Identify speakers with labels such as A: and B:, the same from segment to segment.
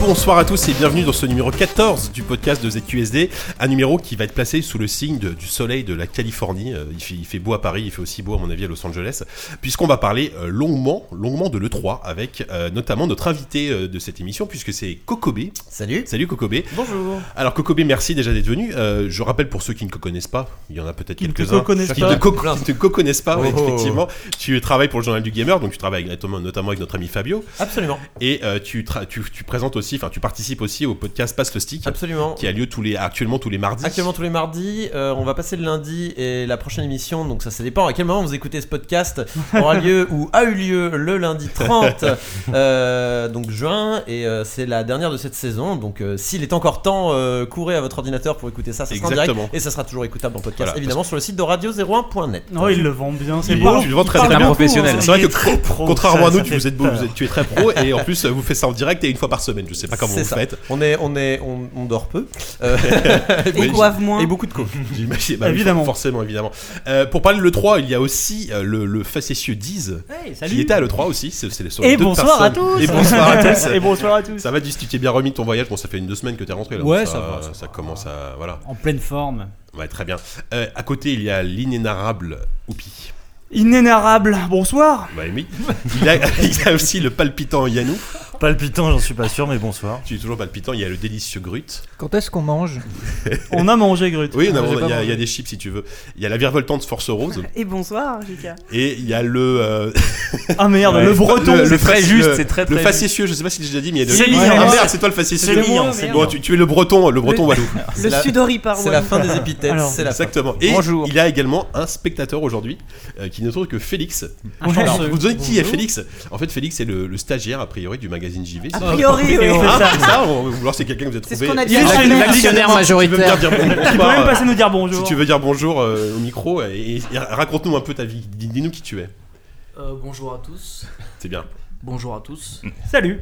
A: bonsoir à tous et bienvenue dans ce numéro 14 du podcast de ZQSD, un numéro qui va être placé sous le signe de- du soleil de la Californie. Euh, Il fait, il fait beau à Paris, il fait aussi beau à mon avis à Los Angeles, puisqu'on va parler euh, longuement, longuement de l'E3 avec euh, notamment notre invité euh, de cette émission, puisque c'est Kokobé.
B: Salut.
A: Salut Kokobé.
B: Bonjour.
A: Alors Kokobé, merci déjà d'être venu. Euh, je rappelle pour ceux qui ne te connaissent pas, il y en a peut-être
C: Qui ne te
A: quelques-uns.
C: connaissent
A: qui
C: pas.
A: ne co- qui ne te connaissent pas, ouais,
B: Oh.
A: effectivement. Tu travailles pour le journal du gamer, donc tu travailles notamment notamment avec notre ami Fabio.
C: Absolument,
A: Et euh, tu, tra- tu, tu présentes aussi, enfin tu participes aussi au podcast Passe le Stick,
C: absolument.
A: qui a lieu tous les, actuellement tous les mardis.
C: Actuellement tous les mardis, euh, on va passer le lundi et la prochaine émission, donc ça ça dépend à quel moment vous écoutez ce podcast, aura lieu ou a eu lieu le lundi 30, euh, donc juin, et euh, c'est la dernière de cette saison, donc euh, s'il est encore temps, euh, courez à votre ordinateur pour écouter ça, ça sera en direct,
A: Exactement.
C: et ça sera toujours écoutable en podcast,
A: Voilà,
C: évidemment sur le site de radio01.net.
D: Non, Oh, ils le vendent bien, c'est
A: Il-
D: beau.
A: tu le vends
D: Ils
A: très
D: parlent
A: bien.
D: beaucoup,
B: Professionnel.
D: hein.
A: C'est vrai
D: Il
A: que
D: est très pro,
A: Contrairement
D: ça-
A: à nous,
D: ça
A: tu,
D: fait
A: vous êtes, beau-
D: peur.
A: vous êtes- tu es très pro et en plus vous faites ça en direct et une fois par semaine. Je sais pas comment
C: C'est
A: vous
C: ça.
A: faites.
C: On, est, on, est, on, on dort peu, Euh,
A: Oui.
E: Et boivent moins.
C: et beaucoup de coke.
A: J'imagine. bah oui,
D: Évidemment.
A: forcément, évidemment. Euh, pour parler de l'E3, il y a aussi euh, le, le facétieux Diz
D: Hey, salut.
A: qui était à l'E3 aussi. C'est- c'est les- ce sont les
E: Et
A: deux
E: bonsoir à
A: personnes.
E: tous.
A: Et bonsoir à tous.
D: Et bonsoir à tous.
A: Ça va, Diz, tu t'es bien remis de ton voyage. Bon, ça fait une deux semaines que t'es rentré là.
E: Ouais,
A: donc
E: ça va, ça
A: Ça
E: va.
A: commence à. Voilà.
E: En pleine forme.
A: Ouais, très bien. Euh, à côté, il y a l'inénarrable Oupi.
D: Inénarrable, bonsoir.
A: Bah oui. Il y a, il y a aussi le palpitant Yanou.
F: Palpitant, j'en suis pas sûr, mais bonsoir.
A: Tu es toujours palpitant. Il y a le délicieux Grut.
B: Quand est-ce qu'on mange
D: On a mangé, Grut.
A: Oui, non,
B: j'ai
A: il y,
B: pas
A: a-
B: mangé.
A: il y a des chips si tu veux. Il y a la virevoltante Force Rose.
E: Et bonsoir, Jika.
A: Et il y a le. euh,
D: Ah merde,
F: Ouais.
D: le breton.
A: le
F: c'est très
A: fac-
F: juste,
A: le-
F: c'est très,
A: Le
F: très
A: facétieux, je sais pas si j'ai déjà dit, mais il y a de-
F: C'est mignon.
A: Ah merde,
F: Ouais.
A: c'est toi le
F: C'est
A: facétieux.
F: mignon, c'est
A: Bon,
F: mignon.
A: tu, tu es le breton, le breton walou.
C: C'est
E: Le
C: la-
E: Sudori par
C: C'est la fin des épithètes,
D: Alors,
C: c'est la fin.
A: Exactement. Et
B: Bonjour.
A: il y a également un spectateur aujourd'hui euh, qui ne trouve que Félix.
D: Bonjour,
A: Alors,
D: monsieur.
A: vous donnez qui est
C: Bonjour.
A: Félix En fait, Félix est le, le stagiaire a priori du magazine JV.
E: A
G: Ah,
A: C'est-
E: priori, oui.
A: Hein, c'est ça, on- ou alors c'est quelqu'un que vous avez
E: C'est
A: trouvé.
E: ce qu'on a dit.
D: Il y a
E: Ah,
D: chez
E: mais-
D: nous.
B: L'actionnaire majoritaire.
A: Tu veux bien dire bonjour
D: Tu
A: ou
D: peux
A: pas,
D: même passer nous dire
A: Bah, Si
D: bonjour.
A: tu veux dire bonjour euh, au micro euh, et, et raconte-nous un peu ta vie, Dis- dis-nous qui tu es.
H: Euh, bonjour à tous.
A: C'est bien.
H: Bonjour à tous.
D: Salut.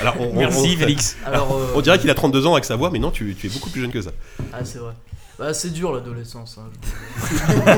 A: Alors on, on-
F: Merci
A: on-
F: Félix.
H: Alors, euh,
A: On dirait qu'il a 32 ans avec sa voix, mais non, tu, tu es beaucoup plus jeune que ça.
H: ah c'est vrai. Bah, c'est dur l'adolescence. hein.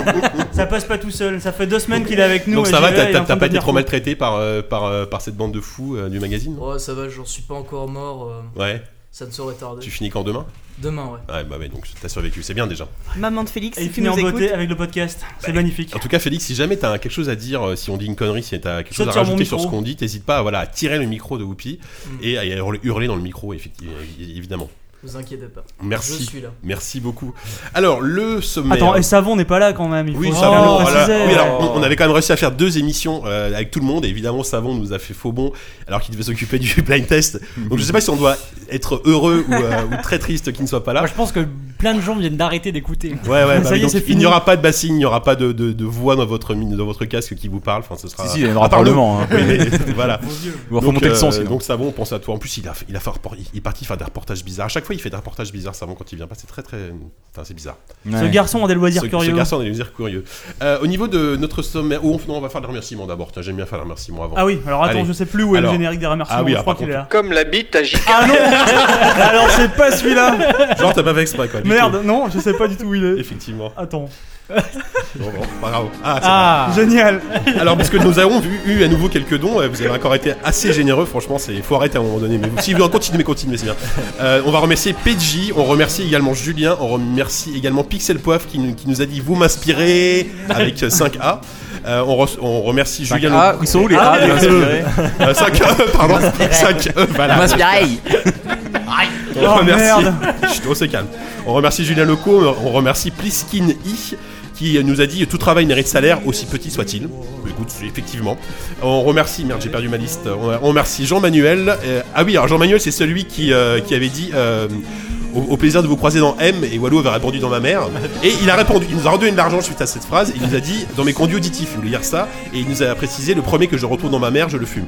D: Ça passe pas tout seul. Ça fait deux semaines qu'il est avec nous.
A: Donc
D: et
A: ça va,
D: j'y
A: t'as-
D: vais, il est
A: t'as
D: en train
A: t'as
D: de
A: pas été
D: devenir
A: trop
D: fou.
A: maltraité par, euh, par, euh, par cette bande de fous euh, du magazine non
H: Ouais, ça va, j'en suis pas encore mort. euh,
A: Ouais,
H: ça ne saurait tarder.
A: tu finis quand demain
H: Demain, ouais.
A: Ouais, bah ouais, donc t'as survécu, c'est bien déjà.
E: Maman de Félix,
D: Et il
E: qui
D: finit
E: nous
D: en beauté
E: écoute.
D: avec le
A: Bah,
D: podcast. C'est magnifique.
A: En tout cas, Félix, si jamais t'as quelque chose à dire, euh, si on dit une connerie, si t'as quelque chose
D: Saute
A: à
D: sur mon
A: rajouter sur ce
D: micro.
A: qu'on dit, t'hésites pas voilà, à tirer le micro de Whoopi
H: Mm.
A: et à hurler- hurler dans le micro, effectivement, évidemment.
H: Vous inquiétez pas.
A: Merci.
H: Je suis là.
A: Merci beaucoup. Alors, le sommaire.
D: Attends, et Savon n'est pas là quand même. il
A: hein. Oui,
D: faut-
A: Savon,
D: Oh,
A: voilà.
D: précisait.
A: Oui, alors, on, on avait quand même réussi à faire deux émissions euh, avec tout le monde. Et évidemment, Savon nous a fait faux bon alors qu'il devait s'occuper du blind test. Donc, je sais pas si on doit être heureux ou, euh, ou très triste qu'il ne soit pas là.
B: Moi, je pense que plein de gens viennent d'arrêter d'écouter.
A: Ouais, ouais, bah,
D: Ça y est,
A: donc,
D: c'est
A: il
D: fini.
A: n'y aura pas de bassine, il n'y aura pas de, de- de voix dans votre, mine- dans votre casque qui vous parle. Enfin, ce sera.
F: Si, si, il y a un
A: Ah, pardon.
F: parlement. hein.
A: Mais- mais- voilà.
F: Il faut monter le son
A: euh,
F: sinon.
A: donc Savon, on pense à toi. En plus, il a, il a fait un report- il est parti faire des reportages bizarres. À chaque fois, il fait des reportages bizarres. Savon, quand il vient pas, c'est très, très. Enfin, c'est bizarre.
D: Ce garçon a des loisirs
A: ce,
D: curieux.
A: ce garçon, on est dire curieux. Euh, au niveau de notre sommaire, oh, non, on va faire des remerciements d'abord. Tiens, J'aime bien faire des remerciements avant.
D: Ah oui, alors attends,
A: Allez.
D: je sais plus où est
A: Alors.
D: le générique des remerciements.
A: Ah oui,
D: je
A: ah,
D: crois
A: par
D: qu'il est là.
I: Comme la bite à J.K.
D: Ah non Alors c'est pas celui-là
A: Genre, t'as pas fait exprès, quoi. du
D: Merde, non, je sais pas du tout où il
A: tout.
D: est.
A: Effectivement.
D: Attends.
A: Bon, bon, pas grave. Ah, c'est
B: Ah
D: Génial
A: vrai. Alors, parce que nous avons vu, eu à nouveau quelques dons, euh, vous avez encore été assez généreux, franchement, c'est faut arrêter à un moment donné. Mais vous- si vous en continuez, continuez, c'est bien. Euh, on va remercier PJ, on remercie également Julien, on remercie également Pixel Poif qui, nous- qui nous a dit Vous m'inspirez avec euh, 5A. Euh, on, re- on remercie Julien.
B: Ah, ils sont où les
D: Ah,
B: ah,
D: les
B: les-
A: Euh, 5E, pardon. 5E, voilà. On
D: Oh,
A: remercie.
D: merde.
A: Chut, on se calme. On remercie Julien Leco, on remercie Pliskin I qui nous a dit tout travail mérite salaire, aussi petit soit-il. Écoute, effectivement. On remercie, merde, j'ai perdu ma liste. On on remercie Jean-Manuel. Euh, ah oui, alors Jean-Manuel, c'est celui qui, euh, qui avait dit euh, au, au plaisir de vous croiser dans M. Et Walou avait répondu dans ma mère. Et il a répondu, il nous a redonné de l'argent suite à cette phrase. Il nous a dit dans mes conduits auditifs, il voulait dire ça. Et il nous a précisé le premier que je retrouve dans ma mère, je le fume.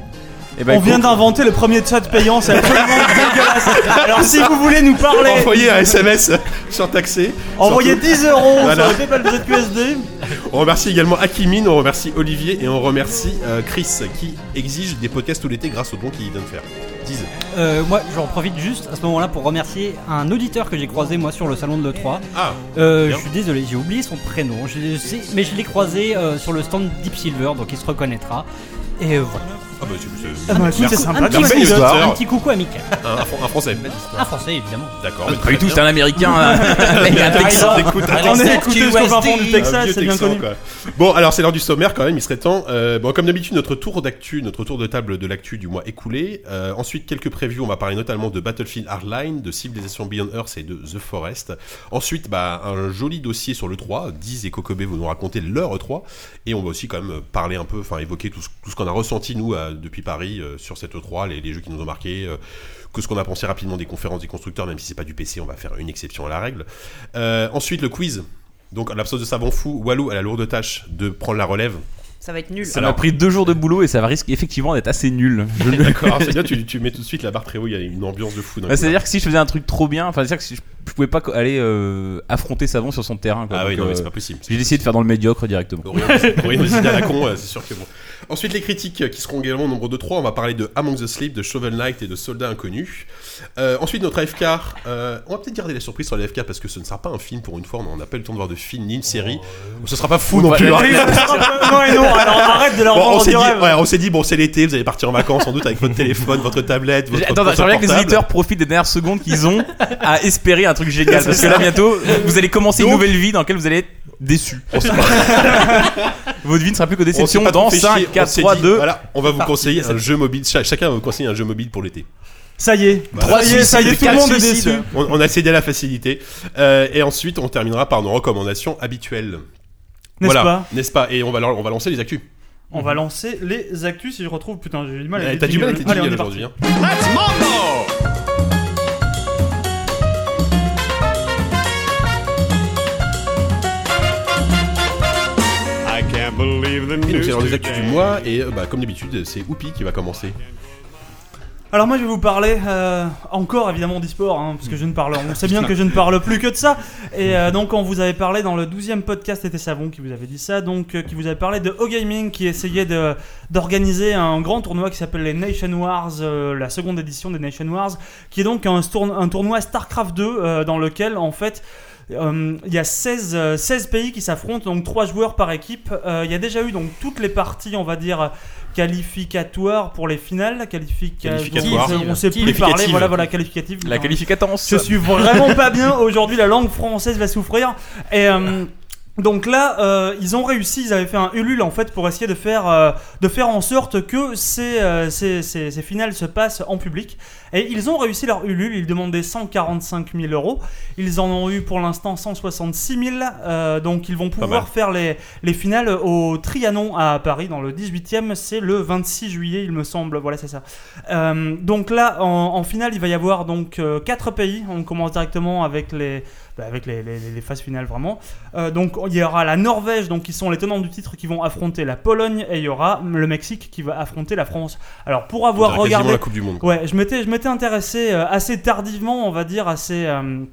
A: ben,
D: On vient d'inventer le premier chat payant, c'est absolument dégueulasse Alors si vous voulez nous parler,
A: Envoyez un SMS surtaxé.
D: envoyez 10 euros
A: Voilà.
D: sur le PayPal de ZQSD.
A: On remercie également Akimin, on remercie Olivier et on remercie euh, Chris qui exige des podcasts tout l'été grâce aux dons qu'il vient de faire. Disent.
B: Euh, moi, j'en profite juste à ce moment-là pour remercier un auditeur que j'ai croisé moi sur le salon de l'E3.
A: Ah,
B: Euh,
A: Bien.
B: je suis désolé, j'ai oublié son prénom, je sais- mais je l'ai croisé euh, sur le stand Deep Silver, donc il se reconnaîtra. Et voilà.
A: Ah bah c'est- c'est
D: Ah bah, écoute,
A: Merci.
D: c'est sympa.
B: un, petit
A: Merci,
B: coucou-
A: Victor.
B: un petit coucou à Mika.
A: un, un Fran- un français.
B: Un français, évidemment.
A: D'accord.
I: Ah,
A: mais
I: Pas
A: très
I: du tout, c'est un américain. euh, il y a un Texan.
A: bien. Écoute, attends,
D: On
A: c'est
D: est
I: Texas,
D: écouté
I: tu
D: ce
I: vois,
D: qu'on fond du
I: Steve.
A: un
D: Texas,
A: Ah, vieux
D: c'est bien
A: Texan,
D: connu.
A: quoi. Bon, alors c'est l'heure du sommaire quand même, il serait temps. Euh, bon, comme d'habitude, notre tour d'actu, notre tour de table de l'actu du mois écoulé. Euh, ensuite, quelques previews. On va parler notamment de Battlefield Hardline, de Civilization Beyond Earth et de The Forest. Ensuite, bah, un joli dossier sur le 3. 10 et Kokobé vont nous raconter leur 3. Et on va aussi quand même parler un peu, enfin évoquer tout ce, tout ce qu'on a ressenti nous à- depuis Paris euh, sur cette E3, les, les jeux qui nous ont marqués, euh, que ce qu'on a pensé rapidement des conférences des constructeurs, même si c'est pas du PC, on va faire une exception à la règle. Euh, ensuite, le quiz. Donc, en l'absence de savant fou, Walou a la lourde tâche de prendre la relève.
E: Ça va être nul.
I: Ça m'a pris deux jours de boulot et ça va risquer effectivement d'être assez nul. Je le-
A: D'accord, c'est bien, tu, tu mets tout de suite la barre très haut, il y a une ambiance de fou. d'un
I: Bah,
A: coup, là.
I: C'est-à-dire que si je faisais un truc trop bien, enfin, c'est-à-dire que si je, je pouvais pas co- aller euh, affronter Savon sur son terrain. quoi.
A: Ah oui,
I: Donc,
A: non, mais
I: euh,
A: c'est pas possible.
I: J'ai décidé de faire dans le médiocre directement.
A: Rien des idées à la con, euh, c'est sûr que bon. Ensuite, les critiques euh, qui seront également au nombre de trois. On va parler de Among the Sleep, de Shovel Knight et de Soldats Inconnus. Euh, ensuite, notre AFK. euh, on va peut-être garder la surprise sur les AFK parce que ce ne sera pas un film pour une fois. On n'a pas eu le temps de voir de film ni une série. Ce sera pas fou non
I: bah,
A: plus.
I: euh,
A: hein.
D: Oui, bah, c'est un peu- Non et non, alors arrête de leur
A: Bon, on
D: vendre
A: s'est
D: du
A: dit,
D: rêve.
A: ouais, on s'est dit, bon, c'est l'été, vous allez partir en vacances sans doute avec votre téléphone, votre tablette, votre.
I: Attends,
A: console
I: j'aimerais bien que les
A: portable.
I: auditeurs profitent des dernières secondes qu'ils ont à espérer un truc génial. Parce que là, bientôt, vous allez commencer une
A: Donc-
I: nouvelle vie dans laquelle vous allez être déçus. Votre vie ne sera plus que
A: On s'est
I: déception
A: pas
I: dans
A: trop fait chier,
I: 5,
A: on
I: 4,
A: s'est
I: 3,
A: dit,
I: 2.
A: Voilà, on va vous
D: Ah,
I: parti.
A: conseiller un jeu mobile. Cha- Chacun va vous conseiller un jeu mobile pour l'été.
D: Ça y est,
A: Voilà.
D: ça y est, ça y est, tout le
I: Quatre
D: monde est
I: suicides.
D: déçu.
A: On, on a cédé à la facilité. Euh, et ensuite, on terminera par nos recommandations habituelles.
D: N'est-ce
A: voilà,
D: pas
A: N'est-ce pas Et on va, leur- on va lancer les actus.
D: On va lancer les actus si je retrouve. Putain, j'ai du mal à
A: Eh, T'as du mal avec les
D: Allez, on
A: jingles
D: est parti.
A: aujourd'hui. hein. Et donc, c'est l'heure des actus du mois. Et euh, bah, comme d'habitude, c'est Oupi qui va commencer.
D: Alors moi je vais vous parler euh, encore évidemment d'e-sport hein, parce que je ne parle on sait bien que je ne parle plus que de ça et euh, donc on vous avait parlé dans le 12e podcast était savon qui vous avait dit ça donc euh, qui vous avait parlé de O Gaming qui essayait de d'organiser un grand tournoi qui s'appelle les Nation Wars euh, la seconde édition des Nation Wars qui est donc un, stourn- un tournoi StarCraft 2 euh, dans lequel en fait euh, il y a 16, euh, 16 pays qui s'affrontent, donc 3 joueurs par équipe. Euh, il y a déjà eu donc toutes les parties, on va dire, qualificatoires pour les finales. Qualificatives,
A: Qualificatoires.
D: on sait plus
A: Qualificatives.
D: parler. Voilà, voilà, qualificatives.
I: La
D: Putain.
I: qualificatance.
D: Je suis vraiment pas bien aujourd'hui, la langue française va souffrir. Et euh, donc là, euh, ils ont réussi, ils avaient fait un Ulule en fait pour essayer de faire, euh, de faire en sorte que ces, euh, ces, ces- ces finales se passent en public. Et ils ont réussi leur Ulule, ils demandaient 145 000 euros. Ils en ont eu pour l'instant 166 000. euh, donc ils vont pouvoir
A: mal.
D: faire les, les finales au Trianon à Paris dans le 18e. C'est le 26 juillet, il me semble. Voilà, c'est ça. Euh, donc là, en, en finale, il va y avoir donc euh, quatre pays. On commence directement avec les, bah, avec les, les- les phases finales vraiment. Euh, donc il y aura la Norvège, donc qui sont les tenants du titre, qui vont affronter la Pologne, et il y aura le Mexique qui va affronter la France. Alors pour
A: On dirait
D: avoir
A: quasiment
D: regardé,
A: la Coupe du Monde. quoi.
D: Ouais, je m'étais, je m'étais intéressé euh, assez tardivement, on va dire, à ces, euh,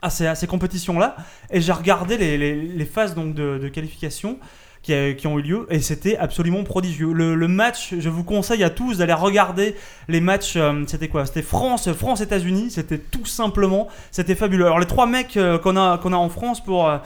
D: à ces, à ces compétitions-là. Et j'ai regardé les, les- les phases donc, de, de qualification qui, a- qui ont eu lieu. Et c'était absolument prodigieux. Le, le match, je vous conseille à tous d'aller regarder les matchs. euh, c'était quoi C'était France, France-États-Unis. C'était tout simplement, c'était fabuleux. Alors les trois mecs euh, qu'on, a, qu'on a en France pour... euh,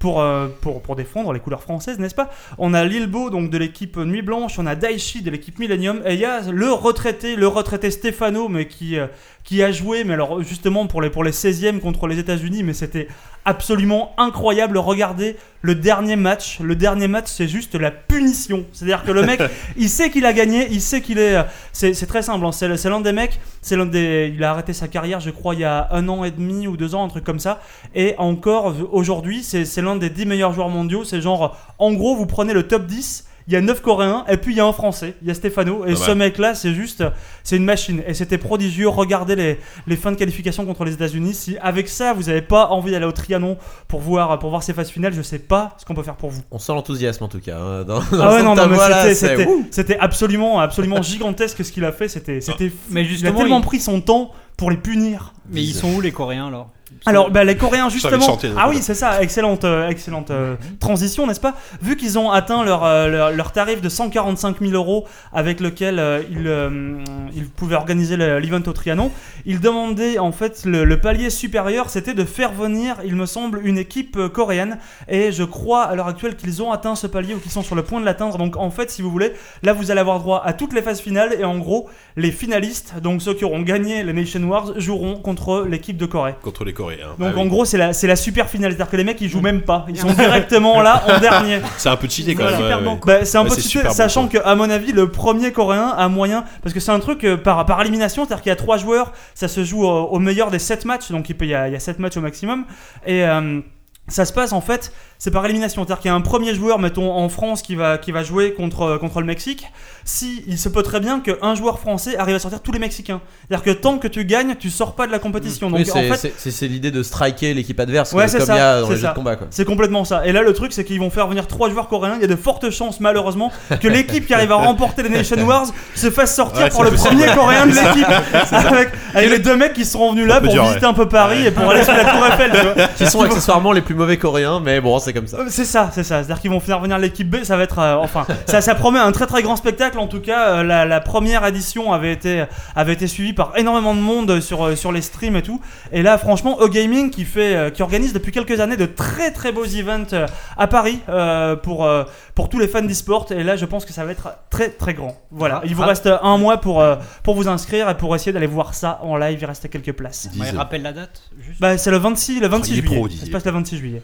D: pour, euh, pour, pour défendre les couleurs françaises, n'est-ce pas On a Lilbo, donc de l'équipe Nuit Blanche, on a Daichi de l'équipe Millennium, et il y a le retraité, le retraité Stefano, mais qui, euh, qui a joué, mais alors justement pour les, pour les 16e contre les États-Unis, mais c'était absolument incroyable. Regardez le dernier match, le dernier match, c'est juste la punition. C'est-à-dire que le mec, il sait qu'il a gagné, il sait qu'il est. euh, C'est c'est très simple, hein. c'est c'est l'un des mecs, c'est l'un des. Il a arrêté sa carrière, je crois, il y a un an et demi ou deux ans, un truc comme ça. Et encore, aujourd'hui, c'est c'est l'un des 10 meilleurs joueurs mondiaux. C'est genre, en gros, vous prenez le top 10. Il y a 9 Coréens et puis il y a un Français, il y a Stefano. Et
A: Pas
D: ce
A: mal.
D: mec-là, c'est juste, c'est une machine. Et c'était prodigieux. Regardez les, les fins de qualification contre les États-Unis. Si avec ça, vous n'avez pas envie d'aller au Trianon pour voir, pour voir ces phases finales, je sais pas ce qu'on peut faire pour vous.
C: On sent l'enthousiasme en tout cas. hein, dans-
D: Ah ouais,
C: dans
D: non,
C: ta
D: non, mais
C: voix, là,
D: c'était-
C: c'est-
D: c'était
C: Ouh.
D: c'était absolument, absolument gigantesque ce qu'il a fait. C'était, c'était, fou.
B: Mais
D: il a
B: justement,
D: tellement
B: ils-
D: pris son temps pour les punir.
B: mais ils sont où les Coréens alors
D: Alors, bah, les Coréens,
A: J'avais
D: justement.
A: chanté, donc,
D: Ah
A: voilà. Mhm.
D: oui, c'est ça, excellente, euh, excellente euh, transition, n'est-ce pas Vu qu'ils ont atteint leur, euh, leur, leur tarif de 145 000 euros avec lequel euh, ils, euh, ils pouvaient organiser le- l'event au Trianon, ils demandaient, en fait, le, le palier supérieur, c'était de faire venir, il me semble, une équipe euh, coréenne. Et je crois à l'heure actuelle qu'ils ont atteint ce palier ou qu'ils sont sur le point de l'atteindre. Donc, en fait, si vous voulez, là, vous allez avoir droit à toutes les phases finales. Et en gros, les finalistes, donc ceux qui auront gagné les Nation Wars, joueront contre l'équipe de Corée.
A: contre les Coréens.
D: Donc
A: Ah oui.
D: en gros, c'est la, c'est la super finale. C'est-à-dire que les mecs, ils jouent même pas. Ils sont directement là en dernier.
A: c'est un peu cheaté quand
D: Voilà.
A: même. euh,
E: Super
A: ouais,
E: bon,
A: ouais.
D: Bah, c'est un
A: Ouais,
D: peu
A: c'est
D: cheaté,
A: super bon,
D: sachant
A: quoi.
D: que, à mon avis, le premier coréen a moyen. Parce que c'est un truc euh, par, par élimination, c'est-à-dire qu'il y a trois joueurs, ça se joue au, au meilleur des 7 matchs, donc il, peut, il, y a, il y a 7 matchs au maximum. Et. euh, ça se passe en fait, c'est par élimination. C'est-à-dire qu'il y a un premier joueur, mettons en France, qui va, qui va jouer contre, euh, contre le Mexique. Si il se peut très bien qu'un joueur français arrive à sortir tous les Mexicains. C'est-à-dire que tant que tu gagnes, tu sors pas de la compétition.
A: Mm.
D: Donc
C: Oui,
D: en
C: c'est-
D: fait,
C: c'est c'est- c'est l'idée de striker l'équipe adverse
D: Ouais,
C: comme
D: c'est
C: comme il
D: ça,
C: y a dans
D: c'est
C: les jeux de
D: ça.
C: combat. quoi.
D: C'est complètement ça. Et là, le truc, c'est qu'ils vont faire venir trois joueurs coréens. Il y a de fortes chances, malheureusement, que l'équipe qui arrive à remporter les Nation Wars se fasse sortir
A: Ouais,
D: pour
A: c'est
D: le
A: un peu ça,
D: premier coréen de l'équipe. Avec, avec les deux mecs qui seront venus là
A: Un peu
D: pour
A: dur,
D: visiter un peu Paris et pour aller sur la Tour Eiffel. tu vois.
C: Qui sont accessoirement les plus mauvais coréens, mais bon, c'est comme ça.
D: Euh, C'est ça, c'est ça. C'est-à-dire qu'ils vont faire venir l'équipe B. Ça va être, euh, enfin, ça, ça promet un très très grand spectacle. En tout cas, euh, la, la première édition avait été avait été suivie par énormément de monde sur euh, sur les streams et tout. Et là, franchement, O Gaming qui fait, euh, qui organise depuis quelques années de très très beaux events euh, à Paris euh, pour euh, pour tous les fans d'e-sport. Et là, je pense que ça va être très très grand. Voilà.
A: Ah.
D: Il vous reste euh, un mois pour euh, pour vous inscrire et pour essayer d'aller voir ça en live. Il reste quelques places.
A: Ils disent-
B: rappelle la date juste.
D: Bah, c'est le 26 le 26
A: il est
D: juillet.
A: pro,
D: ça se
A: Didier.
D: passe le 26 juillet.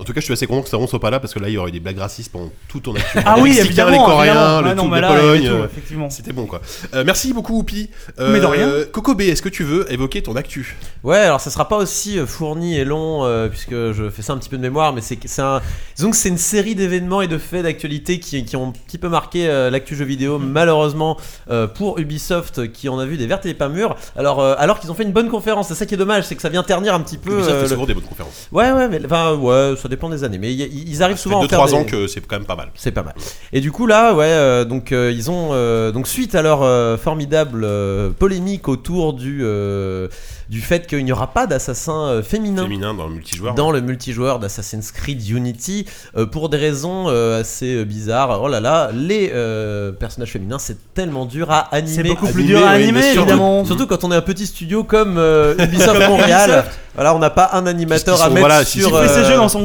A: En tout cas, je suis assez content que ça ne soit pas là parce que là, il y aurait eu des blagues racistes pendant tout ton actu.
D: Ah oui,
A: Les Mexicains,
D: évidemment.
A: les Coréens,
D: évidemment.
A: le
D: Ah non,
A: tout
D: mais
A: de la
D: là, il y avait
A: Pologne.
D: tout,
A: euh,
D: effectivement.
A: C'était bon quoi. Euh, merci beaucoup Oupi.
D: Mais de rien.
A: Coco B, est-ce que tu veux évoquer ton actu
C: Ouais, alors ça sera pas aussi euh, fourni et long euh, puisque je fais ça un petit peu de mémoire, mais c'est c'est un disons que c'est une série d'événements et de faits d'actualité qui, qui ont un petit peu marqué euh, l'actu jeu vidéo
D: Mm-hmm.
C: malheureusement euh, pour Ubisoft qui en a vu des vertes et des pas mûres. Alors euh, alors qu'ils ont fait une bonne conférence, c'est ça qui est dommage, c'est que ça vient ternir un petit peu.
A: Ubisoft
C: euh,
A: fait
C: le-
A: souvent des bonnes conférences.
C: Ouais ouais, mais enfin ouais, ça dépend des années, mais y- y- ils arrivent
A: Ça fait
C: souvent à en faire
A: 2-3
C: des-
A: ans que c'est quand même pas mal.
C: c'est pas mal. Et du coup là, ouais, euh, donc euh, ils ont euh, donc suite à leur euh, formidable euh, polémique autour du euh, du fait qu'il n'y aura pas d'assassin euh, féminin.
A: Féminin dans le multijoueur.
C: Dans le multijoueur d'Assassin's Creed Unity, euh, pour des raisons euh, assez euh, bizarres. Oh là là, les euh, personnages féminins, c'est tellement dur à animer. Ah,
D: C'est beaucoup plus
A: animé,
D: dur à
A: oui, mais
D: animer,
A: surtout-
D: évidemment.
C: Surtout quand on est un petit studio comme euh, Ubisoft Montréal. voilà, on n'a pas un
A: Qu'est-ce
C: animateur
A: qu'ils
C: à
A: sont-
C: mettre
A: voilà, s'ils
C: sur,
D: Il fait ses
C: euh,
D: jeux dans son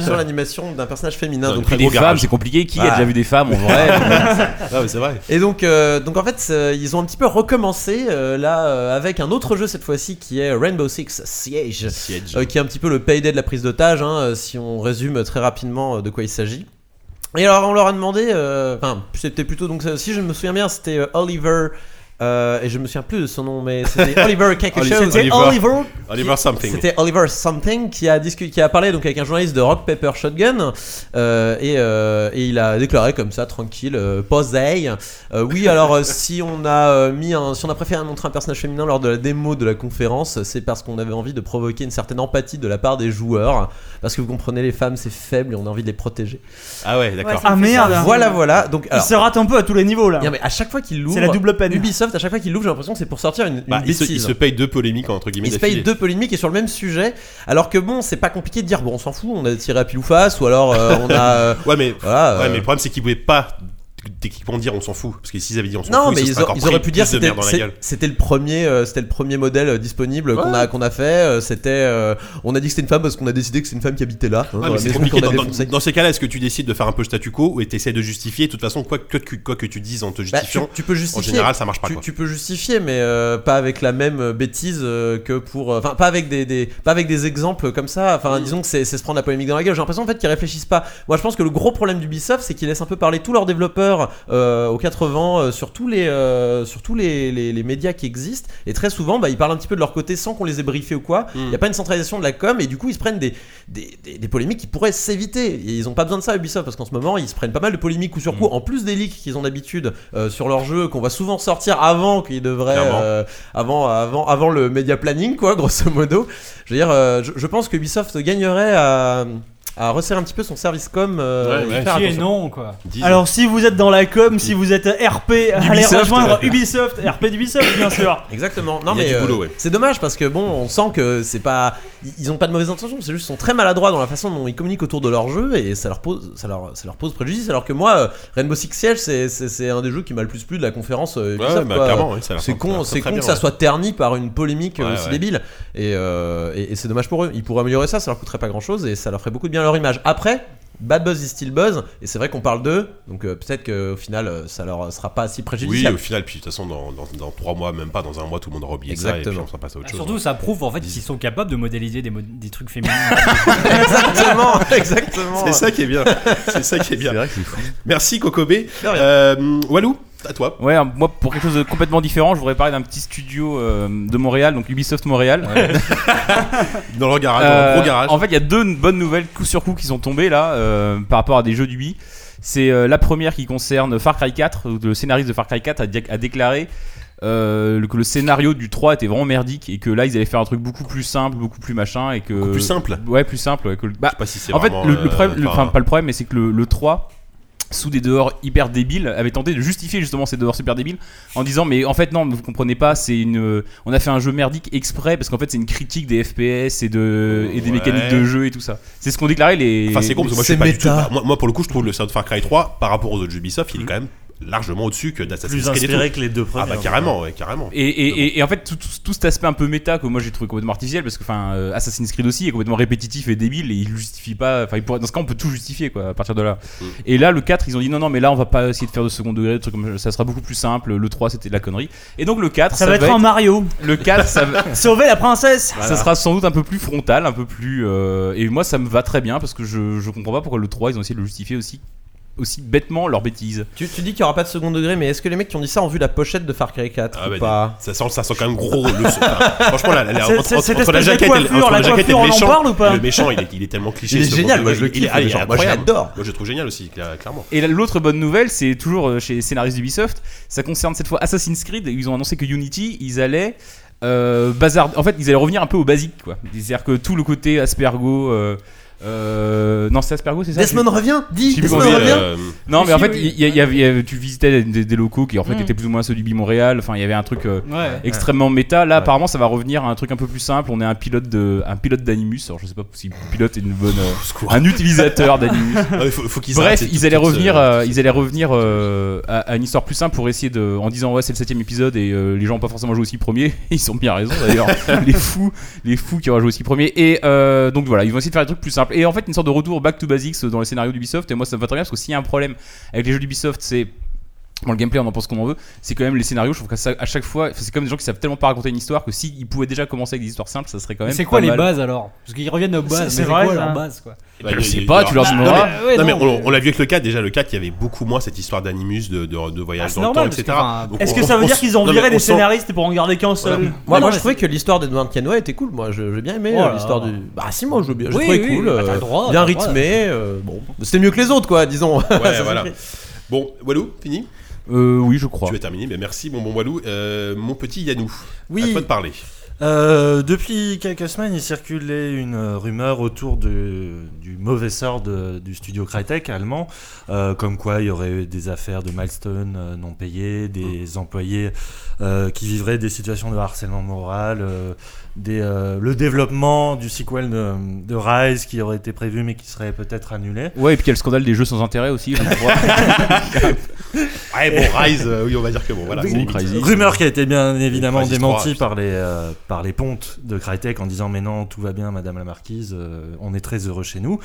C: sur l'animation d'un personnage féminin.
A: Non,
C: donc
A: très
I: Puis des
A: gros garage.
I: femmes, c'est compliqué.
A: Bah.
I: Qui a
C: Voilà.
I: déjà vu des femmes en vrai
A: Ah ouais, c'est vrai.
C: Et donc, euh, donc en fait, c'est- ils ont un petit peu recommencé euh, là euh, avec un autre jeu cette fois-ci qui est Rainbow Six Siege,
A: Siege.
C: euh, qui est un petit peu le payday de la prise d'otage, hein, euh, si on résume très rapidement euh, de quoi il s'agit. Et alors, on leur a demandé, euh, enfin, c'était plutôt, donc euh, si je me souviens bien, c'était euh, Oliver, euh, et je me souviens plus de son nom, mais c'était Oliver quelque
A: Oli-
C: chose.
A: c'était
C: Oliver
A: Oliver Something.
C: c'était Oliver Something qui a, discu- qui a parlé donc avec un journaliste de Rock Paper Shotgun euh, et, euh, et il a déclaré comme ça tranquille euh, posey Euh, oui alors euh, si on a euh, mis un, si on a préféré montrer un personnage féminin lors de la démo de la conférence c'est parce qu'on avait envie de provoquer une certaine empathie de la part des joueurs parce que vous comprenez les femmes c'est faible et on a envie de les protéger
A: Ah ouais, d'accord.
E: ça
D: Ah,
E: me fait
D: merde.
E: ça.
C: voilà voilà donc
D: Il
C: alors,
D: se rate un peu à tous les niveaux là.
C: non, mais à chaque fois qu'il l'ouvre
D: C'est la double peine.
C: Ubisoft à chaque fois qu'il l'ouvre j'ai l'impression que c'est pour sortir une, une
A: Bah, il, se, il
C: bêtise.
A: se paye deux polémiques entre guillemets.
C: Il se paye
A: d'affilée.
C: deux polémiques et sur le même sujet. Alors que bon, c'est pas compliqué de dire bon, on s'en fout, on a tiré à pile ou face, ou alors euh, on a. euh,
A: Ouais, mais,
C: voilà,
A: ouais,
C: euh,
A: mais le problème c'est qu'ils pouvaient pas techniquement dire on s'en fout. Parce que s'ils avaient dit on s'en
C: non,
A: fout,
C: mais
A: ça
C: ils,
A: serait
C: auraient-
A: encore
C: ils auraient
A: pris
C: pu dire
A: plus de
C: c'était
A: merde dans la
C: c'est-
A: gueule.
C: c'était le premier euh, c'était le premier modèle euh, disponible qu'on a qu'on a fait. euh, C'était euh, on a dit que c'était une femme parce qu'on a décidé que c'est une femme qui habitait là. hein,
A: Ah,
C: dans
A: mais
C: la
A: c'est
C: maison
A: compliqué.
C: qu'on a
A: Dans, dans-
C: défoncée.
A: dans ces cas-là, est-ce que tu décides de faire un peu statu quo ou t'essayes de justifier De toute façon, quoi que, que- quoi que tu dises en te
C: Bah, tu,
A: justifiant,
C: tu peux justifier.
A: en général, ça marche pas.
C: tu,
A: quoi.
C: tu peux justifier, mais euh, pas avec la même bêtise euh, que pour. euh, Enfin, pas avec des, des- pas avec des exemples comme ça. Enfin, disons que c'est c'est se prendre la polémique dans la gueule. J'ai l'impression en fait qu'ils réfléchissent pas. Moi, je pense que le gros problème d'Ubisoft, c'est qu'ils laissent un peu parler tous leurs développeurs euh, aux 80 euh, sur tous les, euh, sur tous les, les- les médias qui existent. Et très souvent, bah, ils parlent un petit peu de leur côté sans qu'on les ait briefés ou quoi. Il
A: Mm.
C: n'y a pas une centralisation de la com, et du coup, ils se prennent des, des, des- des polémiques qui pourraient s'éviter. Et Ils ont pas besoin de ça, Ubisoft, parce qu'en ce moment, ils se prennent pas mal de polémiques coup sur
A: Mm.
C: coup, en plus des leaks qu'ils ont d'habitude euh, sur leur jeu, qu'on va souvent sortir avant qu'ils devraient.
A: Clairement.
C: euh, avant, avant, avant le media planning, quoi, grosso modo. Je veux dire, euh, je, je pense que Ubisoft gagnerait à. à resserrer un petit peu son service com. euh,
A: Ouais,
C: et
A: ouais.
C: faire
A: Si et
C: attention.
B: non, quoi.
A: Dis-
D: Alors si vous êtes dans la com, si vous êtes RP, allez
I: Ubisoft.
D: rejoindre Ubisoft, RP d'Ubisoft bien sûr.
C: Exactement. Non
A: Il y a
C: mais
A: du
C: euh,
A: boulot, ouais.
C: c'est dommage parce que bon, on sent que c'est pas, ils- ils ont pas de mauvaises intentions. C'est juste qu'ils sont très maladroits dans la façon dont ils communiquent autour de leur jeu et ça leur pose, ça leur, ça leur pose préjudice. Alors que moi, euh, Rainbow Six Siege, c'est, c'est, c'est un des jeux qui m'a le plus plu de la conférence. euh,
A: Ouais,
C: Ubisoft,
A: bah,
C: quoi.
A: clairement, oui, ça a l'air
C: C'est
A: très-
C: con,
A: très,
C: c'est
A: très
C: con que
A: bien,
C: ça
A: ouais.
C: soit terni par une polémique euh,
A: Ouais,
C: aussi
A: ouais.
C: débile. Et, euh, et- et c'est dommage pour eux. Ils pourraient améliorer ça, ça leur coûterait pas grand chose et ça leur ferait beaucoup de bien à leur image. Après, Bad Buzz is still Buzz et c'est vrai qu'on parle d'eux, donc euh, peut-être qu'au final, euh, ça leur sera pas si
A: Oui,
C: préjudiciable.
A: au final, puis de toute façon, dans, dans, dans trois mois, même pas dans un mois, tout le monde aura oublié ça et
C: Exactement.
A: puis on s'en passe à autre
D: Bah,
A: chose.
B: Surtout, ça prouve en fait qu'ils sont capables de modéliser des, mod- des trucs féminins.
C: exactement, exactement.
A: C'est ça qui est bien. C'est ça qui est bien.
I: vrai que c'est fou.
A: Merci Kokobé.
C: De rien.
A: Euh, Walou, à toi.
I: Ouais, alors, moi pour quelque chose de complètement différent, je voudrais parler d'un petit studio euh, de Montréal, donc Ubisoft Montréal.
A: Dans leur garage, dans
I: Euh,
A: leur gros garage.
I: En fait, il y a deux bonnes nouvelles coup sur coup qui sont tombées là euh, par rapport à des jeux d'Ubi. C'est euh, la première qui concerne Far Cry 4. où le scénariste de Far Cry 4 a, dia- a déclaré euh, que le scénario du 3 était vraiment merdique et que là ils allaient faire un truc beaucoup plus simple, beaucoup plus machin et que
A: Beaucoup plus simple.
I: Ouais, plus simple. ouais, que le-
A: Je
I: bah,
A: sais pas si c'est
I: en fait,
A: vraiment,
I: le, le
A: euh,
I: problème, le-
A: enfin,
I: enfin, pas le problème, mais c'est que le, le 3 sous des dehors hyper débiles avait tenté de justifier justement ces dehors super débiles en disant mais en fait non vous comprenez pas c'est une euh, on a fait un jeu merdique exprès parce qu'en fait c'est une critique des FPS et de et des
A: Ouais.
I: mécaniques de jeu et tout ça c'est ce qu'ont déclaré les
A: Enfin, c'est con parce que moi, je suis
C: C'est
A: pas du tout.
C: méta.
A: bah, Moi, moi, pour le coup, je trouve le Sound Far Cry 3 par rapport aux autres jeux Ubisoft, il est quand même largement au-dessus que d'Assassin's
F: Plus
A: Creed et
F: inspiré
A: tout.
F: que les deux
A: Ah
F: premiers.
A: bah carrément, ouais, carrément.
I: Et, et- et- et en fait, tout, tout- tout cet aspect un peu méta que moi j'ai trouvé complètement artificiel parce que enfin, euh, Assassin's Creed aussi est complètement répétitif et débile et il justifie pas. Enfin, il pourrait- dans ce cas, on peut tout justifier quoi à partir de là.
A: Mm.
I: Et là, le 4, ils ont dit non, non, mais là on va pas essayer de faire de second degré, de trucs comme ça, ça sera beaucoup plus simple. Le 3, c'était de la connerie. Et donc le 4,
D: Ça va être un Mario.
I: le 4, ça, va-
D: Sauver la princesse.
I: ça sera sans doute un peu plus frontal, un peu plus. euh, et moi, ça me va très bien parce que je, je comprends pas pourquoi le 3, ils ont essayé de le justifier aussi, aussi bêtement leur bêtise.
C: Tu, tu dis qu'il n'y aura pas de second degré, mais est-ce que les mecs qui ont dit ça ont vu la pochette de Far Cry 4
A: Ah
C: ou
A: bah,
C: pas
A: Ça sent, ça sent quand même gros. le- enfin, franchement, la, la- la-
D: C'est-
A: entre,
D: c'est-
A: entre-
D: cette
A: entre la
D: espèce de
A: jaquette et le-
D: coiffure,
A: entre
D: la
A: le jaquette et
D: coiffure,
A: le
D: on en
A: méchant,
D: parle ou pas
A: le méchant, il est, il est tellement cliché.
C: Il est
A: ce
C: génial,
A: monde,
C: moi, je le
A: il- il
C: kiffe,
A: est- ah, il est
C: le genre, moi, je
A: incroyable.
C: l'adore.
A: Moi je le trouve génial aussi, cla- clairement.
I: Et la- l'autre bonne nouvelle, c'est toujours euh, chez scénaristes d'Ubisoft, ça concerne cette fois Assassin's Creed. Ils ont annoncé que Unity, ils allaient euh, bazar. En fait, ils allaient revenir un peu au basique, quoi. C'est-à-dire que tout le côté Aspergo. euh, euh, non, c'est Aspergo, c'est ça
C: Desmond revient Dis
I: Je sais plus
C: Desmond
I: comment
A: Mais,
I: dire.
C: revient
A: euh,
I: Non, mais en
B: Si,
I: fait,
B: oui.
I: il y a- il y avait- il y avait- tu visitais des, des locaux qui en fait
E: Mm.
I: étaient plus ou moins ceux du Bi Montréal. Enfin, il y avait un truc. euh,
B: ouais.
I: extrêmement méta. Là, apparemment, ça va revenir à un truc un peu plus simple. On est un pilote de, un pilote d'Animus. Alors, je sais pas si pilote est une bonne, euh,
A: au secours.
I: un utilisateur d'Animus.
A: Ah, il faut, faut qu'ils
I: Bref,
A: arrêtent
I: ils
A: tout-
I: allaient
A: tout ce-
I: revenir, euh,
A: tout ce-
I: ils allaient revenir euh, à, à une histoire plus simple pour essayer de, en disant ouais c'est le septième épisode et euh, les gens ont pas forcément joué aussi premier. Ils ont bien raison d'ailleurs, les fous, les fous qui auraient joué aussi premier. Et euh, donc voilà, ils vont essayer de faire des trucs plus simples. Et en fait, une sorte de retour back to basics dans les scénarios d'Ubisoft. Et moi, ça me va très bien parce que s'il y a un problème avec les jeux d'Ubisoft, c'est Bon, le gameplay, on en pense comme on veut. C'est quand même les scénarios. Je trouve qu'à ça- à chaque fois, enfin, c'est comme des gens qui savent tellement pas raconter une histoire que s'ils pouvaient déjà commencer avec des histoires simples, ça serait quand
B: Mais
I: même.
B: c'est quoi
I: pas
B: les
I: mal.
B: bases alors Parce qu'ils reviennent aux bases.
D: C'est-
B: mais
D: c'est vrai,
B: quoi,
D: ça.
B: leur base, quoi.
A: Bah,
I: Je
A: il y a-
I: sais
A: il y
I: pas,
A: aura-
I: tu leur
A: Bah,
I: demanderas.
A: non, mais- Non mais on, on l'a vu avec le 4 déjà le 4 il y avait beaucoup moins cette histoire d'animus de, de, de
B: Ah,
A: voyage
B: c'est
A: dans le
B: normal,
A: temps
B: parce que,
A: etc.
B: enfin,
A: Donc,
D: Est-ce
A: on-
D: que ça veut
A: on
D: dire
A: s-
D: qu'ils ont
A: non, mais
D: viré des
A: on sent-
D: scénaristes pour en garder qu'un
A: Voilà.
D: seul
C: moi,
B: non,
C: moi,
B: mais
C: je trouvais que l'histoire d'Edward Kenway était cool. Moi, je- j'ai bien aimé
B: Oh
C: euh,
B: là
C: l'histoire
B: là.
C: du. Bah, si, moi, je, je
B: Oui,
C: trouvais
B: oui,
C: cool.
B: bah, t'as le droit,
C: bien
B: t'as le droit.
C: rythmé. euh, bon, c'était mieux que les autres, quoi, disons.
A: Ouais, voilà. Bon, Walou, fini
I: Euh, oui, je crois.
A: Tu es terminé, mais merci, mon bon Walou. Euh, mon petit Yanou, à
F: Oui.
A: toi de parler.
F: Euh, depuis quelques semaines, il circulait une euh, rumeur autour de- du mauvais sort de- du studio Crytek allemand, euh, comme quoi il y aurait eu des affaires de milestones euh, non payés,
D: Oh.
F: des employés euh, qui vivraient des situations de harcèlement moral, euh, des, euh, le développement du sequel de, de Rise qui aurait été prévu mais qui serait peut-être annulé.
I: Ouais, et puis il y a le scandale des jeux sans intérêt aussi. je crois.
B: Ah,
A: Ouais, bon, Rise, euh, oui, on va dire que bon, voilà.
I: Oui.
A: c'est limite.
I: Crysis.
F: Rumeur qui a été bien évidemment
A: Crysis
F: démentie
A: 3,
F: par les, euh, par les pontes de Crytek en disant mais non tout va bien madame la marquise euh, on est très heureux chez nous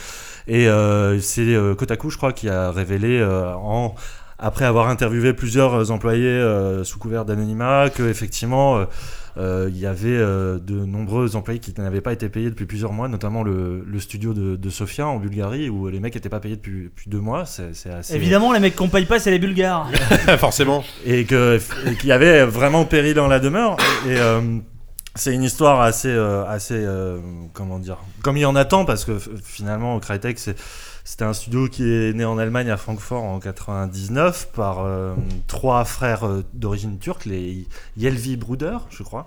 F: et euh, c'est euh, Kotaku je crois qui a révélé euh, en après avoir interviewé plusieurs employés euh, sous couvert d'anonymat que effectivement euh, euh, il y avait euh, de nombreux employés qui n'avaient pas été payés depuis plusieurs mois, notamment le, le studio de, de Sofia en Bulgarie où les mecs n'étaient pas payés depuis, depuis deux mois. C'est c'est assez
D: Évidemment, les mecs qu'on paye pas, c'est les Bulgares.
A: Forcément.
F: et que et qu'il y avait vraiment péril dans la demeure et, et, euh, c'est une histoire assez euh, assez euh, comment dire comme il y en a tant parce que f- finalement Crytek c'est
D: C'était un studio qui est né en Allemagne, à Francfort, en 99, par euh, trois frères euh, d'origine turque, les Yelvi Bruder, je crois.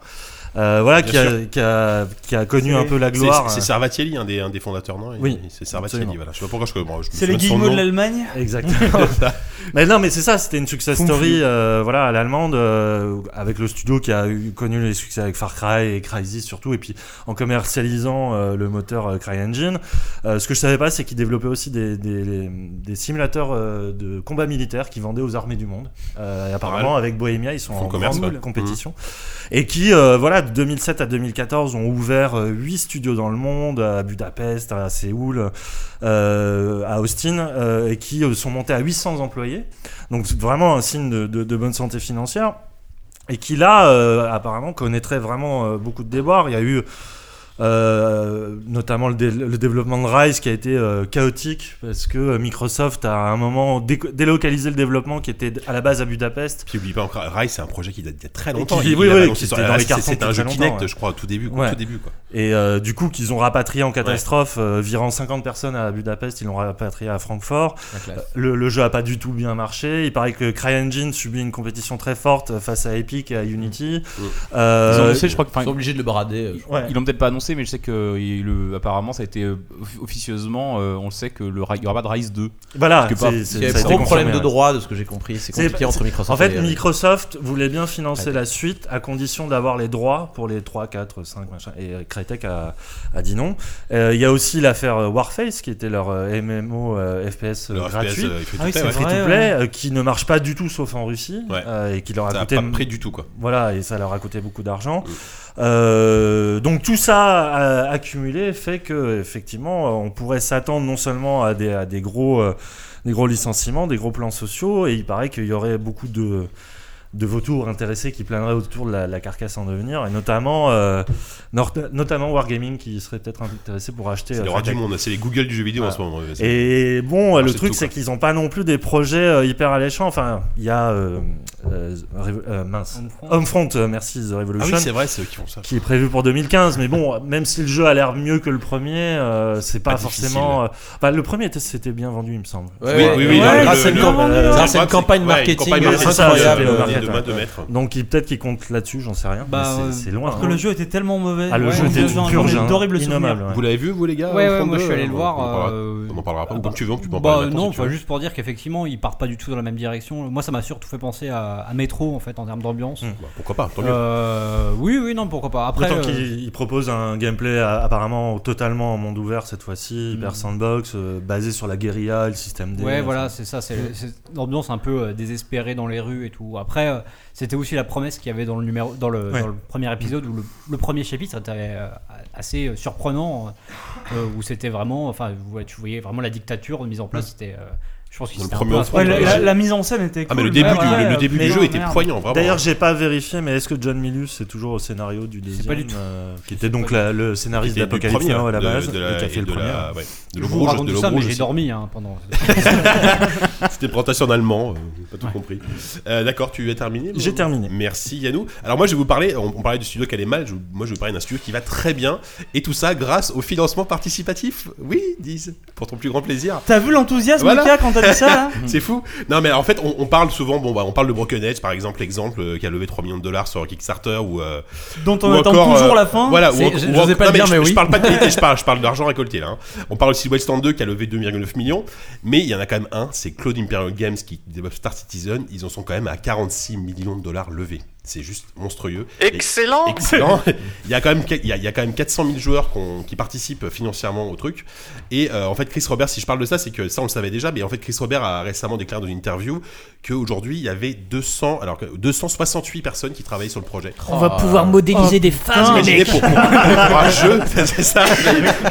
D: Euh, voilà,
A: Bien
D: qui a,
A: sûr.
D: qui, a, qui a connu un peu la
A: C'est-
D: gloire.
A: C'est Sarvatielli, un des, un des fondateurs, non Il-
D: Oui,
A: C'est Sarvatielli,
D: absolument.
A: voilà. Je sais pas pourquoi je connais. bon, je me
J: C'est les
A: souviens son
J: Guillemots de
A: nom.
J: l'Allemagne
D: Exactement. mais non, mais c'est ça, c'était une success
A: Fou
D: story
A: Furieux.
D: euh, voilà, à l'allemande, euh, avec le studio qui a eu, connu les succès avec Far Cry et Crysis surtout, et puis en commercialisant euh, le moteur euh, CryEngine. Euh, ce que je savais pas, c'est qu'ils développaient aussi des, des- des simulateurs euh, de combat militaire qui vendaient aux armées du monde. Euh, et apparemment, avec Bohemia, ils sont
A: Ils font
D: en
A: le commerce,
D: grande
A: ouais.
D: compétition. Et qui, euh, voilà, de 2007 à 2014, ont ouvert 8 studios dans le monde, à Budapest, à Séoul, euh, à Austin, euh, et qui euh, sont montés à 800 employés. Donc c'est vraiment un signe de, de- de bonne santé financière. Et qui là, euh, apparemment, connaîtrait vraiment euh, beaucoup de déboires. Il y a eu euh, notamment le, dé- le développement de Rise qui a été euh, chaotique parce que euh, Microsoft a à un moment dé- délocalisé le développement qui était à la base à Budapest.
A: Puis oublie pas encore, Rise, c'est un projet qui date d'il y a très longtemps.
D: qui-
A: Il-
D: oui,
A: il avait
D: oui,
A: annoncé
D: qui
A: sur-
D: était dans
A: Rise,
D: les cartons
A: C'était un
D: depuis
A: jeu
D: très
A: Kinect,
D: longtemps, ouais.
A: je crois, au tout début. au
D: Ouais.
A: tout début, quoi.
D: Et euh, du coup, qu'ils ont rapatrié en catastrophe, euh, virant 50 personnes à Budapest, ils l'ont rapatrié à Francfort. Euh, Le, le jeu a pas du tout bien marché. Il paraît que CryEngine subit une compétition très forte face à Epic et à Unity.
A: Ouais.
D: Euh,
I: Ils ont annoncé, je crois que.
C: Ils
I: enfin,
C: sont obligés de le brader. euh, je
J: Ouais.
I: Ils l'ont peut-être pas annoncé, mais je sais que il- le- apparemment ça a été euh, off- officieusement, euh, on le sait que le Ri- il y aura pas de Rise 2.
D: voilà,
I: Parce que par-
D: c'est-
C: Il y
D: c'est-
C: a un
D: ça a été
C: gros
D: confirmé,
C: problème de
D: ouais.
C: droit de ce que j'ai compris. C'est
D: C'est-
C: compliqué entre Microsoft
D: En fait,
C: et
D: Microsoft voulait bien financer
C: Ouais.
D: la suite à condition d'avoir les droits pour les 3, 4, 5, machin. Et euh, Crytek a, a dit non. Euh, Il y a aussi l'affaire euh, Warface, qui était leur euh, MMO euh, FPS euh,
A: Le
D: gratuit.
A: FPS, euh, il fait
J: Ah oui,
A: tout
J: c'est
A: ouais.
J: vrai.
D: free to play,
J: ouais.
D: euh, qui ne marche pas du tout sauf en Russie
A: Ouais.
D: euh, et qui leur a
A: Ça a
D: coûté
A: pas pris du tout, quoi.
D: voilà et ça leur a coûté beaucoup d'argent
A: Oui.
D: Euh, donc tout ça euh, accumulé fait que effectivement euh, on pourrait s'attendre non seulement à des, à des gros euh, des gros licenciements des gros plans sociaux et il paraît qu'il y aurait beaucoup de de vautours intéressés qui planeraient autour de la, la carcasse en devenir et notamment euh, nor- notamment Wargaming qui serait peut-être intéressé pour acheter
A: C'est
D: euh,
A: le roi du
D: Fnatic.
A: monde, c'est les Google du jeu vidéo en
D: Ouais.
A: ce moment. ouais, c'est-
D: Et bon,
A: Ah,
D: le
A: c'est
D: truc,
A: tout,
D: c'est
A: quoi.
D: qu'ils n'ont pas non plus des projets euh, hyper alléchants. Enfin, il y a. euh, euh, Revo- euh, mince. Homefront, euh, merci, The
A: Ah oui,
D: Revolution.
A: c'est vrai, c'est eux qui font ça.
D: qui est prévu pour 2015, mais bon, même si le jeu a l'air mieux que le premier, euh, c'est pas,
A: Pas
D: forcément. euh, bah, le premier était- c'était bien vendu, il me semble.
A: Oui,
C: Ouais, ouais,
A: oui,
C: ouais,
A: oui,
C: ouais,
A: non, le-
C: grâce à une
A: le-
C: campagne-
A: le-
C: grâce à une
A: c'est-
C: campagne
A: ouais,
C: marketing
A: campagne marketing
C: incroyable.
A: de-
D: ouais.
A: de main de maître.
D: Donc il- peut-être qu'ils comptent là-dessus, j'en sais rien.
B: Bah,
D: mais c'est-
B: euh,
D: c'est loin.
J: Alors que
D: hein.
J: le jeu était tellement mauvais.
D: Ah, le
J: Ouais,
D: jeu
J: on
D: était
J: en- j'en ai
D: purge, hein,
J: d'horribles souvenirs.
D: innommable. ouais.
A: Vous l'avez vu, vous, les gars
B: Ouais, ouais,
A: Homefront
B: moi je
A: 2,
B: suis allé le
A: on-
B: voir.
A: on parlera-
B: euh,
A: On en parlera après,
B: bah-
A: comme tu veux, tu peux en
B: Bah
A: parler. maintenant,
B: non,
A: si tu
B: enfin,
A: veux.
B: juste pour dire qu'effectivement, ils partent pas du tout dans la même direction. Moi, ça m'a surtout fait penser à, à Metro en fait en termes d'ambiance.
D: Mm.
A: Bah, Pourquoi pas, tant mieux.
B: Euh, oui, oui, non, pourquoi pas. Après,
D: D'autant
B: euh,
D: qu'il il propose un gameplay euh, apparemment totalement en monde ouvert cette fois-ci, hyper
B: Mm.
D: sandbox, euh, basé sur la guérilla, le système des. euh, Mm.
B: ouais, voilà, c'est ça, c'est c'est l'ambiance un peu euh, désespérée dans les rues et tout. Après, euh, c'était aussi la promesse qu'il y avait dans le numéro, dans le,
D: Ouais.
B: dans le premier épisode où le, le premier chapitre était euh, assez euh, surprenant, euh, où c'était vraiment, enfin, ouais, tu voyais vraiment la dictature mise en place.
D: Mm.
B: C'était, euh, je pense que
A: Dans le
B: c'était un
A: premier
B: peu
A: enfant,
J: Ouais, la,
B: inspiré-
A: Ouais,
J: la-
A: j'ai-
J: la mise en scène était cool.
A: Ah, mais le début
J: ouais,
A: du-
J: ouais,
A: le début
J: mais
A: du jeu
J: non,
A: était
J: merde.
A: poignant, vraiment.
D: D'ailleurs, j'ai pas vérifié, mais est-ce que John Milus c'est toujours au scénario du deuxième
B: pas du tout.
D: euh, qui était donc la- le scénariste
A: C'était du
D: d'Apocalypse
A: premier,
D: Now à la
A: de- de
D: base, et qui a
A: et
D: fait le
A: de
D: premier.
A: la- ouais, de
B: Je
A: le
B: vous
A: rouge, de
B: raconte
A: le
B: ça, mais
A: rouge
B: j'ai
A: aussi.
B: dormi hein, pendant.
A: C'était une présentation en allemand, euh, pas tout
B: Ouais.
A: compris. Euh, D'accord, tu as terminé
D: J'ai
A: mon-
D: terminé.
A: Merci Yannou. Alors moi je vais vous parler, on, on parlait du studio qui allait mal, je- moi je vais vous parler d'un studio qui va très bien, et tout ça grâce au financement participatif. Oui, disent, pour ton plus grand plaisir.
J: T'as vu l'enthousiasme,
A: Voilà.
J: Mika, quand t'as dit ça là
D: Hmm.
A: C'est fou. Non, mais en fait, on, on parle souvent. Bon, bah, on parle de Broken Edge, par exemple, exemple euh, qui a levé 3 millions de dollars sur Kickstarter ou. euh,
J: Dont on
A: ou
J: attend
A: encore,
J: toujours
A: euh,
J: la fin.
A: Voilà.
C: C'est-
A: ou-
C: je-
A: ou-
C: j'osais pas
A: non,
C: le dire,
A: je,
C: mais
A: je
C: oui.
A: parle pas de qualité, je parle, je parle d'argent récolté là. hein. On parle aussi de Westland 2 qui a levé 2,9 millions, mais il y en a quand même un, c'est Cloud Imperial Games qui développe Star Citizen. Ils en sont quand même à 46 millions de dollars levés. C'est juste monstrueux. Excellent. Excellent. il y a quand même, il y a, il y a quand même 400 000 joueurs qu'on- qui participent financièrement au truc. Et euh, en fait, Chris Robert, si je parle de ça, c'est que ça on le savait déjà, mais en fait, Chris Robert a récemment déclaré dans une interview qu'aujourd'hui il y avait 200, alors que 268 personnes qui travaillaient sur le projet.
F: On va pouvoir
A: Oh.
F: modéliser des femmes, les
A: Imaginez
F: mecs.
A: Ah, pour, pour- pour un jeu, c'est ça.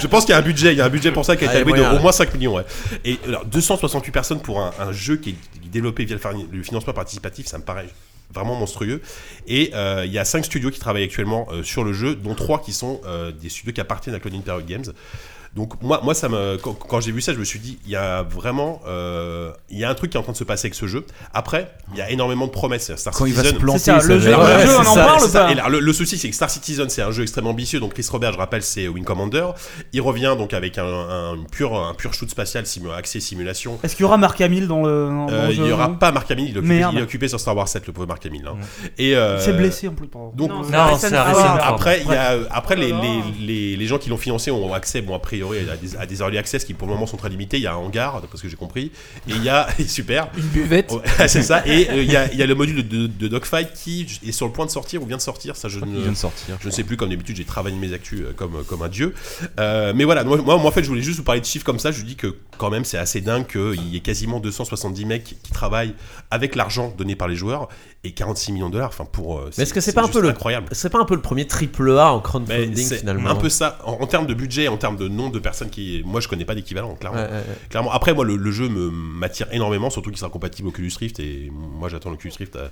A: Je pense qu'il y a un budget, il y a un budget pour ça qui a été
C: Ah, il y a
A: alloué de
C: moyen,
A: au
C: là.
A: moins 5 millions. ouais. Et alors, 268 personnes pour un, un jeu qui est qui est développé via le, farni- le financement participatif, ça me paraît vraiment monstrueux. Et euh, il y a 5 studios qui travaillent actuellement euh, sur le jeu, dont 3 qui sont euh, des studios qui appartiennent à Cloud Imperial Games. Donc moi, moi ça me, quand, quand j'ai vu ça, je me suis dit, il y a vraiment, euh, il y a un truc qui est en train de se passer avec ce jeu. Après, il y a énormément de promesses. Star
I: Quand il
A: Citizen,
I: va se planter,
D: ça,
I: ça
D: le
I: va
D: jeu-
I: être-
A: Ouais, ouais,
D: le jeu,
A: c'est
D: on en
A: ça,
D: parle
A: c'est
D: ou
A: ça.
D: pas
A: Et là, le, le souci, c'est que Star Citizen, c'est un jeu extrêmement ambitieux. Donc, Chris Robert, je rappelle, c'est Wing Commander. Il revient donc avec un, un- une pure, un pur shoot spatial simu- axé simulation.
D: Est-ce qu'il y aura Marc Hamill dans le. dans- dans
A: Euh,
D: le
A: il
D: jeu,
A: n'y aura
D: non
A: pas Mark Hamill. Il est, occupé,
D: Merde.
A: il est occupé sur Star Wars 7, le pauvre Mark Hamill. hein.
F: Ouais.
A: Et, euh,
D: Il s'est blessé en plus. pardon.
A: Donc,
H: Non,
F: Non,
H: c'est
F: c'est
H: Harrison
F: Harrison
H: Ford.
F: Ford.
A: après, il y a, après les,
H: Alors.
A: les, les, les gens qui l'ont financé ont accès, bon, a priori, à des, à des early access qui pour le moment sont très limités. Il y a un hangar, parce que j'ai compris. Et il y a, super,
E: Une buvette.
A: Ouais, c'est ça. Et euh, il y, a, il y a le module de, de Dogfight qui est sur le point de sortir ou vient de sortir. Ça, je
I: Il
A: ne,
I: vient de sortir.
A: je ne sais plus, comme d'habitude, j'ai travaillé mes actus euh, comme, comme un dieu. Euh, mais voilà, moi, moi, en fait, je voulais juste vous parler de chiffres comme ça. Je dis que quand même, c'est assez dingue qu'il y ait quasiment 270 mecs qui travaillent avec l'argent donné par les joueurs et 46 millions de dollars. Enfin, pour. euh,
C: est-ce que c'est pas un
A: juste
C: peu le-
A: incroyable
C: C'est pas un peu le premier triple A en
A: Mais
C: crowdfunding
A: c'est
C: finalement hein
A: un peu ça en, en termes de budget, en termes de nombre de personnes qui. Moi, je connais pas d'équivalent,
C: Ouais,
A: clairement.
C: ouais, ouais.
A: Clairement, après moi le, le jeu me m'attire énormément, surtout qu'il sera compatible Oculus Rift et moi j'attends l'Oculus Rift euh,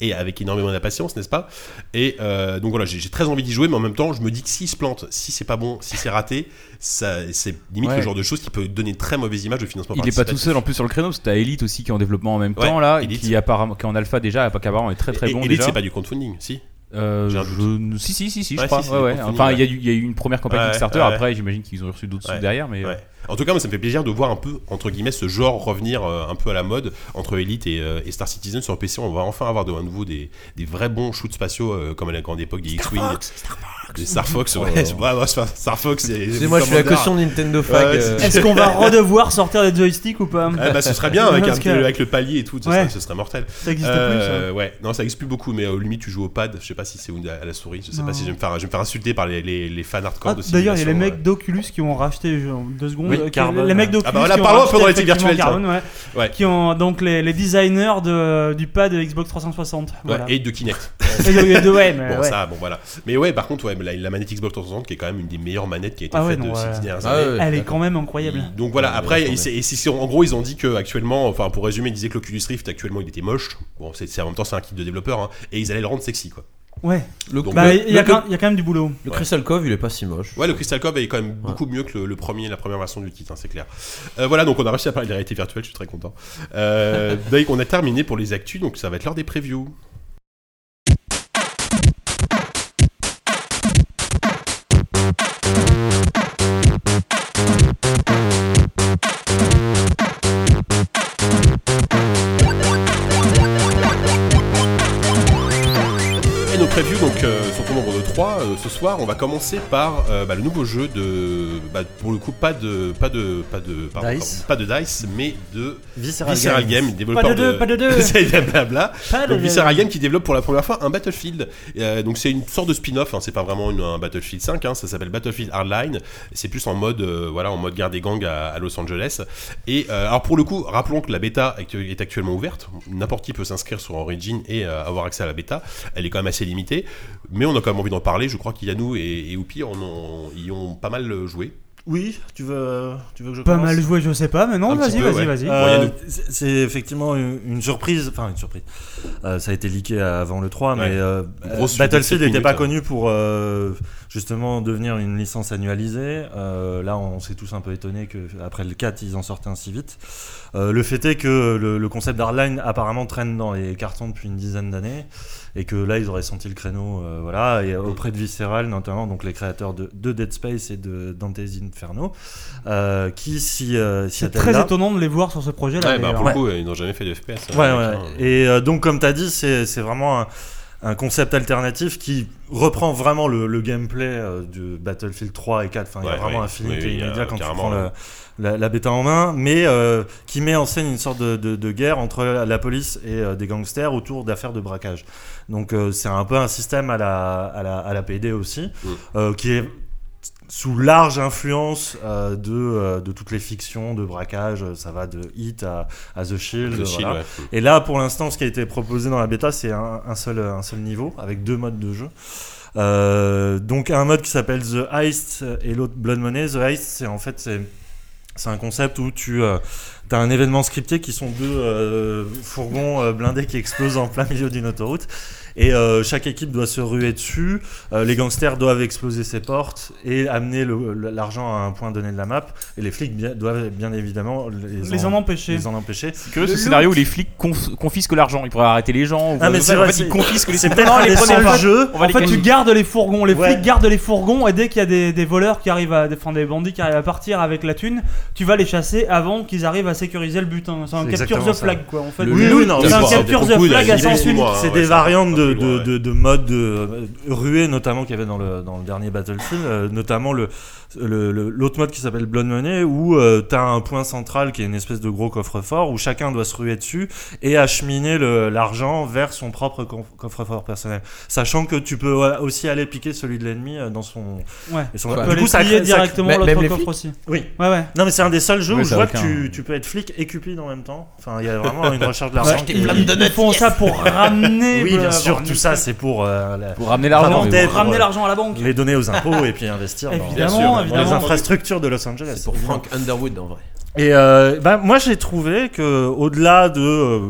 A: et avec énormément d'impatience, n'est-ce pas Et euh, donc voilà, j'ai j'ai très envie d'y jouer, mais en même temps je me dis que s'il se plante, si c'est pas bon, si c'est raté, ça c'est limite
I: Ouais.
A: le genre de chose qui peut donner une très mauvaise image de financement.
I: Il est pas tout
A: participatif.
I: seul en plus sur le créneau, parce que t'as Elite aussi qui est en développement en même
A: Ouais,
I: temps là, et
A: Elite.
I: qui apparemment qui est en alpha déjà, qui apparemment est très très
A: Et-
I: bon
A: et Elite,
I: déjà.
A: c'est pas du crowdfunding, si
I: Euh,
A: J'ai un
I: je... Si si si si, je
A: Ouais,
I: crois.
A: si, c'est
I: Ouais,
A: des
I: ouais.
A: contenus,
I: Enfin, il y a eu- il y, a eu une première campagne
A: Ouais,
I: Kickstarter.
A: ouais.
I: Après, j'imagine qu'ils ont reçu d'autres sous
A: Ouais.
I: derrière, mais euh,
A: Ouais. En tout cas, moi, ça me fait plaisir de voir un peu, entre guillemets, ce genre revenir euh, un peu à la mode entre Elite et, euh, et Star Citizen sur PC. On va enfin avoir de à nouveau des, des vrais bons shoots spatiaux euh, comme à la grande époque des X-Wing. Des Star Fox, ouais.
D: Oh.
A: Ouais, ouais, Star Star Fox et.
C: Excusez-moi, je suis la
A: Commander.
C: caution Nintendo Fag.
A: Ouais,
C: euh,
D: Est-ce qu'on va redevoir sortir les joysticks ou pas
A: Ah, bah, ce serait bien avec, un-
D: Parce que-
A: avec le palier et tout, ce,
D: Ouais.
A: serait, ce serait mortel.
D: Ça existe
A: Euh, ouais, non, ça existe plus beaucoup, mais au limite, tu joues au pad. Je sais pas si c'est ou à la souris. Je sais
D: Non.
A: pas si je vais me faire, je vais me faire insulter par les, les, les fans
D: plus. hein.
A: hardcore
D: Ah,
A: de
D: D'ailleurs, il y a les
A: simulation,
D: mecs d'Oculus qui ont racheté, genre, deux secondes,
F: Oui,
D: euh, qui-
F: Carbone,
D: les mecs
F: ouais.
D: d'Oculus
A: Ah bah voilà,
D: qui ont
A: parlons un peu
D: racheté
A: dans les trucs
D: effectivement
A: virtuels,
D: Carbone, ouais.
A: hein. Ouais.
D: Qui ont donc les, les designers de, du pad de Xbox 360.
A: ouais. Ouais,
D: Voilà.
A: Et de Kinect.
D: Et de- et de- ouais, mais
A: Bon,
D: ouais.
A: ça, bon, voilà. Mais ouais, par contre, ouais, la, la manette Xbox 360 qui est quand même une des meilleures manettes qui a été
D: Ah ouais,
A: faite
D: non,
A: de
D: ouais.
A: ces dernières
C: Ah
A: années.
C: ouais,
D: Elle est quand même incroyable.
A: Il- Donc voilà,
C: Ouais,
A: après,
C: elle est
A: et c'est- et c'est- c'est- en gros, ils ont dit que actuellement, enfin pour résumer, ils disaient que l'Oculus Rift actuellement il était moche. Bon, c'est c'est- en même temps, c'est un kit de développeur, hein, et ils allaient le rendre sexy quoi.
D: Ouais.
C: le,
A: Donc, euh,
D: Bah,
C: le-
D: il y, a
C: le-
D: quand- il y a quand même du boulot.
C: le Crystal Cove, il est pas si moche.
A: Ouais, le Crystal Cove est quand même beaucoup mieux que le, le premier, la première version du titre, hein, c'est clair. Euh, voilà, donc on a réussi à parler de réalité virtuelle, je suis très content. Euh, donc on a terminé pour les actus, donc ça va être l'heure des previews. Et nos previews donc euh, sont au nombre de 3 ce soir. On va commencer par euh, bah, le nouveau jeu de bah, pour le coup pas de pas de pas de pardon,
F: Dice.
A: pas de dice mais de
F: Visceral,
A: Visceral
F: Games.
A: Game, développeur
D: Pas de deux, pas de deux.
A: C'est blabla.
D: Pas
A: Donc
D: de-
A: Visceral Games qui développe pour la première fois un Battlefield. Euh, donc c'est une sorte de spin-off, hein, c'est pas vraiment une- un Battlefield 5, hein, ça s'appelle Battlefield Hardline. C'est plus en mode euh, voilà en mode guerre des gangs à, à Los Angeles. Et euh, alors pour le coup, rappelons que la bêta est- est actuellement ouverte. N'importe qui peut s'inscrire sur Origin et euh, avoir accès à la bêta. Elle est quand même assez limitée, mais on a quand même envie d'en parler. Je crois qu'Yanou et, et Oupi en ont, y ont pas mal joué.
F: Oui, tu veux, tu veux que je
D: Pas
F: commence
D: mal joué, je sais pas, mais non,
A: Un petit
D: vas-y,
A: peu, ouais.
D: vas-y, vas-y.
A: Euh,
F: Euh,
A: Yannou.
F: c'est c'est effectivement une, une surprise, enfin une surprise. Euh, ça a été leaké avant le 3,
A: Ouais.
F: mais euh,
A: Une grosse
F: euh,
A: suite de sept
F: Battlefield n'était
A: minutes,
F: pas
A: hein.
F: connu pour euh, justement devenir une licence annualisée. Euh, là, on s'est tous un peu étonnés que après le 4, ils en sortent un si vite. Euh, le fait est que le, le concept d'Hardline apparemment traîne dans les cartons depuis une dizaine d'années et que là, ils auraient senti le créneau, euh, voilà, et auprès de Visceral notamment, donc les créateurs de, de Dead Space et de Dante's Inferno, euh, qui si euh, si
D: C'est
F: atteignent là-
D: très étonnant de les voir sur ce projet-là.
A: Ouais, bah,
D: d'ailleurs.
A: pour le coup, ils n'ont jamais fait de FPS. hein,
F: Ouais,
A: les
F: ouais.
A: mecs, hein.
F: Et euh, donc, comme tu as dit, c'est c'est vraiment un, un concept alternatif qui reprend vraiment le, le gameplay euh, de Battlefield 3 et 4. Enfin, il y
A: Ouais,
F: a vraiment
A: ouais.
F: un feeling
A: Oui,
F: qui est
A: oui, il y a
F: immédiat quand tu
A: carrément, euh,
F: prends
A: ouais.
F: la, la, la bêta en main, mais euh, qui met en scène une sorte de, de- de guerre entre la police et euh, des gangsters autour d'affaires de braquage. Donc, euh, c'est un peu un système à la, à la, à la PD aussi,
A: Mm.
F: euh, qui est sous large influence euh, de, euh, de toutes les fictions de braquage, ça va de Hit à, à The Shield.
A: Le Shield,
F: voilà.
A: ouais.
F: Et là, pour l'instant, ce qui a été proposé dans la bêta, c'est un, un seul, euh, un seul niveau avec deux modes de jeu. Euh, donc un mode qui s'appelle The Heist et l'autre Blood Money. The Heist, c'est en fait c'est c'est un concept où tu as un euh, événement scripté qui sont deux euh, fourgons euh, blindés qui explosent en plein milieu d'une autoroute. Et euh, chaque équipe doit se ruer dessus. Euh, les gangsters doivent exploser ses portes et amener le- le- l'argent à un point donné de la map. Et les flics bien- doivent bien évidemment les,
D: Les en empêcher.
F: les en empêcher.
I: C'est curieux ce scénario où les flics conf- confisquent l'argent. Ils pourraient arrêter les gens. ou
F: Ah, mais
I: en
F: c'est vrai,
I: fait,
F: c'est-
I: ils confisquent les
F: C'est peut-être un des seuls jeux
I: On va
D: En
I: les
D: fait, tu
I: gagner.
D: gardes les fourgons, les
F: Ouais.
D: flics gardent les fourgons, et dès qu'il y a des, des voleurs qui arrivent à, des, enfin, des bandits qui arrivent à partir avec la thune, tu vas les chasser avant qu'ils arrivent à sécuriser le butin. C'est un
F: C'est
D: capture
F: exactement
D: the
F: ça.
D: flag, quoi. En fait,
F: Le- oui, oui, non,
D: c'est un
F: oui,
A: c'est
D: capture
A: beaucoup
D: the flag à
A: d'agilité.
D: sens unique.
A: Ouais,
F: C'est
A: ouais,
F: des
A: ça
F: variantes
A: va
F: de,
A: plus loin,
F: de,
A: ouais.
F: de, de modes de euh, ruée, notamment qu'il y avait dans le, dans le dernier Battlefield, euh, notamment le le- le- l'autre mode qui s'appelle Blood Money, où tu t'as un point central qui est une espèce de gros coffre-fort où chacun doit se ruer dessus et acheminer le- l'argent vers son propre co- coffre-fort personnel, sachant que tu peux ouais, aussi aller piquer celui de l'ennemi euh, dans son.
D: Ouais.
F: et son-
D: Tu
C: Ouais.
D: peux
F: Du coup,
D: les
F: ça
D: piller
F: crée- ça crée-
D: directement
C: Mais-
D: l'autre
C: même les
D: coffre
C: flics
D: aussi.
F: Oui.
D: Ouais, ouais.
F: Non, mais c'est un des seuls jeux
I: Ouais,
F: où je
I: ça a
F: vois que
I: aucun-
F: tu, tu peux être flic et cupide en même temps. Enfin, il y a vraiment une recherche de l'argent.
D: Ouais,
F: qui est-
D: ils, ils font ça pour ramener.
F: Oui, bien
D: euh,
F: sûr,
D: bon,
F: tout ça, c'est pour euh, la-
I: Pour ramener
F: Vraiment,
I: l'argent. mais
F: t'es-
I: bon.
F: pour, euh,
D: Ramener l'argent à la banque.
F: les donner aux impôts et puis investir dans,
A: Bien sûr, dans les
D: Évidemment,
F: dans les
D: évidemment.
F: infrastructures de Los Angeles.
C: C'est pour
F: évidemment.
C: Frank Underwood en vrai.
F: Et euh, bah, moi, j'ai trouvé que au-delà de euh,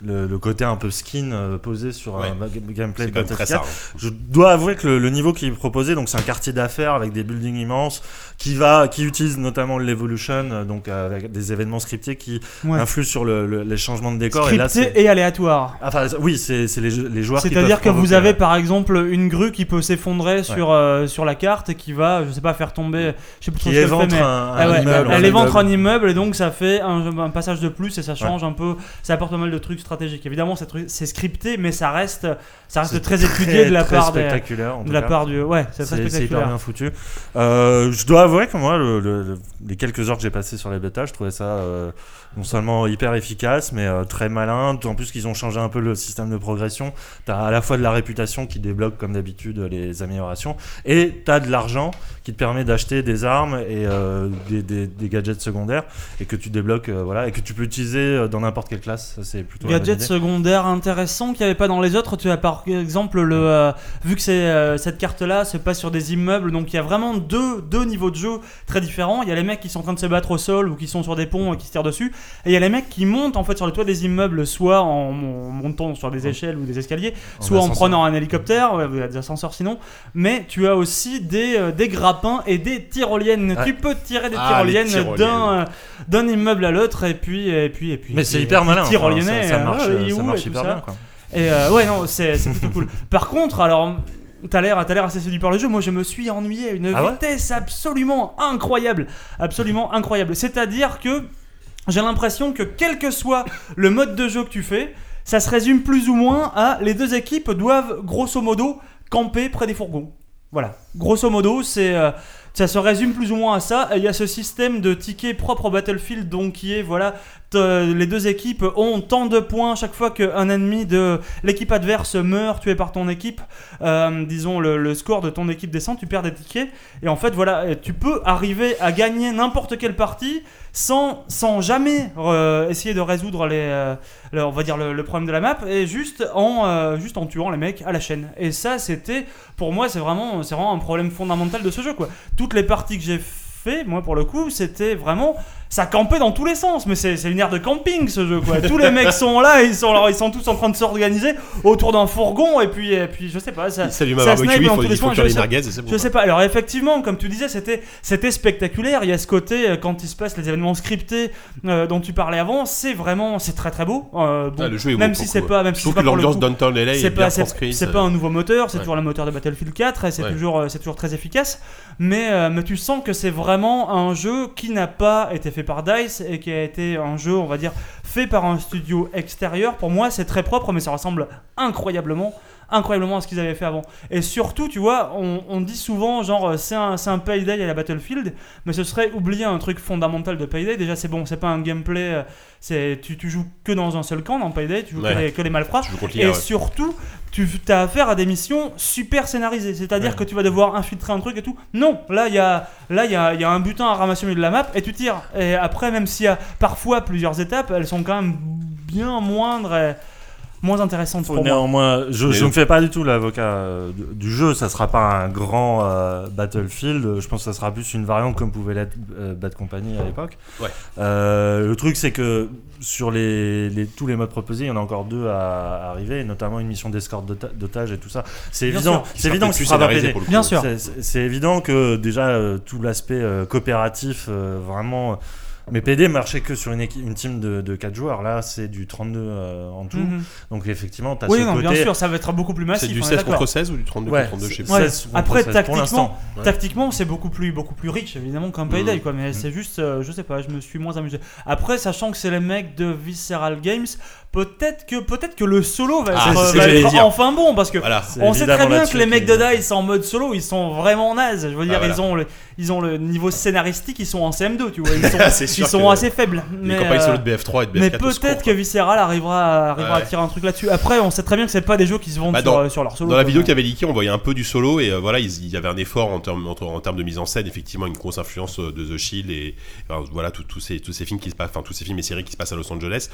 F: le, le côté un peu skin euh, posé sur
A: Ouais.
F: un ma- gameplay
A: C'est
F: de
A: quand même très
F: Battlefield
A: ça. hein.
F: je dois avouer que le, le niveau qui est proposé, donc c'est un quartier d'affaires avec des buildings immenses, qui va, qui utilise notamment l'evolution, euh, donc euh, avec des événements scriptés qui
D: Ouais.
F: influent sur le- le- les changements de décor. et là,
D: Crypté
F: c'est-
D: et aléatoire.
F: Enfin, oui, c'est c'est les, jeux- les joueurs. qui
D: C'est-à-dire
F: peuvent
D: que vous
F: provoquer, euh,
D: avez
F: ouais.
D: par exemple une grue qui peut s'effondrer sur, euh, sur la carte et qui va, je sais pas, faire tomber. Je sais plus trop
F: qui
D: ce qu'elle fait,
F: éventre
D: mais-
F: un,
D: Ah
F: un
D: ouais,
F: immeuble.
D: elle
F: en
D: éventre
F: fait.
D: un immeuble et donc ça fait un, un passage de plus et ça change un peu, ça apporte pas mal de trucs stratégiques. Évidemment, c'est tru- c'est scripté, mais ça reste, ça reste
F: C'est
D: très étudié de la
F: très
D: part des-
F: spectaculaire, en
D: de
F: tout
D: la
F: cas.
D: part du, ouais, c'est très
F: C'est c'est hyper
D: spectaculaire.
F: bien foutu. Euh, je dois avouer que moi, le- le- le- les quelques heures que j'ai passées sur les bêtas, je trouvais ça euh, non seulement hyper efficace, mais euh, très malin. En plus qu'ils ont changé un peu le système de progression. T'as à la fois de la réputation qui débloque, comme d'habitude, les améliorations, et t'as de l'argent qui te permet d'acheter des armes et euh, des, des- des gadgets secondaires et que tu débloques, euh, voilà, et que tu peux utiliser euh, dans n'importe quelle classe. Ça, C'est plutôt la bonne
D: Gadget
F: idée.
D: secondaire intéressant qu'il n'y avait pas dans les autres. Tu as par exemple le euh, vu que c'est euh, cette carte là se passe sur des immeubles, donc il y a vraiment deux, deux niveaux de jeu très différents. Il y a les mecs qui sont en train de se battre au sol ou qui sont sur des ponts et qui se tirent dessus, et il y a les mecs qui montent en fait sur le toit des immeubles, soit en, mon- montant sur des échelles ou des escaliers, soit en
F: ascenseur.
D: prenant un hélicoptère, ouais, il y a des ascenseurs sinon. Mais tu as aussi des, euh, des grappins et des tyroliennes.
F: Ouais.
D: Tu peux tirer des
A: Ah, les
D: tyroliennes, d'un
A: tyroliennes.
D: euh, d'un immeuble à l'autre et puis et puis et puis.
F: Mais
D: et
F: c'est
D: puis-
F: hyper malin.
D: tir
F: enfin,
D: lyonnais,
F: ça, ça
D: euh,
F: marche,
D: ouais,
F: euh,
D: et
F: ça
D: où,
F: marche
D: et tout
F: hyper
D: ça.
F: bien. Quoi.
D: Et euh, ouais, non, c'est c'est plutôt cool. Par contre, alors, t'as l'air t'as l'air assez séduit par le jeu. Moi, je me suis ennuyé à une
F: Ah ouais
D: vitesse absolument incroyable. Absolument incroyable. C'est-à-dire que j'ai l'impression que quel que soit le mode de jeu que tu fais, ça se résume plus ou moins à les deux équipes doivent, grosso modo, camper près des fourgons. Voilà. Grosso modo, c'est. euh, ça se résume plus ou moins à ça. Et Il y a ce système de tickets propre au Battlefield, donc qui est voilà, te- les deux équipes ont tant de points chaque fois qu'un ennemi de l'équipe adverse meurt, tué par ton équipe. euh, disons le, le score de ton équipe descend, tu perds des tickets. Et en fait, voilà, euh, tu peux arriver à gagner n'importe quelle partie sans, sans jamais euh, essayer de résoudre les, euh, le- on va dire le, le problème de la map et juste en euh, juste en tuant les mecs à la chaîne. Et ça, c'était pour moi, c'est vraiment c'est vraiment un problème fondamental de ce jeu quoi. Toutes les parties que j'ai fait, moi pour le coup, c'était vraiment ça campait dans tous les sens, mais c'est c'est une ère de camping ce jeu quoi. Tous les mecs sont là, ils sont alors, ils sont tous en train de s'organiser autour d'un fourgon et puis et puis je sais pas ça.
A: Il s'allume
D: ça
A: à barbecue,
D: snipe
A: il
D: dans
A: faut
D: tous les
A: il faut
D: coins,
A: cuire
D: je
A: les
D: sais-
A: merguez et c'est bon.
D: je sais pas. Alors effectivement, comme tu disais, c'était c'était spectaculaire. Il y a ce côté euh, quand il se passe les événements scriptés euh, dont tu parlais avant, c'est vraiment c'est très très beau. Euh, bon,
A: Ah, le jeu est beau
D: même
A: pour
D: si
A: le
D: c'est
A: coup,
D: pas même
A: Je
D: si
A: trouve
D: c'est
A: que
D: pas pour le
A: l'ambiance
D: coup,
A: d'Downtown LA est
D: c'est
A: bien
D: pas c'est-
A: transcrite.
D: c'est pas un nouveau moteur, c'est
A: Ouais.
D: toujours le moteur de Battlefield 4 et c'est
A: Ouais.
D: toujours euh, c'est toujours très efficace. Mais euh, mais tu sens que c'est vraiment un jeu qui n'a pas été fait par Dice et qui a été un jeu, on va dire, fait par un studio extérieur. Pour moi, c'est très propre, mais ça ressemble incroyablement incroyablement à ce qu'ils avaient fait avant. Et surtout, tu vois, on, on dit souvent, genre, euh, c'est un, c'est un Payday à la Battlefield, mais ce serait oublier un truc fondamental de Payday. Déjà, c'est bon, c'est pas un gameplay, euh, c'est tu, tu joues que dans un seul camp dans Payday, tu joues
A: Ouais.
D: que, les, que les malfrats.
A: Je hein, continue.
D: Et surtout, tu as affaire à des missions super scénarisées, c'est-à-dire que tu vas devoir infiltrer un truc et tout. Non, là il y a, là il y a, il y a un butin à ramasser au milieu de la map et tu tires. Et après, même s'il y a parfois plusieurs étapes, elles sont quand même bien moindres. Et... moins intéressantes pour moi.
F: Néanmoins, je,
A: Mais
F: je
A: le-
F: ne fais pas du tout l'avocat euh, du- du jeu. Ça sera pas un grand euh, Battlefield. Je pense que ça sera plus une variante comme pouvait l'être euh, Bad Company à l'époque.
A: Ouais.
F: Euh, le truc, c'est que sur les, les- tous les modes proposés, il y en a encore deux à, à arriver, notamment une mission d'escorte d'ota- d'otages et tout ça. C'est
D: Bien
F: évident.
D: sûr.
F: C'est évident que
A: tu
F: tu seras pas
A: scénarisé
F: pédé.
A: pour le coup.
D: Bien sûr.
F: C'est- C'est c'est évident que déjà euh, tout l'aspect euh, coopératif, euh, vraiment. euh, mais PD marchait que sur une, équipe, une team de, 4 joueurs. Là, c'est du 32 euh, en tout.
D: Mhm.
F: Donc effectivement, t'as
D: Oui,
F: ce
D: non,
F: côté.
D: bien sûr, ça va être beaucoup plus
A: C'est
D: massif.
A: du
D: on est
A: 16
D: d'accord.
A: contre 16 ou du 32
F: Ouais,
A: contre 32, je sais
F: c'est-
A: pas.
D: Ouais.
F: 16 contre
D: Après,
F: 16, pour
D: tactiquement,
F: l'instant.
A: Ouais.
D: tactiquement, c'est beaucoup plus, beaucoup plus riche, évidemment, comme Payday,
A: Mm.
D: quoi. Mais c'est juste, euh, je sais pas, je me suis moins amusé. Après, sachant que c'est les mecs de Visceral Games, peut-être que, peut-être que le solo va
A: Ah,
D: être,
A: c'est ce que
D: va être
A: j'allais dire.
D: enfin bon, parce que.
A: Voilà.
F: C'est
D: On sait très
F: évidemment
D: bien
F: là-dessus
D: que les mecs de
F: qu'ils-
D: DICE en mode solo, ils sont vraiment nazes. Je veux dire,
A: Ah, voilà.
D: ils, ont le, ils ont le niveau scénaristique, ils sont en CM2, tu vois. Ils sont,
A: C'est
D: ils
A: sûr
D: sont
A: que
D: assez faibles.
A: Les
D: Mais,
A: campagnes
D: euh,
A: solo de BF3 et de BF4.
D: mais
A: au secours,
D: peut-être que
A: quoi.
D: Visceral arrivera, arrivera à
A: Ouais.
D: tirer un truc là-dessus. Après, on sait très bien que c'est pas des jeux qui se vendent
A: Bah,
D: sur,
A: dans-
D: euh, sur leur solo.
A: Dans la
D: quoi.
A: vidéo qui avait leaké, on voyait un peu du solo et euh, voilà, ils- il y avait un effort en termes, en, en termes de mise en scène, effectivement, une grosse influence euh, de The Shield et enfin, voilà tous- tous ces, tous ces films qui se passent, enfin tous ces films et séries qui se passent à Los Angeles.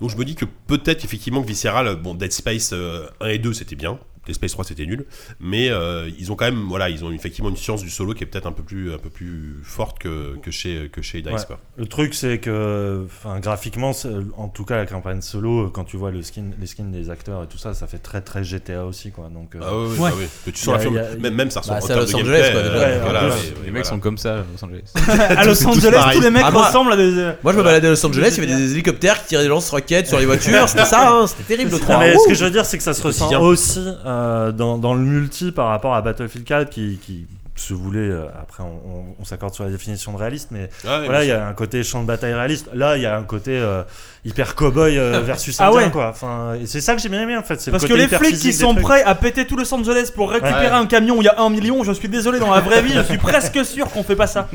A: Donc je me dis que peut-être effectivement que Visceral, bon, Dead Space euh, 1 et 2 c'était bien, Dead Space 3 c'était nul, mais euh, ils ont quand même, voilà, ils ont effectivement une science du solo qui est peut-être un peu plus, un peu plus forte que, que chez, que chez Dice.
F: Ouais.
A: quoi.
F: Le truc, c'est que, enfin, graphiquement, c'est- en tout cas, la campagne solo, quand tu vois le skin, les skins des acteurs et tout ça, ça fait très très GTA aussi, quoi. Donc, euh,
A: Ah ouais, ouais,
D: Ouais.
A: bah oui. Que tu sens la
F: Il y a-
A: film,
F: il y a-
A: même, même ça ressemble
C: Bah,
A: en
C: c'est à
A: termes de
C: Los Angeles,
A: gameplay,
C: quoi, déjà.
A: euh,
F: Ouais,
A: voilà,
F: ouais,
A: et-
I: Les
A: et
I: mecs
A: voilà.
I: sont comme ça à Los Angeles.
D: à Los
A: tous
D: Angeles,
A: pareils.
D: tous les mecs
C: Ah, moi-
D: ressemblent à des. euh,
C: Moi, je me baladais à Los Angeles, il y avait des hélicoptères qui tiraient des lance-roquettes sur les voitures. Je fais ça, hein, c'était terrible le 3.
F: Non, mais ce que je veux dire, c'est que ça se ressent
B: oh,
A: quotidien.
F: aussi euh, dans, dans le multi par rapport à Battlefield 4 qui, qui se voulait. euh, après, on, on- on s'accorde sur la définition de réaliste, mais
A: Ouais,
F: voilà, il y a un côté champ de bataille réaliste. Là, il y a un côté euh, hyper cowboy euh, versus
D: Ah
F: indien,
D: ouais.
F: quoi. Enfin, et c'est ça que j'ai bien aimé en fait. c'est le
D: Parce que
F: côté
D: les
F: hyper
D: flics qui
F: physique des
D: sont
F: trucs.
D: prêts à péter tout Los Angeles pour récupérer
A: Ouais.
D: un camion où il y a un million, je suis désolé, dans la vraie vie, je suis presque sûr qu'on fait pas ça.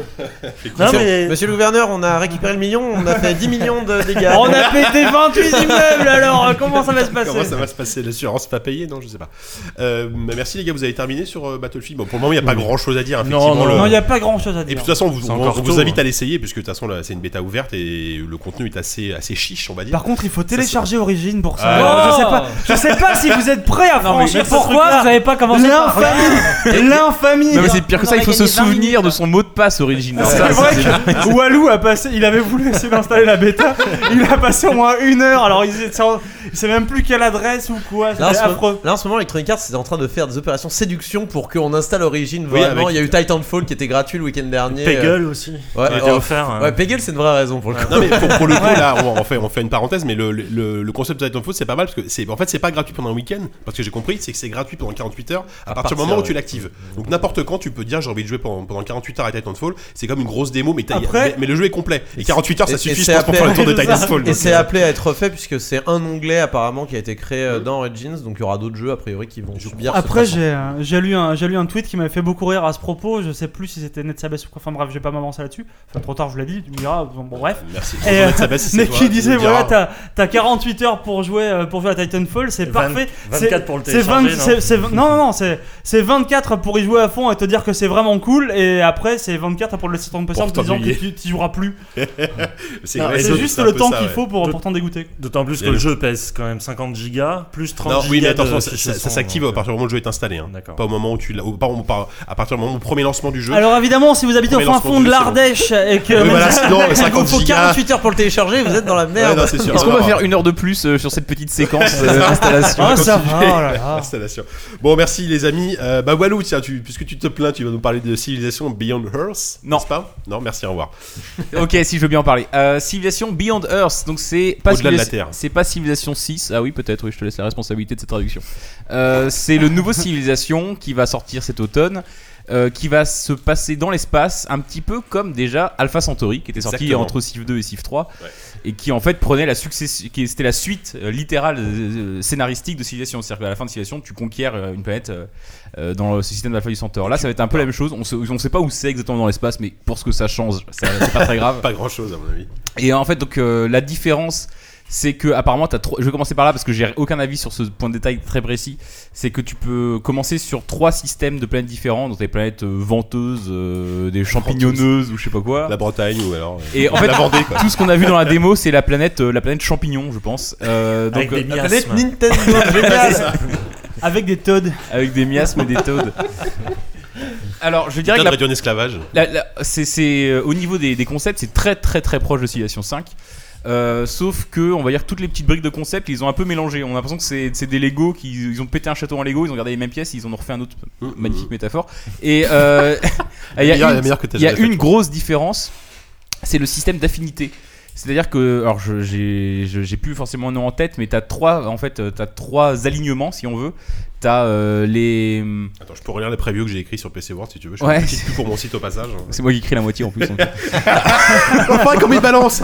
F: Non,
C: monsieur,
F: mais-
C: monsieur le gouverneur, on a récupéré le million, on a fait 10 millions de dégâts.
F: Oh
D: On a pété 28 immeubles alors, euh, comment ça va se passer
A: Comment ça va se passer L'assurance pas payée Non, je sais pas. Euh, bah, merci les gars, vous avez terminé sur euh, Battlefield. Bon, pour le moment, il n'y a pas grand chose à dire. Effectivement,
F: non,
A: le-
D: Non, il n'y a pas grand chose à
A: Et puis de
D: dire.
A: toute façon, on vous,
F: C'est
A: on-
F: encore
A: on vous
F: tôt,
A: invite
F: hein.
A: à l'essayer, puisque de toute façon, là, c'est une bêta ouverte et le contenu est assez, assez chiche, on va dire.
D: Par contre, il faut télécharger Origin pour ça.
A: Ah.
D: Alors, je sais pas, je sais pas si vous êtes prêts à franchir ce
B: Pourquoi
D: truc-là.
B: vous avez pas commencé par
D: L'infamie, l'infamie.
I: Non, mais c'est pire que
E: on
I: ça, il
E: aurait
I: faut se
E: gagné 20
I: souvenir
E: minutes,
I: de
E: hein.
I: son mot de passe original.
D: C'est
I: Ça,
D: vrai que Walou a passé, il avait voulu essayer d'installer la bêta, il a passé au moins une heure, alors il sait, il sait même plus quelle adresse ou quoi,
C: Là en,
D: c'est
C: ce moment,
D: affreux.
C: là, en ce moment, Electronic Arts c'est en train de faire des opérations séduction pour qu'on installe Origin
A: Oui,
C: vraiment.
A: avec-
C: Il y a eu Titanfall qui était gratuit le week-end dernier.
F: Peggle aussi.
C: Euh, ouais,
F: qui a été
C: oh,
F: offert. hein.
C: ouais, Peggle, c'est une vraie raison pour le coup.
A: Non mais pour, pour le coup là on, on fait, on fait une parenthèse mais le, le, le concept de Titanfall c'est pas mal parce que c'est en fait c'est pas gratuit pendant un week-end parce que j'ai compris c'est que c'est gratuit pendant 48 heures à, partir du moment où tu l'actives donc n'importe quand tu peux dire j'ai envie de jouer pendant, pendant 48 heures à Titanfall c'est comme une grosse démo mais, t'as-
D: Après-
A: mais, mais le jeu est complet et 48 heures
C: et-
A: Ah, ça
C: et
A: suffit je
C: c'est
A: pense pour faire le tour de
D: appelé-
A: Titanfall
C: Et
A: donc,
C: c'est
A: euh,
C: appelé à être fait puisque c'est un onglet apparemment qui a été créé euh, dans Origins, donc il y aura d'autres jeux a priori qui vont subir. cette
D: Après,
C: façon.
D: j'ai euh, j'ai lu, un- j'ai lu un tweet qui m'a fait beaucoup rire à ce propos, je sais plus si c'était Netsabes ou quoi, enfin bref, je vais pas m'avancer là-dessus, enfin trop tard je l'ai dit, tu me diras, bon bon, bref.
A: merci
D: Et, euh,
A: Jean-Baptiste Sabas, si
D: mais
A: c'est toi,
D: qui
A: tu
D: disait
A: me diras.
D: voilà t'as t'as 48 heures pour jouer euh, pour jouer à Titanfall c'est
F: Vingt-
D: parfait
F: 24 pour le
D: c'est
F: télécharger, non
D: c'est- c'est- non non non c'est c'est 24 pour y jouer à fond et te dire que c'est vraiment cool et après c'est 24 pour le laisser tomber
A: Pour
D: en te disant que
A: t'ennuyer.
D: tu t'y joueras plus
A: c'est
F: Non,
A: ouais,
F: et
A: c'est
D: c'est juste
A: un
D: le
A: peu
D: temps
A: ça,
D: qu'il
A: ouais.
D: faut pour
F: Tout-
D: pour t'en dégoûter
F: D'autant
A: Il y
F: plus que
A: a
F: le
A: le-
F: jeu pèse quand même 50 gigas, plus 30
A: Non,
F: gigas.
A: oui, mais
F: de
A: attention, ça,
F: fichiers
A: ça- ça
F: son,
A: s'active
F: donc,
A: à partir du moment où le jeu est installé. hein.
F: D'accord.
A: Pas au moment où tu l'as. au- pas- pas- À partir du moment où premier lancement du jeu.
D: alors évidemment si vous habitez au
A: Premier
D: fin
A: lancement
D: fond de
A: du jeu, c'est bon.
D: l'Ardèche et que
A: Oui,
D: même
A: voilà,
D: si-
A: sinon,
C: Il vous
A: 50
C: faut
A: gigas.
C: 48 heures pour le télécharger, vous êtes dans la
A: Ouais,
C: merde.
A: non, c'est sûr.
I: Est-ce qu'on
A: Non,
I: va
A: non.
I: faire une heure de plus euh, sur cette petite séquence euh, d'installation
D: ah ça va oh là là.
A: Installation. Bon, merci les amis. Euh, bah Walou, tiens, tu, puisque tu te plains, tu vas nous parler de civilisation Beyond Earth.
I: Non.
A: n'est-ce pas Non, merci, au revoir.
I: Ok, si je veux bien en parler. Euh, Civilization Beyond Earth, donc c'est pas
A: Au-delà de la
I: Civilis-
A: Terre.
I: C'est pas Civilization 6. Ah oui, peut-être, oui, je te laisse la responsabilité de cette traduction. Euh, c'est le nouveau Civilization qui va sortir cet automne. euh, qui va se passer dans l'espace, un petit peu comme déjà Alpha Centauri, qui était sorti
A: Exactement.
I: entre Civ 2 et Civ 3,
A: Ouais.
I: et qui en fait prenait la succession, qui c'était la suite euh, littérale euh, scénaristique de Civilization. C'est-à-dire qu'à la fin de Civilization, tu conquiers euh, une planète euh, euh, dans le système d'Alpha du Centaure. Là, ça va être un peu la même chose. On sait, on sait pas où c'est exactement dans l'espace, mais pour ce que ça change, ça- c'est pas très grave.
A: Pas grand chose, à mon avis.
I: Et en fait, donc euh, la différence c'est que apparemment t'as trois. Je vais commencer par là parce que j'ai aucun avis sur ce point de détail très précis. C'est que tu peux commencer sur trois systèmes de planètes différents, dont des planètes euh, venteuses, euh, des champignonneuses ou je sais pas quoi.
A: La Bretagne ou alors. euh,
I: Et en fait,
A: la Vendée, quoi.
I: tout ce qu'on a vu dans la démo, c'est la planète, euh, la planète champignon, je pense. Euh, donc
F: Avec des
I: euh,
F: miasmes.
C: Planète Nintendo, génial
D: Avec des Todd.
I: avec des miasmes et des toads. Alors, je
A: Bien
I: dirais que
A: de
I: la
A: réduire en esclavage.
I: La- la- c'est, c'est, euh, au niveau des, des concepts, c'est très très très proche de Civilization 5. Euh, sauf que, on va dire, toutes les petites briques de concept, ils ont un peu mélangé. On a l'impression que c'est, c'est des Lego qui ils ont pété un château en Lego, ils ont gardé les mêmes pièces, ils en ont refait un autre. euh, Magnifique métaphore. Et euh, il y a
A: Meilleure-
I: une-
A: Mm, la meilleure que t'as
I: il y a
A: jamais faite,
I: une
A: je
I: grosse différence, c'est le système d'affinité. C'est-à-dire que, alors je- j'ai je- j'ai plus forcément un nom en tête, mais t'as trois, en fait, euh, t'as trois alignements si on veut. T'as euh, les,
A: Attends, je peux relire les previews que j'ai écrits sur PC World si tu veux. Je
I: Ouais.
A: fais une petite pub pour mon site au passage.
I: c'est moi qui écris la moitié en plus. donc.
A: enfin, comme il balance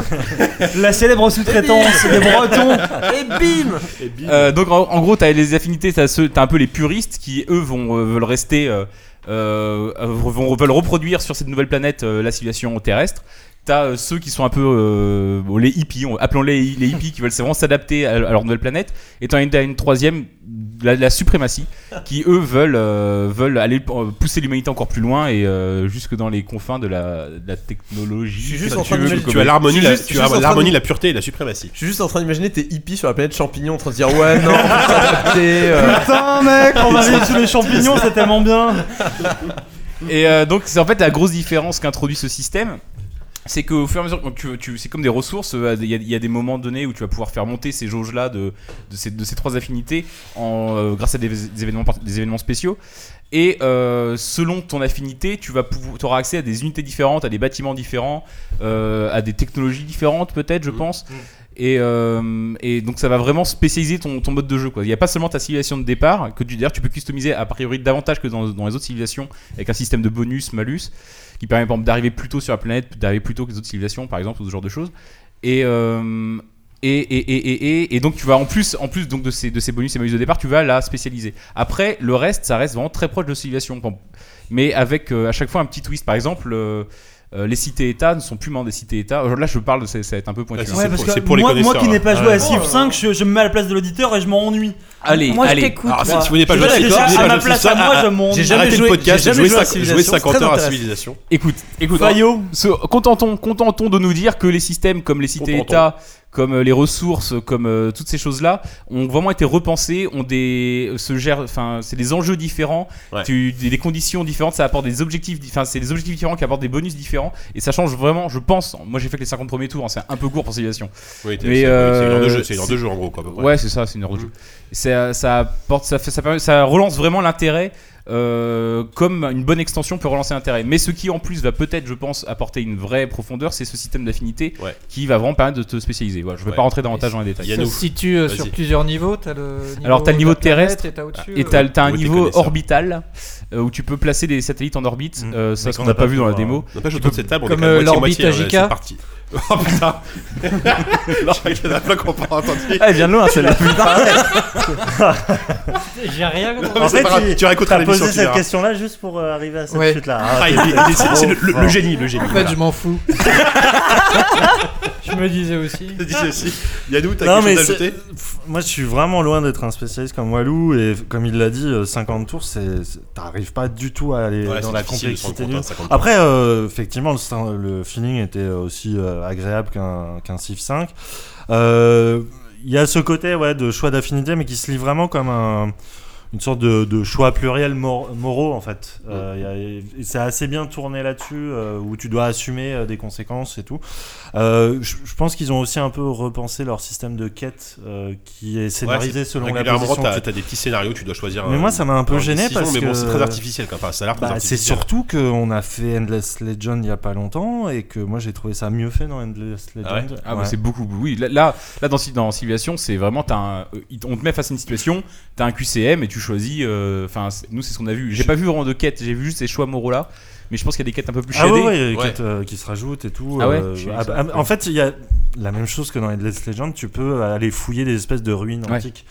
D: La célèbre sous-traitance des Bretons.
C: Et bim
I: Euh, donc en, en gros, t'as les affinités, t'as ceux- t'as un peu les puristes qui eux vont euh, veulent rester, euh, euh, vont veulent reproduire sur cette nouvelle planète euh, la civilisation terrestre. T'as euh, ceux qui sont un peu euh, bon, les hippies, on- appelons-les les hippies, qui veulent vraiment s'adapter à, à leur nouvelle planète. Et t'as une, t'as une troisième, la, la suprématie, qui eux veulent euh, veulent aller euh, pousser l'humanité encore plus loin et euh, jusque dans les confins de la, de la technologie.
C: Je suis juste
I: Enfin,
C: en train de
I: veux-
C: me-
A: Tu as l'harmonie,
C: Je suis
A: la,
C: juste-
A: tu
C: je suis
A: as
C: juste en train
A: l'harmonie,
C: de-
A: la pureté et la suprématie.
C: Je suis juste en train d'imaginer t'es hippie sur la planète champignon en train de dire ouais non on va s'adapter euh.
D: Putain, mec, on va vivre sous les champignons, c'est tellement bien.
I: Et euh, donc, c'est en fait la grosse différence qu'introduit ce système. C'est qu'au fur et à mesure, donc, tu, tu, c'est comme des ressources, euh, il y, a- il y a des moments donnés où tu vas pouvoir faire monter ces jauges-là de, de, ces, de ces trois affinités en, euh, grâce à des, des événements, par- des événements spéciaux. Et euh, selon ton affinité, tu vas auras accès à des unités différentes, à des bâtiments différents, euh, à des technologies différentes peut-être, je pense. Et, euh, et donc ça va vraiment spécialiser ton, ton mode de jeu. Quoi. Il n'y a pas seulement ta civilisation de départ, que tu, d'ailleurs tu peux customiser a priori davantage que dans, dans les autres civilisations, avec un système de bonus, malus, qui permet par exemple d'arriver plus tôt sur la planète, d'arriver plus tôt que les autres civilisations par exemple, ou ce genre de choses. Et, euh, et, et, et, et, et, et donc tu vas en plus, en plus donc de, ces, de ces bonus et malus de départ, tu vas la spécialiser. Après, le reste, ça reste vraiment très proche de la civilisation, Bon, mais avec euh, à chaque fois un petit twist. Par exemple, euh, euh, les cités-états ne sont plus moins des cités-états. Euh, Là, je parle, de ça ça va être un peu pointu.
A: Vas-y.
I: hein.
A: Ouais,
D: Ouais,
A: parce pour-
D: parce
A: que
D: que
A: c'est pour les moi-
D: moi,
A: moi connaisseurs,
D: qui
A: qui n'ai
D: n'ai
A: hein.
D: pas
A: pas
D: joué à Civ
H: Civ
D: 5, je, me mets à la place de l'auditeur et je m'ennuie.
I: Allez,
E: Moi, je
I: allez.
E: t'écoute.
A: Alors, si,
E: moi.
A: si vous n'avez pas
C: Je
A: joué
C: vais aller
A: si vous
C: déjà
A: n'avez pas
D: À ma
A: joué sur
D: place,
A: ça,
D: à moi, je m'ennuie.
C: j'ai jamais
A: Arrêtez le
C: joué-
A: podcast,
C: j'ai
A: jouez
C: jamais joué à
A: 5 jouez
C: Civilization,
A: 50 heures
C: très
A: à
C: intéressant.
A: Civilisation.
I: Écoute, écoute.
D: Fayot.
I: Se- contentons, contentons de nous dire que les systèmes comme les cités-états, comme euh, les ressources, comme euh, toutes ces choses-là, ont vraiment été repensés, ont des, se gèrent, enfin, c'est des enjeux différents,
A: Ouais.
I: tu- des, des conditions différentes, ça apporte des objectifs, di- enfin, c'est des objectifs différents qui apportent des bonus différents, et ça change vraiment, je pense. Moi, j'ai fait que les 50 premiers tours, hein, c'est un peu court pour civilisation.
A: Oui, t'es-
I: Mais,
A: c'est c'est une heure de
I: euh,
A: jeu, c'est une heure de
I: c'est-
A: jeu en gros. Quoi, à peu près.
I: Ouais, c'est ça, c'est une heure de
A: Mm.
I: jeu. Ça, ça, apporte- ça, fait- ça, permet- ça relance vraiment l'intérêt euh, comme une bonne extension peut relancer l'intérêt. Mais ce qui en plus va peut-être, je pense, apporter une vraie profondeur, c'est ce système d'affinité
A: Ouais.
I: qui va vraiment permettre de te spécialiser. Voilà, je ne vais
A: Ouais.
I: pas rentrer davantage dans les détails.
A: Il y a
K: Ça
A: nous.
K: se situe euh, sur
A: Vas-y.
K: plusieurs niveaux. T'as le niveau
I: Alors, t'as le niveau
K: de la planète
I: terrestre,
K: et t'as au-dessus.
I: Et
K: euh,
I: tu as un
A: Ouais, t'es
I: niveau
A: connaisseur.
I: orbital euh, où tu peux placer des satellites en orbite.
F: Mm.
I: Euh, ça,
F: Mais
I: ce
F: qu'on
I: qu'on n'a
F: n'a
I: pas
F: pas
I: vu
F: pu
I: dans la
F: voir.
I: démo.
A: On n'a pas joué
I: tu
A: autour de
I: peux-
A: cette table, on est
K: comme,
A: quand même
K: euh,
A: moitié-moitié.
K: l'orbite
A: hein,
K: AJK.
A: C'est parti. Oh putain Il y en a plein qu'on n'a pas entendu.
I: Ah, elle vient de loin celle-là.
B: J'ai rien compris.
A: Non, mais c'est
G: fait,
A: pas grave,
G: tu-
A: tu réécouteras
G: T'as
A: l'émission.
G: posé
A: tu
G: cette
A: verras.
G: question-là juste pour euh, arriver à cette
K: Ouais.
G: chute-là.
A: Ah, il est- il est- c'est le- le le génie, le génie.
K: En fait, je m'en fous. je me disais aussi.
A: Dis ceci. Yannou, t'as
F: Non,
A: quelque
F: mais
A: chose à ajouter
F: c'est- pff, moi je suis vraiment loin d'être un spécialiste comme Walou et comme il l'a dit, euh, 50 tours, c'est c'est- t'arrives pas du tout à aller
A: Ouais,
F: dans
A: c'est
F: la
A: difficile de se rendre
F: complexité
A: compte,
F: du.
A: hein, 50.
F: Après, euh, effectivement, le, stin- le feeling était aussi euh, agréable qu'un qu'un Civ 5. Euh, Il y a ce côté ouais, de choix d'affinité, mais qui se lit vraiment comme un- une sorte de, de choix pluriel mor- moraux, en fait. Euh, il y a- et C'est assez bien tourné là-dessus, euh, où tu dois assumer euh, des conséquences et tout. Euh, je, je pense qu'ils ont aussi un peu repensé leur système de quête, euh, qui est scénarisé selon la
A: Régulièrement,
F: position que
A: t'as
F: tu
A: t'as des petits scénarios, tu dois choisir.
F: mais
A: un-
F: moi, ça m'a un peu
A: un
F: gêné
A: décision,
F: parce
A: mais
F: que.
A: bon, c'est très artificiel. quoi. Enfin, ça a l'air très
F: Bah, c'est
A: artificiel.
F: surtout qu'on a fait Endless Legend il y a pas longtemps et que moi j'ai trouvé ça mieux fait dans Endless Legend.
A: Ah ouais
I: Ah, bah,
F: Ouais.
I: c'est beaucoup. Oui, là, là, là, dans, Civ- dans Civilization, c'est vraiment. t'as un- euh, on te met face à une situation, t'as un QCM et tu choisis. euh, Enfin, c'est- nous, c'est ce qu'on a vu. J'ai pas vu vraiment de quêtes, j'ai vu juste ces choix moraux là. Mais je pense qu'il y a des quêtes un peu plus
F: Ah
I: shadées.
F: ouais, ouais, il y a des
A: Ouais.
F: quêtes, euh, qui se rajoutent et tout.
I: Ah ouais
F: euh,
I: Je suis
F: ah
I: avec
F: bah,
I: ça.
F: en fait, il y a la même chose que dans Endless Legend, tu peux aller fouiller des espèces de ruines
I: Ouais.
F: antiques.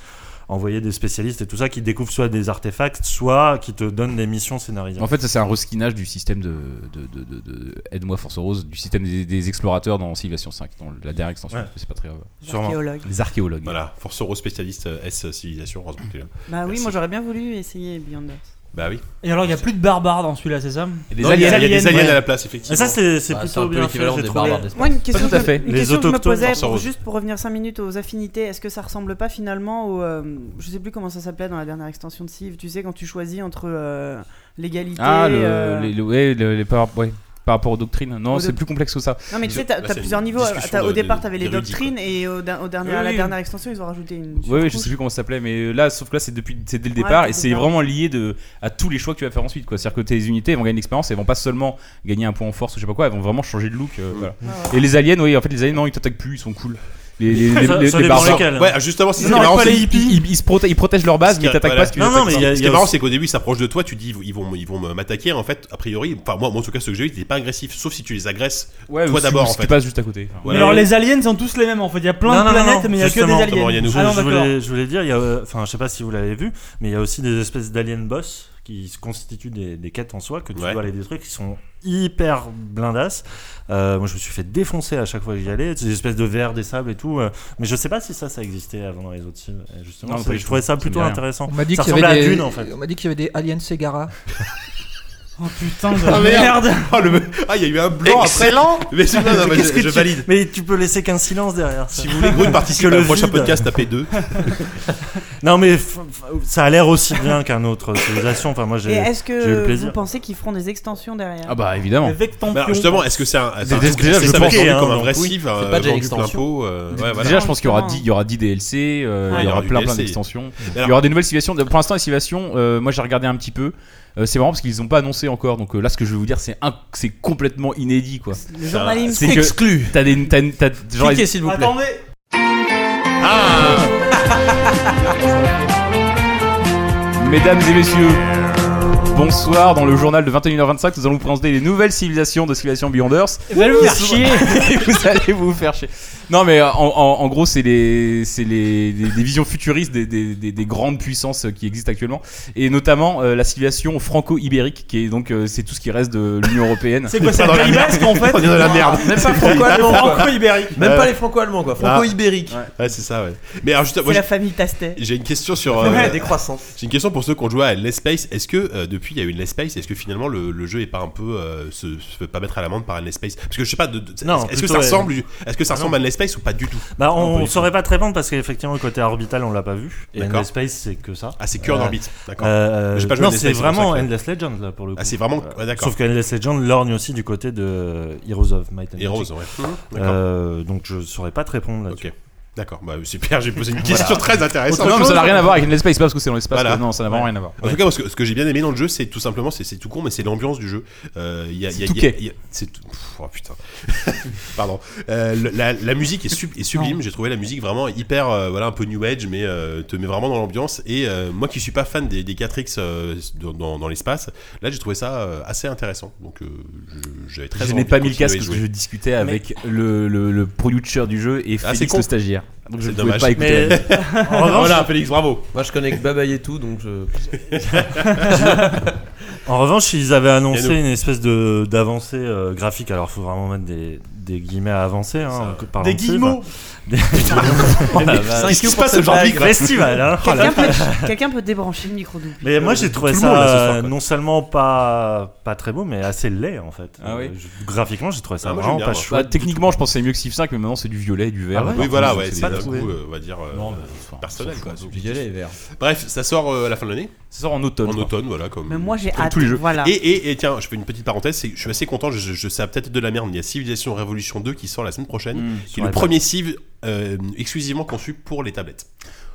F: envoyer des spécialistes et tout ça qui découvrent soit des artefacts, soit qui te donnent des missions scénarisées.
I: En fait, ça c'est un reskinage du système de, de, de, de- de- aide-moi Force Rose, du système des, des explorateurs dans Civilization 5, dans la dernière extension.
F: Ouais.
I: C'est pas très grave.
F: Sûrement.
G: Archéologue.
I: Les archéologues.
A: Voilà, Force Euro spécialiste euh, S civilisation, heureusement que t'es là.
G: Bah oui,
A: Merci.
G: moi j'aurais bien voulu essayer Beyond Earth.
A: Bah oui.
D: Et alors, il n'y a plus de barbares dans celui-là, c'est ça
I: Et des
A: Non, il y a- il y a des
F: aliens,
A: aliens
F: ouais.
A: à la place, effectivement.
F: Mais ça, c'est c'est
C: Bah, c'est
F: plutôt
C: un peu
F: bien fait,
C: l'équivalent
F: j'ai
C: des
F: trouvé.
C: barbares d'espace.
G: Moi, une question,
I: Pas tout à
G: que,
F: Les
I: fait.
G: une question que je me
F: autochtones,
G: posais,
A: Force
G: pour-
A: Rose.
G: juste pour revenir 5 minutes aux affinités, est-ce que ça ressemble pas finalement au. euh, je sais plus comment ça s'appelait dans la dernière extension de Civ, tu sais, quand tu choisis entre euh, l'égalité.
I: Ah, le,
G: euh,
I: les, le- ouais, le- les par, ouais, par rapport aux doctrines. Non,
G: Aux
I: c'est
G: doc-
I: plus complexe que ça.
G: Non, mais tu sais,
A: Là,
G: t'as
A: c'est
G: t'as
A: une
G: plusieurs niveaux.
A: discussion
G: T'as-
A: de-
G: au départ,
A: de-
G: t'avais les
A: d'érudits, quoi.
G: doctrines et au, da- au dernier, à la
K: Oui.
G: dernière extension, ils ont rajouté une.
I: Oui, oui, je
G: surcouche.
I: sais plus comment ça s'appelait, mais euh, là, sauf que là, c'est depuis, c'est dès le
G: Ouais,
I: départ,
G: dès
I: et
G: le
I: c'est
G: départ.
I: vraiment lié de, à tous les choix que tu vas faire ensuite, quoi. C'est-à-dire que tes unités elles vont gagner l'expérience, elles vont pas seulement gagner un point en force ou je sais pas quoi, elles vont vraiment changer de look. euh, voilà. Et les aliens, oui, en fait, les aliens, non, ils t'attaquent plus, ils sont cool. Les, les, les,
F: Ah Ça-
I: les-
F: ça
I: les
F: dépend
I: barbares.
F: lesquels.
A: Ouais, justement, c'est
F: Non,
A: marrant,
F: pas
A: c'est-
F: les hippies.
I: Ils, ils se proté- ils protègent leur base,
A: Ce
I: mais ils
A: qui-
I: t'attaquent
A: voilà.
I: pas si tu les
F: Non, non,
I: attaques
F: mais
I: pas.
F: il y a-
A: Ce
F: il
A: qui
F: y
A: est
F: a
A: marrant,
F: aussi-
A: c'est qu'au début, ils s'approchent de toi, tu dis, ils vont- ils vont, ils vont m'attaquer. En fait, a priori, enfin, moi, moi, en tout cas, ce que j'ai eu, c'était pas agressif, sauf si tu les agresses.
I: Ouais,
A: Toi
I: ou si-
A: d'abord,
I: ou
A: en
I: si
A: fait.
I: tu passes juste à côté. Enfin,
A: Voilà.
D: Alors, les aliens sont tous les mêmes en fait. Il y a plein
F: Non,
D: de
F: non, non,
D: planètes, mais il n'y a que des
F: justement,
D: aliens.
A: il y a nous-
F: Je,
D: Ah non,
F: je
D: d'accord.
F: voulais, je voulais dire, il y a, euh, enfin, je sais pas si vous l'avez vu, mais il y a aussi des espèces d'aliens boss qui se constituent des, des quêtes en soi que tu
A: Ouais.
F: dois aller détruire, qui sont hyper blindasses. Euh, moi, je me suis fait défoncer à chaque fois que j'y allais, des espèces de verres, des sables et tout. euh, mais je sais pas si ça, ça existait avant dans les autres films. Et Justement,
I: Non,
F: c'est-
I: pas du
F: je
I: tout.
F: trouvais ça
I: Ça me
F: plutôt
I: dit rien.
F: intéressant.
K: On m'a dit
F: ça
K: qu'il y
F: ressemble
K: avait
F: à
K: des.
F: Dune, en fait.
K: On m'a dit qu'il y avait des aliens Segara.
D: Oh putain de
A: Ah, merde.
D: merde
A: Oh, le- Ah, il y a eu un blanc après. Mais c'est- non, non, mais
F: Qu'est-ce
A: je
F: que
A: je
F: tu-
A: valide.
F: Mais tu peux laisser qu'un silence derrière. ça.
A: Si vous voulez, Grune participe
F: Que
A: à
F: le
A: le prochain
F: vide.
A: podcast, tapez 2.
F: Non, mais f- f- ça a l'air aussi bien qu'un autre civilisation. Enfin, moi,
G: Et
F: j'ai.
G: est-ce
F: j'ai eu le
G: que
F: plaisir.
G: vous pensez qu'ils feront des extensions derrière
I: Ah bah évidemment.
D: Avec ton
A: Alors,
D: pion.
A: justement, est-ce que c'est un. C'est
F: Déjà, je
A: ça va
F: pense,
A: être vendu
F: hein,
A: comme un
F: donc
A: vrai
F: oui.
A: civ,
C: C'est
A: euh,
C: pas déjà
A: vendu plein
C: l'extension.
A: pot. euh, Ouais, voilà.
I: Déjà, je pense qu'il y aura
G: Exactement.
I: 10 il y aura 10 DLC, euh,
G: Ouais,
I: il y aura
A: du
I: plein plein
A: DLC.
I: d'extensions. Il
A: Alors-
I: y aura des nouvelles civilisations. Pour l'instant, les civilisations, euh, moi j'ai regardé un petit peu. Euh, c'est marrant parce qu'ils ont pas annoncé encore. Donc euh, là, ce que je vais vous dire, c'est un- c'est complètement inédit quoi.
G: Le journalisme.
I: C'est que
C: Exclu.
I: t'as des t'as une- t'as- genre,
C: Cliquez s'il vous plaît.
D: Attendez
F: Ah
I: mesdames et messieurs. Bonsoir, dans le journal de 21h25, nous allons vous présenter les nouvelles civilisations de Civilisation Beyond Earth.
B: Va le faire chier.
I: Et vous allez vous faire chier. Non, mais euh, en, en- en gros, c'est les, c'est les, des, des visions futuristes des, des- des- des grandes puissances euh, qui existent actuellement, et notamment euh, la civilisation franco-ibérique, qui est donc euh, c'est tout ce qui reste de l'Union européenne.
D: C'est quoi, c'est
A: dans
D: le
A: la
D: Pays
A: merde.
D: Basque en fait
A: On est dans la merde.
C: Même pas franco-allemand. quoi.
D: Franco-ibérique.
C: Même
A: Ouais.
C: pas les franco-allemands quoi. Franco-ibérique.
A: Ouais, c'est ça, ouais. Mais alors, juste,
G: C'est
A: moi,
G: la famille Tastet.
A: j'ai une question sur. euh,
C: Ouais, décroissance.
A: J'ai une question pour ceux qui ont joué à Let's Space. Est-ce que euh, depuis il y a eu une Let's Space, est-ce que finalement le, le jeu est pas un peu euh, se, se fait pas mettre à l'amende par un Let's Space Parce que je sais pas. De, de-
F: Non,
A: est-ce que
F: plutôt,
A: ça
F: ouais. Ah
A: ressemble du- Est-ce que ça ressemble à un Let's Space ou pas du tout
F: Bah,
A: Non, pas
F: on
A: du tout.
F: saurait pas te répondre parce qu'effectivement, le côté orbital, on l'a pas vu. Et
A: D'accord.
F: Endless Space, c'est que ça.
A: Ah, c'est que en
F: Euh,
A: orbite. D'accord.
F: Euh,
A: J'ai pas joué à
F: non,
A: Endless
F: c'est
A: Legends, c'est pour
F: vraiment
A: ça que-
F: Endless Legends là pour le coup.
A: Ah, c'est vraiment.
F: Euh,
A: ouais, d'accord.
F: Sauf que Endless Legends lorgne aussi du côté de Heroes of Might and
A: Et Rose,
F: Magic.
A: ouais. D'accord.
F: Euh, donc je saurais pas te répondre là-dessus.
A: ok. D'accord. Bah, super. J'ai posé une question très intéressante.
I: Non, mais ça n'a rien à voir avec l'espace, pas parce que c'est dans l'espace.
A: Voilà.
I: quoi. Non, ça n'a vraiment rien à voir.
A: En tout cas, moi, ce que, ce que j'ai bien aimé dans le jeu, c'est tout simplement, c'est c'est tout con, mais c'est l'ambiance du jeu. Euh, il y a- il y a-
I: C'est tout
A: il y a-
I: quai.
A: il y a- C'est tout. Pff, Oh putain. Pardon. Euh, le- la, la musique est, sub- est sublime. J'ai trouvé la musique vraiment hyper, euh, voilà, un peu new age, mais euh, te met vraiment dans l'ambiance. Et euh, moi, qui suis pas fan des, des 4X euh, dans, dans- dans l'espace, là, j'ai trouvé ça euh, assez intéressant. Donc, euh, je- j'avais très.
I: Je
A: envie
I: n'ai pas
A: de
I: mis le casque
A: continuer
I: parce que
A: à y
I: je
A: jouer.
I: discutais avec le, le, le producer du jeu et
A: Ah, c'est
I: Félix
A: con.
I: le stagiaire. Donc je
A: C'est
I: ne pouvais
A: dommage.
I: pas écouter.
F: Mais en revanche,
A: Oh, Voilà, Félix, bravo.
C: Moi je connais que Babaye et tout donc je.
F: En revanche, ils avaient annoncé
A: Yannou.
F: une espèce de d'avancée euh, graphique. Alors, faut vraiment mettre des, des guillemets à avancer. Hein, parlant
D: Des
F: de ça,
D: guillemots.
F: enfin. Des-
A: Qu'est-ce qui se passe aujourd'hui quoi
F: Festival. Hein. Oh là
G: Quelqu'un peut, quelqu'un peut débrancher le micro double.
F: Mais moi j'ai trouvé
A: Tout le
F: ça
A: monde, là, ce soir,
F: euh,
A: quoi.
F: non seulement pas, pas très beau, mais assez laid en fait.
I: Ah oui.
F: Euh, je- graphiquement j'ai trouvé ça
A: Ah, moi, j'aime
F: vraiment
A: bien,
F: pas
A: moi.
I: Bah,
F: chouette.
I: techniquement, je pensais mieux que Civ 5, mais maintenant c'est du violet, et du vert.
F: Ah ouais
A: Oui, voilà, ouais.
I: Donc,
A: C'est
I: c'est
A: un
I: des-
A: coup, euh, on va dire. euh,
I: Non, mais, enfin,
A: personnel, quoi.
I: Violet et vert.
A: Bref, ça sort euh, à la fin de l'année,
I: Ça sort en automne.
A: en
I: quoi.
A: automne, voilà. Comme
G: Mais moi j'ai
A: comme
G: hâte.
A: tous les jeux.
G: Voilà.
A: Et, et- et tiens, je fais une petite parenthèse, c'est que je suis assez content, je, je- je sais peut-être de la merde, mais il y a Civilization Révolution 2 qui sort la semaine prochaine,
I: Mm.
A: qui est le
F: Ouais.
A: premier Civ euh, exclusivement conçu pour les tablettes.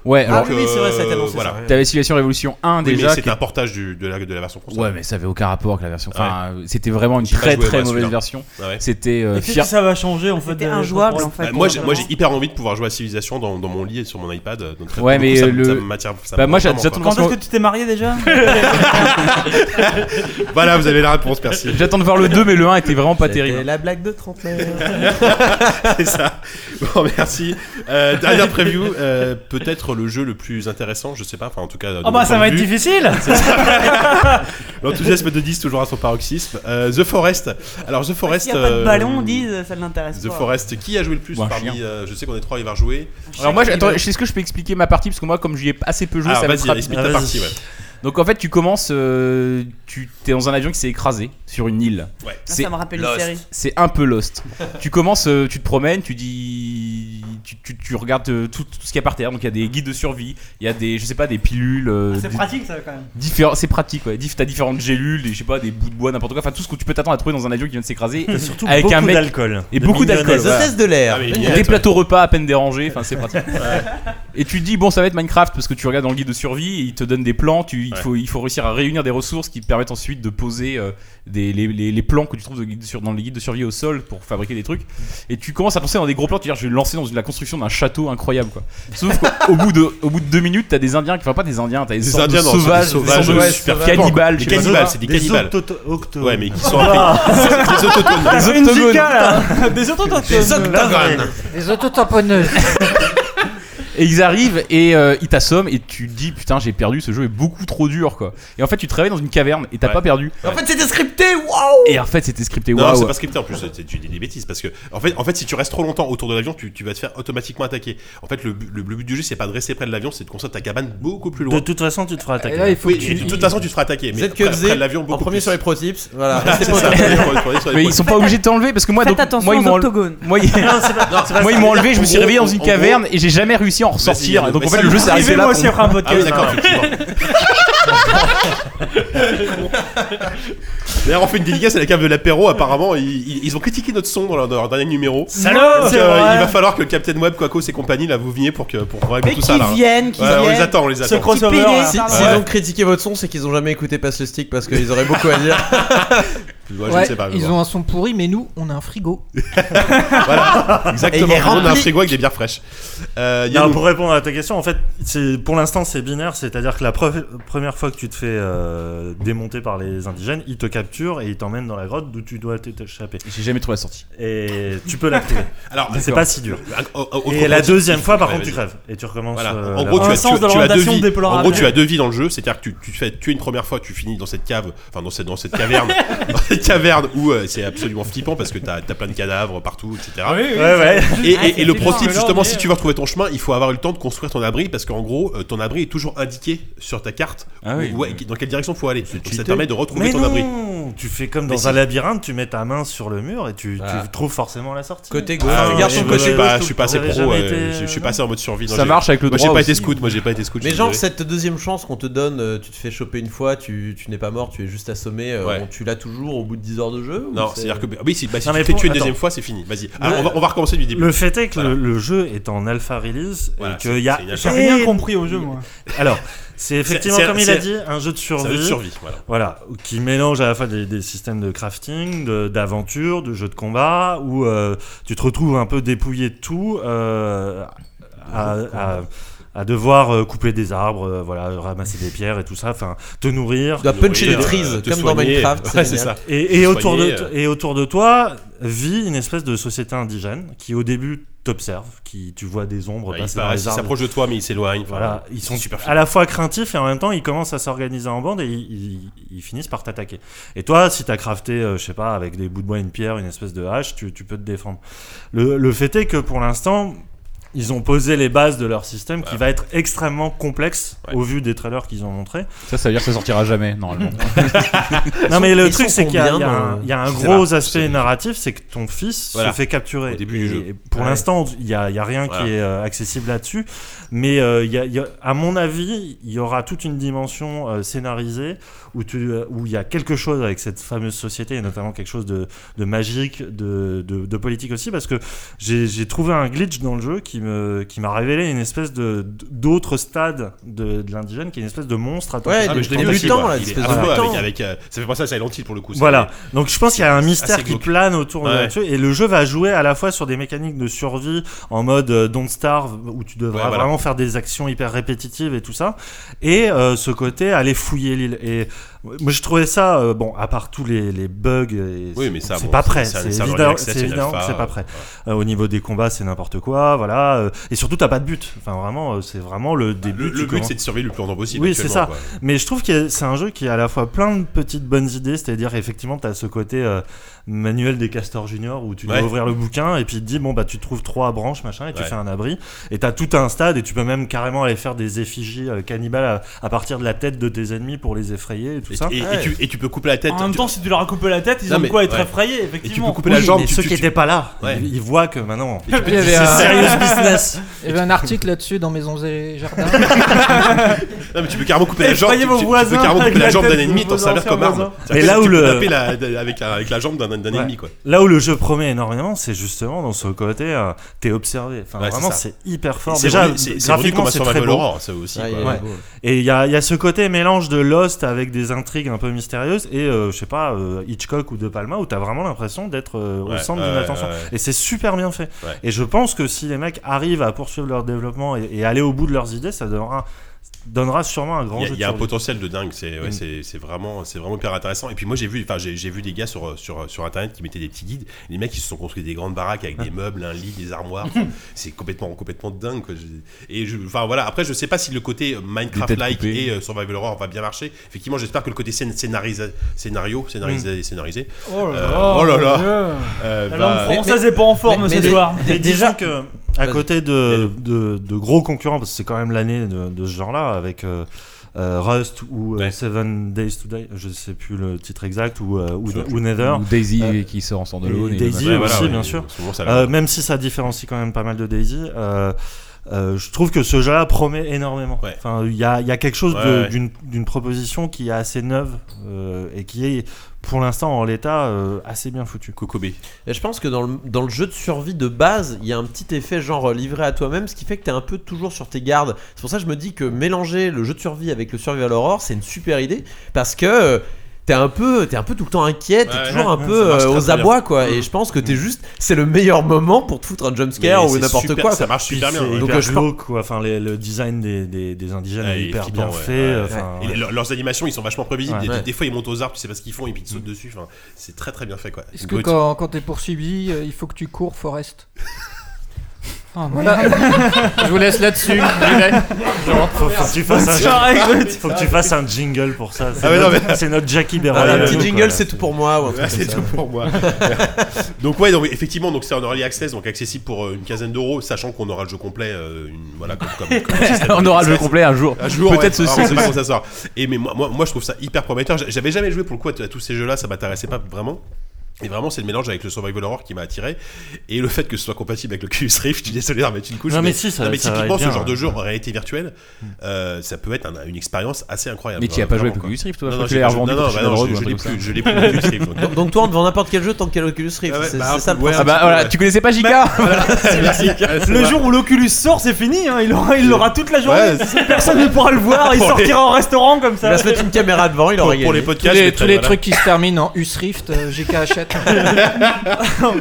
I: Ouais,
G: Ah
I: alors
A: Donc, euh, voilà.
I: t'avais Civilization Révolution 1
A: Oui, mais
I: Ah déjà.
A: c'est
I: qui-
A: un portage du- de, la, de la version console.
I: Ouais, mais ça avait aucun rapport avec la version. Enfin, euh, c'était vraiment une
A: J'ai pas
I: très
A: joué,
I: très
A: moi,
I: mauvaise
A: celui-là.
I: version.
A: Ah ouais.
I: C'était euh,
D: Et qu'est-ce que
I: fier.
D: ça va changer en fait
G: C'était
D: euh,
G: injouable en
A: Bah,
G: fait.
A: moi, j'ai, moi, j'ai
G: probablement.
A: hyper envie de pouvoir jouer à Civilization dans, dans mon lit et sur mon iPad. euh, Donc, très
I: Ouais,
A: peu,
I: mais,
A: ça,
I: euh,
A: me-
I: le-
A: ça me m'attire. ça
I: Bah,
A: me
I: moi,
A: vraiment,
I: j'attends
A: quoi.
D: Quand est-ce
I: Franchement-
D: que tu t'es marié déjà
A: Voilà, vous avez la réponse, merci.
I: J'attends de voir le 2, mais le 1 était vraiment pas
C: C'était
I: terrible.
C: la blague de 39.
A: C'est ça. Bon, merci. Euh, dernière preview, euh, peut-être le jeu le plus intéressant, je sais pas, enfin en tout cas. de
B: Ah
A: mon
B: bah, ça
A: point
B: va
A: de
B: être
A: vue.
B: difficile.
A: C'est- L'enthousiasme de 10 toujours à son paroxysme. Euh, The Forest. Alors The Forest.
G: S'il n'y a pas de
A: euh,
G: ballon, disent, ça ne l'intéresse
A: The
G: pas.
A: Forest, qui a joué le plus
I: Ou un
A: parmi euh, Je sais qu'on est trois à y avoir joué.
I: Alors moi, attends, est-ce que je peux expliquer ma partie parce que moi, comme j'y ai assez peu joué,
A: Ah,
I: ça va
A: vas-y,
I: être rapide.
A: explique ta Ah, vas-y. partie, ouais.
I: Donc en fait, tu commences, euh, tu es dans un avion qui s'est écrasé sur une île.
A: Ouais.
G: Ah, Ça
I: C'est
G: me rappelle une
I: Lost.
G: série.
I: C'est un peu Lost. tu commences, euh, tu te promènes, tu dis, tu, tu- tu regardes euh, tout, tout ce qu'il y a par terre. Donc il y a des guides de survie, il y a des, je sais pas, des pilules. euh,
G: Ah,
D: C'est
I: des-
D: pratique ça quand même.
I: Différents- c'est pratique, ouais. Diff- T'as différentes gélules, des, je sais pas, des bouts de bois, n'importe quoi. Enfin, tout ce que tu peux t'attendre à trouver dans un avion qui vient de s'écraser.
F: T'as surtout
I: avec
F: beaucoup
I: un mec-
F: d'alcool.
I: Et
F: De
I: beaucoup d'alcool.
F: mayonnaise.
A: Bah,
F: Hôtesse de l'air. Ah, mais
I: Des
F: génial, ouais.
I: plateaux repas à peine dérangés. Enfin, c'est pratique.
F: Ouais.
I: Et tu te dis, bon, ça va être Minecraft parce que tu regardes dans le guide de survie, et il te donne des plans. Tu, il,
F: Ouais.
I: faut, il faut réussir à réunir des ressources qui te permettent ensuite de poser euh, des, les, les- les plans que tu trouves de guide de sur- dans les guides de survie au sol pour fabriquer des trucs. Et tu commences à penser dans des gros plans. Tu dis, je vais me lancer dans la construction d'un château incroyable, quoi. Sauf qu'au bout de, au bout de deux minutes, t'as des Indiens, qui- enfin pas des Indiens, t'as des,
A: Des
I: sortes
A: Indiens
I: de
A: dans- des
I: sauvages,
A: sauvages,
I: sortes de
A: ouais, super
I: cannibales,
A: Des
I: je sais pas.
A: cannibales, c'est des
F: Des
A: cannibales.
F: auto- octo-
A: Ouais, mais qui sont
F: Ah.
A: appelés- Des autochtones.
I: Ah,
F: Des
A: Des
F: autochtones.
A: Indica, là.
D: Des autochtones.
A: Des autochtones.
E: Les autotamponneuses.
I: Et ils arrivent et euh, ils t'assomment et tu te dis putain j'ai perdu ce jeu est beaucoup trop dur quoi. Et en fait tu te réveilles dans une caverne et t'as pas perdu.
A: En fait,
C: c'était scripté, waouh
I: Et en fait c'était scripté
A: Non,
I: waouh.
A: c'est pas scripté en plus, c'est- tu dis des bêtises parce que en fait, en fait, si tu restes trop longtemps autour de l'avion, tu, tu vas te faire automatiquement attaquer. En fait, le, bu- le- le but du jeu, c'est pas de rester près de l'avion, c'est de construire ta cabane beaucoup plus loin.
F: De toute façon, tu te feras attaquer.
A: Et là, il faut Oui, que tu- et de toute façon, tu te feras attaquer, mais
C: Vous êtes que
A: près-
C: faisait
A: près de l'avion,
C: en
A: beaucoup
C: premier
A: plus.
C: sur les protips. Voilà.
A: Voilà,
C: Restez
A: c'est ça.
C: potes.
I: Mais ils sont pas obligés de t'enlever parce que moi
C: Faites
I: donc
C: attention
I: moi ils
C: aux
I: m'ont enle-
C: octogones.
I: moi ils,
C: Non, c'est pas- non, c'est pas
I: moi, ils
C: ça.
I: m'ont enlevé je me suis
C: En
I: réveillé dans
C: gros-
I: une
C: en
I: caverne
C: gros-
I: et j'ai jamais réussi à en
C: Vas-y,
I: ressortir.
C: Yann,
I: Donc en
C: mais
I: fait
C: ça,
I: le jeu
C: il
I: s'est
C: faut
I: arrêté
C: arriver,
I: là.
C: moi
I: pour
C: aussi,
I: moi.
C: après un
A: Ah
C: podcast.
A: D'ailleurs, on fait une dédicace à la cave de l'apéro. Apparemment, ils, ils- ils ont critiqué notre son dans leur, dans leur dernier numéro.
D: Salaud,
A: Donc,
D: c'est
A: euh,
D: vrai.
A: Il va falloir que Captain Web, Quacos et compagnie, là, vous veniez pour que pour régler
C: Mais
A: tout
C: qu'ils
A: ça. là.
C: viennent, qu'ils
A: Ouais, On les
C: viennent.
A: attend, hein. on les
C: Ce
A: attend.
C: crossover, Si-
A: Ouais.
C: S'ils ont critiqué votre son, c'est qu'ils ont jamais écouté Passe le Stick parce qu'ils auraient beaucoup à dire.
A: Ouais,
E: Ouais, ils ont un son pourri, mais nous, on a un frigo.
A: Voilà, exactement.
E: Et il est
A: Nous, on a un
E: rempli.
A: frigo avec des bières fraîches. Euh,
F: Non,
A: Yannou.
F: pour répondre à ta question, en fait, c'est pour l'instant c'est binaire, c'est-à-dire que la pre- première fois que tu te fais euh, démonter par les indigènes, ils te capturent et ils t'emmènent dans la grotte d'où tu dois t'échapper.
I: J'ai jamais trouvé la sortie.
F: Et tu peux la trouver.
A: Alors,
F: c'est
A: d'accord.
F: pas si dur.
A: Euh, au- au-
F: et la
A: autrement,
F: deuxième
A: il
F: fois,
A: faut
F: par
A: crever,
F: contre, tu
A: vas-y.
F: crèves et tu recommences.
A: Voilà.
F: euh,
A: en
F: la
A: gros, tu as,
F: route.
A: tu, tu as deux vies. En gros, tu as deux vies dans le jeu. C'est-à-dire que tu, tu fais, tu es une première fois, tu finis dans cette cave, enfin dans cette dans cette caverne, dans cette caverne où euh, c'est absolument flippant parce que t'as as plein de cadavres partout, etc.
F: Oui, oui, Ouais, c'est- ouais.
A: Et, et-
F: Ah, c'est
A: et le
F: flippant.
A: pro-tip
F: Mais
A: justement,
F: non,
A: si
F: mais-
A: tu veux retrouver ton chemin, il faut avoir eu le temps de construire ton abri parce qu'en gros, euh, ton abri est toujours indiqué sur ta carte.
F: Ah oui.
A: où- ouais, dans quelle direction faut aller. Donc, ça
F: cheaté.
A: te permet de retrouver
F: Mais
A: ton
F: non,
A: abri.
F: Tu fais comme
A: Mais
F: dans
A: si.
F: un labyrinthe, tu mets ta main sur le mur et tu, tu trouves forcément la sortie.
C: Côté
A: Ah, ouais,
F: regarde
A: je, je suis pas, je suis pas assez pro, euh, je, je suis passé en mode survie. non, j'ai- Moi, j'ai pas été scout, moi j'ai pas été scout. je
C: Mais
A: suis
C: genre,
A: désolé.
C: cette deuxième chance qu'on te donne, euh, tu te fais choper une fois, tu, tu n'es pas mort, tu es juste assommé, euh,
A: Ouais.
C: on- tu l'as toujours au bout de 10 heures de jeu ou euh,
A: Non, c'est-à-dire que oui, si, bah, si
F: Non,
A: tu
F: mais
A: te fais
F: pour-
A: tuer une
F: attends.
A: deuxième fois, c'est fini. Vas-y, Ah,
F: Le-
A: on, va, on va recommencer du début.
F: Le fait est que le, le jeu est en alpha release
A: Voilà,
F: et qu'il y a.
A: c'est une alpha.
D: J'ai Bah, rien compris au jeu, moi.
F: Alors, c'est effectivement,
A: C'est- c'est-
F: comme il a
A: c'est-
F: dit, un jeu de
A: c'est un jeu
F: survie.
A: de survie, voilà.
F: qui mélange à la fois des, des systèmes de crafting, de- d'aventure, de, jeux de combat, où euh, tu te retrouves un peu dépouillé de tout. euh, à, à- à devoir euh, couper des arbres, euh, voilà, ramasser des pierres et tout ça, enfin, te nourrir.
C: Tu dois puncher
F: Nourrir,
C: des trees,
F: euh, te
C: comme dans
F: soigner.
C: Minecraft, c'est
F: Ouais,
C: génial.
F: c'est ça.
C: Te
F: Et, et autour de,
C: soigner, euh.
F: et autour de toi vit une espèce de société indigène qui au début t'observe, qui tu vois des ombres
A: Ouais, il
F: passer dans
A: paraît-
F: les
A: il
F: arbres.
A: s'approche de toi, mais il s'éloigne. Enfin,
F: Voilà, ils sont
A: c'est super
F: à la fois craintifs et en même temps ils commencent à s'organiser en bande et ils, ils- ils finissent par t'attaquer. Et toi, si t'as crafté, euh, je sais pas, avec des bouts de bois, une pierre, une espèce de hache, tu, tu peux te défendre. Le, le fait est que pour l'instant, ils ont posé les bases de leur système qui va être extrêmement complexe au vu des trailers qu'ils ont montrés.
I: Ça ça veut dire que ça sortira jamais normalement.
F: Non mais le
I: Ils
F: truc
I: sont
F: c'est qu'il y, a-
I: combien
F: il y a
I: dans-
F: un- il y a un
I: C'est
F: gros
I: rare,
F: aspect narratif, c'est que ton fils
I: Voilà.
F: se fait capturer.
I: Au début du
F: Et-
I: jeu.
F: et pour
I: Ouais.
F: l'instant, il n'y a, il y a rien
I: Voilà.
F: qui est euh, accessible là-dessus. Mais euh, il y a- il y a- à mon avis, il y aura toute une dimension euh, scénarisée où tu- euh, où il y a quelque chose avec cette fameuse société, et notamment quelque chose de, de magique, de, de- de politique aussi, parce que j'ai j'ai trouvé un glitch dans le jeu qui me- qui m'a révélé une espèce de- d'autre stade de, de l'indigène, qui est une espèce de monstre à
A: Ouais,
F: tentacules.
A: Ah, mais je l'ai vu aussi, quoi. Il est affreux avec, avec, euh, ça fait penser à Silent Hill pour le coup. ça.
F: Voilà. Donc je pense qu'il y a un
A: C'est
F: mystère
A: assez
F: qui
A: glauque.
F: plane autour de
A: Ouais.
F: là-dessus et le jeu va jouer à la fois sur des mécaniques de survie en mode euh, Don't Starve où tu devras
A: Ouais, voilà.
F: vraiment faire des actions hyper répétitives et tout ça et euh, ce côté aller fouiller l'île et moi je trouvais ça euh, bon à part tous les, les bugs et
A: Oui,
F: c'est-
A: mais ça,
F: c'est
A: bon,
F: pas
A: c'est-
F: prêt
A: c'est un-
F: c'est
A: c'est un early
F: évident
A: access,
F: c'est
A: une
F: évident
A: alpha,
F: que c'est
A: euh,
F: pas prêt Euh, au niveau des combats c'est n'importe quoi voilà
I: pas. euh, et surtout, t'as pas de but. Enfin, vraiment, euh, c'est vraiment le
A: Bah,
I: début.
A: le-
I: tu
A: le but,
I: commences-
A: c'est de survivre le plus longtemps possible,
I: Oui, c'est ça.
A: actuellement, quoi.
I: Mais je trouve que c'est un jeu qui a à la fois plein de petites bonnes idées, c'est-à-dire effectivement, t'as ce côté euh, manuel des castors juniors où tu dois
A: Ouais.
I: ouvrir le bouquin et puis tu te dis, bon, bah, tu trouves trois branches, machin, et tu
A: Ouais.
I: fais un abri. Et t'as tout un stade et tu peux même carrément aller faire des effigies euh, cannibales à, à partir de la tête de tes ennemis pour les effrayer et tout
A: Et-
I: ça.
A: et- et Ouais. tu- et tu peux couper la tête.
D: En même temps, si tu leur as coupé la tête, ils ont de quoi être effrayés, effectivement.
I: Oui, mais ceux qui n'étaient pas là, ils, ils voient que maintenant.
B: Il y avait
I: c'est
B: un-
I: serious business.
B: Il y avait un article là-dessus dans Maisons et Jardins.
A: Non, mais tu peux carrément couper la jambe. Tu, tu- tu peux carrément couper la jambe d'un ennemi et t'en servir comme arme.
I: Mais
A: C'est-à-dire
I: là
A: que
I: où
A: tu peux
I: le-
A: taper la- de- avec, la, avec la jambe d'un d'un
I: Ouais.
A: ennemi, quoi.
I: Là où le jeu promet énormément, c'est justement dans ce côté, euh, t'es observé. Enfin,
A: Ouais, c'est
I: vraiment,
A: ça.
I: c'est hyper fort.
A: Et c'est
I: Déjà,
A: revenu- c'est- c'est revenu
I: graphiquement,
A: comme à
I: c'est
A: Survival
I: très beau.
A: Horror, ça aussi, Ouais, quoi. il est
I: Ouais.
A: beau.
I: Et il y a, il y a ce côté mélange de Lost avec des intrigues un peu mystérieuses et, euh, je sais pas, euh, Hitchcock ou De Palma, où t'as vraiment l'impression d'être euh, au
A: Ouais,
I: centre
A: ouais,
I: d'une attention.
A: ouais, ouais.
I: Et c'est super bien fait.
A: Ouais.
I: Et je pense que si les mecs arrivent à poursuivre leur développement et, et aller au bout de leurs idées, ça donnera, donnera sûrement un grand
A: Il y a,
I: jeu.
A: il
I: de
A: y a un
I: survie.
A: potentiel de dingue, c'est ouais,
I: Mm.
A: c'est- c'est vraiment, c'est vraiment hyper intéressant. Et puis moi j'ai vu, enfin j'ai j'ai vu des gars sur, sur, sur internet qui mettaient des petits guides. Les mecs ils se sont construits des grandes baraques avec des meubles, un lit, des armoires. Enfin, c'est complètement, complètement dingue. quoi. Je- Et je- enfin voilà. Après je sais pas si le côté Minecraft-like
L: Des têtes coupées.
A: et euh, Survival Horror va bien marcher. Effectivement j'espère que le côté scén- scénarisa- scénario, scénarisé, scénarisé.
D: Oh là
A: euh,
D: là,
A: oh là là,
D: mon Dieu.
A: euh, va-
D: La
B: Bah,
D: langue française est pas en forme ce soir.
I: Mais déjà que à côté de, de, de gros concurrents, parce que c'est quand même l'année de, de ce genre-là, avec euh, euh, Rust ou euh, Seven Days to Die, je sais plus le titre exact, ou, euh, ou,
L: Ou-
I: ou Nether.
L: ou Daisy
I: Euh,
L: qui sort en standalone
I: et
L: et-
I: Daisy
L: Ouais,
I: aussi,
L: voilà, ouais,
I: bien
L: ouais,
I: sûr.
L: souvent, ça
I: Euh, même si ça différencie quand même pas mal de Daisy. euh, euh, je trouve que ce jeu-là promet énormément. Enfin, il y a, il y a quelque chose de-
A: Ouais, ouais.
I: d'une d'une proposition qui est assez neuve euh, et qui est, pour l'instant, en l'état, euh, assez bien foutue.
A: Kokobé.
C: Et je pense que dans le, dans le jeu de survie de base, il y a un petit effet genre euh, livré à toi-même, ce qui fait que t'es un peu toujours sur tes gardes. C'est pour ça que je me dis que mélanger le jeu de survie avec le survival horror, c'est une super idée, parce que euh, t'es un peu, t'es un peu tout le temps inquiet, t'es
A: Ouais,
C: toujours
A: ouais,
C: un
A: ouais, ça
C: peu
A: marche très,
C: euh, aux
A: très
C: abois
A: bien. Mm.
C: quoi. Et je pense que t'es juste, c'est le meilleur moment pour te foutre un jumpscare
I: Mais
C: ou
I: c'est
C: n'importe
I: super-
C: quoi.
I: ça
C: quoi.
I: marche super
C: Puis
I: bien,
C: c'est
I: ouais.
C: donc,
I: Hyper
C: euh, je pense-
I: glauque, quoi. Enfin, les- le design des, des- des indigènes
A: Ouais,
I: est
A: Ah, il est
I: hyper
A: flippant,
I: bien
A: ouais,
I: fait.
A: ouais,
I: euh,
A: ouais.
I: enfin,
A: Et les- leurs- leurs animations, ils sont vachement prévisibles.
I: Ouais.
A: Des,
I: Ouais. Mm.
A: des fois, ils montent aux arbres, tu sais pas ce qu'ils font, et puis ils te sautent dessus. Enfin, c'est très très bien fait, quoi.
B: Est-ce que
A: Brut.
B: quand, quand t'es poursuivi, euh, il faut que tu cours, Forest Ah, voilà.
A: merde.
B: Je vous laisse là-dessus.
I: Faut, faut que tu fasses un, faut que tu fasses un jingle pour
F: Ah
I: ça. C'est notre, c'est notre Jackie Berroy.
C: Un
I: à
C: petit
I: nous,
C: jingle,
I: quoi.
C: c'est tout pour moi. ou un truc
A: Ouais,
C: comme
A: c'est
C: ça.
A: tout pour moi. donc ouais, donc effectivement, donc c'est en early access, donc accessible pour euh, une quinzaine d'euros, sachant qu'on aura le jeu complet. euh, une- voilà, comme, comme- comme un système
L: On aura le jeu
A: d'access.
L: complet un jour.
A: Ah,
L: Peut-être
A: ouais.
L: ce
A: Alors, on
L: soir,
A: sait pas
L: ce
A: quand ça sort. Et mais moi, moi, moi, je trouve ça hyper prometteur. J'a- J'avais jamais joué pour le coup à t- à tous ces jeux-là, ça m'intéressait pas vraiment. Et vraiment, c'est le mélange avec le Survival Horror qui m'a attiré. Et le fait que ce soit compatible avec le Oculus Rift, je suis désolé d'en mettre une couche.
I: Non, mais si, ça-
A: non, mais
I: ça va
A: typiquement,
I: être bien, hein.
A: ce genre de
I: ouais.
A: jeu en réalité virtuelle, euh, ça peut être un- une expérience assez incroyable.
L: Mais tu y as pas joué
A: Vraiment,
L: avec
A: quoi.
L: Oculus Rift, toi,
A: Non,
L: je
A: non,
L: crois que tu
A: j'ai
L: l'as
A: pas joué-
L: revendu
A: non, non,
L: pour
A: bah
L: 50
A: non,
L: euros,
A: je- je
L: un
A: l'ai
L: truc
A: plus,
L: comme
A: je
L: ça.
A: l'ai plus, Oculus Rift. Donc,
C: Donc, donc toi on te vend n'importe quel jeu tant qu'il y a l'Oculus Rift.
A: Ah ouais,
C: c'est
A: bah,
C: c'est ça le
A: ouais,
C: principe.
A: bah, voilà.
L: Tu connaissais pas Giga
A: Merci.
D: Le jour où l'Oculus sort, c'est fini, hein, il l'aura il l'aura toute la journée.
A: Ouais, c'est ça.
D: Personne ne pourra le voir, il
A: Pour les-
D: sortira en restaurant comme
C: Il
D: ça.
C: va se mettre une caméra devant, il
A: Pour,
C: aura
A: pour les
C: gagné.
B: Tous
A: podcasts, je
B: les,
A: mettrai-
B: tous les
A: voilà.
B: trucs qui se terminent en US Rift, euh, GK achète.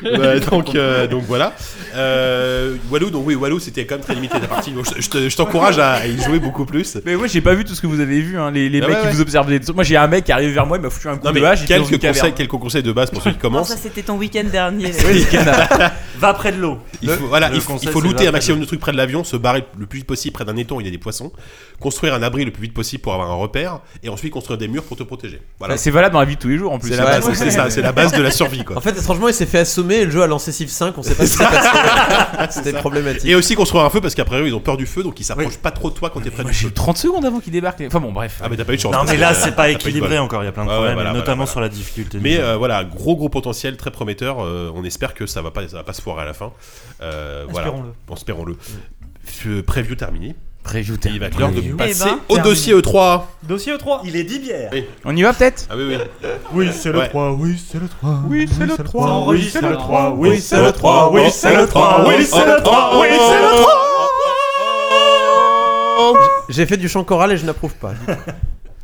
A: Bah, donc, euh, donc voilà. Euh, Walou, donc oui, Walou, c'était quand même très limité la partie. Donc, je- je te- je t'encourage à à y jouer beaucoup plus.
L: Mais ouais, j'ai pas vu tout ce que vous avez vu, hein, les, les
A: Ah
L: mecs
A: ouais,
L: qui
A: ouais.
L: vous observent. des trucs. Moi, j'ai un mec qui arrive vers moi, il m'a foutu un coup
A: Non
L: de
A: mais
L: hache. j'étais dans une
A: quelques
L: caverne.
A: conseils, quelques conseils de base pour ceux qui
G: Non,
A: commencent.
G: ça c'était ton week-end dernier.
L: Oui, les canards.
I: Va près de l'eau.
A: Il faut, voilà,
I: le
A: il, faut-
I: conseil,
A: il faut
I: c'est
A: looter
I: va
A: un maximum de trucs près de l'avion, se barrer le plus vite possible près d'un étang où il y a des poissons, construire un abri le plus vite possible pour avoir un repère, et ensuite construire des murs pour te protéger. Voilà.
L: C'est valable dans la vie de tous les jours en plus.
A: C'est la
L: Ouais,
A: base, c'est ça, c'est la base de la survie quoi.
C: En fait, étrangement, il s'est fait assommer et le jeu a lancé Civ 5, on sait pas ce qui s'est passé. C'était problématique.
A: Et aussi construire un feu parce qu'après eux ils ont peur du feu donc ils s'approchent pas trop de toi quand t'es près
L: Moi,
A: du
L: j'ai eu
A: feu.
L: 30 secondes avant qu'il débarque. Enfin bon, bref.
A: Ah mais t'as pas eu de chance.
I: Non,
A: parce
I: mais
A: que,
I: là,
A: euh,
I: c'est
A: t'as
I: pas
A: eu de
I: équilibré
A: bol.
I: encore. Il y a plein de
A: Ouais, ouais,
I: problèmes,
A: voilà, voilà,
I: notamment
A: voilà.
I: sur la difficulté. du
A: Mais
I: jeu.
A: euh, voilà, gros gros potentiel, très prometteur. euh, on espère que ça va pas, ça va pas se foirer à la fin. Euh, voilà,
D: Espérons-le.
A: espérons-le. Euh, Preview terminé.
L: Preview
A: Il va être l'heure de
I: Eh
L: terminé.
A: passer
G: ben,
A: au dossier E E3.
D: Dossier 3 Il est 10 bières.
A: Oui.
L: On y va peut-être
A: Ah oui oui.
D: Oui, c'est
A: le Ouais.
D: 3, oui, c'est le 3.
L: Oui, c'est le 3.
D: Oui, c'est le 3,
I: oui, c'est le 3, oui, c'est le 3, oui, c'est le 3, oui, c'est le 3.
C: J'ai fait du chant choral et je n'approuve pas.
B: bah.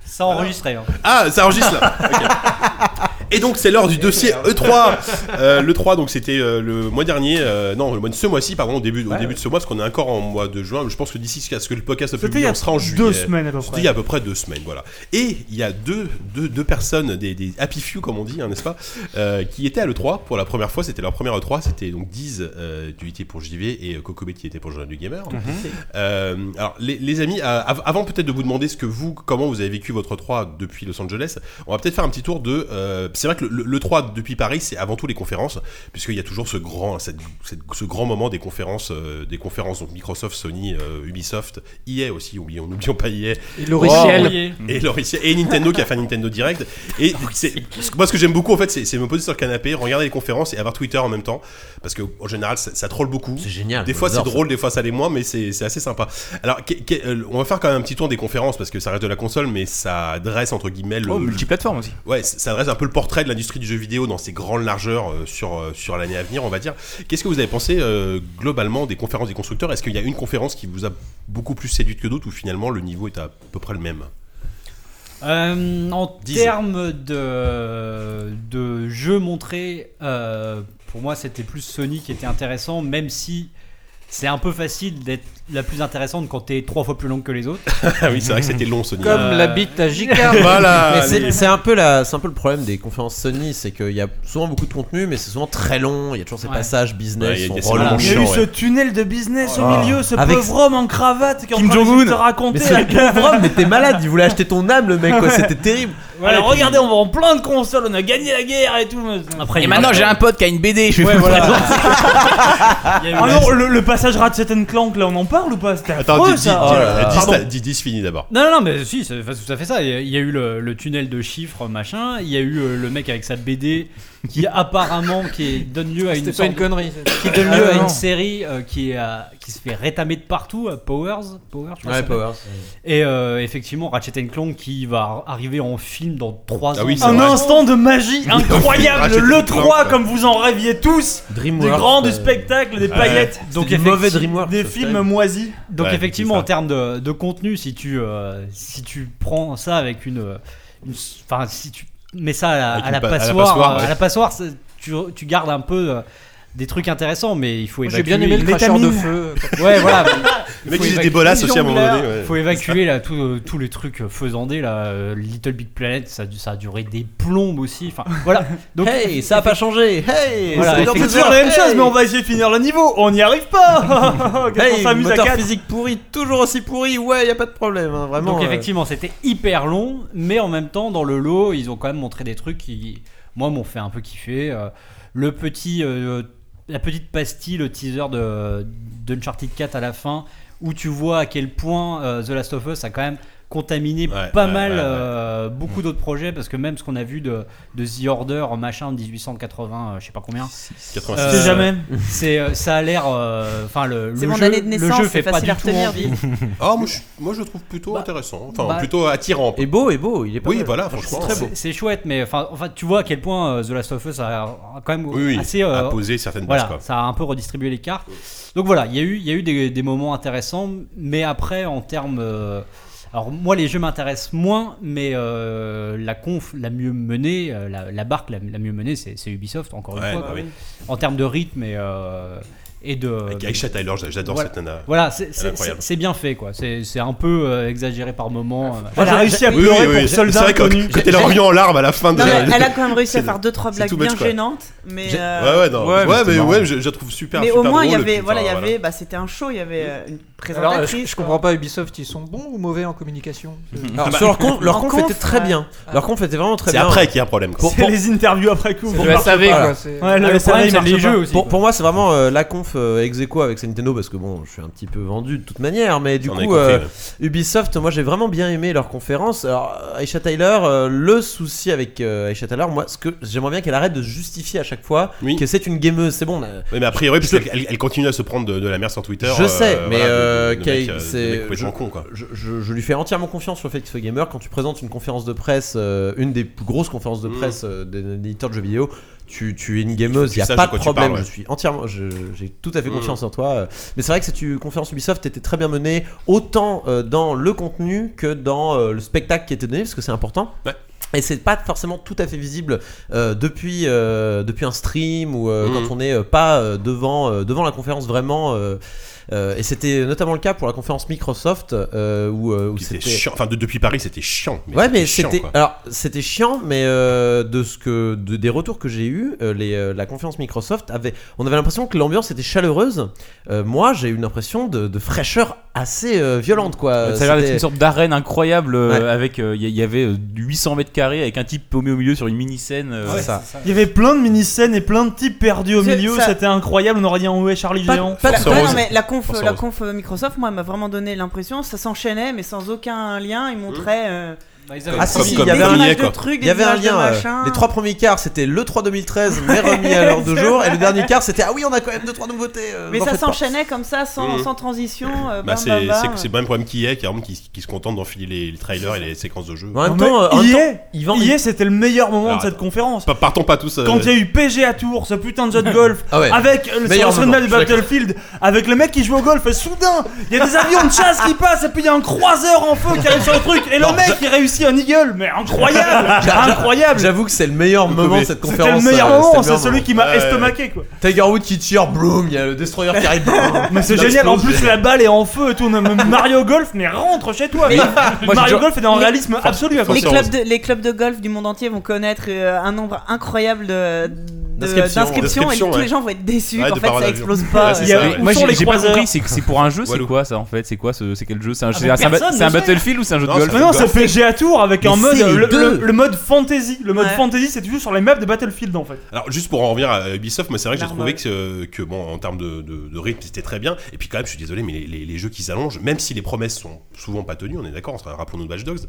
M: Ça enregistré. hein.
A: Ah, ça enregistre là. Ok. Et donc c'est l'heure du dossier E3. Euh, le 3 donc c'était euh, le mois dernier, euh, non le mois de ce mois-ci pardon au début au début de ce mois parce qu'on est encore en mois de juin. Je pense que d'ici à ce que le podcast soit
D: C'était
A: publié,
D: il y a
A: on sera en
D: deux
A: juillet.
D: semaines à peu
A: C'était
D: près.
A: il y a à peu près deux semaines voilà. Et il y a deux deux, deux personnes des, des happy few comme on dit hein, n'est-ce pas euh, qui étaient à le 3 pour la première fois. C'était leur première E3. C'était donc Diz euh, du IT pour JV et euh, Kokobet qui était pour Journal du Gamer.
N: Tout à fait.
A: Euh, alors les, les amis, euh, av- avant peut-être de vous demander ce que vous, comment vous avez vécu votre 3 depuis Los Angeles, on va peut-être faire un petit tour de. euh, c'est vrai que le, le 3 depuis Paris, c'est avant tout les conférences, puisqu'il y a toujours ce grand, cette- cette- ce grand moment des conférences, euh, des conférences donc Microsoft, Sony, euh, Ubisoft, EA aussi, oublions, n'oublions pas EA.
E: Et Loriciel.
A: et Loriciel et Nintendo qui a fait un Nintendo Direct. Et c'est- moi, ce que j'aime beaucoup en fait, c'est c'est me poser sur le canapé, regarder les conférences et avoir Twitter en même temps, parce que en général, ça, ça troll beaucoup. C'est
C: génial.
A: Des fois, c'est
C: j'adore ça.
A: drôle drôle, des fois ça l'est moins, mais c'est c'est assez sympa. Alors, que- que- euh, on va faire quand même un petit tour des conférences parce que ça reste de la console, mais ça adresse entre guillemets le.
I: Oh, multiplateforme aussi.
A: Ouais, c- ça adresse un peu le portrait de l'industrie du jeu vidéo dans ses grandes largeurs euh, sur, euh, sur l'année à venir, on va dire. Qu'est-ce que vous avez pensé euh, globalement des conférences des constructeurs Est-ce qu'il y a une conférence qui vous a beaucoup plus séduite que d'autres ou finalement le niveau est à peu près le même
B: Euh, en
A: Dix.
B: termes de, de jeux montrés, euh, pour moi c'était plus Sony qui était intéressant, même si c'est un peu facile d'être la plus intéressante quand t'es trois fois plus longue que les autres. Euh,
A: Ah oui, c'est vrai que c'était long, Sony.
E: Comme la bite à Jicard.
C: Mais c'est- c'est un peu la, c'est un peu le problème des conférences Sony, c'est qu'il y a souvent beaucoup de contenu, mais c'est souvent très long. Il y a toujours ces
D: Ouais.
C: passages
A: Ouais, il y a-
C: business,
A: il y a
C: sont
A: ces moments
C: relents.
D: Il y a eu ce tunnel de business au
C: Ah.
D: milieu, ce
C: Avec-
D: pauvre homme en cravate qui est en train d'essayer de te raconter
C: Mais c'est
D: la
C: le pauvre homme, mais t'es malade, il voulait acheter ton âme, le mec, quoi, c'était terrible.
D: Voilà,
C: Allez,
D: regardez, on vend plein de consoles, on a gagné la guerre et tout.
B: Après,
I: Et maintenant, j'ai un pote qui a une BD, je vais vous le présenter.
D: Ah non, le, le passage Ratchet and Clank, là, on en parle ou pas C'était
A: Ah, Attends,
D: affreux,
A: dis- dis-
D: ça.
A: dis-
D: Oh là là.
A: dis-
D: Pardon.
A: dis- dis fini d'abord.
B: Non, non, non, mais si, c'est enfin, tout à fait ça. Il y a- il y a eu le, le tunnel de chiffres, machin. Il y a eu euh, le mec avec sa BD qui apparemment qui est- donne lieu à une.
E: C'était pas
B: sorte-
E: une connerie, c'est-
B: Qui donne
E: Ah,
B: lieu à
E: non.
B: une série euh, qui, est, à- qui se fait rétamer de partout, à Powers. Powers, je crois
C: Ouais,
B: que ça s'appelle.
C: Powers.
B: Et euh, effectivement, Ratchet and Clank qui va ar- arriver en film dans 3
A: Ah
B: ans.
A: oui, c'est
D: Un instant de magie incroyable,
B: Ratchet and
D: le
B: Clank,
D: 3
B: ouais.
D: comme vous en rêviez tous, des
B: Dreamworks,
D: grands, du
B: euh,
D: spectacle, des
B: ouais.
D: paillettes,
B: Donc
D: des mauvais
B: effecti-
D: Dreamworks, des films moisis.
B: Donc
D: Ouais,
B: effectivement,
D: c'est
B: en termes de, de contenu, si tu euh, si tu prends ça avec une, euh, une s- enfin si tu mets ça à, la-
A: Avec
B: à
A: une
B: la
A: pa- à la
B: passoire, euh, à la
A: passoire,
B: passoire,
A: ouais.
B: c'est- tu, tu gardes un peu euh, des trucs intéressants, mais il faut
E: Moi,
B: évacuer.
E: j'ai bien aimé le cracheur de feu.
B: Ouais, voilà.
A: Le mec, il faisait des bolasses aussi à un moment donné, ouais.
B: Il faut évacuer là tous euh, tous les trucs euh, faisandés là, euh, Little Big Planet, ça, a dû- ça a duré des plombes aussi. Enfin voilà. Donc
C: hey, ça a pas changé. Hey,
B: Voilà,
D: C'est
B: effectivement.
D: toujours la même chose,
B: Hey.
D: mais on va essayer de finir le niveau. On n'y arrive pas. Quand on
C: Hey,
D: s'amuse à
C: moteur
D: quatre.
C: physique pourri, toujours aussi pourri, ouais, y a pas de problème, hein, vraiment.
B: Donc
C: euh,
B: effectivement, c'était hyper long, mais en même temps, dans le lot, ils ont quand même montré des trucs qui, moi, m'ont fait un peu kiffer. Euh, Le petit, euh, la petite pastille, le teaser de d'Uncharted 4 à la fin, où tu vois à quel point euh, The Last of Us a quand même contaminé pas
A: ouais,
B: mal
A: ouais, Mm. ouais.
B: euh, beaucoup d'autres projets parce que même ce qu'on a vu de, de The Order machin 1880 euh, je sais pas combien euh,
A: C'est jamais.
B: c'est euh, ça a l'air euh, enfin le,
G: C'est
B: le
G: mon
B: jeu,
G: année de
B: le
G: naissance,
B: jeu
G: c'est
B: fait pas
G: facile
B: du
G: à
B: tout
G: retenir,
B: envie.
G: dis.
A: Ah, moi, je, moi, je le trouve plutôt intéressant. Enfin,
B: bah-
A: plutôt attirant.
C: Et beau, et beau, il est pas
A: Oui,
C: mal.
A: voilà, franchement.
C: très beau.
B: Oh, C'est- C'est chouette, mais enfin, enfin, tu vois à quel point euh, The Last of Us a quand même
A: Oui, oui,
B: assez euh,
A: a posé certaines
B: voilà,
A: bases, quoi.
B: Ça a un peu redistribué les cartes. Donc voilà, il y a eu, il y a eu des, des moments intéressants, mais après en termes, euh, alors moi les jeux m'intéressent moins, mais euh, la conf la mieux menée, euh, la, la barque la, la mieux menée, c'est c'est Ubisoft encore
A: Ouais,
B: une fois.
A: bah
B: quoi.
A: oui.
B: En termes de rythme et euh, et de
A: Avec Aisha Tyler, j'a- j'adore
B: Voilà.
A: cette nana.
B: Voilà, c'est-
A: Elle est
B: c'est
A: incroyable. Ah,
B: c'est- c'est bien fait quoi. C'est c'est un peu euh, exagéré par euh, moment.
D: Elle a réussi à
A: Oui, oui,
D: pleurer
A: oui.
D: pour
A: C'est
D: soldat
A: vrai que
D: inconnu.
A: quand elle a remis en larmes à la fin de.
G: Non, mais elle a quand même réussi à
A: C'est-
G: faire deux trois
A: c'est
G: blagues
A: too much,
G: bien
A: quoi.
G: gênantes, mais
A: J'ai-
G: euh,
A: Ouais, ouais, non. Ouais,
E: Ouais, mais
A: mais,
E: c'était marrant.
A: ouais, je, je la trouve super.
G: mais
A: super
G: au moins il y
A: drôle,
G: avait,
A: puis,
G: voilà, il y
A: enfin,
G: avait, bah c'était un show, il y avait euh,
E: Alors,
G: une
E: euh, je,
G: présentatrice.
E: je comprends pas Ubisoft, ils sont bons ou mauvais en communication
C: Alors, sur leur conf, leur
G: En
C: conf,
G: conf,
C: était très
G: ouais.
C: bien. Leur conf était vraiment très
A: C'est
C: bien.
A: après qu'il y a un problème, quoi.
C: Pour-
D: C'est
C: pour-
D: les interviews après coup.
E: C'est
D: Bon,
E: le
D: marche
E: SAV,
D: pas.
E: quoi, c'est-
D: Ouais, le
B: Le
D: SAV,
B: problème,
D: il
B: c'est
D: marche
B: les
D: pas.
B: jeux aussi.
C: Pour, pour moi, c'est vraiment euh, la conf euh, ex aequo avec Nintendo parce que bon, je suis un petit peu vendu de toute manière, mais du
A: On a
C: coup,
A: compris,
C: euh,
A: ouais.
C: Ubisoft, moi j'ai vraiment bien aimé leur conférence. Alors, Aisha Tyler, euh, le souci avec euh, Aisha Tyler, moi, ce que j'aimerais bien qu'elle arrête de se justifier à chaque fois
A: Oui.
C: que c'est une gameuse. C'est bon, là,
A: Ouais, mais a priori, parce qu'elle- elle, elle continue à se prendre de, de la merde sur Twitter.
C: Je sais,
A: euh,
C: mais
A: voilà, de-
C: euh,
A: de- de
C: Kay,
A: mecs, euh, de mecs
C: c'est.
A: complètement cons, quoi.
C: je, je- je lui fais entièrement confiance sur le fait qu'il soit gamer. Quand tu présentes une conférence de presse, euh, une des plus grosses conférences de
A: Mm.
C: presse euh, des des éditeurs de jeux vidéo, tu, tu es une gameuse,
A: que
C: il n'y a
A: tu saches
C: pas
A: de
C: de
A: quoi tu
C: problème.
A: parles, ouais.
C: Je suis entièrement. je- J'ai tout à fait
A: Mm.
C: confiance en toi. euh. Mais c'est vrai que cette euh, conférence Ubisoft était très bien menée, autant euh, dans le contenu que dans euh, le spectacle qui était donné, parce que c'est important.
A: Ouais.
C: Et c'est pas forcément tout à fait visible euh, depuis, euh, depuis un stream ou euh,
A: Mhm.
C: quand on n'est euh, pas euh, devant, euh, devant la conférence vraiment. euh, euh, et c'était notamment le cas pour la conférence Microsoft euh, où, euh, où
A: C'était
C: c'était
A: chiant. Enfin, de- depuis Paris, c'était chiant.
C: ouais, mais
A: chiant,
C: c'était
A: quoi.
C: alors c'était chiant, mais euh, de ce que de- des retours que j'ai eu, les, euh, la conférence Microsoft avait, on avait l'impression que l'ambiance était chaleureuse. Euh, moi, j'ai eu une impression de, de fraîcheur assez euh, violente, quoi.
I: Ça a l'air d'être
C: C'était-
I: une sorte d'arène incroyable euh,
C: Ouais.
I: avec euh, il y, y avait euh, 800 mètres carrés avec un type paumé au milieu sur une mini scène. euh,
C: Ouais, c'est ça.
D: Il y avait plein de mini-scènes et plein de types perdus au
G: C'est-
D: milieu,
G: ça-
D: c'était incroyable, on aurait dit un ouais Charlie
G: Pas-
F: euh,
D: Géant.
G: pas-
A: Force
G: ouais, Bah, non,
A: Rose.
G: mais la conf,
A: Force
G: la
A: Rose.
G: conf Microsoft, moi, elle m'a vraiment donné l'impression, ça s'enchaînait, mais sans aucun lien. Ils montraient. euh,
C: Ah si,
A: Comme-
C: il
A: comme
C: y avait un
A: Bernier,
G: images
A: quoi.
G: de trucs,
C: Il y avait un lien. euh,
G: machin.
C: les trois premiers quarts, c'était le 3 2013, mais remis à l'heure de jour. Et le dernier quart, c'était Ah oui, on a quand même 2-3 nouveautés. euh,
G: Mais
C: vous en
G: ça
C: faites pas.
G: s'enchaînait comme ça, sans,
A: Mhm.
G: sans transition. euh,
A: Bah,
G: bam,
A: c'est
G: bam, bam.
A: c'est- c'est le même problème qu'hier, qui, qui, qui se contente d'enfiler les, les trailers et les séquences de jeu.
C: Mais En même
D: Non,
C: temps, euh, en
D: mais
C: même
D: EA,
C: temps, ils vendent-
D: EA, c'était le meilleur moment
A: Alors,
D: de cette
A: attends.
D: conférence.
A: Pa- Partons pas tous. euh,
D: Quand il y a eu PG à Tours, ce putain de jeu de golf,
C: Ah ouais.
D: avec euh, le
C: Meilleur
D: sur la
C: moment,
D: de
C: je suis d'accord.
D: Battlefield, avec le mec qui joue au golf, et soudain, il y a des avions de chasse qui passent, et puis il y a un croiseur en feu qui arrive sur le truc, et le mec il réussit un eagle, mais incroyable, incroyable.
C: J'avoue que c'est le meilleur moment de cette
D: C'était
C: conférence.
D: le meilleur
C: euh,
D: moment,
C: c'était
D: c'est
C: le
D: celui
C: meilleur
D: qui m'a
A: Ouais.
D: estomaqué quoi.
C: moment. Tiger Woods qui tire, bloom, il y a le destroyer qui arrive. bloom.
D: Mais c'est
C: Ça
D: génial, en
C: explose.
D: plus la balle est en feu et tout, on a même Mario Golf, mais rentre chez toi.
I: Mais-
D: mec.
I: j'ai
D: Mario
I: toujours-
D: Golf est dans un
G: Mais-
D: réalisme absolu à
G: Les
A: Force
G: clubs,
A: Rose.
G: de, les clubs de golf du monde entier vont connaître euh, un nombre incroyable de- de-
C: D'inscriptions,
G: d'inscriptions et
A: d'inscriptions,
G: tous
A: ouais.
G: les gens vont être déçus
A: Ouais,
G: qu'en
A: de
G: fait
A: parole
G: ça
A: à
G: explose
A: l'avion.
G: pas.
A: Ouais,
G: euh,
A: c'est ça,
D: avait-
A: ouais.
D: Où
I: Moi
D: sont
I: j'ai
D: les
I: j'ai pas
D: croiseurs
I: compris, c'est c'est pour un jeu, c'est
A: Walou.
I: quoi ça en fait C'est quoi ce- c'est quel jeu C'est un,
D: Ah,
I: c'est
D: bon,
I: un- c'est un-
D: personne
I: c'est
D: ne
I: un
D: sait.
I: Battlefield ou c'est un jeu de
A: Non,
I: golf
A: ça-
D: Mais non, c'est PGA Tour avec un
C: Mais
D: mode
C: c'est les
D: le, le-
C: deux.
D: le mode fantasy. Le mode
G: Ouais.
D: fantasy, c'est toujours sur les maps de Battlefield en fait.
A: Alors juste pour en revenir à Ubisoft, moi c'est vrai que j'ai
G: Normal.
A: trouvé que, euh, que bon en termes de, de- de rythme c'était très bien. Et puis quand même je suis désolé mais les, les- les jeux qu'ils allongent, même si les promesses sont souvent pas tenues, on est d'accord, enfin, rappelons-nous de Watch Dogs,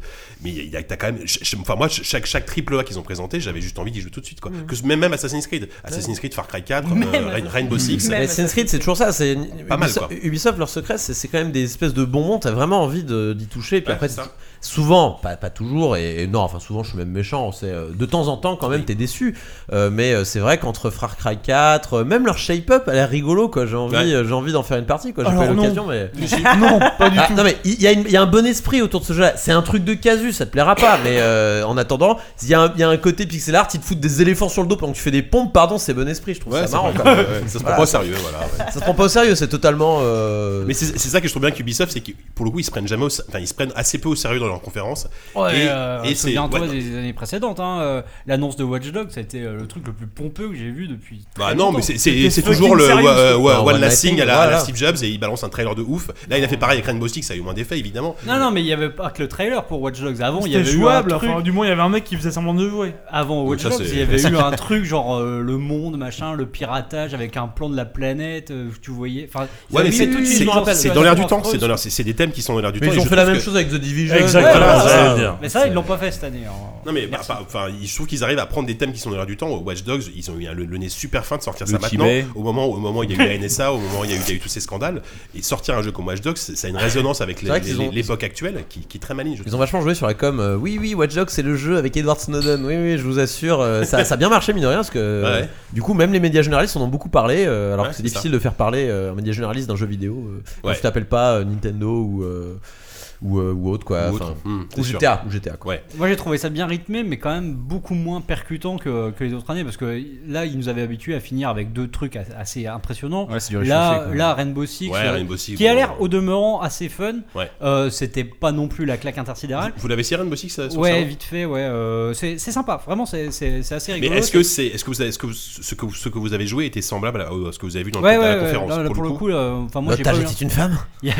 A: mais il y a, t'as quand même, ch- ch- enfin moi ch- chaque chaque triple A qu'ils ont présenté, j'avais juste envie d'y jouer tout de suite quoi.
G: Mmh.
A: Que ce- même même Assassin's Creed, Assassin's Creed, Far Cry 4, euh, Rain- Rainbow Six,
G: Même.
C: Mais Assassin's Creed, c'est toujours ça. C'est
A: Pas mal,
C: Ubisoft,
A: quoi.
C: Ubisoft, leur secret, c'est c'est quand même des espèces de bonbons. T'as vraiment envie de- d'y toucher. Puis
A: Ouais,
C: après,
A: c'est ça.
C: souvent, pas, pas toujours, et, et non, enfin souvent, je suis même méchant. C'est euh, de temps en temps, quand même, t'es déçu. Euh, mais euh, c'est vrai qu'entre Far Cry 4, euh, même leur shape up, elle est rigolo. Quoi, j'ai envie,
A: Ouais.
C: euh, j'ai envie d'en faire une partie. Quoi, j'ai
D: Alors
C: pas eu
D: non.
C: l'occasion, mais.
D: non, pas du
C: Ah,
D: tout.
C: non mais il y, a une- il y a un bon esprit autour de ce jeu-là. C'est un truc de casu, ça te plaira pas, mais euh, en attendant, il y, a un- il y a un côté pixel art, ils te foutent des éléphants sur le dos pendant que tu fais des pompes, pardon, c'est bon esprit, je trouve
A: Ouais,
C: ça marrant.
A: prend-
C: quoi.
A: ouais, ouais, ça se prend pas au sérieux voilà. ouais.
C: Ça se prend pas au sérieux, c'est totalement. euh,
A: Mais c'est c'est ça que je trouve bien qu'Ubisoft, c'est que pour le coup ils se prennent jamais, au- enfin ils se prennent assez peu au sérieux dans leurs conférences.
B: Ouais,
A: Et-
B: euh,
A: et c'est-
B: souviens-toi
A: ouais, non.
B: des années précédentes. hein, euh, L'annonce de Watch Dogs, ça a été euh, le truc le plus pompeux que j'ai vu depuis.
A: Bah
B: très
A: non,
B: longtemps.
A: mais c'est- c'est c'est
D: fucking
A: toujours le
D: sérieux,
A: wa- euh,
D: ce
A: wa-
C: truc.
A: Ah, one
C: Ouais,
A: last thing à la,
C: voilà.
A: à la Steve Jobs et il balance un trailer de ouf. Là, il a fait pareil avec Rainbow Six, ça a eu moins d'effet évidemment.
B: Non, non, mais il y avait pas que le trailer pour Watch Dogs. Avant, il y
D: C'était
B: avait
D: jouable,
B: eu un truc.
D: enfin, du moins il y avait un mec qui faisait semblant de jouer.
B: Avant Watch
A: ça,
B: Dogs,
A: c'est-
B: il y avait eu un truc genre euh, le monde, machin, le piratage avec un plan de la planète. euh, tu voyais. Enfin,
A: Ouais, mais
B: ça
A: c'est
B: avait eu
A: c'est-
B: une ambiance,
A: c'est
B: euh,
A: dans l'air du
B: Star
A: temps, c'est dans l'air- c'est c'est des thèmes qui sont dans l'air du
C: mais
A: temps.
C: ils
A: et
C: ont
A: je
C: fait la
A: trouve
C: même
A: que-
C: chose avec The Division.
F: Exactement,
B: voilà,
F: j'allais
B: ça-
F: le dire.
B: Mais ça, ils l'ont pas fait cette année. hein.
A: Non mais bah,
B: Merci.
A: bah, enfin, je trouve qu'ils arrivent à prendre des thèmes qui sont dans l'air du temps. Watch Dogs, ils ont eu un- le, le nez super fin de sortir
I: Le
A: ça maintenant.
I: Tibet.
A: Au moment, au moment où il y a eu la NSA, au moment où il y, a eu- il y a eu tous ces scandales, et sortir un jeu comme Watch Dogs, c'est- ça a une résonance avec les-
C: vrai qu'ils
A: les- les-
C: ont-
A: l'époque actuelle, qui, qui est très maligne. je trouve.
C: Ils ont vachement joué sur la com. euh, oui, oui, Watch Dogs, c'est le jeu avec Edward Snowden. Oui, oui, je vous assure. euh, ça, ça a bien marché, mine de rien, parce que euh,
A: Ouais.
C: du coup, même les médias généralistes en ont beaucoup parlé. euh, alors
A: Ouais,
C: que c'est
A: c'est
C: difficile de faire parler euh, un média généraliste d'un jeu vidéo. euh, quand
A: Ouais.
C: tu t'appelles pas euh, Nintendo ou, euh, ou, euh, ou autre, quoi.
A: Ou
C: enfin,
A: autre. Hmm, c'est
C: ou
A: sûr.
C: GTA, ou GTA, quoi.
A: Ouais.
B: Moi j'ai trouvé ça bien rythmé, mais quand même beaucoup moins percutant que, que les autres années, parce que là ils nous avaient habitués à finir avec deux trucs as- assez impressionnants.
I: Ouais, c'est du réchauffé,
B: Là,
I: quoi.
B: là, Rainbow Six,
A: Ouais,
B: euh,
A: Rainbow Six,
B: qui a
A: bon,
B: l'air
A: euh,
B: au demeurant assez fun,
A: Ouais.
B: Euh, c'était pas non plus la claque intersidérale.
A: Vous l'avez essayé Rainbow Six ça, sur le
B: Ouais,
A: cerveau
B: vite fait, ouais. euh, c'est c'est sympa, vraiment, c'est c'est- c'est assez
A: Mais
B: rigolo.
A: est-ce que c'est est-ce que vous avez- est-ce que vous- ce que vous- ce que vous avez joué était semblable à à ce que vous avez vu dans le
B: Ouais, ouais,
A: cadre de la
B: ouais,
A: conférence
B: là, là, pour le coup, euh, enfin moi j'ai pas,
C: L'otage
B: eu-
C: était une femme
B: il y a-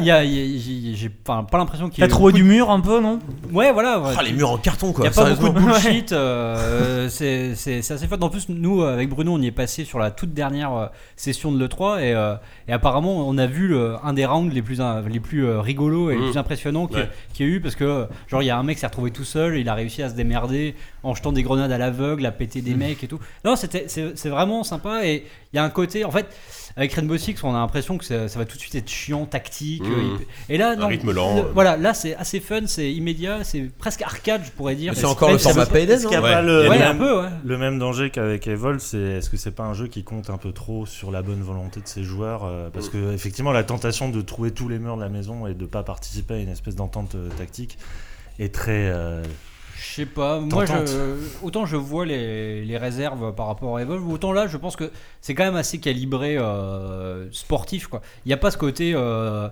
B: il y a- il y a- j'ai enfin, pas l'impression qu'il y
D: T'as
B: ait eu
D: trouvé
B: beaucoup
D: du mur un peu, non
B: de- Ouais, voilà. ouais.
C: Oh, les murs en carton,
B: Il
C: quoi.
B: n'y a pas beaucoup
C: sérieusement.
B: de bullshit, euh, c'est c'est- c'est assez fort. En plus, nous, euh, avec Bruno, on y est passé sur la toute dernière euh, session de l'E3 et, euh, et apparemment, on a vu le- un des rounds les plus, in- les plus euh, rigolos et les
A: Mhm.
B: plus impressionnants qui
A: Ouais.
B: qui y a eu parce que, euh, genre, il y a un mec qui s'est retrouvé tout seul, il a réussi à se démerder en jetant des grenades à l'aveugle, à péter
C: Mm.
B: des mecs et tout. Non, c'était- c'est c'est vraiment sympa et il y a un côté, en fait, avec Rainbow Six, on a l'impression que ça, ça va tout de suite être chiant, tactique.
A: Mhm.
B: euh, il- Et là, non,
A: rythme lent,
B: le-
A: euh.
B: voilà, là c'est assez fun, c'est immédiat, c'est presque arcade, je pourrais dire.
C: C'est encore le
B: Même si ça
C: format
B: veut pas-
C: Payday, non
F: Est-ce qu'il y a
A: Ouais.
F: pas
A: Il y
F: le,
A: a
B: Ouais,
F: le
B: un
F: même,
B: peu, ouais.
F: le même danger qu'avec Evolve C'est est-ce que c'est pas un jeu qui compte un peu trop sur la bonne volonté de ses joueurs euh, Parce que effectivement, la tentation de trouver tous les murs de la maison et de pas participer à une espèce d'entente euh, tactique est très euh,
B: Je sais pas, moi je,
F: Tentante.
B: autant je vois les, les réserves par rapport à Evolve, autant là je pense que c'est quand même assez calibré euh, sportif quoi. Il n'y a pas ce côté euh,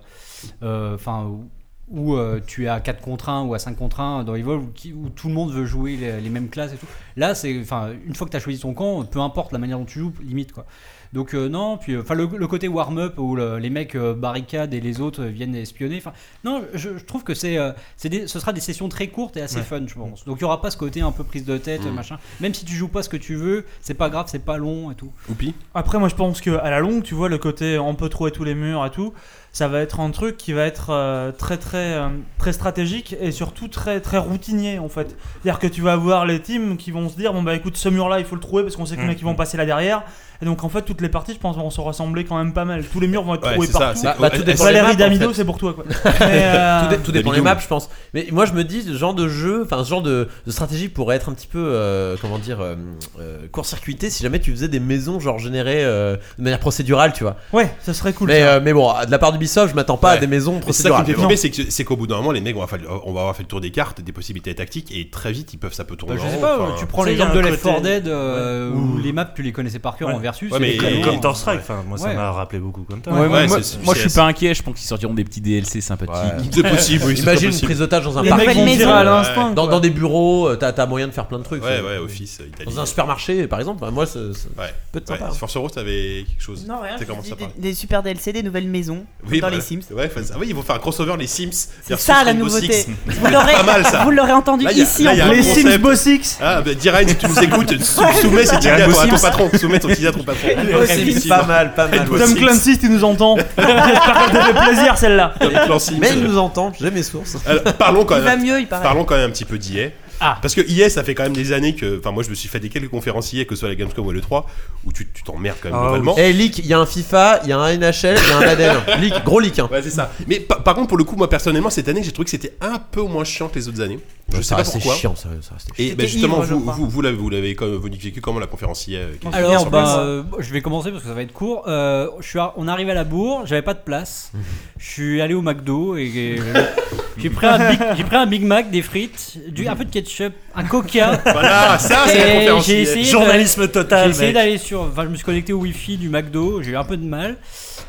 B: euh, enfin où, où, euh, tu es à 4 contre 1 ou à 5 contre 1 dans Evolve où, qui- où tout le monde veut jouer les, les mêmes classes et tout. Là c'est enfin une fois que tu as choisi ton camp, peu importe la manière dont tu joues, limite quoi. Donc euh, non, puis euh, enfin le, le côté warm-up où le- les mecs euh, barricadent et les autres euh, viennent espionner. Enfin non, je, je trouve que c'est, euh, c'est des- ce sera des sessions très courtes et assez
F: Ouais.
B: fun, je pense. Donc il y aura pas ce côté un peu prise de tête,
A: Mm.
B: machin. Même si tu joues pas ce que tu veux, c'est pas grave, c'est pas long et tout.
A: Oupi
D: Après, moi, je pense que à la longue, tu vois, le côté on peut trouver tous les murs et tout, ça va être un truc qui va être euh, très, très, euh, très stratégique et surtout très, très routinier en fait. C'est-à-dire que tu vas avoir les teams qui vont se dire bon bah écoute, ce mur-là, il faut le trouver parce qu'on sait que les
A: Mm.
F: Mhm.
D: mecs ils vont passer là derrière. Et donc en fait, toutes les parties, je pense, vont se ressembler quand même pas mal. Tous les murs vont être
A: Ouais,
D: trouvés
A: c'est ça,
D: partout.
A: c'est- Bah, bah, tout dépend
D: Valérie
C: des maps, en
D: Damido,
C: fait.
D: c'est pour toi quoi. Mais, euh,
C: tout, dé- tout dépend des
A: David
C: maps,
A: Hume.
C: je pense. Mais moi, je me dis, ce genre de jeu, enfin, ce genre de, de stratégie pourrait être un petit peu, euh, comment dire, euh, euh, court-circuité si jamais tu faisais des maisons, genre générées euh, de manière procédurale, tu vois.
D: Ouais, ça serait cool.
C: mais,
D: ça.
C: euh, mais bon, de la part d'Ubisoft, je m'attends pas à
A: Ouais.
C: des maisons
A: Mais C'est ça qui me
C: procédurales.
A: fait
C: tu vois.
A: flipper, c'est que- c'est qu'au bout d'un moment, les mecs, on va, faire- on va avoir fait le tour des cartes, des possibilités tactiques, et très vite, ils peuvent, ça peut tourner.
B: Bah, je
A: en
B: sais
A: rond,
B: pas,
A: enfin.
B: tu prends
D: Ça,
B: l'exemple
D: il y
B: de
D: a un
B: Left 4
D: côté-
B: Dead euh,
F: Ouais.
B: où
F: Ouh.
B: les maps tu les connaissais par cœur
F: Ouais.
B: en versus.
A: Ouais,
B: et
A: mais
B: les
F: Comme
A: Ouais.
B: canons,
F: comme
B: euh,
F: Counter-Strike, enfin, moi ça
B: Ouais.
F: m'a rappelé beaucoup comme ça.
B: Ouais, ouais,
I: moi,
A: ouais,
I: moi,
A: c'est-
I: moi, je
A: c'est-
I: suis pas inquiet, je pense qu'ils sortiront des petits DLC sympathiques.
A: C'est possible, oui. c'est
C: Imagine une
A: possible.
C: prise d'otage dans un
D: les
C: parc.
D: mecs vont
G: maison.
D: tirer à
A: euh,
D: l'instinct.
C: Dans,
D: quoi.
C: dans des bureaux, euh, t'as t'as moyen de faire plein de trucs.
A: Ouais, ouais,
C: euh,
A: office, euh, Italie.
C: Dans un supermarché, par exemple, Enfin, moi, ça ça
A: Ouais.
C: peut être
A: Ouais,
C: sympa.
A: Force Rose, t'avais quelque chose.
G: Non, rien.
A: T'as
G: je
A: commencé
G: dis
A: à
G: Des,
A: parler.
G: des super DLC, des nouvelles maisons
A: Oui, bah, voilà.
G: dans les Sims.
A: Ouais, faut- ah oui, ils vont faire un crossover les Sims.
G: C'est
A: versus
G: ça la
A: Rainbow
G: nouveauté.
A: Six.
G: Vous l'aurez-
A: Pas mal, ça.
G: Vous l'aurez entendu
A: Là, il y a-
G: ici
A: là, il y a
G: en
A: un
D: les
A: concept.
D: Sims Bossix.
A: Ah, bah, Diren, si tu nous écoutes, sou- soumets cette idée à
I: Rainbow
A: ton à ton
I: Six.
A: patron. Soumets ton idée à ton patron.
C: C'est pas mal, pas mal.
A: Rainbow
D: Tom
A: Six.
D: Clancy, tu nous entends. J'espère que t'as fait plaisir celle-là.
A: Tom Clancy.
C: Mais il nous entend, j'ai mes sources.
A: Alors, parlons quand
G: Il va
A: même.
G: mieux, il paraît.
A: Parlons quand même un petit peu d'IA.
B: Ah.
A: Parce que IA, ça fait quand même des années que. Enfin, moi, je me suis fait des quelques conférences IA, que ce soit la Gamescom ou le 3, où tu tu t'emmerdes quand même
F: Ah,
A: globalement.
C: Eh, leak, il y a un FIFA, il y a un NHL, il y a un ADN. Leak, gros leak. Hein.
A: Ouais, c'est ça. Mais pa- par contre, pour le coup, moi personnellement, cette année, j'ai trouvé que c'était un peu moins chiant que les autres années. Je sais
C: Ça
A: pas
C: restait
A: pourquoi.
C: chiant, ça, ça restait
A: Et
G: C'était
A: bah, justement,
G: ivre, je
A: vous,
G: crois.
A: vous, vous l'avez, vous l'avez comme- vous l'avez vécu comment la conférence hier euh, qui-
B: Alors,
A: sur
B: bah,
A: place
B: euh, je vais commencer parce que ça va être court. Euh, je suis à- on arrive à la bourre, j'avais pas de place. Je suis allé au McDo et, et- j'ai pris un Big, j'ai pris un Big Mac, des frites, du, un peu de ketchup, un Coca.
F: Bah,
A: Voilà, Ah, ça c'est la
B: Et
A: conférence.
B: j'ai
A: IA.
B: essayé de-
F: Journalisme
B: J'ai
F: total,
B: essayé
F: mec.
B: d'aller sur. Enfin, je me suis connecté au Wi-Fi du McDo, j'ai eu un peu de mal.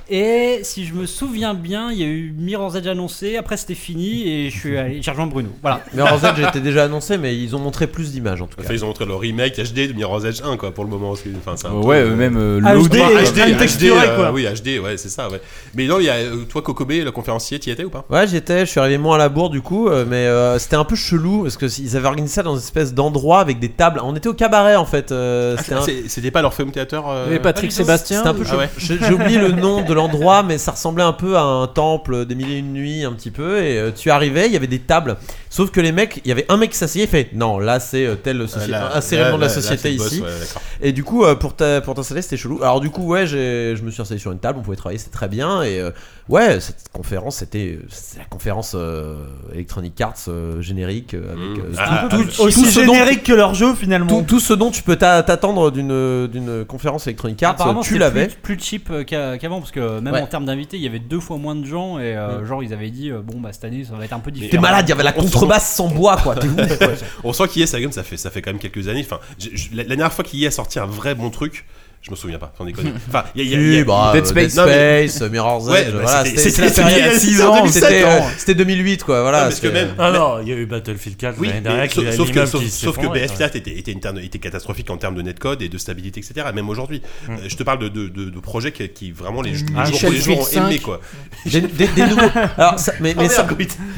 B: Et si je me souviens bien, il y a eu Mirror's Edge annoncé, après c'était fini et je suis allé. J'ai rejoint Bruno. Voilà.
C: Mais en fait, j'étais déjà annoncé, mais ils ont montré plus d'images en tout cas.
A: Enfin, ils ont montré leur remake HD de Mirror's Edge 1 quoi pour le moment. parce que, Enfin, c'est un
I: Euh,
A: peu-
I: ouais, euh, même euh,
D: Ah,
I: l'eau-
D: je-
A: Enfin,
D: HD,
A: HD,
D: HD,
A: HD,
D: texturé,
A: euh,
D: quoi.
A: oui, HD, ouais, c'est ça, ouais. Mais non, il y a, euh, toi, Kokobé, la conférencier, t'y étais ou pas
C: Ouais, j'étais, je suis arrivé moins à la bourre du coup, euh, mais euh, c'était un peu chelou parce que si- ils avaient organisé ça dans une espèce d'endroit avec des tables. On était au cabaret en fait. euh, c'était un-
A: Ah, C'est- C'était pas l'Orpheum Theater euh,
E: Et Patrick Sébastien.
C: C'était un peu
A: Ah
C: chelou.
A: ouais.
C: J'ai j'ai oublié le nom de l'endroit, mais ça ressemblait un peu à un temple des mille et une nuits, un petit peu. Et euh, tu arrivais, il y avait des tables. Sauf que les mecs, il y avait un mec qui s'asseyait et fait Non, là c'est euh, tel
A: euh,
C: soci-
A: là-
C: un cérémon de
A: là-
C: la
A: là, c'est
C: société
A: le boss,
C: ici.
A: ouais, d'accord.
C: Et du coup, euh, pour ta- pour t'installer, c'était chelou. Alors, du coup, ouais, j'ai- je me suis installé sur une table, on pouvait travailler, c'était très bien. Et euh, ouais, cette conférence, c'était c'est la conférence euh, Electronic Arts euh, générique euh, avec
A: Mm.
C: euh,
A: Ah, ah,
C: tout, tout- tout
D: Aussi
C: ce dont,
D: générique que leur jeu finalement.
C: tout, tout ce dont tu peux t'a- t'attendre d'une d'une conférence Electronic Arts,
B: Apparemment,
C: tu
B: c'était
C: l'avais.
B: Plus, plus cheap euh, qu'a- qu'avant, parce que même
C: Ouais.
B: en termes d'invités, il y avait deux fois moins de gens et euh, genre ils avaient dit euh, bon bah cette année ça va être un peu différent.
C: T'es malade, il y avait la
A: On se
C: contrebasse sans bois, quoi. T'es ouf, quoi.
A: ah, On sent qu'IA, ça, ça fait, ça fait quand même quelques années. Enfin, je- je- la, la dernière fois qu'IA a sorti un vrai bon truc, je me souviens pas, sans déconner. Enfin, il y a- il y a- il y a-
C: Oui, bah,
I: Dead
C: euh,
I: Space.
A: Non, mais-
C: Space, Mirror's
A: Ouais,
C: Edge,
A: bah,
C: voilà,
A: c'était-
C: c'était c'était la
A: c'était-
C: période il y a
A: c'était
C: six
A: en
C: ans,
A: 2007,
C: c'était euh,
A: hein.
C: c'était 2008, quoi. Voilà,
A: Non, parce que
C: c'est-
A: même,
F: Ah non, il y a eu Battlefield 4
A: Oui,
F: l'année
A: mais
F: dernière,
A: sauf,
F: qui a
A: sauf que,
F: l'immeuble
A: sauf-
F: qui
A: sauf que
F: s'effondre, ouais.
A: BF4 était, était interne- était catastrophique en termes de netcode et de stabilité, etc. Même aujourd'hui,
F: Mm.
A: Euh, je te parle de, de, de- de projets qui, qui vraiment les,
F: Ah,
A: les, jours,
E: Michel
A: les jours ont
E: Field
A: aimé
E: 5.
A: quoi.
C: Des, des- des nouveaux. Alors, ça- mais,
A: Oh,
C: mais, ça-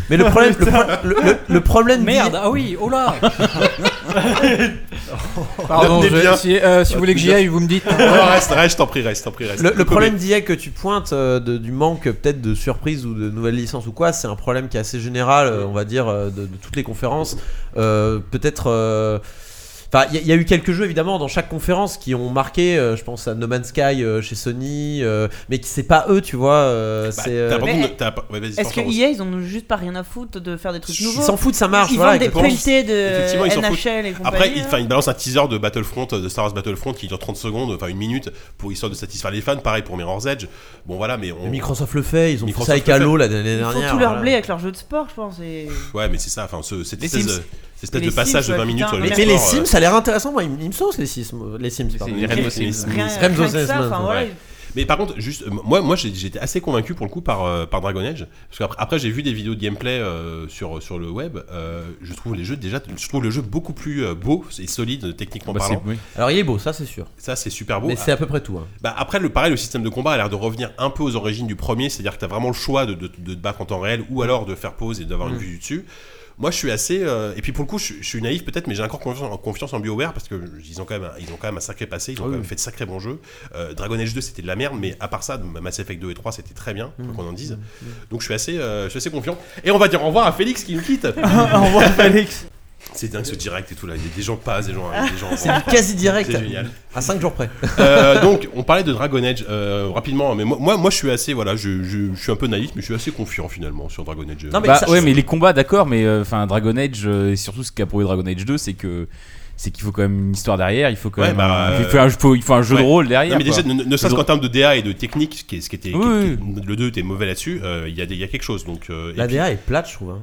C: mais le problème, le, pro- le- le- le problème,
B: Merde, ah oui, oh là
E: Pardon,
A: Revenez
E: je-
A: bien.
E: si, euh, si vous voulez que j'y aille, vous me dites.
I: Bah,
A: Non, reste, reste, je t'en prie, reste, t'en prie, reste.
C: Le, le
A: Coco,
C: problème d'IA que tu pointes euh, de- du manque euh, peut-être de surprise ou de nouvelles licences ou quoi, c'est un problème qui est assez général, euh, on va dire, euh, de, de toutes les conférences. Euh, peut-être. euh, Enfin, il y, a- il y a eu quelques jeux évidemment dans chaque conférence qui ont marqué. euh, je pense à No Man's Sky euh, chez Sony, euh, mais qui c'est pas eux, tu vois. euh,
A: bah,
C: c'est, euh,
A: t'as pas
G: Mais-
A: compte- t'as pas- ouais, vas-y,
G: Est-ce que
A: Star Wars.
G: EA, ils en ont juste pas rien à foutre de faire des trucs
C: ils
G: nouveaux
C: s'en foutent, ça marche.
G: Ils
C: voilà,
G: vendent des
C: exactement.
G: pelletés
A: Effectivement, ils s'en
G: de
A: foutent.
G: NHL et compagnie. hein.
A: Après, il,
G: là.
A: enfin, il balance un teaser de Battlefront, euh, de Star Wars Battlefront qui dure 30 secondes, enfin une minute, pour histoire de satisfaire les fans. Pareil pour Mirror's Edge. Bon voilà, mais on.
C: Microsoft le fait, ils ont fait
A: Microsoft
C: ça avec
A: le fait.
C: Halo l'année
G: Ils
C: dernière.
G: font tout leur
C: voilà.
G: blé avec leur jeu de sport, je pense. Et...
A: Ouais, mais c'est ça, enfin, ce, cette
I: Les
A: espèce,
I: Sims.
A: de- espèce
G: Et
A: de
G: les
A: passage
G: Sims,
A: de 20
G: ouais,
A: minutes
G: putain,
A: au
G: mais-
A: Nextdoor,
C: Mais les
A: euh,
C: Sims, ça a l'air intéressant. Moi, ils me- ils me saucent les Sims. moi, Les Sims, pardon.
A: les Rainbow Sims.
C: Rainbow Sims. ouais.
A: Mais par contre, juste, euh, moi, moi j'ai- j'étais assez convaincu pour le coup par, euh, par Dragon Age. Parce qu'après, après, j'ai vu des vidéos de gameplay euh, sur, sur le web. euh, je trouve les jeux déjà, je trouve le jeu beaucoup plus euh, beau et solide techniquement
C: Bah, c'est-
A: parlant.
C: oui. Alors, il est beau, ça c'est sûr.
A: Ça c'est super beau.
C: Mais c'est à peu près tout, hein.
A: Bah, après, le pareil, le système de combat a l'air de revenir un peu aux origines du premier, c'est-à-dire que tu as vraiment le choix de, de- de te battre en temps réel ou alors de faire pause et d'avoir une
C: Mm.
A: vue du dessus. Moi, je suis assez. euh, et puis pour le coup, je, je suis naïf peut-être, mais j'ai encore confiance, en- confiance en BioWare parce qu'ils ont, quand même un- ils ont quand même un sacré passé, ils ont quand même fait de sacrés bons jeux. Euh, Dragon Age 2, c'était de la merde, mais à part ça, Mass Effect 2 et 3, c'était très bien, quoi qu'on en dise. Donc je suis, assez, euh, je suis assez confiant. Et on va dire au revoir à Félix qui nous quitte. au
D: revoir, Félix.
A: C'est dingue ce direct et tout là, il y a des gens passent, des gens arrivent, des gens
C: C'est du quasi-direct.
A: C'est génial.
C: À 5 jours près.
A: Euh, donc, on parlait de Dragon Age euh, rapidement, mais moi, moi, moi, je suis assez, voilà, je, je- je suis un peu naïf, mais je suis assez confiant finalement sur Dragon Age.
C: Non, mais
I: bah,
C: ça-
I: ouais, mais les combats, d'accord, mais euh, enfin Dragon Age, euh, et surtout ce qu'a prouvé Dragon Age 2, c'est que c'est qu'il faut quand même une histoire derrière, il faut quand
A: Ouais,
I: même
A: bah,
I: un- il,
A: euh,
I: faut un, il faut- il faut un jeu
A: Ouais.
I: de rôle derrière.
A: Non, mais déjà,
I: quoi.
A: ne, ne serait-ce
I: Ils ont-
A: qu'en termes de DA et de technique, ce qui, est- ce qui était,
I: Oui,
A: qui-
I: oui.
A: qui- le 2 était mauvais là-dessus, euh, il y, a des- il y a quelque chose. Donc, euh, et
C: La
A: puis-
C: DA est plate, je trouve. hein.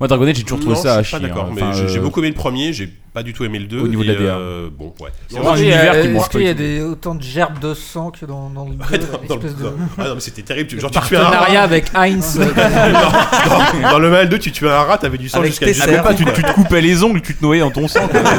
I: Moi, Dragon Age, j'ai toujours trouvé
A: Non,
I: ça à
A: je suis
I: chier.
A: pas d'accord,
I: hein.
A: mais
I: Enfin,
A: j'ai j'ai
I: euh,
A: beaucoup aimé le premier, j'ai pas du tout aimé le 2.
I: Au niveau de la
A: et,
I: DA.
A: euh, bon, ouais.
I: C'est vraiment un univers qui me
E: Est-ce
I: manque pas
E: qu'il y a
I: du tout.
E: des, autant de gerbes de sang que dans, dans le 2
A: Dans le-
E: espèce de...
A: Ah non, mais c'était terrible. tu- Genre, tu tuais un
E: Partenariat
A: rat.
E: avec Heinz.
A: dans, dans le mal 2, tu tuais un rat, t'avais du sang
C: Avec
A: jusqu'à.
C: tes
A: jusqu'à-
C: serres.
A: Ah,
I: tu, tu te coupais les ongles, tu te noyais dans ton sang. quoi.
A: Là,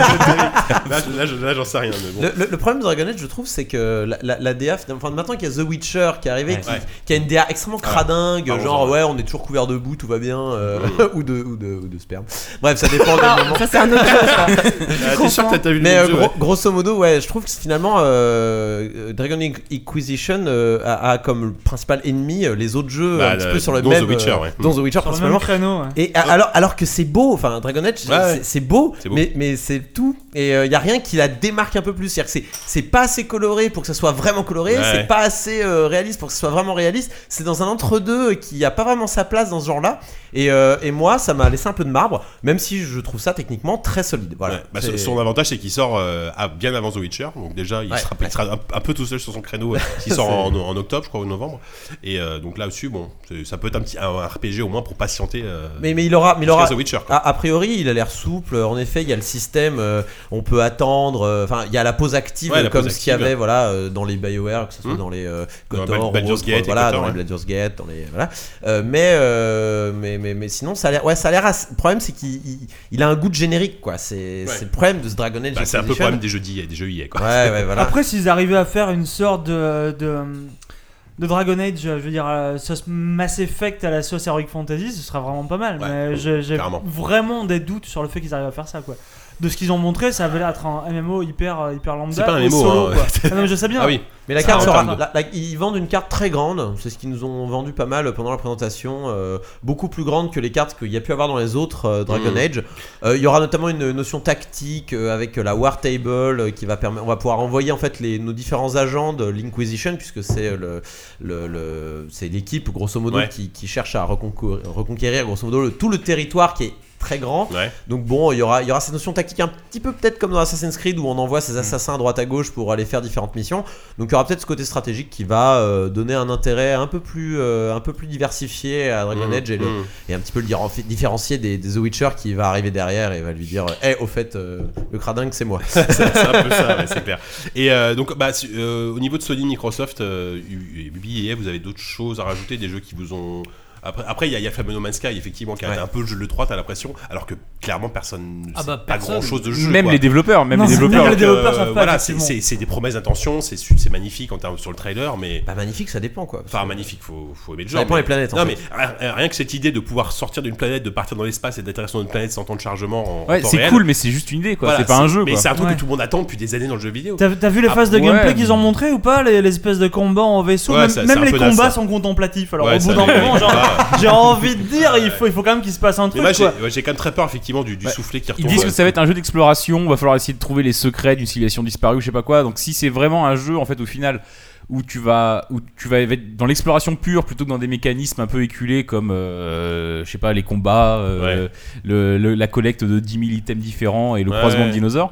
A: je- là, je- là, j'en sais rien. mais bon.
C: Le, le- le problème de Dragon Age, je trouve, c'est que la, la- la DA, finalement, enfin, maintenant qu'il y a The Witcher qui est arrivé, qui,
A: Ouais.
C: qui a une DA extrêmement cradingue,
A: Ah,
C: genre
A: bonjour.
C: ouais, on est toujours couvert de boue, tout va bien, euh, ou, de, ou, de, ou de sperme. Bref, ça dépend des moments.
G: Ça, c'est un autre jeu, ça.
A: Ah, T'es sûr que t'as- t'as vu le
C: Mais
A: même
C: euh,
A: jeu,
C: gro-
A: ouais.
C: grosso modo, ouais, je trouve que finalement, euh, Dragon Age Inquisition euh, a, a comme principal ennemi euh, les autres jeux
A: Bah,
C: un petit
A: le-
C: peu sur le
A: dont
C: même.
A: The Witcher,
C: euh,
A: ouais.
C: dont The Witcher
D: Sur le même
C: principalement.
D: créneau. ouais.
C: Et a- alors, alors que c'est beau, enfin Dragon Age, c'est-
A: ouais.
C: c'est- c'est beau,
A: C'est beau.
C: mais, mais c'est tout. Et il y a rien qui la démarque un peu plus. C'est-à-dire que c'est- c'est pas assez coloré pour que ça soit vraiment coloré,
A: Ouais.
C: c'est pas assez euh, réaliste pour que ça soit vraiment réaliste. C'est dans un entre-deux euh, qui a pas vraiment sa place dans ce genre-là. Et, euh, et moi, ça m'a laissé un peu de marbre, même si je trouve ça techniquement très solide. Voilà.
A: Ouais, bah,
C: C'est-
A: son, son avantage, c'est qu'il sort euh, à- bien avant The Witcher. Donc, déjà, il
C: Ouais.
A: sera, il sera un, un peu tout seul sur son créneau. euh, S'il sort en, en octobre, je crois, ou novembre. Et euh, donc, là-dessus, bon, c'est- ça peut être un petit un, un RPG au moins pour patienter. euh,
C: mais, mais il aura, mais il
A: jusqu'à
C: aura,
A: The Witcher. quoi.
C: A, a priori, il a l'air souple. En effet, il y a le système. euh, on peut attendre. euh, Enfin, il y a la pause active,
A: Ouais, la
C: comme
A: pause
C: ce qu'il y
A: active.
C: avait, voilà, euh, dans les Bioware, que ce soit
A: Hmm.
C: dans les euh,
A: Dans
C: Kotor,
A: Bal-
C: ou
A: Baldur's
C: autre,
A: Gate et
C: voilà,
A: Kotor,
C: dans les
A: ouais.
C: Baldur's Gate, dans les voilà. Euh, mais, euh, mais, mais, mais sinon, ça a l'air. Ouais, ça a l'air. assez- Le problème, c'est qu'il il- il a un goût de générique, quoi. C'est
A: Ouais.
C: c'est le problème de ce Dragon Age.
A: Bah, c'est un peu le
C: Inquisition.
A: problème des jeux d'IA. Des jeux IA quoi.
C: Ouais, ouais, voilà.
D: Après, s'ils arrivaient à faire une sorte de, de, de Dragon Age, je veux dire, euh, sauce Mass Effect à la sauce Heroic Fantasy, ce serait vraiment pas mal.
A: Ouais, mm,
D: mais j'ai j'ai
A: carrément.
D: vraiment des doutes sur le fait qu'ils arrivent à faire ça, quoi. De ce qu'ils ont montré, ça avait l'air d'être un MMO hyper, euh, hyper lambda.
A: C'est pas un
D: ou
A: MMO,
D: solo,
A: hein.
D: quoi. Ah non, mais je sais bien.
A: Ah oui,
C: Mais la
D: Ça
C: carte
D: rentre
C: sera.
D: un peu.
C: la- la- ils vendent une carte très grande, c'est ce qu'ils nous ont vendu pas mal pendant la présentation, euh, beaucoup plus grande que les cartes qu'il y a pu avoir dans les autres euh, Dragon
A: Mhm.
C: Age. Euh, Il y aura notamment une notion tactique euh, avec la War Table euh, qui va permettre. On va pouvoir envoyer en fait les, nos différents agents de l'Inquisition, puisque c'est euh, le, le- le- c'est l'équipe grosso modo
A: Ouais.
C: qui, qui cherche à reconquérir, reconquérir grosso modo le- tout le territoire qui est très grand.
A: ouais.
C: Donc bon, il y aura, il y aura cette notion tactique un petit peu peut-être comme dans Assassin's Creed où on envoie
A: Mm.
C: ses assassins à droite à gauche pour aller faire différentes missions. Donc il y aura peut-être ce côté stratégique qui va euh, donner un intérêt un peu plus, euh, un peu plus diversifié à Dragon Age et, le-
A: Mmh.
C: et un petit peu le dire- différencier des, des The Witcher qui va arriver derrière et va lui dire, eh au fait, euh, le cradingue c'est moi.
A: c'est un peu ça, ouais, c'est clair. Et euh, donc, bah, su- euh, au niveau de Sony, Microsoft, euh, U- Ubi et EA, vous avez d'autres choses à rajouter, des jeux qui vous ont. Après, après, il y a, il y a le fameux No Man's Sky, effectivement, qui a
C: Ouais.
A: un peu le jeu de le 3, t'as l'impression, alors que clairement, personne ne
B: Ah
A: sait
B: bah,
A: pas
B: personne.
A: grand chose de jeu.
I: même
A: quoi.
I: les développeurs, même
D: Non,
I: les
D: c'est
I: développeurs.
D: même les
A: Donc,
D: développeurs savent pas,
A: voilà, c'est-
D: effectivement.
A: c'est c'est des promesses d'intention, c'est su- c'est magnifique en termes sur le trailer, mais.
C: Bah magnifique, ça dépend quoi.
A: Enfin, magnifique, faut, faut aimer le
C: Ça
A: genre.
C: dépend
A: mais-
C: des planètes. en
A: Non
C: fait.
A: mais r- r- rien que cette idée de pouvoir sortir d'une planète, de partir dans l'espace et d'atterrir sur une planète sans temps de chargement en, en
I: Ouais,
A: temps
I: c'est
A: réel.
I: cool, mais c'est juste une idée, quoi.
A: Voilà,
I: c'est pas un jeu,
A: Mais
I: quoi.
A: c'est un truc
D: Ouais.
A: que tout le monde attend depuis des années dans le jeu vidéo.
D: T'as t'as vu les
I: Ah,
D: phases de
I: ouais.
D: gameplay qu'ils ont montré ou pas les, les espèces de combats en vaisseau
A: Ouais,
D: Même,
A: ça-
D: même
A: c'est un
D: les
A: peu naze,
D: combats
A: ça.
D: sont contemplatifs. Alors
A: Ouais,
D: au
A: ça,
D: bout d'un
A: les-
D: moment,
A: les
D: genre,
A: combats,
D: j'ai envie de dire,
A: Ouais.
D: il faut, il faut quand même qu'il se passe un
A: Mais
D: truc.
A: moi j'ai
D: quoi.
A: ouais, j'ai quand même très peur effectivement du, du
I: Bah,
A: soufflet qui retombe.
I: Ils disent que ça va être un jeu d'exploration, va falloir essayer de trouver les secrets d'une civilisation disparue, je sais pas quoi. Donc si c'est vraiment un jeu en fait au final où tu vas où tu vas être dans l'exploration pure plutôt que dans des mécanismes un peu éculés comme euh, je sais pas les combats, euh, le- le- la collecte de 10 000 items différents et le
A: Ouais.
I: croisement de dinosaures.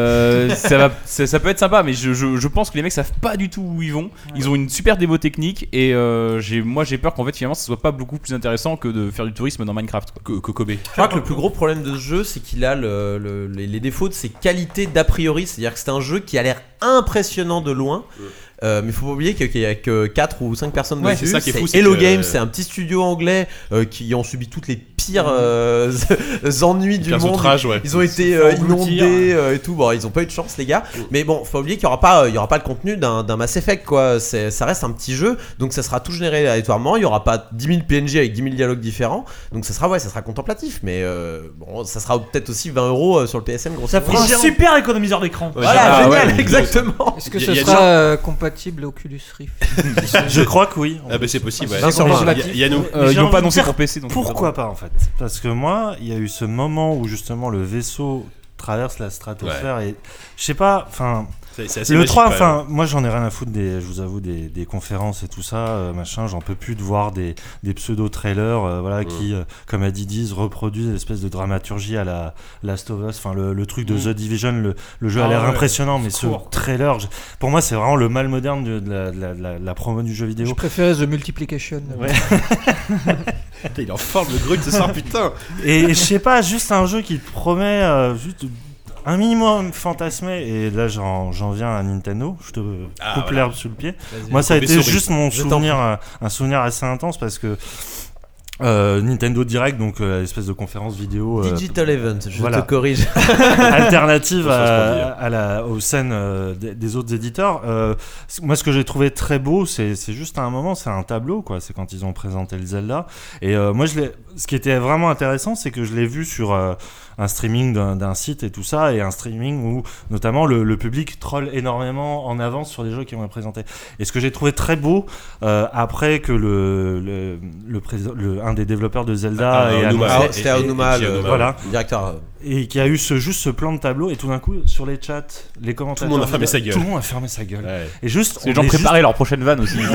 I: Euh, ça, va, ça, ça peut être sympa, mais je, je- je pense que les mecs savent pas du tout où ils vont. Ils ont une super démo technique et euh, j'ai- moi j'ai peur qu'en fait finalement ce soit pas beaucoup plus intéressant que de faire du tourisme dans Minecraft.
A: Que, Kobe.
C: Je crois que le plus gros problème de ce jeu, c'est qu'il a le- le- les, les défauts de ses qualités d'a priori. C'est-à-dire que c'est un jeu qui a l'air impressionnant de loin. Euh, mais faut pas oublier que- qu'il y a que 4 ou 5 personnes
A: Ouais,
C: dessus.
A: c'est ça qui est fou, c'est
C: Hello
A: que-
C: Games, c'est un petit studio anglais euh, qui ont subi toutes les pires
A: Mmh.
C: euh, ennuis du
A: pires
C: monde.
A: outrages, ouais.
C: Ils ont été
A: Faut
C: euh,
A: engloutir. Mm.
C: inondés euh, et tout. Bon, ils ont pas eu de chance, les gars. Mais bon, faut pas oublier qu'il y aura pas, euh, il y aura pas le contenu d'un d'un Mass Effect, quoi. C'est- Ça reste un petit jeu, donc ça sera tout généré aléatoirement. Il y aura pas 10 000 PNJ avec 10 000 dialogues différents. Donc ça sera, ouais, ça sera contemplatif. Mais euh, bon, ça sera peut-être aussi 20 euros euh, sur le PSN, grosso
G: Ça
C: modo.
G: fera un super économiseur d'écran.
C: Voilà,
G: Ah,
C: génial,
G: ouais.
C: exactement.
O: Est-ce que
A: Y a-
O: ce
A: y a
O: sera
A: déjà-
O: euh, compatible Oculus Rift
D: Je crois que oui.
A: Ah bah c'est possible. Ouais.
D: Vincent
A: Il y a-
D: Relatif.
A: il y a nous.
D: Euh,
I: ils
D: j'ai
I: l'ont
D: envie
I: pas
D: de
I: annoncé
D: dire
I: pour PC, donc
D: pourquoi pas en fait Parce que moi, il y a eu ce moment où justement le vaisseau traverse la stratosphère et je sais pas, enfin.
A: C'est- c'est assez
D: Le
A: magique,
D: 3,
A: quand même.
D: enfin, moi j'en ai rien à foutre, des, je vous avoue, des, des conférences et tout ça, euh, machin, j'en peux plus de voir des, des pseudo-trailers euh, voilà, qui, euh, comme a dit Diz, reproduisent l'espèce de dramaturgie à la Last of Us, enfin le, le truc de
B: Mm.
D: The Division, le, le jeu a
B: Ah
D: l'air
B: ouais,
D: impressionnant, mais
B: c'est
D: ce
B: court.
D: trailer, je- pour moi c'est vraiment le mal moderne de, de la, de la- de la- de la promo du jeu vidéo.
O: Je préférais The Multiplication.
A: Putain, il est en forme le grug ce soir, putain.
D: et je sais pas, juste un jeu qui te promet euh, juste un minimum fantasmé. Et là, j'en j'en viens à Nintendo. Je te
A: Ah,
D: coupe
A: voilà.
D: l'herbe sous le pied.
A: Vas-y.
D: Moi, ça a
A: Coupe les
D: été
A: souris.
D: juste mon
A: Je t'en
D: souvenir, euh, un souvenir assez intense parce que. euh, Nintendo Direct, donc euh, espèce de conférence vidéo. euh,
C: Digital Event, je
D: voilà.
C: te corrige.
D: alternative
A: Ça, hein. je crois
D: à,
A: bien.
D: à la, aux scènes euh, des, des autres éditeurs. Euh, c- moi, ce que j'ai trouvé très beau, c'est c'est juste à un moment, c'est un tableau, quoi. C'est quand ils ont présenté le Zelda. Et euh, moi, je l'ai- ce qui était vraiment intéressant, c'est que je l'ai vu sur euh, un streaming d'un d'un site et tout ça, et un streaming où notamment le, le public troll énormément en avance sur les jeux qui vont être présentés. Et ce que j'ai trouvé très beau, euh, après que le, le, le, présent- le- un des développeurs de Zelda
A: Ah,
D: ait
A: Aonuma.
D: annoncé-
A: Ah,
C: C'était Aonuma,
A: Et- et- et-
C: le
D: voilà.
C: directeur. euh,
D: et qui a eu ce, juste ce plan de tableau et tout d'un coup sur les chats les commentaires
A: monde a fermé sa gueule.
D: tout le monde a fermé sa gueule
A: Ouais.
D: et juste
I: Les
D: on
I: gens
D: est
I: préparaient leur prochaine vanne aussi.
D: juste-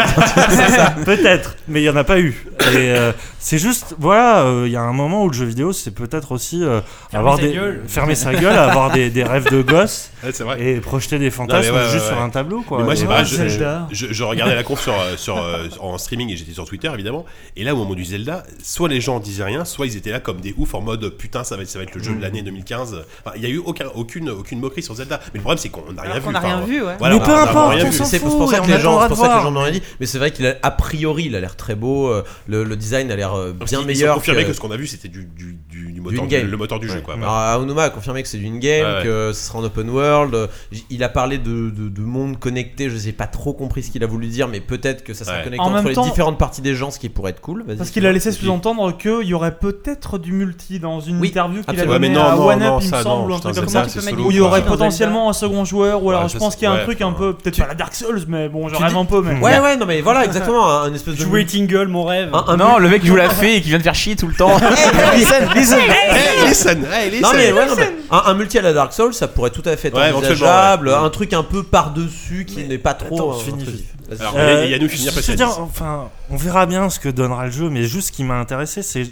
D: peut-être mais il y en a pas eu et euh, c'est juste voilà euh, il y a un moment où le jeu vidéo c'est peut-être aussi euh, avoir
B: sa
D: des
B: gueule.
D: fermer sa gueule avoir des, des rêves de gosse
A: Ouais, c'est vrai.
D: et projeter des fantasmes
A: ouais, ouais,
D: juste
A: ouais.
D: sur un tableau quoi
A: Mais moi,
D: Et
A: c'est
D: voilà,
I: Ah,
A: pareil, je,
D: c'est-
G: Zelda.
A: je- je regardais la conf sur, euh, sur, euh, en streaming et j'étais sur Twitter évidemment. Et là, au moment du Zelda, soit les gens disaient rien, soit ils étaient là comme des oufs en mode putain, ça va être, ça va être le
D: Mm.
A: jeu de l'année 2015. Enfin, il y a eu aucun, aucune, aucune moquerie sur Zelda. Mais le problème, c'est qu'on n'a rien
P: Alors
A: vu.
P: qu'on n'a
A: enfin,
P: rien vu, ouais.
A: voilà,
D: Mais
C: Ah,
A: on
D: peu
A: a- on a
D: importe,
A: rien
D: on
A: vu.
D: s'en
C: C'est
D: fout,
C: c'est pour ça
D: et
C: que
D: on
C: les gens,
D: attendra
C: c'est
D: de
C: pour ça que les
D: voir.
C: gens n'ont rien dit. Mais c'est vrai qu'il a a priori, il a l'air très beau. euh, Le, le design a l'air euh,
A: Parce
C: bien
A: qu'ils- Ils ont
C: meilleur.
A: confirmé
C: que-
A: que ce qu'on a vu, c'était du, du, du- du moteur,
C: in-game.
A: le moteur du jeu. Quoi.
D: Ouais.
A: Voilà.
C: Alors, Ah, Aonuma a confirmé que c'est du in-game,
A: Ouais, ouais.
C: que ce sera en open world. Euh, j- Il a parlé de, de, de monde connecté. Je sais pas trop compris ce qu'il a voulu dire, mais peut-être que ça sera
A: Ouais.
C: connecté
G: En
C: entre
G: même
C: les
G: temps-
C: différentes parties des gens, ce qui pourrait être cool. Vas-y,
G: Parce qu'il a laissé
A: Et puis-
G: sous-entendre qu'il y aurait peut-être du multi dans une
C: Oui,
G: interview qu'il a
C: absolument.
A: Ah, Ouais, mais
G: donnée
A: non,
G: à
A: non,
G: One Up,
A: non,
G: il me
A: ça,
G: semble,
A: non,
G: ou un truc
A: putain,
G: comme
A: ça,
G: ça.
P: tu
A: c'est
P: peux
A: solo,
P: mettre-
G: Où il y aurait
P: Dans Zelda.
G: potentiellement un second joueur, ou alors
A: Ouais,
G: je
A: ça,
G: pense
A: c'est-
G: qu'il y a un
A: ouais,
G: truc
A: enfin,
G: un peu, peut-être
C: tu
G: pas la Dark Souls, mais bon, je rêve
C: dis-
G: un peu. Mais
C: Ouais, ouais, non, mais voilà, exactement. Un, un espèce de.
G: jouer Tingle, mon rêve.
D: Hein
C: un- un-
I: non, le mec joue la fée et qui vient de faire chier tout le temps.
C: Hey, listen, listen.
A: Hey, listen, hey, listen.
C: Non mais, ouais, non, mais un, un multi à la Dark Souls ça pourrait tout à fait être
A: Ouais, Mm.
C: envisageable,
A: éventuellement, ouais.
C: un truc un peu par dessus qui n'est pas trop.
D: attends,
C: un- un
D: finis,
C: truc-
D: finis.
C: Vas-y.
A: Alors,
D: Euh,
A: il y a nous finir
D: je veux
A: peut-être.
D: dire, enfin, on verra bien ce que donnera le jeu, mais juste ce qui m'a intéressé, c'est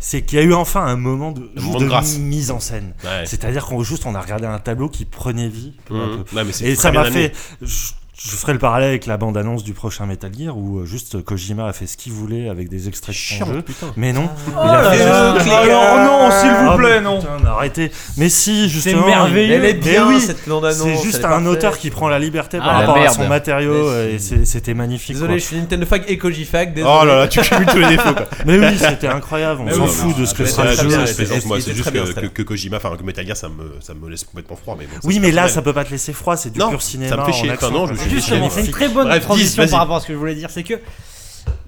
D: c'est qu'il y a eu enfin un moment de, juste
A: moment de
D: de,
A: grâce.
D: mise en scène.
A: Ouais.
D: C'est-à-dire qu'on juste on a regardé un tableau qui prenait vie. peu à
A: Mhm.
D: peu.
A: Ouais, mais c'est
D: Et
A: très
D: ça
A: bien
D: m'a
A: amené.
D: fait. Je, je ferai le parallèle avec la bande-annonce du prochain Metal Gear où euh, juste Kojima a fait ce qu'il voulait avec des Ah, extraits de son jeu. Mais non, il a fait.
C: Ah,
B: Ah.
G: Alors non, s'il vous
D: Ah,
G: plaît,
D: mais
G: non.
D: putain, arrêtez. Mais si, justement.
G: merveilleux.
C: Elle est
D: Mais eh
C: bien
D: oui,
C: cette bande annonce.
D: C'est juste un auteur qui prend la liberté par
I: Ah, la
D: rapport à
I: merde.
D: son matériau
C: Mais
D: et
C: si.
D: c'est- c'était magnifique. quoi.
C: Désolé, je suis Nintendo Fag et Kojifag. Désolé.
A: Oh là là, tu cumules tous les défauts. quoi.
D: Mais oui, c'était incroyable. On
A: Mais
D: s'en
A: oui,
D: fout
A: bah,
D: de ce que
A: bah,
C: mais
D: sera
A: ça,
D: le
A: ça,
D: jeu.
A: ça,
C: c'est-
A: c'est-
C: c'est-
A: moi,
C: c'est
A: c'est juste
C: très bien,
A: que,
C: c'est
A: que,
C: très
A: que Kojima, enfin que Metal Gear, ça me, ça me laisse complètement froid. Mais bon, ça,
D: Oui,
A: c'est
D: mais là,
A: personnel.
D: ça peut pas te laisser froid. C'est du
A: Non,
D: pur cinéma.
A: ça me fait chier. Enfin,
D: en accent.
A: non, je me suis fait chier.
B: Justement, c'est une très bonne
A: Bref,
B: transition
A: dis, vas-y.
B: par rapport à ce que je voulais dire, c'est que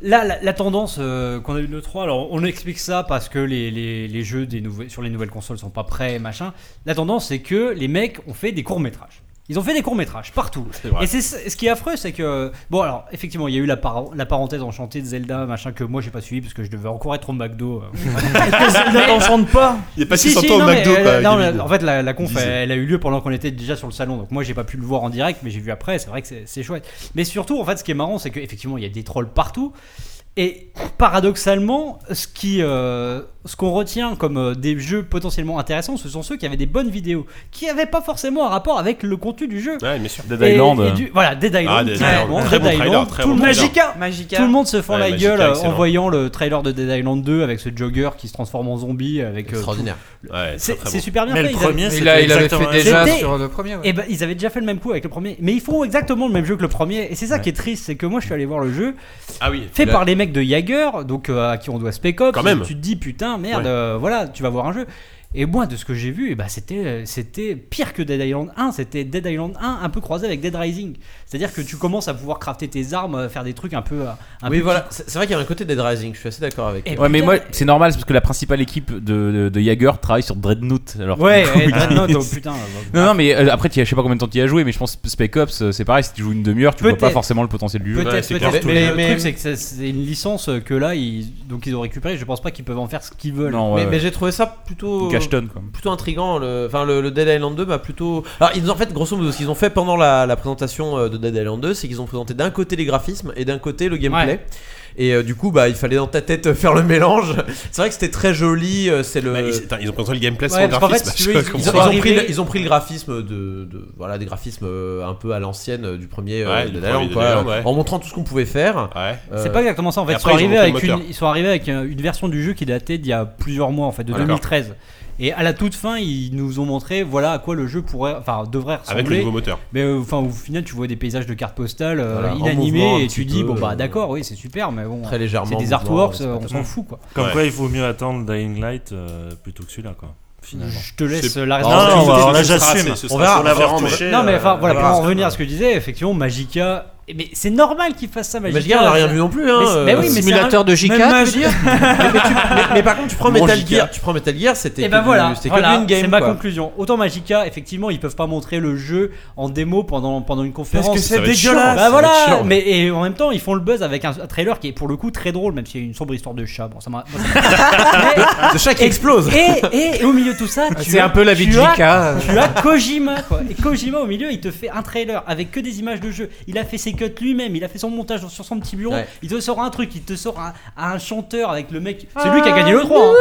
B: là, la, la tendance euh, qu'on a eu de l'E3, alors on explique ça parce que les, les- les jeux des nouvelles- sur les nouvelles consoles sont pas prêts, machin. La tendance, c'est que les mecs ont fait des courts-métrages. Ils ont fait des courts-métrages partout.
A: vrai.
B: Et c'est ce ce qui est affreux, c'est que. Bon, alors, effectivement, il y a eu la, par- la parenthèse enchantée de Zelda, machin, que moi j'ai pas suivi parce que je devais encore être au McDo. euh,
G: Zelda t'en chante pas.
A: Il est passé
B: Si,
A: son
B: si,
A: temps au
B: non, mais,
A: McDo.
B: euh,
A: quoi,
B: non,
A: David.
B: la- en fait, la, la conf,
A: disait.
B: elle, elle a eu lieu pendant qu'on était déjà sur le salon. Donc moi, j'ai pas pu le voir en direct, mais j'ai vu après. C'est vrai que c'est- c'est chouette. Mais surtout, en fait, ce qui est marrant, c'est qu'effectivement, il y a des trolls partout. Et paradoxalement, ce qui, euh, ce qu'on retient comme euh, des jeux potentiellement intéressants, ce sont ceux qui avaient des bonnes vidéos, qui n'avaient pas forcément un rapport avec le contenu du jeu.
A: Ouais, bien sûr. Dead
B: Et-
A: Island.
B: et du- voilà, Dead Island.
A: Ah, Dead
B: clairement,
A: Island. Très
B: Dead
A: bon trailer,
B: Island,
A: très
B: tout
A: bon
B: le monde-
A: trailer. Magica.
G: Magica.
B: Tout le monde se fend
A: Ouais,
B: la
A: Magica,
B: gueule euh, en
A: excellent.
B: voyant le trailer de Dead Island 2 avec ce jogger qui se transforme en zombie. Avec, euh,
C: Extraordinaire.
B: tout-
A: Ouais,
B: c'est
A: très, très
B: c'est
A: bon.
B: super bien
F: Mais
B: fait.
F: le
B: ils avaient-
F: premier,
B: Mais
F: c'était
B: il avait-
F: exactement
B: il
F: la
B: avait
F: même
B: fait
F: chose.
B: déjà
F: Ah, sur le premier, ouais.
B: Eh ben, ils avaient déjà fait le même coup avec le premier. Mais ils font exactement le même jeu que le premier. Et c'est ça qui est triste, c'est que moi je suis allé voir le jeu.
A: Ah oui.
B: Fait
A: Là-
B: par les mecs de Jaeger, donc euh, à qui on doit Spec Ops.
A: Quand même.
B: Tu te dis putain, merde,
A: Ouais.
B: euh, voilà, tu vas voir un jeu. Et moi, de ce que j'ai vu, eh ben, c'était euh, c'était pire que Dead Island 1. C'était Dead Island 1 un peu croisé avec Dead Rising. C'est-à-dire que tu commences à pouvoir crafter tes armes, euh, faire des trucs un peu. euh, Un
C: Oui,
B: peu
C: voilà, c'est c'est vrai qu'il y a un côté Dead Rising, je suis assez d'accord avec.
B: Et
C: toi.
I: Ouais, mais moi, c'est normal, c'est parce que la principale équipe de, de, de Jaeger travaille sur Dreadnought. Alors, que
B: Ouais,
I: du coup,
B: ouais,
I: ils-
B: Dreadnought, oh, putain.
I: Non, non, mais euh, après, t'y as- je sais pas combien de temps tu y as joué, mais je pense que Spec Ops, euh, c'est pareil, si tu joues une demi-heure, tu vois pas
B: Peut-être.
I: forcément le potentiel du jeu.
B: Peut-être, peut-être,
I: Mais-
B: mais, le
I: mais-
B: truc c'est que c'est- c'est une licence que là, ils, donc ils ont récupéré. Je pense pas qu'ils peuvent en faire ce qu'ils veulent.
I: Non,
C: mais, mais j'ai trouvé ça plutôt
I: Une cachetonne, quoi.
C: plutôt intrigant le enfin le, le Dead Island 2 m'a plutôt alors ils ont en fait grosso modo ce qu'ils ont fait pendant la, la présentation euh, de Dead Island 2 c'est qu'ils ont présenté d'un côté les graphismes et d'un côté le gameplay
B: Ouais.
C: et euh, du coup bah il fallait dans ta tête euh, faire le mélange c'est vrai que c'était très joli euh, c'est le
A: Bah, ils, attends, ils ont présenté le gameplay sans
B: Ouais, parce qu'en
A: graphisme.
B: fait, si
A: je
B: tu veux,
A: comprends
C: ils ont,
A: pas.
C: ils ont pris le, ils ont pris le graphisme de, de- voilà des graphismes euh, un peu à l'ancienne euh, du premier euh,
A: Ouais,
C: Dead
A: du
C: Island,
A: premier
C: quoi,
A: Dead Island, ouais.
C: en montrant tout ce qu'on pouvait faire
A: Ouais.
C: Euh,
B: C'est pas exactement ça en fait.
A: Et
B: Ils sont,
A: après, ils ont
B: arrivés
A: repris le
B: avec une,
A: moteur.
B: ils sont arrivés avec euh, une version du jeu qui datait d'il y a plusieurs mois en fait, de
A: Ah, d'accord.
B: 2013. Et à la toute fin, ils nous ont montré voilà à quoi le jeu pourrait, enfin devrait ressembler.
A: Avec le nouveau moteur.
B: Mais euh, enfin au final, tu vois des paysages de cartes postales euh,
C: Voilà, en mouvement, un
B: inanimés et
C: petit
B: tu dis
C: peu,
B: bon bah
C: euh,
B: d'accord, oui c'est super, mais bon.
C: très légèrement
B: C'est des
C: mouvement,
B: artworks,
C: c'est pas
B: euh, on
C: top.
B: s'en fout quoi.
F: Comme
A: Ouais.
F: quoi, il vaut mieux attendre Dying Light euh, plutôt que celui-là, quoi. Finalement.
B: Je te laisse la
F: Non, non,
B: responsabilité.
F: on va-
A: Ce
F: on
A: sera-
F: là, j'assume.
A: ce
C: On
A: sera
C: verra,
A: sur la
C: on verra,
A: version
C: on verra.
A: touchée,
B: Non mais enfin
A: euh,
B: voilà pour
A: voilà.
B: en revenir à ce que je disais, effectivement Magica. Mais c'est normal qu'il fasse ça Magica.
C: Magica, on a rien vu non plus, hein,
B: Mais c'est-
C: euh,
B: mais oui,
C: un
B: mais c'est un-
E: Simulateur de J4,
B: même Magi-
E: tu veux dire
C: mais, mais par contre tu prends
A: Mon
C: Metal
A: Giga.
C: Gear tu prends Metal Gear c'était
B: Et
C: que
B: ben
C: du-
B: voilà,
C: c'était que
B: voilà,
C: du in-game,
B: c'est ma
C: quoi.
B: conclusion. Autant Magica, effectivement, ils peuvent pas montrer le jeu en démo pendant, pendant une conférence.
D: Parce que c'est
A: va être chiant.
D: dégueulasse.
B: Bah
C: va être
B: voilà,
C: chiant.
B: mais et en même temps, ils font le buzz avec un, un trailer qui est pour le coup très drôle, même s'il y a une sombre histoire de chat. Bon, ça m'a. moi, ça
C: de chat qui
B: Et-
C: explose
B: m'a- et, et, et au milieu de tout ça, tu
E: C'est
B: as-
E: un peu la vie de
B: tu as-
I: euh,
E: Jika.
B: Tu as Kojima quoi. Et Kojima au milieu, il te fait un trailer avec que des images de jeu. Il a fait ses cuts lui-même, il a fait son montage sur son petit bureau.
C: Ouais.
B: Il te sort un truc, il te sort un, un chanteur avec le mec. C'est lui qui a gagné le 3. hein.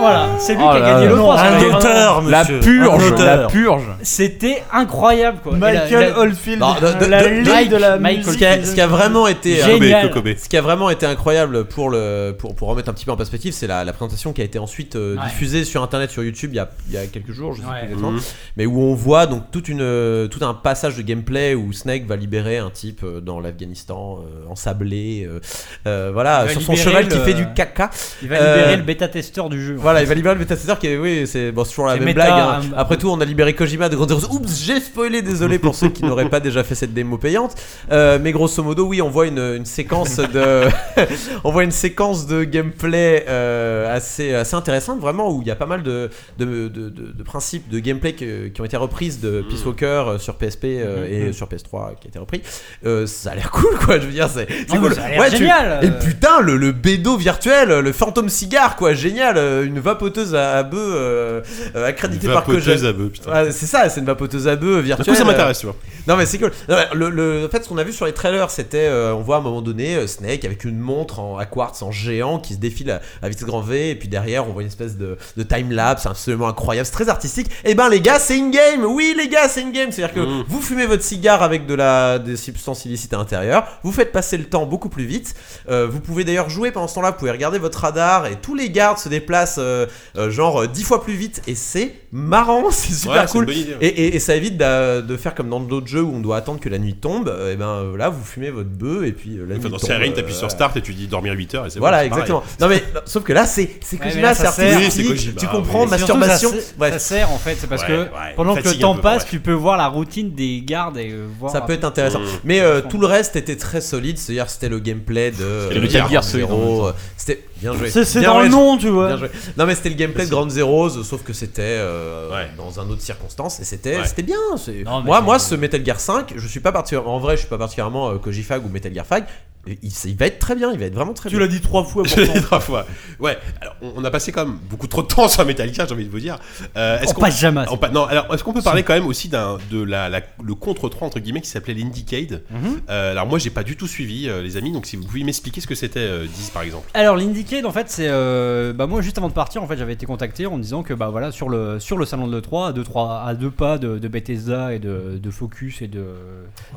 B: Voilà, c'est lui
I: Oh
B: qui a
I: là
B: gagné
I: là.
B: le 3.
F: Un auteur, monsieur.
I: La purge,
F: Un
I: la
F: auteur.
I: purge.
B: C'était incroyable quoi. Et la-
D: Michael
B: la-
D: Oldfield,
C: Non, Bah, de- de-
D: la
C: de-
D: ligue
B: Mike-
D: de la
B: Michael
D: musique.
C: Ce qui, a, ce qui a vraiment été euh,
B: Génial.
A: Kobe, Kokobé.
C: ce qui a vraiment été incroyable pour le pour, pour remettre un petit peu en perspective, c'est la, la présentation qui a été ensuite euh,
B: Ouais.
C: diffusée sur internet sur YouTube il y a, il y a quelques jours, je sais
B: Ouais.
C: plus exactement,
A: Mhm.
C: mais où on voit donc toute une euh, tout un passage de gameplay où Snake va libérer un type euh, dans l'Afghanistan euh, ensablé, euh, euh, voilà,
B: Il va
C: sur son
B: libérer
C: cheval qui
B: le-
C: fait du caca.
B: Il va libérer
C: Euh,
B: le bêta-testeur du jeu.
C: Voilà, il va libérer le bêta testeur qui est. Oui, c'est bon, c'est toujours la
B: C'est
C: même
B: méta,
C: blague. hein.
B: hein.
C: Après tout, on a libéré Kojima de Grand Heroes. Oups, j'ai spoilé, désolé pour ceux qui n'auraient pas déjà fait cette démo payante. Euh, mais grosso modo, oui, on voit une, une séquence de. on voit une séquence de gameplay euh, assez, assez intéressante, vraiment, où il y a pas mal de, de, de- de- de principes de gameplay que- qui ont été reprises de Peace Walker euh, sur PSP euh, et sur PS3 qui a été repris. Euh, ça a l'air cool, quoi. Je veux dire, c'est c'est
B: Non,
C: cool.
B: mais ça a l'air
C: Euh, tu-
B: génial.
A: Euh,
C: Et putain, le, le bédo virtuel, le fantôme cigare, quoi, génial, euh, une vapoteuse à, à bœuf euh, euh, accréditée par
A: Vapoteuse
C: Kojima.
A: à bœuf, putain.
C: Ouais, c'est ça, c'est une vapoteuse à bœuf
A: Du
C: virtuelle.
A: coup,
C: euh,
A: ça m'intéresse, tu vois.
C: Non mais c'est cool. Non, mais le, le- en fait, ce qu'on a vu sur les trailers, c'était, euh, on voit à un moment donné euh, Snake avec une montre en, à quartz en géant qui se défile à, à vitesse grand V, et puis derrière, on voit une espèce de, de time lapse absolument incroyable, c'est très artistique. Et ben les gars, c'est in game. Oui les gars, c'est in game. C'est-à-dire que
A: Mm.
C: vous fumez votre cigare avec de la des substances illicites à l'intérieur, vous faites passer le temps beaucoup plus vite. Euh, vous pouvez d'ailleurs jouer pendant ce temps-là, vous pouvez regarder votre radar et tous les gardes se déplacent euh, euh, genre euh, 10 fois plus vite et c'est marrant, c'est super
A: Ouais, c'est
C: cool.
A: une bonne idée, ouais.
C: Et, et- et ça évite d'a- de faire comme dans d'autres jeux où on doit attendre que la nuit tombe. euh, et ben euh, là, vous fumez votre bœuf et puis euh, la
A: Enfin, dans
C: nuit tombe.
A: Skyrim,
C: euh,
A: t'appuies sur
C: voilà.
A: Start et tu dis dormir 8 heures et c'est
C: Voilà,
A: bon, c'est pareil.
C: exactement. Non mais non, sauf que là, c'est c'est
B: Ouais, mais
C: Kojima,
B: là,
C: c'est
B: ça sert.
C: artistique.
A: Oui, c'est Kojima,
C: tu
A: oui.
C: comprends
A: Et
C: ma
B: Et surtout,
C: masturbation.
B: Ça, se- ça
C: Bref,
B: sert en fait, c'est parce
A: Ouais,
B: que
A: ouais,
B: pendant que le
A: fatigue
B: temps
A: un peu,
B: passe,
A: ouais.
B: tu peux voir la routine des gardes et euh, voir.
C: ça peut être intéressant.
A: Mm.
C: Mais euh, tout le reste était très solide. C'est-à-dire, c'était le gameplay de
A: C'était le Metal
I: Gear Solid, en
C: Zero, euh, C'était bien joué.
D: C'est c'est
C: Bien
D: dans le
C: joué.
D: nom, tu
C: Bien
D: vois.
C: joué. Non mais c'était le gameplay de Ground Zeroes, sauf que c'était euh,
A: Ouais.
C: dans un autre circonstance et c'était
A: Ouais.
C: c'était bien. c'est-
B: Non, mais
C: Moi
B: c'est-
C: moi ce Metal Gear 5, je suis pas particulièrement en vrai, je suis pas particulièrement euh, Kojifag ou Metal Gear Fag. il, il va être très bien, il va être vraiment très
D: Tu
C: bien.
D: l'as dit trois fois,
A: Je l'ai dit trois fois. Ouais, alors on on a passé quand même beaucoup trop de temps sur Metallica, j'ai envie de vous dire. Euh,
B: On passe jamais à ça.
A: on pa- Non, alors est-ce qu'on peut parler quand même aussi d'un de la, la- le contre-3 entre guillemets qui s'appelait l'Indiecade
B: Mhm.
A: Euh, Alors moi j'ai pas du tout suivi euh, les amis, donc si vous pouvez m'expliquer ce que c'était euh, 10 par exemple.
B: Alors l'Indiecade en fait c'est euh, bah moi juste avant de partir en fait j'avais été contacté en me disant que bah voilà sur le sur le salon de l'E3 à deux trois à deux pas de, de Bethesda et de, de Focus et de,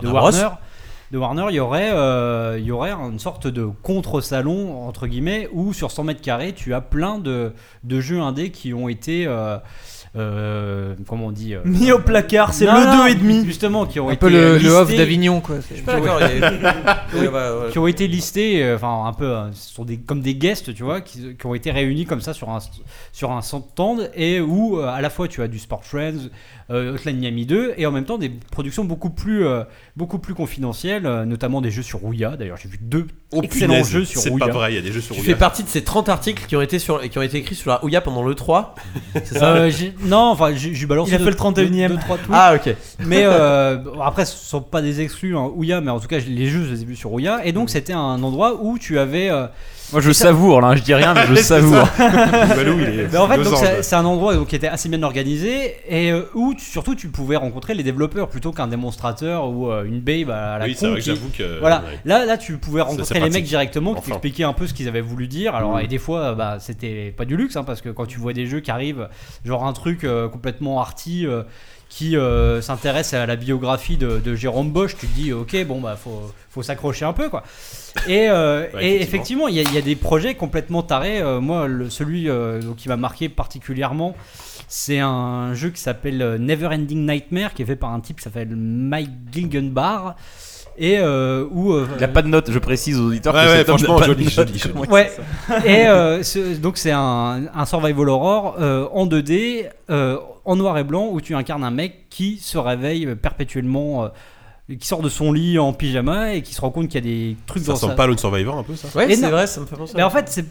B: de
C: Warner
B: Warner de Warner il y aurait euh, il y aurait une sorte de contre salon entre guillemets où sur 100 mètres carrés tu as plein de, de jeux indés qui ont été euh, euh, comment on dit euh,
D: Mis au placard, c'est
B: non, non,
D: le 2,5.
B: justement qui ont
E: Un
B: été
E: peu le,
B: euh,
E: le off
B: listés-
E: d'Avignon, quoi. c'est-
C: pas d'accord, il y a- Ouais, bah, ouais.
B: qui ont été listés, euh, enfin un peu, euh, ce sont des, comme des guests, tu vois, qui, qui ont été réunis comme ça sur un sur un stand et où euh, à la fois tu as du Sport Friends, euh, Hotline Miami 2 et en même temps des productions beaucoup plus euh, beaucoup plus confidentielles, euh, notamment des jeux sur Ouya. D'ailleurs, j'ai vu deux
A: Oh,
B: excellents
A: punaise,
B: jeux sur
A: C'est pas
B: Ouya.
A: vrai, il y a des jeux sur
C: Tu
A: Ouya.
C: fais partie de ces 30 articles qui ont été, sur, qui ont été écrits sur la Ouya pendant le 3. C'est ça
B: Euh, j'ai- non, enfin, j'ai j'ai balancé
D: Il a
B: deux-
D: fait le 31e.
B: deux- deux, trois tweets.
C: Ah, ok.
B: Mais euh, bon, après, ce sont pas des exclus hein, Ouya, mais en tout cas, je- les jeux, je les ai vus sur Ouya. Et donc, c'était un endroit où tu avais euh,
I: Moi je savoure là, hein, je dis rien mais je savoure.
A: Valou, il est
B: Mais Ben, en fait, donc,
A: losange.
B: c'est- c'est un endroit donc, qui était assez bien organisé et euh, où tu- surtout tu pouvais rencontrer les développeurs plutôt qu'un démonstrateur ou euh, une babe à la
A: Oui, c'est
B: con
A: vrai que
B: qui-
A: j'avoue que.
B: Voilà,
A: euh, ouais.
B: là, là tu pouvais
A: c'est
B: rencontrer les mecs
A: pratique.
B: directement qui
A: Enfin.
B: t'expliquaient un peu ce qu'ils avaient voulu dire. Alors,
A: Mm.
B: et des fois, euh, bah, c'était pas du luxe hein, parce que quand tu vois des jeux qui arrivent, genre un truc euh, complètement arty euh, qui euh, s'intéresse à la biographie de, de Jérôme Bosch, tu te dis, ok, bon, bah faut, faut s'accrocher un peu quoi. Et, euh,
A: Ouais,
B: et effectivement, il y, a- il y a des projets complètement tarés. Euh, moi, le, celui euh, donc, qui m'a marqué particulièrement, c'est un jeu qui s'appelle euh, Never Ending Nightmare, qui est fait par un type qui s'appelle Mike Gilgenbar. Et euh, où. euh,
I: Il a pas de notes, je précise aux auditeurs
A: Ouais,
I: que
A: ouais,
I: cet homme n'a
A: franchement,
I: pas de
A: joli,
I: notes.
A: joli, joli.
B: Ouais. Et euh, ce- donc c'est un, un survival horror euh, en 2D, euh, en noir et blanc, où tu incarnes un mec qui se réveille perpétuellement, euh, qui sort de son lit en pyjama et qui se rend compte qu'il y a des trucs
A: Ça
B: dans sa...
A: ressemble pas à Lone Survivor un peu ça
C: Ouais,
B: Et
C: c'est
B: non.
C: vrai, ça me fait penser.
B: Mais en fait, c'est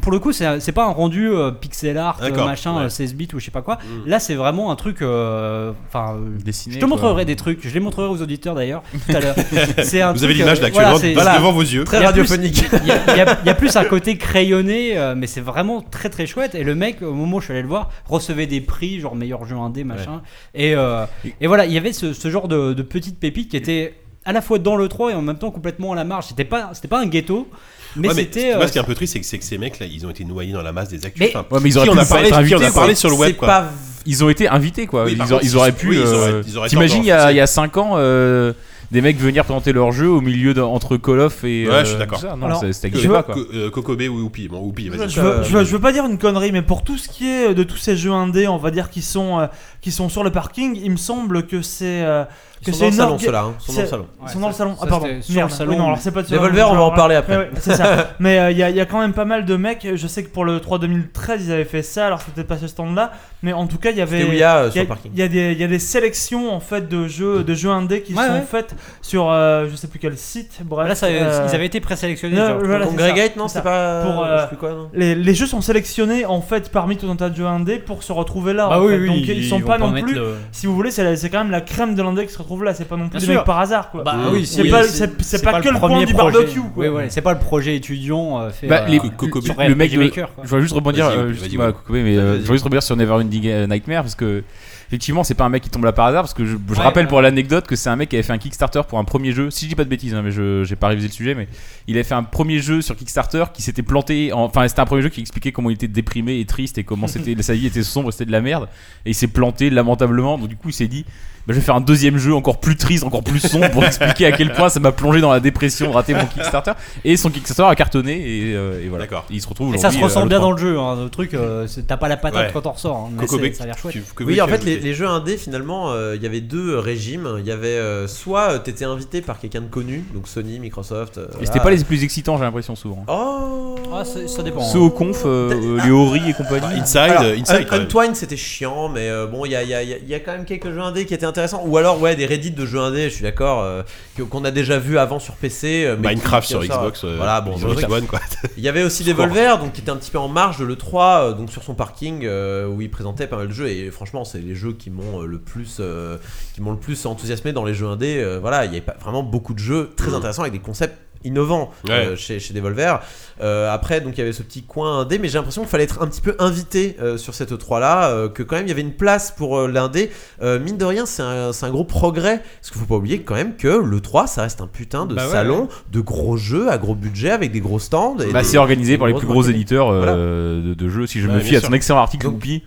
B: pour le coup, c'est c'est pas un rendu euh, pixel art, euh,
A: D'accord,
B: machin,
A: ouais.
B: euh, 16 bits ou je sais pas quoi.
A: Mm.
B: Là, c'est vraiment un truc. euh, Enfin, euh,
I: Dessiné,
B: je te
I: quoi.
B: montrerai des trucs. Je les montrerai aux auditeurs d'ailleurs tout à l'heure. C'est un
A: Vous avez
B: truc,
A: l'image
B: euh,
A: là
B: voilà,
A: actuellement
B: c'est-
A: devant-
B: voilà.
A: devant vos yeux.
C: Très
B: Il y a plus-
C: radiophonique.
B: Il y, a- il y a- il y a plus un côté crayonné, euh, mais c'est vraiment très très chouette. Et le mec, au moment où je suis allé le voir, recevait des prix, genre meilleur jeu indé, machin. Et, euh, et voilà, il y avait ce, ce genre de, de petite pépite qui était à la fois dans le 3 et en même temps complètement à la marge. C'était pas, c'était pas un ghetto, mais
A: Ouais,
B: c'était.
A: tu vois,
B: euh,
A: ce qui est un peu triste, c'est que, c'est que ces mecs là, ils ont été noyés dans la masse des actus.
B: Mais-
A: Enfin,
I: Ouais, mais ils
A: qui
I: auraient
A: on
I: pu
A: a
I: ne pas
A: parlé,
I: être
A: qui on a
I: invités, quoi.
A: parlé sur le web
C: C'est
A: quoi.
C: pas
I: Ils ont été invités quoi.
A: Oui,
I: ils,
A: par
I: aura-
A: contre,
I: ils auraient
A: ils-
I: pu.
A: oui, ils auraient-
I: euh,
A: ils auraient
I: T'imagines il,
A: tendance,
I: y a-
A: c'est-
I: il y a 5 ans, euh, des mecs venir présenter leur jeu au milieu d'un- entre Call of et.
A: Ouais,
I: euh,
A: je suis d'accord.
I: tout ça. Non,
D: Alors,
I: c'est- ça
A: Que-
I: n'existait pas quoi.
A: que- euh, Kokobé ou Oupi. Bon, Oupi, vas-y.
D: Je veux, je veux- je veux pas dire une connerie, mais pour tout ce qui est de tous ces jeux indés, on va dire qui sont euh, qui sont sur le parking, il me semble que c'est euh, que
C: Ils sont dans
D: c'est
C: le
D: une
C: salon,
D: orga-
C: ceux-là. hein. Ils sont dans le
D: c'est-
C: salon.
D: Ils sont dans le salon.
B: ça,
D: Ah pardon.
B: c'était sur
D: Merde.
B: le salon,
D: Oui, non,
B: mais-
D: alors c'est pas sur
C: Les
D: le- hein.
C: Volvers, on va en parler après.
D: Ouais, ouais, c'est ça. Mais euh, il y, a- il y a quand même pas mal de mecs. Je sais que pour le 3 2013, ils avaient fait ça. Alors c'était peut-être pas ce stand-là, mais en tout cas, il y avait.
C: C'était Ouya euh,
D: Il y,
C: sur
D: a,
C: le parking.
D: il y a des, il y a des sélections en fait de jeux de jeux indés qui
B: Ouais,
D: sont
B: ouais.
D: faites sur euh, je sais plus quel site. Bref,
B: là, ça-
D: euh,
B: ils avaient été présélectionnés.
D: non,
B: genre.
D: voilà, c'est ça.
C: Congregate, non,
D: C'est
C: c'est pas.
D: ça. Pour,
C: je
D: euh,
C: sais plus quoi, non.
D: Les, les jeux sont sélectionnés en fait parmi tout un tas de jeux indés pour se retrouver là.
B: Bah
D: en
B: oui,
D: fait.
B: oui,
D: Donc ils, sont
B: vont
D: pas non
B: mettre
D: plus.
B: le-
D: Si vous voulez, c'est la- c'est quand même la crème de l'indé qui se retrouve là. C'est pas non plus
B: Bien
D: des
B: sûr.
D: mecs par hasard quoi.
B: Bah
A: oui,
B: oui,
D: c'est pas- c'est- c'est pas que le
B: premier
D: coin du
B: projet.
D: barbecue, quoi.
B: Oui, voilà, c'est pas le projet étudiant euh, fait.
I: Bah,
B: euh,
I: les-
B: sur
A: Coco-
B: RPG
I: le mec de-
B: Maker, quoi.
I: Je voudrais juste rebondir,
A: Vas-y,
I: euh,
A: vas-y,
I: juste-
A: vas-y,
I: bah,
A: vas-y.
I: coupé, mais euh, je voudrais juste rebondir sur Never Ending euh, Nightmare parce que effectivement c'est pas un mec qui tombe là par hasard parce que je, je
B: Ouais,
I: rappelle
B: ouais.
I: pour l'anecdote que c'est un mec qui avait fait un Kickstarter pour un premier jeu. Si je dis pas de bêtises, hein, mais je j'ai pas révisé le sujet, mais il avait fait un premier jeu sur Kickstarter qui s'était planté. en- Enfin, c'était un premier jeu qui expliquait comment il était déprimé et triste et comment c'était sa vie était sombre, c'était de la merde. Et il s'est planté lamentablement. Donc du coup, il s'est dit. bah, je vais faire un deuxième jeu encore plus triste, encore plus sombre pour expliquer à quel point ça m'a plongé dans la dépression, de rater mon Kickstarter. Et son Kickstarter a cartonné et, euh, et voilà.
A: D'accord.
I: Et il se retrouve
B: Et ça se
I: aujourd'hui, euh,
B: ressent
I: à
B: bien
I: l'E3.
B: dans le jeu, hein, le truc, euh, c'est- t'as pas la patate
A: Ouais.
B: quand on ressort. hein, mais
A: Kokobé,
B: c'est- ça a l'air chouette.
A: tu- Kokobé,
C: Oui,
A: tu
C: en
A: veux
C: fait, les,
A: ajouter
C: les jeux indés, finalement, euh, il y avait deux euh, régimes. Il y avait euh, soit euh, t'étais invité par quelqu'un de connu, donc Sony, Microsoft. euh,
I: Et
C: voilà.
I: c'était pas les plus excitants, j'ai l'impression, souvent.
C: Oh
B: Ah, c'est- ça dépend.
I: Ceux au conf, euh,
C: Bah,
I: euh, les Ori et compagnie.
A: Bah, Inside,
C: Alors,
A: euh,
C: Un-
A: Inside quand même.
C: Untwine c'était chiant mais euh, bon il y a, il y a- il y a- il y a quand même quelques jeux indés qui étaient intéressants ou alors ouais des Reddit de jeux indés je suis d'accord euh, que- qu'on a déjà vu avant sur PC euh, mais
A: Minecraft
C: qui-
A: sur
C: qui ressort.
A: Xbox. euh,
C: voilà bon
A: ils
C: je-
A: ont Xbox One quoi.
C: il y avait aussi des Volvers donc qui était un petit peu en marge de l'E3 euh, donc sur son parking euh, où il présentait pas mal de jeux et franchement c'est les jeux qui m'ont euh, le plus
I: Mmh.
C: euh, qui m'ont le plus enthousiasmé dans les jeux indés euh, voilà il y avait pas, vraiment beaucoup de jeux très intéressants avec des concepts innovant
A: Ouais.
C: euh, chez, chez Devolver. Euh, après, donc il y avait ce petit coin indé, mais j'ai l'impression qu'il fallait être un petit peu invité euh, sur cette E3 là, euh, que quand même il y avait une place pour euh, l'indé. Euh, mine de rien, c'est un, c'est un gros progrès, parce qu'il faut pas oublier quand même que le 3 ça reste un putain de
I: Bah ouais,
C: salon
I: ouais.
C: de gros jeux à gros budget avec des gros stands. et
I: Bah,
C: des-
I: c'est organisé
C: des
I: par les
C: grosses
I: plus gros
C: marques.
I: éditeurs euh,
C: Voilà.
I: de, de jeux, si je
C: Ouais,
I: me
C: bien
I: fie à
C: sûr.
I: ton excellent article
C: Donc-
I: Whoopi.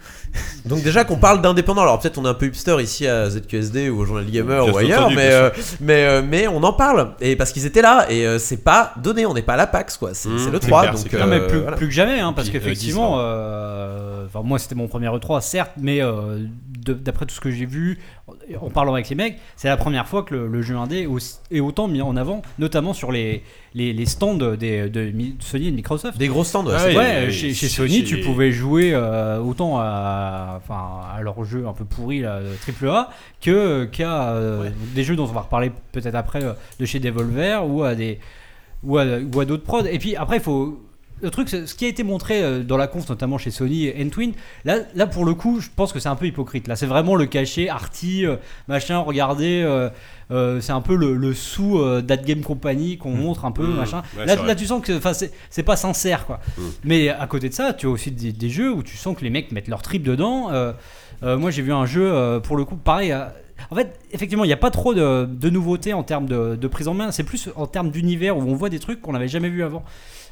C: Donc déjà qu'on parle d'indépendants, alors peut-être on est un peu hipster ici à ZQSD ou au Journal Gamer
I: Bien
C: ou ailleurs,
I: entendu,
C: mais,
I: bien sûr.
C: euh, mais, euh, mais on en parle, et parce qu'ils étaient là, et euh, c'est pas donné, on n'est pas à la PAX, quoi, c'est
B: Mmh,
C: c'est le
B: c'est
C: 3,
B: clair,
C: donc...
B: c'est clair. Non, mais
C: euh,
B: plus,
C: voilà.
B: plus que jamais, hein, parce
C: Dix- euh,
B: qu'effectivement, euh, enfin, moi c'était mon premier E3, certes, mais euh, de- d'après tout ce que j'ai vu, en parlant avec les mecs, c'est la première fois que le, le jeu indé est aussi- est autant mis en avant, notamment sur les, les, les stands des, de Mi- Sony et de Microsoft.
C: Des gros stands, ouais,
B: ouais.
C: c'est vrai.
B: chez, chez
C: Chez-
B: Sony, tu
C: chez-
B: pouvais jouer euh, autant à, enfin, à leur jeu un peu pourri, là, de AAA, que, qu'à euh, des jeux dont on va reparler peut-être après euh, de chez Devolver ou à des ou à, ou à d'autres prods. Et puis après, il faut. Le truc, c'est- ce qui a été montré euh, dans la conf, notamment chez Sony et Entwin, là, là pour le coup, je pense que c'est un peu hypocrite. Là, c'est vraiment le cachet arty, euh, machin, regardez, euh, euh, c'est un peu le, le sous euh, That Game Company qu'on montre un peu,
A: Mmh.
B: machin.
A: Ouais,
B: là,
A: c'est vrai.
B: là, tu sens que enfin, c'est c'est pas sincère, quoi.
A: Mmh.
B: Mais à côté de ça, tu as aussi des, des jeux où tu sens que les mecs mettent leur trip dedans. Euh, euh, moi, j'ai vu un jeu, euh, pour le coup, pareil. euh, en fait, effectivement, il n'y a pas trop de, de nouveautés en termes de, de prise en main. C'est plus en termes d'univers où on voit des trucs qu'on n'avait jamais vu avant.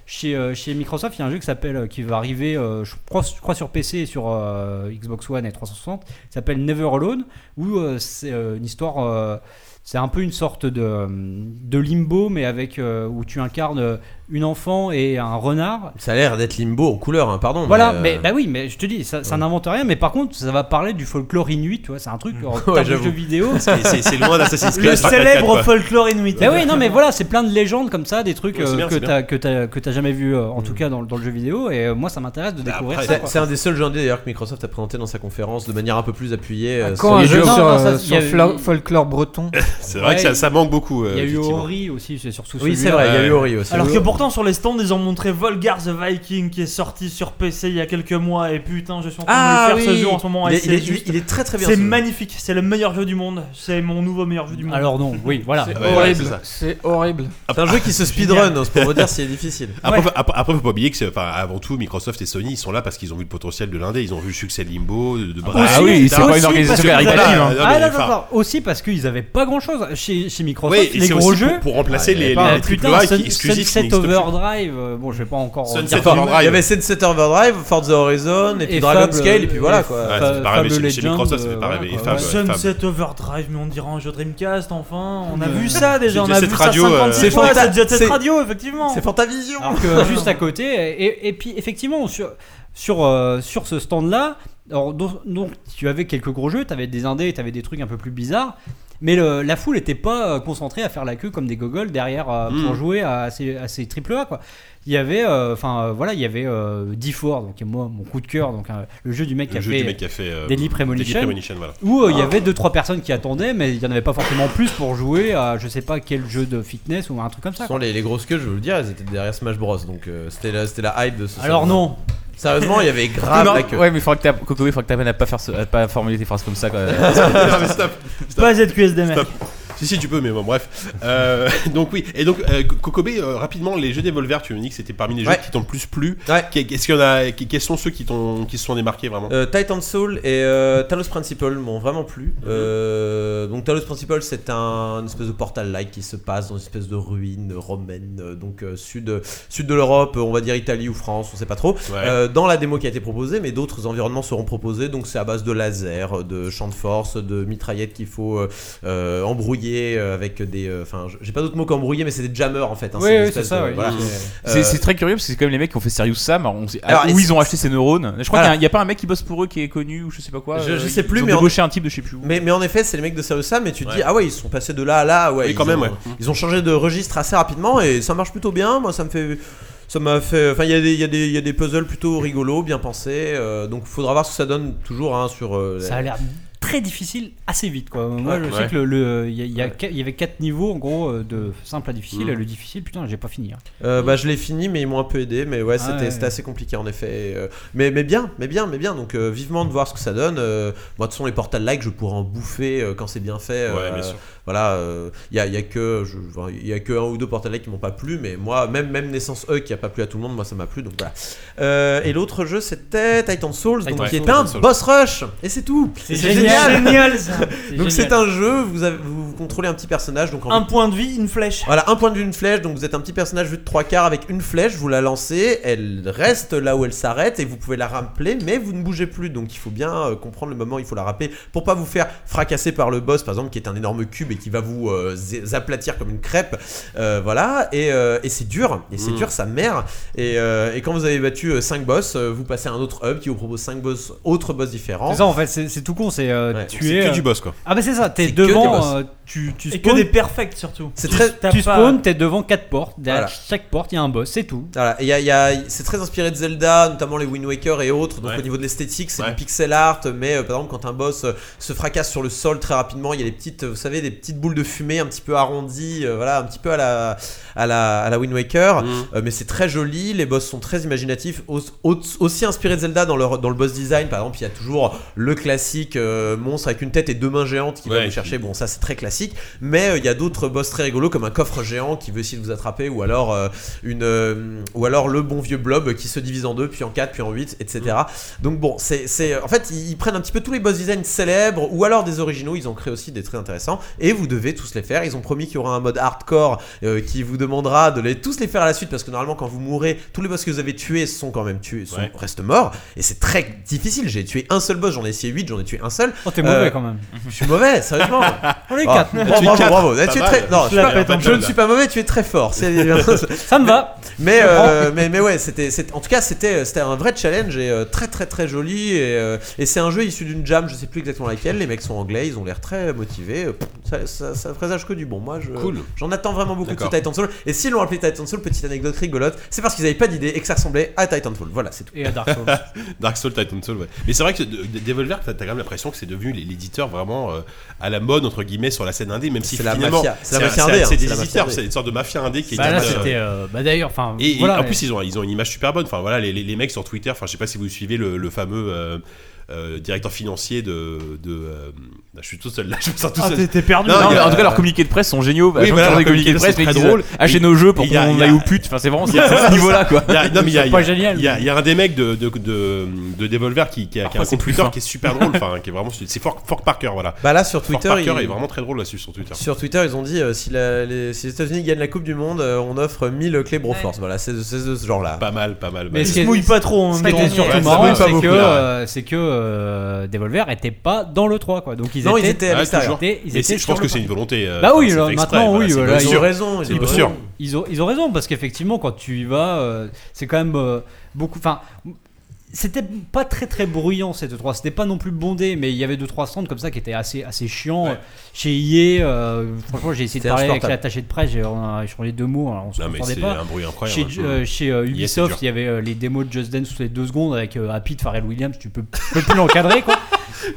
B: Chez, euh, chez Microsoft, il y a un jeu qui s'appelle, euh, qui va arriver, euh, je, crois, je crois sur PC et sur euh, Xbox One et 360, qui s'appelle Never Alone, où euh, c'est euh, une histoire. euh, c'est un peu une sorte de, euh, de limbo, mais avec euh, où tu incarnes une enfant et un renard.
C: Ça a l'air d'être limbo en couleur, hein, pardon.
B: Voilà,
C: euh,
B: mais, bah oui, mais je te dis, ça, ça n'invente rien, mais par contre, ça va parler du folklore inuit, tu vois, c'est un truc en termes de
C: j'avoue.
B: jeux vidéo.
A: C'est- c'est- c'est loin d'Assassin's Creed.
B: Le
A: Street Fighter,
B: célèbre
A: quoi.
B: folklore inuit. Bah oui, non, mais voilà, c'est plein de légendes comme ça, des trucs
C: Ouais, c'est
B: euh,
C: bien,
B: que
C: c'est
B: t'as que t'as- que t'as jamais vu, euh, en tout cas dans, le- dans le jeu vidéo, et euh, moi, ça m'intéresse de découvrir
C: Bah, après,
B: ça.
C: c'est-
B: quoi.
C: c'est un des seuls jeux indés, d'ailleurs que Microsoft a présenté dans sa conférence de manière un peu plus appuyée. euh,
E: Quand
C: sur
E: un
C: les
E: jeu
C: jeux.
E: sur,
B: non, ça,
E: euh,
B: il y a
E: sur
B: eu-
E: flo- folklore breton.
A: C'est vrai que ça, ça manque beaucoup.
B: Il y a
A: Euh,
B: eu
A: effectivement.
B: Ori aussi, c'est surtout
C: Oui, c'est
B: celui-là.
C: vrai, il y a eu Ori aussi.
D: Alors que pourtant sur les stands ils ont montré Volgar the Viking qui est sorti sur PC il y a quelques mois et putain je suis en train
C: Ah
D: de lui faire
C: oui.
D: ce jeu en ce moment
C: Il
D: et
C: est- il
D: c'est
C: est-
D: juste-
C: il est très, très bien,
D: C'est
C: ce jeu.
D: magnifique, c'est le meilleur jeu du monde, c'est mon nouveau meilleur jeu du
A: Ah,
D: monde.
B: Alors non, oui, voilà.
D: C'est
A: Ouais, ouais,
D: horrible.
A: c'est ça.
E: C'est horrible.
C: C'est un jeu qui se speedrun, hein, c'est pour vous dire, c'est difficile.
A: Après, faut- après, après, faut pas oublier que, c'est- enfin, avant tout, Microsoft et Sony, ils sont là parce qu'ils ont vu le potentiel de l'indé, ils ont vu le succès de Limbo, de, de Brave,
I: Ah oui,
A: etc.
I: c'est pas une organisation
A: Voilà,
I: caritative. hein.
A: non, mais
B: Ah, non, non,
A: enfin,
B: non, aussi parce qu'ils avaient pas grand chose chez, chez Microsoft,
A: Oui, et
B: les
A: c'est
B: gros
A: aussi
B: jeux.
A: pour- pour remplacer
B: il y
A: les-
B: avait pas-
A: les
B: putain,
A: AAA qui-
B: Sun-
A: exclusifs qui
B: Sunset
A: n'existent plus.
B: Overdrive, euh, bon, je vais pas encore. en
A: Sunset
B: dire plus.
A: Overdrive.
C: Il y avait Sunset Overdrive, Forza Horizon, et puis
B: Et
C: Dragon
B: Fable,
C: Scale, et puis voilà
B: et
C: quoi.
A: Ouais, ça fait pas
B: Fable
A: rêver chez- chez
B: Legends,
A: Microsoft, ça fait pas
B: euh,
A: rêver. Et
B: voilà,
A: Fable, ouais, Fable.
D: Sunset Overdrive, mais on dirait un jeu Dreamcast, enfin. On a
B: Euh,
D: vu ça
A: Jet
D: déjà, on a
A: Set
D: vu
A: Radio,
D: ça 50
A: euh,
D: fois,
C: c'est fanta-
D: c'est Jet Set
C: c'est-
D: Radio, effectivement.
C: C'est Fantavision
B: Alors que juste à côté, et, et puis effectivement, sur, sur, euh, sur ce stand-là, alors, donc, donc, tu avais quelques gros jeux, tu avais des indés, tu avais des trucs un peu plus bizarres, mais le- la foule n'était pas euh, concentrée à faire la queue comme des gogoles derrière euh, pour
A: Mm.
B: jouer à ces, à ces AAA, quoi. Il y avait, euh, enfin euh, voilà, il y avait euh, D4, donc qui est moi mon coup de cœur, donc euh, le jeu du mec qui
A: Le
B: a
A: jeu
B: fait,
A: du mec qui a fait. euh, Ah.
B: Deadly Premonition.
A: voilà.
B: où euh, il y avait deux trois personnes qui attendaient, mais il y en avait pas forcément plus pour jouer à je sais pas quel jeu de fitness ou un truc comme
C: Ce
B: ça.
C: sont les, les grosses queues, je vais vous le dire, elles étaient derrière Smash Bros. Donc euh, c'était la, c'était la hype de ce
B: Alors
C: salon.
B: non,
C: Sérieusement, il y avait grave
I: Non,
C: la queue.
I: ouais, mais faudra que t'a- Coco, il faudra que t'apprennes à pas faire ce- à pas formuler tes phrases comme ça. quoi.
A: Non, mais stop.
D: Pas ZQSD, mec.
A: Stop. Si, si, tu peux, mais bon, bref. Euh, donc, oui. Et donc, euh, Kokobe, euh, rapidement, les jeux Devolver, tu me dis que c'était parmi les jeux
C: Ouais.
A: qui t'ont le plus plu.
C: Ouais.
A: Qu'est- Qu'est-ce qu'il y en a qu- Quels sont ceux qui, t'ont- qui se sont démarqués vraiment
C: Euh, Titan Soul et euh, Talos Principle m'ont vraiment plu.
B: Mhm.
C: Euh, donc Talos Principle, c'est un une espèce de portal-like qui se passe dans une espèce de ruine romaine, euh, donc euh, sud, sud de l'Europe, euh, on va dire Italie ou France, on sait pas trop.
A: Ouais.
C: Euh, dans la démo qui a été proposée, mais d'autres environnements seront proposés. Donc c'est à base de laser, de champs de force, de mitraillettes qu'il faut euh, euh, embrouiller euh, avec des. euh, Enfin, j'ai pas d'autres mots qu'embrouiller, mais c'est des jammers en fait. hein,
B: Oui,
C: une
B: oui,
C: espèce
B: c'est ça,
C: de-
B: oui.
C: voilà.
I: C'est
C: Euh,
I: c'est très curieux parce que c'est quand même les mecs qui ont fait Serious Sam. alors on sait-
C: Alors,
I: où
C: et
I: ils ont acheté ces neurones Je crois
C: Voilà.
I: qu'il n'y a, pas un mec qui bosse pour eux qui est connu ou je sais pas quoi.
C: Je- je
I: euh,
C: sais
I: ils-
C: plus,
I: ils ont
C: mais en-
I: débauché un type de je sais plus où.
C: Mais, mais en effet, c'est les mecs de Serious Sam, et tu te
A: Ouais.
C: dis, ah ouais, ils sont passés de là à là, ouais.
A: Oui,
C: ils
A: quand
C: ont,
A: même, ouais.
C: Ils ont changé de registre assez rapidement, et ça marche plutôt bien. Moi, ça me fait. Ça m'a fait. Enfin, il y, a des- il y, a des- il y a des puzzles plutôt rigolos, bien pensés, euh, donc faudra voir ce que ça donne toujours hein, sur. euh,
B: ça a l'air très difficile assez vite. Quoi. Moi,
A: Ouais.
B: je
A: Ouais.
B: sais que le- le- il y, a- il y a qu- il y avait quatre niveaux en gros euh, de simple à difficile.
C: Mm.
B: Et le difficile, putain, j'ai pas fini. hein.
C: Euh, bah, je l'ai fini, mais ils m'ont un peu aidé. Mais ouais,
B: Ah
C: c'était
B: ouais.
C: c'était assez compliqué en effet. Et, euh, mais, mais bien, mais bien, mais bien. Donc euh, vivement de voir ce que ça donne. Euh, moi, de toute façon, les portals like, je pourrais en bouffer euh, quand c'est bien fait.
A: Ouais,
C: Euh,
A: bien sûr.
C: Voilà, euh, il y, a, y a que je- enfin, y a que un ou deux portals like qui m'ont pas plu, mais moi, même même naissance E qui a pas plu à tout le monde, moi ça m'a plu. Donc voilà. Euh, et l'autre jeu, c'était Titan Souls, donc,
A: Titan
C: qui est
A: Souls,
C: un
A: Titan Souls.
C: boss rush. Et c'est tout.
D: C'est génial. Génial, ça. C'est
C: donc c'est
D: génial.
C: un jeu. Vous, avez- vous contrôlez un petit personnage. Donc en
D: Un point de vie, une flèche.
C: voilà, un point de vue, une flèche. Donc vous êtes un petit personnage vu de trois quarts avec une flèche. Vous la lancez, elle reste là où elle s'arrête et vous pouvez la rappeler, mais vous ne bougez plus. Donc il faut bien euh, comprendre le moment où il faut la rappeler pour pas vous faire fracasser par le boss, par exemple, qui est un énorme cube et qui va vous euh, zé- aplatir comme une crêpe. Euh, voilà, et, euh, et c'est dur. Et c'est
A: Mm.
C: dur, sa mère. Et, euh, et quand vous avez battu 5 boss, euh, vous passez à un autre hub qui vous propose 5 boss, autres boss différents.
B: C'est ça, en fait, c'est c'est tout con. C'est euh,
C: Ouais.
B: tu
A: C'est
B: es.
A: que
B: euh,
A: du boss quoi.
B: Ah, bah c'est ça, t'es
C: C'est que des boss.
B: devant. euh, tu, tu
D: Et que
B: spawns-
D: des perfects surtout.
C: C'est
B: tu-
C: très-
D: t'as
B: Tu
D: pas-
B: spawns, t'es devant quatre portes. Derrière
C: Voilà.
B: chaque porte, il y a un boss, c'est tout.
C: Voilà, et y a- y a- c'est très inspiré de Zelda, notamment les Wind Waker et autres. Donc
A: Ouais.
C: au niveau de l'esthétique, c'est
A: Ouais.
C: du pixel art. Mais euh, par exemple, quand un boss euh, se fracasse sur le sol très rapidement, il y a des petites, vous savez, des petites boules de fumée un petit peu arrondies, euh, voilà, un petit peu à la, à la, à la Wind
A: Mm.
C: Waker. Euh, mais c'est très joli, les boss sont très imaginatifs, au- au- aussi inspirés de Zelda dans, leur, dans le boss design. Par exemple, il y a toujours le classique euh, monstre avec une tête et deux mains géantes qui va
A: Ouais,
C: vous
A: qui-
C: chercher. Bon, ça c'est très classique, mais euh, il y a d'autres boss très rigolos comme un coffre géant qui veut essayer de vous attraper, ou alors, euh, une, euh, ou alors le bon vieux blob qui se divise en deux, puis en quatre, puis en huit, etc. Donc bon, c'est, c'est- en fait, ils ils prennent un petit peu tous les boss design célèbres, ou alors des originaux, ils ont créé aussi des très intéressants, et vous devez tous les faire. Ils ont promis qu'il y aura un mode hardcore euh, qui vous demandera de les tous les faire à la suite parce que normalement quand vous mourrez tous les boss que vous avez tués sont quand même tués sont,
A: Ouais.
C: restent morts et c'est très difficile j'ai tué un seul boss j'en ai essayé 8 j'en ai tué un seul
B: Oh, t'es
C: Euh,
B: mauvais quand même. Ah.
C: je suis mauvais sérieusement
B: On est
C: Oh,
B: quatre.
C: bravo, bravo, bravo.
A: Pas
C: Tu es
A: mal.
C: très- non, je,
A: Je
C: suis
A: la
C: pas-
A: pète en
C: je ne
A: Zelda.
C: suis pas mauvais, tu es très fort. C'est-
B: Ça me va.
C: mais, euh, mais, mais ouais, c'était, c'était- en tout cas, c'était, c'était un vrai challenge et euh, très très très joli. Et, euh, et c'est un jeu issu d'une jam, je sais plus exactement laquelle. Les mecs sont anglais, ils ont l'air très motivés. Pff, Ça, ça, ça présage que du bon. Moi, je,
A: Cool.
C: j'en attends vraiment beaucoup
A: D'accord.
C: de ce Titan Soul. Et s'ils l'ont appelé Titan Soul, petite anecdote rigolote, c'est parce qu'ils n'avaient pas d'idée et que ça ressemblait à Titanfall. Voilà, c'est tout.
B: Et à Dark Souls.
A: Dark Souls, Titan Souls, ouais. Mais c'est vrai que de- de- Devolver, t'as t'as quand même l'impression que c'est devenu l- l'éditeur vraiment euh, à la mode, entre guillemets, sur la scène indé, même si
C: C'est la
A: finalement.
C: mafia. C'est la
A: un-
C: mafia
A: un-
C: indé,
A: C'est
C: hein. C'est la
A: des
C: mafia
A: éditeurs,
C: indé.
A: c'est une sorte de mafia indé qui est.
B: Bah là,
A: euh,
B: c'était. euh, bah d'ailleurs, enfin.
A: Et, et
B: voilà,
A: en plus, ils ont, ils ont une image super bonne. Enfin, voilà, les, les- les mecs sur Twitter, enfin, je sais pas si vous suivez le, le fameux euh, euh, directeur financier de. de euh, je suis tout seul là, je me sens tout
D: Ah,
A: seul.
D: t'es- t'es perdu.
A: Non,
D: là.
I: Non, mais
A: il y a-
I: en tout cas, leurs communiqués de presse sont géniaux.
A: Oui,
I: Je
A: voilà,
I: les
A: leurs
I: communiqués
A: communiqués
I: de presse,
A: sont
I: mais ils
A: très
I: disent
A: drôles.
I: achetez nos jeux pour
A: Et il y a-
I: qu'on
A: il y a-
I: aille aux putes. Enfin, c'est vraiment
A: Il y a-
I: c'est à ce niveau-là, quoi.
A: Il y a- non, mais il y a-
B: C'est
A: il y
B: pas
A: a-
B: génial.
A: il y a- il y a un des mecs de, de, de, de Devolver qui, qui a, qui a
I: Parfois,
A: un
I: c'est
A: compte
I: plus
A: Twitter
I: fin.
A: qui est super drôle, enfin, qui est vraiment. C'est Fork, Fork Parker, voilà.
C: Bah là, sur
A: Fork
C: Twitter,
A: Parker
C: ils-
A: est vraiment très drôle là-dessus sur Twitter.
C: Sur Twitter, ils ont dit euh, si, la- les, si les États-Unis gagnent la Coupe du Monde, euh, on offre 1000 clés Broforce. Voilà, c'est de c'est de ce genre-là.
A: Pas mal, pas mal.
B: Mais
A: bah,
D: Ils
B: ce qui
D: se
B: est-
D: mouillent pas trop. en
B: Ce qui
D: même temps.
B: était surtout
A: ouais,
B: marrant,
A: ça
B: c'est
A: bouge
B: que,
A: pas beaucoup, là,
B: euh, c'est que euh, Devolver était pas dans le 3 quoi. Donc ils
C: non, ils
B: étaient,
C: étaient à
A: Ouais,
C: l'extérieur.
A: toujours.
B: étaient- ils
A: mais
B: étaient
A: c'est- je
B: sur
A: pense
B: le
A: que c'est une volonté. euh,
B: Bah oui,
A: enfin,
B: là,
A: c'est fait exprès,
B: maintenant, oui,
A: c'est pas
B: voilà, ils
C: euh, Ils ont
A: sûr.
C: raison.
A: C'est
C: Ils ont
A: pas
C: raison.
A: sûr.
B: ils ont ils ont raison parce qu'effectivement quand tu y vas euh, c'est quand même euh, beaucoup enfin c'était pas très très bruyant ces 2 3 c'était pas non plus bondé mais il y avait 2 3 stands comme ça qui étaient assez assez chiants
A: Ouais.
B: chez IE euh, franchement j'ai essayé de
C: C'est
B: parler avec
C: insupportable.
B: l'attaché de presse j'ai on a échangé deux mots alors on se
A: Non, mais
B: comprenait
A: c'est
B: pas
A: un bruit
B: chez,
A: incroyable. hein,
B: euh, chez, euh,
A: Yes, c'est
B: Ubisoft,
A: dur.
B: il y avait euh, les démos de Just Dance sous les deux secondes avec euh, Happy de Pharrell Williams, tu peux, tu peux plus l'encadrer quoi.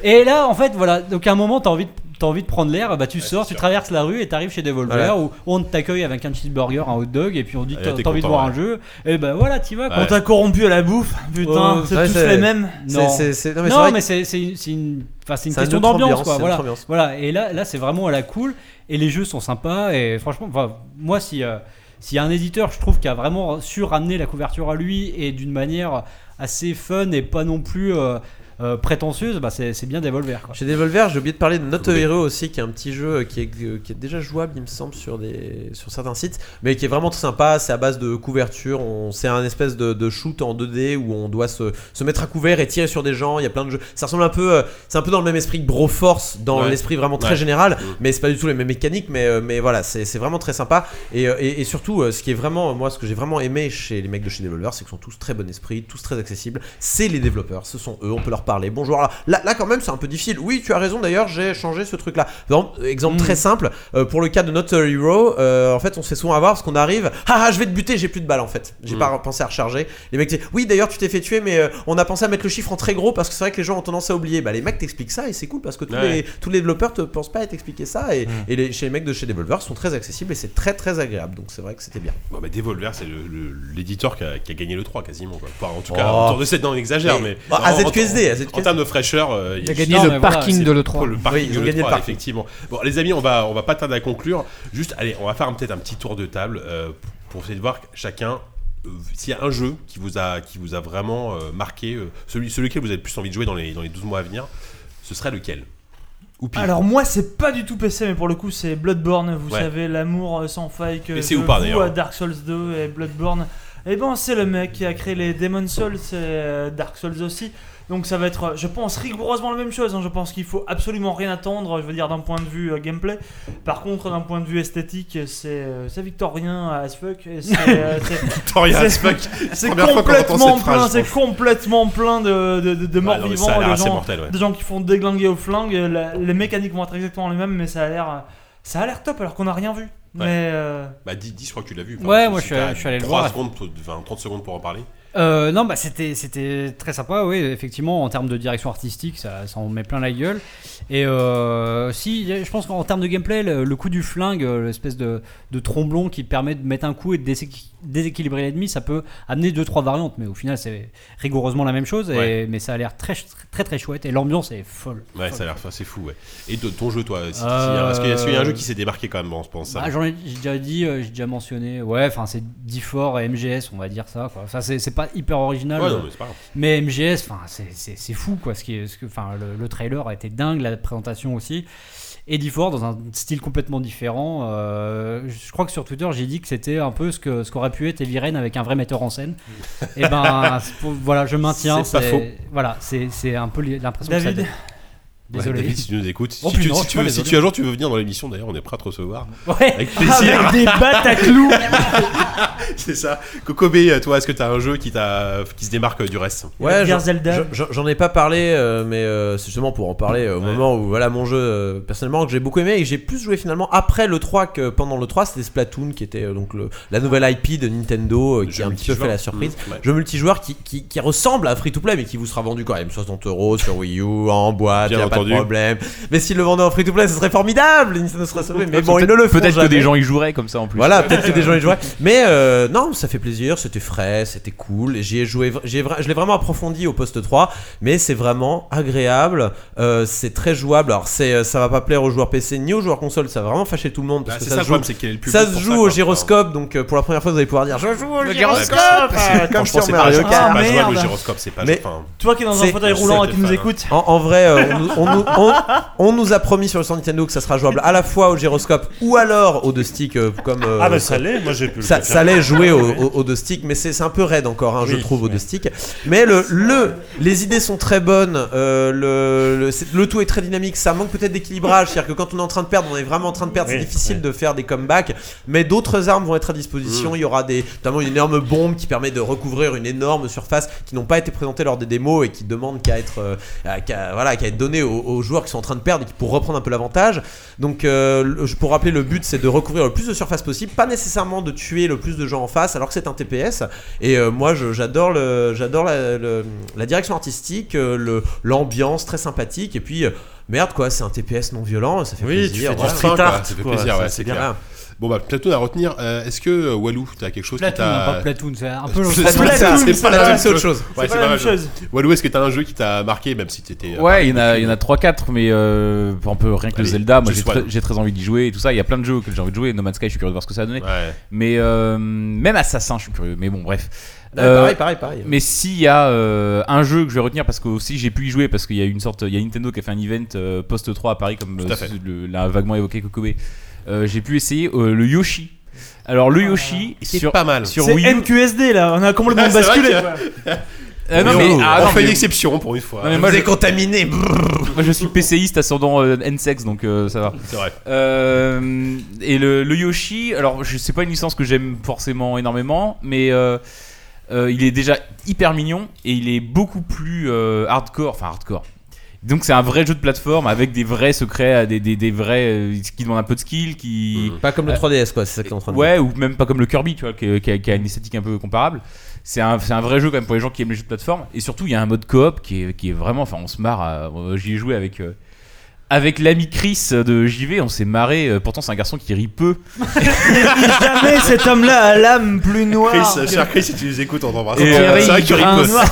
B: Et là, en fait, voilà, donc à un moment, t'as envie de T'as envie de prendre l'air, bah tu
A: c'est
B: sors, tu
A: sûr.
B: traverses la rue et t'arrives chez Devolver
C: Voilà.
B: où on t'accueille avec un cheeseburger, un hot dog et puis on dit
A: Ah,
B: t'as
A: t'es
B: t'as envie de
A: content,
B: voir
A: ouais.
B: un jeu et ben voilà t'y vas quoi.
A: Ouais.
D: On t'a corrompu à la bouffe. Putain,
B: Euh,
D: c'est
C: ouais,
D: tous
C: c'est-
D: les mêmes.
B: Non,
C: C'est- c'est- c'est- non, mais c'est
B: non
C: vrai
B: mais c'est c'est une, c'est une, enfin, c'est une
C: C'est un
B: question
C: autre
B: d'ambiance
C: ambiance,
B: quoi.
C: c'est une
B: Voilà.
C: autre ambiance.
B: Voilà. Et là là c'est vraiment à la cool et les jeux sont sympas et franchement enfin, moi si euh, s'il y a un éditeur je trouve qui a vraiment su ramener la couverture à lui et d'une manière assez fun et pas non plus euh, euh, prétentieuse bah c'est c'est bien Devolver quoi.
C: Chez Devolver, j'ai oublié de parler de Not a
A: Cool.
C: Hero aussi, qui est un petit jeu euh, qui est, qui est déjà jouable, il me semble, sur, des, sur certains sites, mais qui est vraiment très sympa. C'est à base de couverture. On, c'est un espèce de, de shoot en 2D où on doit se, se mettre à couvert et tirer sur des gens. Il y a plein de jeux. Ça ressemble un peu. euh, C'est un peu dans le même esprit que Broforce, dans
A: Ouais.
C: l'esprit vraiment très
A: Ouais.
C: général,
A: Mm.
C: mais c'est pas du tout les mêmes mécaniques. Mais, euh, mais voilà, c'est, c'est vraiment très sympa. Et, euh, et- et surtout, euh, ce qui est vraiment, moi, ce que j'ai vraiment aimé chez les mecs de chez Devolver, c'est qu'ils sont tous très bon esprit, tous très accessibles. C'est les développeurs, ce sont eux. On peut leur par les bons joueurs. Alors, là, là, quand même, c'est un peu difficile. Oui, tu as raison d'ailleurs, j'ai changé ce truc-là. Par exemple, Exemple très simple, euh, pour le cas de Not a Hero, euh, en fait, on se fait souvent avoir parce qu'on arrive, ah, ah, je vais te buter, j'ai plus de balles en fait. J'ai
A: Mm.
C: pas pensé à recharger. Les mecs disent, oui, d'ailleurs, tu t'es fait tuer, mais euh, on a pensé à mettre le chiffre en très gros parce que c'est vrai que les gens ont tendance à oublier. Bah, les mecs t'expliquent ça et c'est cool parce que tous,
A: Ouais. Mm.
C: les, tous les développeurs te pensent pas à t'expliquer ça. Et, et les, chez les mecs de chez Devolver sont très accessibles et c'est très très agréable. Donc, c'est vrai que c'était bien.
A: Bon, bah, Devolver, c'est le- le- l'éditeur qui, a- qui a gagné le 3 quasiment. Quoi. Enfin, en tout
C: Oh.
A: cas, autour de 7, non, on exagère, mais.
C: Mais- Bah,
A: non, en-
C: AZQSD,
A: en- En,
C: AZQSD.
A: termes de fraîcheur, euh,
E: Il a
A: y
E: gagné Non, le mais voilà, parking
A: c'est
E: de l'E3.
A: Le parking
C: Oui, ils
A: de
C: ont gagné
A: l'E3,
C: le parking.
A: effectivement. Bon, les amis, on va, on va pas tarder à conclure. Juste, allez, on va faire un- peut-être un petit tour de table euh, pour essayer de voir chacun. euh, S'il y a un jeu qui vous a, qui vous a vraiment euh, marqué, euh, celui, celui que vous avez le plus envie de jouer dans les, dans les 12 mois à venir, ce serait lequel Ou pire
D: Alors moi c'est pas du tout PC mais pour le coup c'est Bloodborne, vous
A: Ouais.
D: savez l'amour euh, sans faille que
A: PC
D: je
A: ou pas,
D: voue
A: d'ailleurs.
D: à Dark Souls 2 et Bloodborne. Et ben c'est le mec qui a créé les Demon Souls et euh, Dark Souls aussi. Donc ça va être euh, je pense rigoureusement la même chose, hein. je pense qu'il faut absolument rien attendre, je veux dire d'un point de vue euh, gameplay. Par contre d'un point de vue esthétique c'est euh, c'est victorien as fuck et c'est euh, c'est-
A: Victoria as fuck.
D: c'est
A: Première fois qu'on entend
D: complètement
A: cette phrase,
D: plein,
A: je
D: c'est
A: pense.
D: complètement plein de, de, de- de morts
A: Ah non, mais ça a
D: vivants,
A: l'air
D: de
A: assez
D: gens,
A: mortel, ouais.
D: des gens qui font déglinguer aux flingues. la- les mécaniques vont être exactement les mêmes, mais ça a l'air, euh, ça a l'air top alors qu'on n'a rien vu. Mais euh,
A: Bah, 10, je crois que tu l'as vu.
B: Ouais, moi, je suis allé- je suis allé le
A: 3
B: voir.
A: Secondes, pour- enfin, 30 secondes pour en parler.
B: Euh, non, bah c'était c'était très sympa, oui, effectivement, en termes de direction artistique, ça, ça en met plein la gueule. Et euh, si, je pense qu'en termes de gameplay, le, le coup du flingue, euh, l'espèce de, de tromblon qui permet de mettre un coup et de déséqu- déséquilibrer l'ennemi, ça peut amener deux trois variantes, mais au final, c'est rigoureusement la même chose. et-
A: Ouais.
B: mais ça a l'air très, très très très chouette et l'ambiance est folle.
A: Ouais, ça a l'air c'est fou, ouais. Et de, ton jeu, toi, si, si-
B: Euh,
A: est-ce qu'il y a- est-ce qu'il y a un jeu qui s'est démarqué quand même, bon, je pense ça
B: Ah, j'en ai, j'ai déjà dit, euh, j'ai déjà mentionné. Ouais, enfin, c'est Difor et MGS, on va dire ça. Quoi. Enfin, c'est, c'est pas hyper original.
A: Ouais,
B: euh,
A: non, mais c'est pas grave.
B: mais MGS, enfin, c'est, c'est- c'est fou, quoi. Ce qui est, ce que, enfin, le, le trailer a été dingue, la présentation aussi. Et Difor dans un style complètement différent. euh, je crois que sur Twitter, j'ai dit que c'était un peu ce, que, ce qu'aurait pu être Eviren avec un vrai metteur en scène. et ben, c'est pour- voilà, je maintiens.
A: C'est pas faux.
B: Voilà, c'est, c'est un peu li- l'impression que
D: David.
B: ça.
A: Ouais,
B: Désolé.
A: David, si tu nous écoutes,
B: Oh,
A: si, tu,
B: putain,
A: si
B: c'est
A: tu
B: pas
A: veux, si
B: désolé. Ah,
A: tu un jour tu veux venir dans l'émission, d'ailleurs, on est prêt à te recevoir.
B: Ouais.
A: Avec plaisir.
D: avec des battes à clous.
A: c'est ça. Kokobé, toi, est-ce que t'as un jeu qui, t'a, qui se démarque du reste
C: Ouais,
D: Gears
C: j'en-
D: Zelda.
C: j'en- j'en- j'en ai pas parlé, euh, mais euh, c'est justement pour en parler euh, au moment où voilà mon jeu euh, personnellement que j'ai beaucoup aimé et que j'ai plus joué finalement après le 3 que pendant le 3, c'était Splatoon qui était euh, donc le- la nouvelle IP de Nintendo euh, qui
A: Jeu
C: a un petit peu
A: multijoueur.
C: fait la surprise.
A: Mmh, ouais.
C: Jeu multijoueur qui, qui, qui ressemble à Free to Play mais qui vous sera vendu quand même 60 euros sur Wii U en boîte,
A: Bien
C: y a pas de
A: entendu.
C: problème. Mais s'il le vendait en Free to Play, ce serait formidable, Nintendo serait sauvé. Mais bon, ils ne le font
I: Peut-être que
C: jamais.
I: des gens y joueraient comme ça en plus.
C: Voilà, peut-être que des gens y jouaient. Mais euh, non, ça fait plaisir, c'était frais, c'était cool. J'y ai joué, j'ai vra- je l'ai vraiment approfondi au poste 3, mais c'est vraiment agréable. euh, c'est très jouable. Alors, c'est, euh, ça va pas plaire aux joueurs PC ni aux joueurs console, ça va vraiment fâcher tout le monde
A: Bah,
C: parce que
A: C'est
C: ça,
A: ça le
C: se joue.
A: problème, c'est qu'il y a le public
C: Ça se
A: pour
C: joue
A: quoi,
C: au
A: enfin.
C: gyroscope, donc euh, pour la première fois vous allez pouvoir dire je joue au gyroscope
D: Ah,
C: euh, comme
A: Franchement,
C: sur
A: c'est pas
C: Mario
A: c'est
C: Kart.
B: Ah,
A: pas jouable le
D: merde.
A: gyroscope, c'est pas.
C: Mais-
A: enfin,
D: Toi qui es dans un
C: C'est-
D: fauteuil
A: c'est
D: roulant et
A: le
D: qui nous
A: fun.
D: écoute.
C: En, en vrai, euh, on, nous- on nous, on- on nous a promis sur le stand Nintendo que ça sera jouable à la fois au gyroscope ou alors aux deux sticks euh, comme euh,
F: Ah bah ça l'est, moi j'ai pu le
C: ça,
F: faire.
C: ça allait jouer au, au, au deux sticks, mais c'est c'est un peu raide encore, hein, je
F: Oui,
C: trouve, au
F: ouais.
C: deux sticks. Mais le, le, les idées sont très bonnes, euh, le, le, c'est- le tout est très dynamique, ça manque peut-être d'équilibrage, c'est-à-dire que quand on est en train de perdre, on est vraiment en train de perdre, c'est
F: Oui, Mm.
C: difficile
F: ouais.
C: de faire des comebacks, mais d'autres armes vont être à disposition, il y aura des, notamment une énorme bombe qui permet de recouvrir une énorme surface qui n'ont pas été présentées lors des démos et qui demandent qu'à être, euh, à- qu'à- voilà, qu'à être données aux, aux joueurs qui sont en train de perdre et qui, pour reprendre un peu l'avantage. Donc, euh, le- je- pour rappeler, le but c'est de recouvrir le plus de surface possible, pas nécessairement de tuer le plus de gens en face, alors que c'est un TPS. Et euh, moi, je- j'adore le, j'adore la, le- la direction artistique, euh, le, l'ambiance très sympathique, et puis euh, merde quoi, c'est un TPS non violent, ça fait
F: Oui,
C: plaisir.
F: tu fais du
C: voilà. Ah,
A: Enfin,
F: street
A: quoi,
F: art.
A: ça fait
F: quoi,
A: plaisir, ouais,
F: ça,
A: c'est
F: bien.
A: clair. Bon, bah, Platoon à retenir. euh, Est-ce que euh, Walou, t'as quelque chose qui
B: Platoon,
A: t'a.
B: hein, pas Platoon, c'est un peu
A: C'est-
B: l'autre.
C: Platoon,
A: c'est- c'est
C: c'est
A: pas
C: la
A: la
F: Ah,
C: même
A: même
C: seule
A: chose.
C: chose.
A: Ouais,
D: C'est pas la même
A: chose.
D: chose.
A: Walou, est-ce que t'as un jeu qui t'a marqué, même si t'étais. euh,
I: Ouais, il y en a, il y en a 3-4, mais euh, on peut rien que le
A: Allez,
I: Zelda, moi
A: Just
I: j'ai très,
A: One.
I: j'ai très envie d'y jouer et tout ça. Il y a plein de jeux que j'ai envie de jouer. No Man's Sky, je suis curieux de voir ce que ça a donné.
A: Ouais.
I: Mais euh, même Assassin, je suis curieux. Mais bon, bref.
A: Bah,
C: Ouais,
I: Euh,
C: pareil, pareil, pareil.
I: Mais s'il y a euh, un jeu que je vais retenir parce que aussi j'ai pu y jouer parce qu'il y a une sorte, il y a Nintendo qui a fait un event euh, post 3 à Paris comme euh,
A: Tout à fait.
I: le- l'a vaguement évoqué Kokobe. Euh, j'ai pu essayer euh, le Yoshi. Alors le
A: Euh,
I: Yoshi
A: C'est
I: sur
A: pas mal.
I: sur
D: C'est
I: Wii U.
D: MQSD là, on a complètement
A: Ah, c'est vrai
D: basculé.
A: que-
D: quoi.
I: Ah, non,
A: On-
I: mais-
A: on
I: ah, non,
A: fait une
I: mais-
A: exception pour une fois. hein,
I: Non, mais moi,
C: Moi,
I: je-
C: j'ai contaminé.
I: moi, je suis PCiste ascendant euh, N-sex donc euh, ça va.
A: C'est vrai.
I: Euh, et le, le Yoshi, alors je sais pas une licence que j'aime forcément énormément, mais euh, euh, il est déjà hyper mignon et il est beaucoup plus euh, hardcore, enfin hardcore. Donc c'est un vrai jeu de plateforme avec des vrais secrets, à des, des, des vrais euh, qui demandent un peu de skill, qui
C: Pas comme le 3DS, quoi, c'est ça que t'es en train de
I: Ouais, ou même pas comme le Kirby, tu vois, qui, qui a, qui a une esthétique un peu comparable. C'est un, c'est un vrai jeu quand même pour les gens qui aiment les jeux de plateforme. Et surtout, il y a un mode coop qui est, qui est vraiment, enfin, on se marre. à- euh, J'y ai joué avec. euh, avec l'ami Chris de JV, on s'est marré. euh, Pourtant, c'est un garçon qui rit peu.
D: Ah,
N: Jamais cet homme-là a l'âme plus noire.
A: Chris, euh,
N: que-
A: cher Chris, si tu nous écoutes, on t'embrasse.
I: Et, euh,
A: Ah, C'est vrai que
I: Thierry
A: Rick bosse.
I: Noir.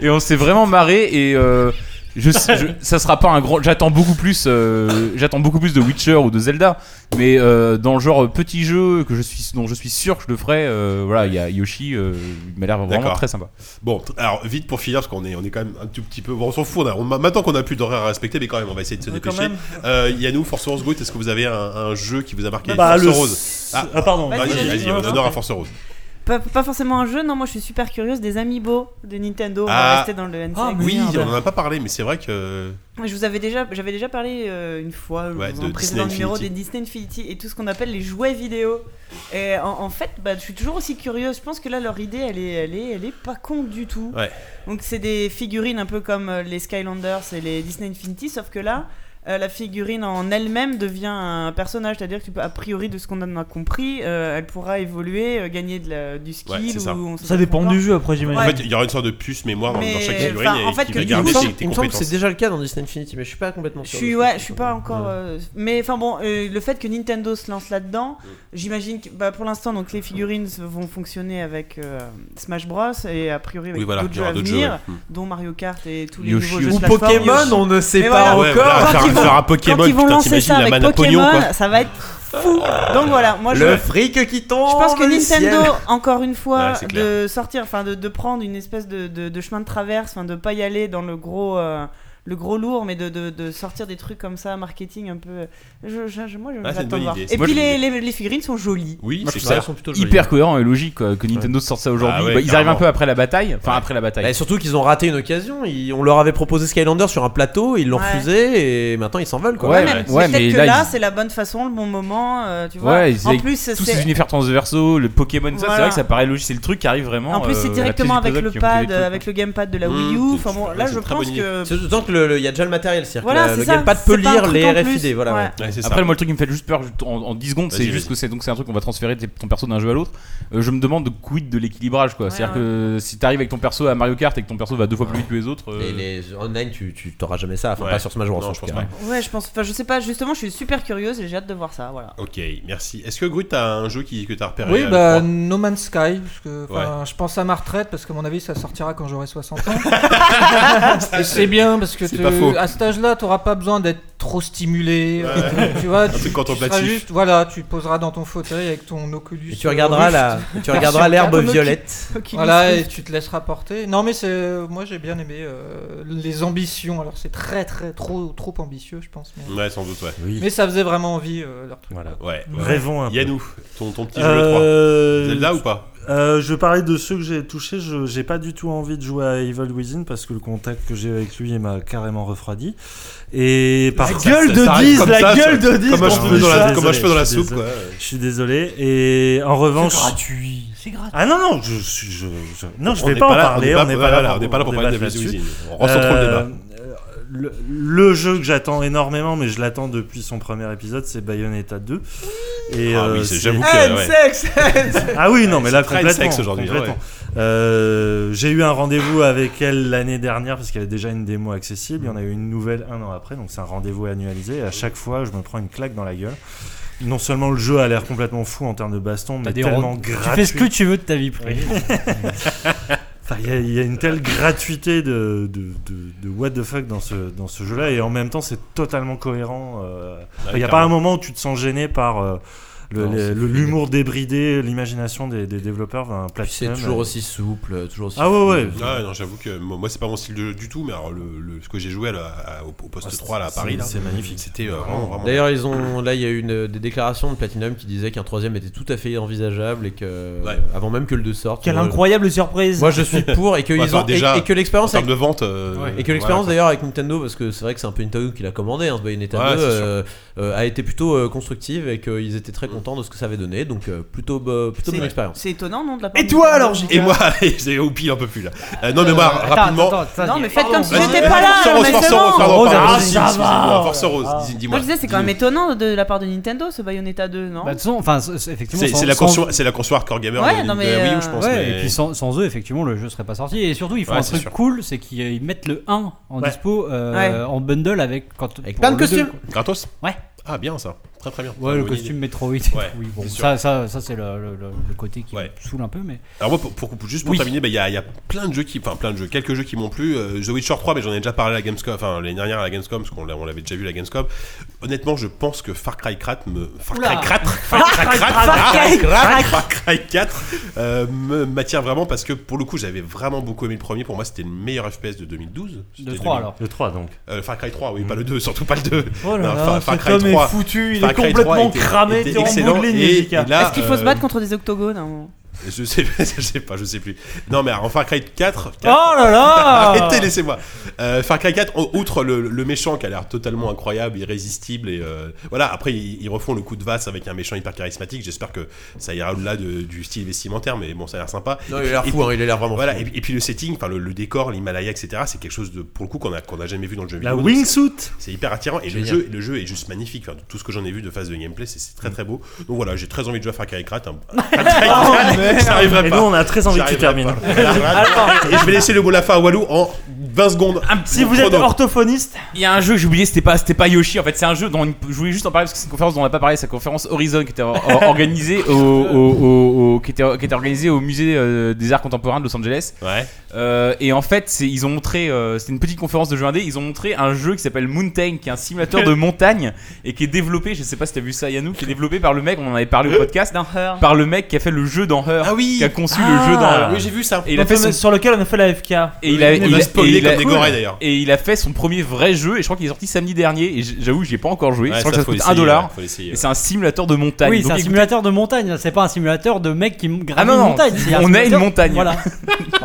I: et on s'est vraiment marré et euh, je, je- ça sera pas un grand j'attends beaucoup plus euh, j'attends beaucoup plus de Witcher ou de Zelda mais euh, dans le genre euh, petit jeu que je suis dont je suis sûr que je le ferai euh, voilà il y a Yoshi euh, il m'a l'air vraiment
A: D'accord.
I: très sympa
A: Bon, t- alors vite pour finir, parce qu'on est, on est quand même un tout petit peu. Bon, on s'en fout, on a- on- maintenant qu'on a plus d'horaire à respecter, mais quand même, on va essayer de se
N: quand
A: dépêcher.
N: même.
A: Euh, Yanou, Force Rose Goat, est-ce que vous avez un, un jeu qui vous a marqué
N: Bah,
A: Force
N: le-
A: euh, Rose.
N: Ah, pardon.
A: Vas-y,
N: Vas-y,
A: vas-y,
N: vas-y,
A: on
N: vas-y.
A: honore à Force Rose.
G: Pas, pas forcément un jeu, non, moi je suis super curieuse des amiibo de Nintendo. On va
A: Ah,
G: rester dans le N
A: oui, on en a pas parlé, mais c'est vrai que.
G: Je vous avais déjà, j'avais déjà parlé euh, une fois
A: Ouais,
G: dans
A: de
G: le précédent
A: Disney
G: numéro
A: Infinity.
G: des Disney Infinity et tout ce qu'on appelle les jouets vidéo. Et en, en fait, bah, je suis toujours aussi curieuse. Je pense que là, leur idée, elle est, elle est, elle est pas con du tout.
A: Ouais.
G: Donc c'est des figurines un peu comme euh, les Skylanders et les Disney Infinity, sauf que là. euh, la figurine en elle-même devient un personnage, c'est-à-dire que tu peux, a priori de ce qu'on en a compris, euh, elle pourra évoluer, euh, gagner de la- du skill
A: Ouais, c'est
G: ou
A: ça.
G: on sait
D: Ça
G: pas
D: dépend
G: trop
D: du
G: encore.
D: jeu, après, j'imagine.
A: En
G: Ouais.
A: fait, il y aura une sorte de puce mémoire dans,
G: Mais,
A: dans chaque
G: enfin,
A: figurine
G: en
A: et
G: fait,
A: qui
G: que
A: va
G: du
A: garder
G: coup,
A: tes,
G: il
A: tes
C: Il me semble que
A: compétences.
C: c'est déjà le cas dans Disney Infinity, mais je suis pas complètement
G: Je
C: sûr.
G: suis, ouais, je suis pas encore. euh, mais enfin bon, euh, le fait que Nintendo se lance là-dedans, j'imagine que bah, pour l'instant, donc les figurines se- vont fonctionner avec euh, Smash Bros. et a priori avec
A: Oui, voilà,
G: d'autres
A: il y
G: jeux
A: aura
G: à
A: d'autres
G: venir,
A: jeux,
I: euh,
A: ouais.
G: dont Mario Kart et tous les
I: Yoshi
G: nouveaux jeux
I: aussi.
G: de
I: Ou
G: plateforme.
C: Pokémon, on ne sait
G: Mais
C: pas
A: Ah Ouais,
C: encore.
A: voilà,
G: Quand
A: faire,
G: ils vont-
A: faire un Pokémon,
G: quand ils vont
A: putain,
G: lancer
A: t'imagines
G: ça
A: la
G: avec
A: manne à pognon,
G: Pokémon,
A: quoi.
G: ça va être fou. Donc voilà, moi je.
C: Le fric qui tombe.
G: Je pense que
C: du ciel.
G: Nintendo, encore une fois,
A: Ouais, c'est clair.
G: de sortir, enfin de, de prendre une espèce de, de- de chemin de traverse, enfin de pas y aller dans le gros, euh, le gros lourd, mais de, de- de sortir des trucs comme ça, marketing un peu. euh, Je, je- je- moi, je
A: Ah, c'est une
G: j'attends
A: bonne
G: de voir.
A: idée.
G: Et
A: Moi,
G: puis
A: je-
G: les, les- les figurines sont jolies.
A: Oui,
I: Moi,
A: c'est
I: je trouve
A: clair.
I: ça hyper cohérent et logique quoi, que Nintendo sorte ça aujourd'hui
A: Ah ouais,
I: Bah, ils arrivent
A: carrément.
I: un peu après la bataille enfin après la bataille
C: Bah, surtout qu'ils ont raté une occasion. Ils- on leur avait proposé Skylander sur un plateau, ils l'ont
G: Ouais.
C: refusé et maintenant ils s'en veulent quoi.
I: Ouais,
G: mais,
I: ouais,
G: peut-être
I: mais
G: que
I: là,
G: là,
I: ils-
G: c'est la bonne façon, le bon moment, euh, tu vois.
I: Ouais, ils-
G: en plus, c'est
I: tous ces univers transversaux, le Pokémon, ça, c'est
G: Voilà.
I: vrai que ça paraît logique, c'est le truc qui arrive vraiment.
G: en plus, c'est
I: euh, à la
G: directement
I: pièce du
G: avec
I: puzzle
G: le
I: qui ont fait
G: pad,
I: des trucs.
G: avec le gamepad de la
A: Mmh,
G: Wii U. Enfin bon,
A: c'est-
G: là,
A: c'est
G: je
A: une très
G: pense
A: bonne
G: que
C: C'est D'autant que le- le- il y a déjà le matériel, c'est-à-dire
G: Voilà,
C: que la-
G: c'est
C: le
G: ça,
C: gamepad
G: c'est
C: peut
G: pas un
C: lire
G: truc
C: les
G: en plus.
C: RFID. Voilà, ouais.
G: Ouais.
A: Ouais, c'est ça.
I: Après, moi, le truc qui me fait juste peur je- en, en 10 secondes, c'est
A: Vas-y,
I: juste
A: vas-y.
I: que c'est donc c'est un truc qu'on va transférer de ton perso d'un jeu à l'autre. Euh, je me demande de quid de l'équilibrage, quoi.
G: Ouais,
I: C'est-à-dire que euh, si t'arrives avec ton perso à Mario Kart et que ton perso va deux fois plus vite que les autres, euh,
C: Et les online, tu tu- t'auras jamais ça, enfin
A: Ouais.
C: pas sur Smash Bros.
A: Non,
C: en
A: je
C: tout
A: pense
C: cas.
A: pas.
G: ouais, je pense. Enfin, je sais pas. Justement, je suis super curieuse et j'ai hâte de voir ça. Voilà.
A: Ok, merci. Est-ce que Grut, t'as un jeu qui, que t'as repéré
E: Oui,
A: euh,
E: bah
A: Laurent
E: No Man's Sky, parce que enfin, je pense à ma retraite, parce que à mon avis ça sortira quand j'aurai 60 ans. Et c'est bien, parce que
A: C'est
E: tu-
A: pas faux.
E: à cet âge-là, t'auras pas besoin d'être trop stimulé. euh, Tu vois,
A: Un
E: tu,
A: truc
E: tu
A: contemplatif.
E: seras juste, voilà, tu te poseras dans ton fauteuil avec ton Oculus.
C: Et tu regarderas
E: euh,
C: la,
E: Rift.
C: et tu regarderas
E: Version
C: l'herbe
E: 4,
C: violette.
G: Oculus
E: Voilà, et
G: Rift.
E: tu te laisseras porter. Non, mais c'est, moi j'ai bien aimé euh, les ambitions. Alors c'est très, très, trop, trop ambitieux, je pense. Mais,
A: Ouais, sans doute, ouais.
F: Oui.
E: mais ça faisait vraiment envie euh, leur truc.
F: Voilà.
A: Ouais.
F: Rêvons un peu.
A: Yanou, ton, ton petit jeu de 3.
F: Euh,
A: Zelda ou pas
F: euh, Je parlais de ceux que j'ai touchés. Je j'ai pas du tout envie de jouer à Evil Within parce que le contact que j'ai avec lui il m'a carrément refroidi. Et par
A: La
F: contre-
A: gueule de
F: Ça arrive
A: 10,
F: comme
A: la
F: ça,
A: gueule
F: sur-
A: de 10,
F: Comme
A: quand
F: je
A: on
F: fais
A: dit
F: dans la,
A: ça.
F: comme je fais dans la
A: Je suis
F: soupe.
A: désolé.
F: quoi. Je suis désolé. Et en revanche,
N: gratuit. C'est gratuit.
F: ah non non, je, je- je- je- non, je
A: On
F: vais
A: n'est
F: pas en
A: là,
F: parler.
A: On n'est pas, là, on n'est
F: pour-
A: pas là pour parler de
F: débattre
A: la
F: là-dessus.
A: Within. On recentre le débat.
F: Euh, le, le jeu que j'attends énormément, mais je l'attends depuis son premier épisode, c'est Bayonetta 2. Et
A: Ah
F: euh,
A: oui, c'est-
F: c'est-
A: j'avoue que.
C: And
A: ouais.
C: sex, and-
F: Ah oui, non, mais là
A: c'est très
F: complètement.
A: sexe aujourd'hui,
F: complètement. Euh, J'ai eu un rendez-vous avec elle l'année dernière parce qu'il y avait déjà une démo accessible. Il y en a eu une nouvelle un an après, donc c'est un rendez-vous annualisé. Et à chaque fois, je me prends une claque dans la gueule. Non seulement le jeu a l'air complètement fou en termes de baston, mais
B: des
F: tellement
B: rondes.
F: gratuit.
B: Tu fais ce que tu veux de ta vie privée.
F: Enfin, il y a- il y, a une telle gratuité de, de, de- de what the fuck dans ce, dans ce jeu-là, et en même temps, c'est totalement cohérent. euh. Enfin, Il n'y a pas un moment où tu te sens gêné par euh, le-
C: Non,
F: les-
C: c'est
F: le- l'humour débridé, l'imagination des, des développeurs. Enfin,
C: Puis C'est
F: Platinum,
C: toujours
F: euh.
C: aussi souple, toujours aussi.
F: Ah ouais, ouais.
A: Ouais, non, j'avoue que moi, moi, c'est pas mon style de jeu du tout, mais alors le, le- ce que j'ai joué là, à- au, au poste
F: Ah, c'est-
A: 3 là, à
F: c'est-
A: Paris, là,
F: c'est magnifique.
A: C'était euh, vraiment, vraiment.
C: D'ailleurs, ils ont là, il y a eu une, des déclarations de Platinum qui disaient qu'un troisième était tout à fait envisageable et que
A: Ouais.
C: avant même que le 2 sorte.
F: Euh,
D: Quelle
C: moi,
D: incroyable surprise.
C: Moi, je suis pour et que
A: Ouais,
C: ils
A: enfin,
C: ont et-
A: déjà,
C: et, que
A: en
C: l'expérience
A: termes
C: avec,
A: de vente. euh,
C: et que l'expérience d'ailleurs avec Nintendo, parce que c'est vrai que c'est un peu Nintendo qui l'a commandé, hein, ce Bayonetta
A: Ouais,
C: 2,
A: c'est sûr.
C: euh, euh, a été plutôt euh, constructive et qu'ils étaient très content de ce que ça avait donné, donc euh, plutôt, bo- plutôt bonne
G: C'est-
C: expérience.
G: C'est étonnant, non de la part
A: Et
G: de-
A: toi alors, Et moi, j'ai au pile un peu plus là. Euh, non, mais moi,
G: Euh, attends,
A: rapidement.
G: attends, attends, Non, mais faites comme si
A: Vas-y.
G: j'étais pas là,
A: Force
G: alors,
A: Rose,
G: mais
A: Force
G: c'est
A: Rose,
G: bon.
A: pardon,
G: Rose,
A: pardon,
G: ah,
A: dis-
G: ça
A: excusez-moi,
G: va.
A: Force Rose, dis- dis-moi.
G: Moi, je disais, c'est quand même
A: Dis-nous.
G: étonnant de la part de Nintendo ce Bayonetta 2, non
B: Bah, de toute façon, enfin, c'est- c'est- effectivement,
A: C'est
B: sans-
A: c'est la
B: sans-
A: conscience- c'est la conscience core gamer
G: Ouais,
A: de,
G: non,
A: de
G: mais,
A: la Wii U,
G: euh,
A: je pense.
B: Ouais,
A: mais-
B: et puis sans, sans eux, effectivement, le jeu serait pas sorti. Et surtout, ils font
A: Ouais,
B: un
A: c'est
B: truc
A: sûr.
B: cool, c'est qu'ils mettent le 1 en
A: Ouais.
B: dispo euh,
A: Ouais.
B: en bundle avec quand pour
A: plein de
B: le deux,
A: costumes.
B: quoi.
A: Gratos
B: Ouais.
A: Ah, bien ça. Très très bien.
B: Ouais, le
A: Bonne idée.
B: costume Metroid. et tout.
A: Ouais, c'est
B: oui, bon,
A: sûr.
B: ça, ça, ça c'est le, le- le- le côté qui me saoule un peu, mais.
A: Alors moi, pour, pour- juste pour
B: Oui.
A: terminer, bah, il y, a- il y a plein de jeux qui, enfin plein de jeux, quelques jeux qui m'ont plu. Euh, The Witcher 3, mais j'en ai déjà parlé à la Gamescom, enfin l'année dernière à la Gamescom, parce qu'on l'a- on l'avait déjà vu à la Gamescom. Honnêtement, je pense que Far Cry 4 me, Far
B: Oula.
A: Cry 4,
B: Far Cry
A: Cry
B: 4,
A: Cry- Far Cry 4 euh, me m'attire vraiment parce que pour le coup, j'avais vraiment beaucoup aimé le premier. Pour moi, c'était le meilleur FPS de 2012. C'était
B: Le 3,
A: 2000.
B: alors.
F: Le 3 donc.
A: Euh, Far Cry 3, oui, pas le 2, surtout pas le 2.
D: Oh là
A: Non,
D: là,
A: Far- Far
D: cet
A: Cry
D: homme est
A: 3,
D: foutu, il
A: Far
D: est
A: Cramé,
D: complètement
A: était-
D: cramé,
A: était
D: t'es en bout de
A: excellent,
D: ligne,
A: et-
D: Jessica.
A: et là,
G: Est-ce qu'il faut se
A: euh,
G: battre contre des octogones hein, à un moment
A: je sais, je sais pas, je sais plus. Non, mais en Far Cry 4.
D: Oh là là
A: Arrêtez, laissez-moi. Euh, Far Cry 4, en- outre le, le méchant qui a l'air totalement incroyable, irrésistible, et euh, voilà, après ils, ils refont le coup de vase avec un méchant hyper charismatique. J'espère que ça ira au-delà de- du style vestimentaire, mais bon, ça a l'air sympa.
C: Non, il a l'air
A: Et
C: fou,
A: puis-
C: hein, il a l'air vraiment
A: Voilà,
C: fou.
A: et, et puis le setting, enfin le, le décor, l'Himalaya, etc., c'est quelque chose de, pour le coup, qu'on a, qu'on a jamais vu dans le jeu
F: La
A: vidéo.
F: wingsuit
A: Donc, c'est- C'est hyper attirant, et le
F: Génial.
A: jeu, le jeu est juste magnifique. Enfin, tout ce que j'en ai vu de phase de gameplay, c'est- c'est très très beau. Donc voilà, j'ai très envie de jouer à Far Cry 4. hein. J'arriverai
F: Et
A: pas.
F: nous, on a très envie que tu
A: J'arriverai
F: termines.
A: pas. Voilà. Et je vais laisser le mot de la fin à Walou en 20 secondes.
I: Ah
D: Si vous êtes orthophoniste,
I: Il y a un jeu que j'ai oublié, c'était pas, c'était pas Yoshi. En fait, c'est un jeu dont on- je voulais juste en parler parce que c'est une conférence dont on n'a pas parlé. C'est la conférence Horizon qui était or- or- organisée au, au- au- au- qui était, qui était organisée au musée euh, des arts contemporains de Los Angeles. Euh,
A: Ouais.
I: et en fait, c'est, ils ont montré, euh, c'était une petite conférence de jeux indé. Ils ont montré un jeu qui s'appelle Mountain, qui est un simulateur de montagne et qui est développé. Je sais pas si t'as vu ça, Yannou, qui est développé par le mec. On en avait parlé au podcast. Par le mec qui a fait le jeu dans Her.
A: Ah oui.
I: Qui a conçu le jeu dans Her.
A: Oui, j'ai vu ça.
I: Et il a fait son
D: sur lequel on a fait la FK.
I: et il a,
D: Oui,
I: il
D: mais
I: a-
D: spoilé
I: et il a-
D: comme des
I: cool.
D: gorées, d'ailleurs.
I: Et il a fait son premier vrai jeu, et je crois qu'il est sorti samedi dernier. Et j- j'avoue, j'y ai pas encore joué.
A: Ouais,
I: je crois
A: ça,
I: que ça
A: faut
I: coûte
A: essayer,
I: 1 dollar.
A: ouais, faut l'essayer,
I: et c'est un simulateur de montagne.
B: Oui, c'est
I: Donc,
B: un
I: écoute-
B: simulateur de montagne, c'est pas un simulateur de mec qui gravit
I: Ah non, non,
B: une montagne. c'est un
I: on a une
B: simulateur-
I: montagne.
B: Voilà.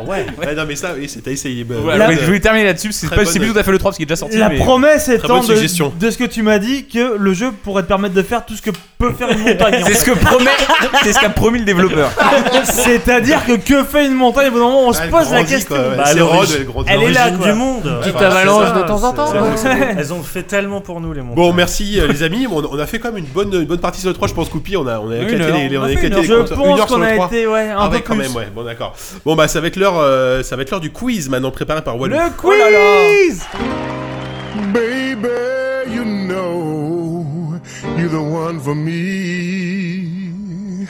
A: ouais. non, mais ça, oui, c'est à essayer. Bah,
I: euh, Voilà,
A: bonne-
I: je voulais terminer là-dessus. C'est
A: Très
I: pas c'est
A: bonne-
I: plus tout à fait le 3 parce qu'il est déjà sorti.
D: la
I: mais-
D: promesse étant
A: bonne
D: de,
A: suggestion.
D: de ce que tu m'as dit que le jeu pourrait te permettre de faire tout ce que peut faire une montagne. en
I: C'est ce
D: fait.
I: que promet, c'est ce qu'a promis le développeur.
D: C'est-à-dire que que fait une montagne Au bout d'un moment, on se
A: elle
D: pose la
A: grandit,
D: question.
A: quoi, ouais. Bah, C'est l'origine- Rhodes, elle grandit.
D: elle est là,
A: l'origine
D: quoi.
A: du monde.
D: Petite
A: Ouais, bah,
D: avalanche
A: c'est ça.
D: de temps en temps. hein.
A: C'est-
D: Ouais.
A: c'est-
F: Elles ont fait tellement pour nous, les montagnes.
A: Bon, merci euh, les amis. On, on a fait quand même une bonne, une bonne partie sur le 3, je pense, Coupi. On a, on a
D: Une
A: éclaté
D: heure.
A: les, les-
D: On
A: on
D: a
A: a
D: fait
A: éclaté
D: une heure.
A: les
D: Je
A: comptes.
D: pense
A: Une heure sur
D: qu'on
A: le
D: a
A: 3.
D: été, ouais, un
A: Ah
D: peu
A: ouais, quand
D: plus.
A: même, ouais. Bon, d'accord. Bon, bah, ça va être l'heure euh, ça va être l'heure du quiz maintenant préparé par Walou.
D: Le quiz
Q: Baby, you know you're the one for me. You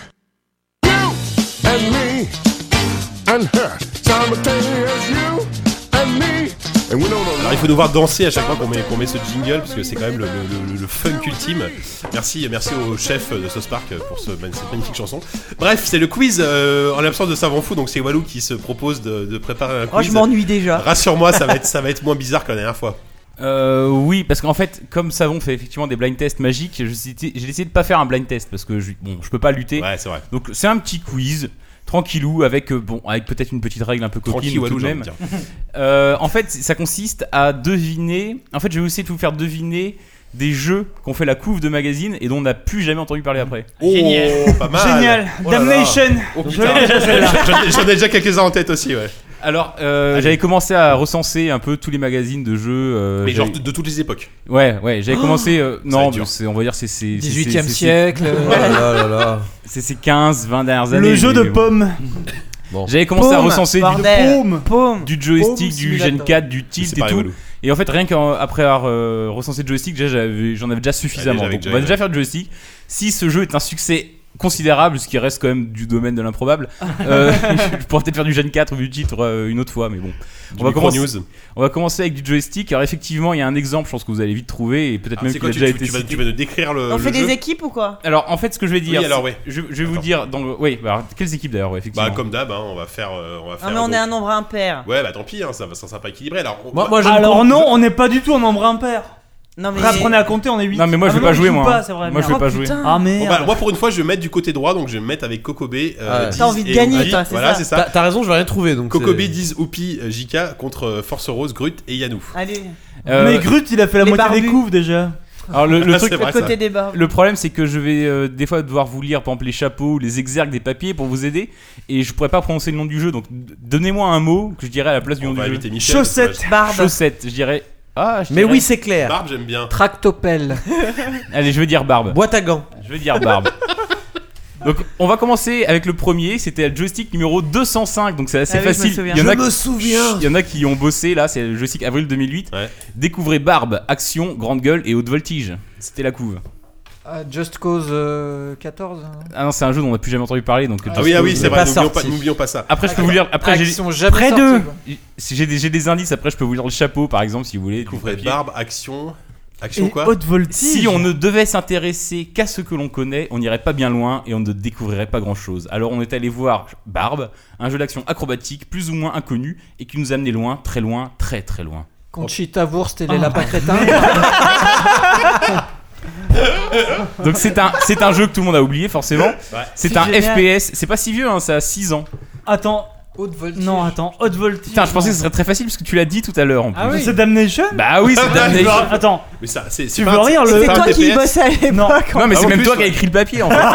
Q: and me and her. Simultaneous you and me. And we don't know
A: Alors, il faut nous voir danser à chaque fois qu'on met, qu'on met ce jingle parce que c'est quand même le, le- le- le funk ultime. Merci, merci au chef de Sauce Park pour ce, man- cette magnifique chanson. Bref, c'est le quiz euh, en l'absence de savant fou, donc c'est Walou qui se propose de, de préparer un
G: Oh,
A: quiz.
G: je m'ennuie déjà.
A: Rassure-moi, ça va être ça va être moins bizarre que la dernière fois.
I: Euh, oui, parce qu'en fait, comme Savon fait effectivement des blind tests magiques, je suis- j'ai décidé de pas faire un blind test parce que je, bon, je peux pas lutter.
A: Ouais, c'est vrai.
I: Donc c'est un petit quiz tranquillou avec euh, bon avec peut-être une petite règle un peu coquine
A: Tranquillou,
I: tout de
A: j'ai
I: même.
A: envie de dire.
I: Euh, en fait, ça consiste à deviner. En fait, je vais essayer de vous faire deviner des jeux qu'on fait la couve de magazine et dont on n'a plus jamais entendu parler après.
A: Génial. pas mal.
D: Génial.
A: Oh là là.
D: Damnation.
A: Oh,
D: Je
A: putain.
D: l'ai déjà, celle-là.
A: J'en ai- j'en ai déjà quelques-uns en tête aussi, ouais.
I: Alors, euh, j'avais commencé à recenser un peu tous les magazines de jeux. euh,
A: Mais genre
I: j'avais-
A: de- de toutes les époques.
I: Ouais, ouais, j'avais
A: Oh
I: commencé. euh,
A: Ça va
I: non,
A: être dur.
I: mais c'est- on va dire c'est. c'est- c'est-
A: 18e
I: c'est- c'est-
A: siècle, euh. Oh là là là là.
I: C'est ces 15, 20 dernières
D: Le
I: années.
D: jeu
I: mais
D: de
I: bon.
D: pommes.
I: Bon. J'avais commencé à
D: Paume,
I: recenser du,
D: bordel. Paume. Paume.
I: du joystick,
D: Paume
I: du Gen
D: Simulator.
I: 4, du tilt
A: C'est
I: et
A: pareil,
I: tout.
A: Walou.
I: Et en fait, rien qu'après avoir euh, recensé le joystick, déjà, j'avais- j'en avais déjà suffisamment.
A: Allez, j'avais
I: Donc,
A: déjà
I: on va
A: eu,
I: déjà faire le joystick. Si ce jeu est un succès considérable, ce qui reste quand même du domaine de l'improbable, euh, je pourrais peut-être faire du Gen 4 ou du titre euh, une autre fois, mais bon.
A: Du micro-news.
I: on va commencer avec du joystick. Alors, effectivement, il y a un exemple, je pense que vous allez vite trouver, et peut-être
A: Alors, Ah,
I: même
A: c'est
I: qu'il
A: quoi,
I: a
A: tu-
I: déjà
A: tu-
I: été
A: tu vas-
I: cité.
A: tu vas nous décrire Euh, le-
G: On fait des équipes ou quoi
I: Alors en fait, ce que je vais dire,
A: Oui, alors,
I: c'est-
A: ouais.
I: je, je vais vous dire dans le- oui, bah, alors, quelles équipes d'ailleurs, ouais, effectivement.
A: Bah comme d'hab, hein, on va faire, euh, on va faire.
G: Ah, mais on est un nombre
A: pair
G: impair.
A: Ouais, bah tant pis, hein, ça va, ça sera pas équilibré. Alors, on- bah-
D: Alors non, on n'est pas du tout en nombre impair.
G: Non mais
D: Réapprenez à compter, on est 8.
I: Non, mais moi, je vais pas jouer, moi. Moi, je vais pas jouer.
D: Ah
A: Bon,
D: merde.
A: bah, moi pour une fois je vais mettre du côté droit donc je vais me mettre avec Kokobé.
C: Ah ouais.
A: 10
C: T'as envie de
A: et
C: gagner,
A: Oupi.
C: toi, c'est
A: Voilà
C: ça.
A: c'est ça.
C: T'as- t'as raison, je vais rien trouver, donc
A: Kokobé
C: c'est-
A: 10 Oupi euh, JK contre euh, Force Rose Grut et Yanou.
G: Allez.
D: Mais Grut, il a fait la moitié des couves déjà.
I: Alors le,
A: Ah,
I: le truc,
G: C'est vrai, Le côté ça. des barbes.
I: Le problème, c'est que je vais euh, des fois devoir vous lire, par exemple, les chapeaux, ou les exergues des papiers pour vous aider, et je pourrais pas prononcer le nom du jeu. Donc, d- donnez-moi un mot que je dirais à la place du nom du jeu.
A: Michel, Chaussettes, parce que- barbe.
I: Chaussettes, je dirais. Ah, je
A: Mais
I: dirais-
A: oui, c'est clair. Barbe, j'aime bien.
I: Tractopelle. Allez, je vais dire barbe.
C: Boîte à gants.
I: Je vais dire barbe. Donc on va commencer avec le premier, c'était le joystick numéro 205, donc c'est assez
C: Ah oui, je me
I: facile.
C: souviens.
I: en a
C: Je me
I: qui-
C: souviens.
I: Chut, Il y en a qui ont bossé là, c'est le joystick avril 2008. Découvrez barbe, action, grande gueule et haute voltige. C'était la couve.
E: Ah, Just Cause euh, 14. hein.
I: Ah non, c'est un jeu dont on n'a plus jamais entendu parler. Donc
A: Ah
I: Just
A: oui, ah
I: Cause
A: oui,
I: n'est
A: c'est vrai, n'oublions
I: sorti.
A: pas- n'oublions pas ça.
I: Après, je peux vous lire. Après,
A: Ah,
I: j'ai
A: qui sont jamais
I: Près
A: sortis,
I: d'eux.
A: quoi.
I: J'ai des, j'ai des indices. Après, je peux vous lire le chapeau, par exemple, si vous voulez. Découvrez
A: barbe, action. Action quoi
I: Si on ne devait s'intéresser qu'à ce que l'on connaît, on n'irait pas bien loin et on ne découvrirait pas grand-chose. Alors on est allé voir Barbe, un jeu d'action acrobatique plus ou moins inconnu et qui nous amenait loin, très loin, très très loin.
E: Conchita Wurst et
I: Oh.
E: les lapins crétins.
I: Donc c'est un, c'est un jeu que tout le monde a oublié forcément. C'est
D: C'est
I: un
D: génial.
I: FPS, c'est pas si vieux, hein, ça a 6 ans.
D: Attends. Non, attends, haute voltige.
I: Putain, je pensais que ce serait très facile parce que tu l'as dit tout à l'heure en plus.
D: Ah oui. C'est Damnation
I: Bah oui, c'est Damnation.
D: Attends.
A: Mais ça, c'est.
D: Bah, Tu veux rire le. Non.
I: Non, mais c'est même toi qui as écrit le papier en fait.
D: ce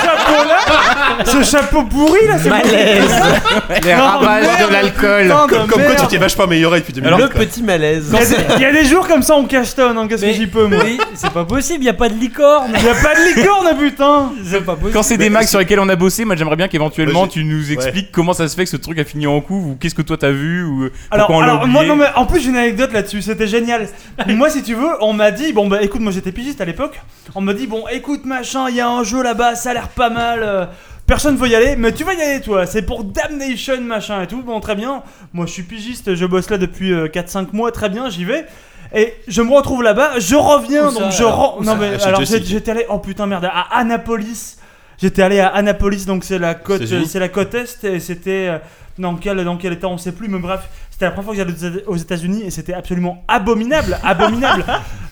D: chapeau-là Ce chapeau pourri là, c'est
I: Les ravages
D: merde,
I: de l'alcool.
D: putain de
A: Comme, comme quoi,
D: merde.
A: tu t'es vachement amélioré depuis 2008.
C: le
A: quoi.
C: petit malaise.
D: Il y, a des, il y a des jours comme ça, on cache ton, on casse que j'y peux, moi. C'est pas possible, y a pas de licorne. Y a pas de licorne, putain. C'est pas possible.
I: Quand c'est des mags sur lesquels on a bossé, moi j'aimerais bien qu'éventuellement
D: Moi, j'ai-
I: tu nous expliques comment ça se fait que ce truc a fini en couve ou qu'est-ce que toi t'as vu ou
D: Alors,
I: pourquoi on l'a
D: alors moi,
I: oublié.
D: non, mais en plus, j'ai une anecdote là-dessus, c'était génial. moi, si tu veux, on m'a dit, bon, bah écoute, moi j'étais pigiste à l'époque. On m'a dit, bon, écoute, machin, il y a un jeu là-bas, ça a l'air pas mal. euh, personne veut y aller, mais tu vas y aller, toi. C'est pour Damnation, machin et tout. Bon, très bien. Moi, je suis pigiste, je bosse là depuis euh, 4-5 mois, très bien, j'y vais. Et je me retrouve là-bas, je reviens,
N: Où ça,
D: donc je
N: alors
D: rends.
N: Où ça
D: Non,
N: Ah,
D: mais
N: Chez
D: alors,
N: Jessica.
D: j'ai- j'étais allé, oh putain, merde, à Annapolis. J'étais allé à Annapolis, donc c'est la côte,
N: États-Unis.
D: c'est la côte est, et c'était euh, dans quel dans quel état on sait plus, mais bref, c'était la première fois que j'allais aux États-Unis et c'était absolument abominable, abominable.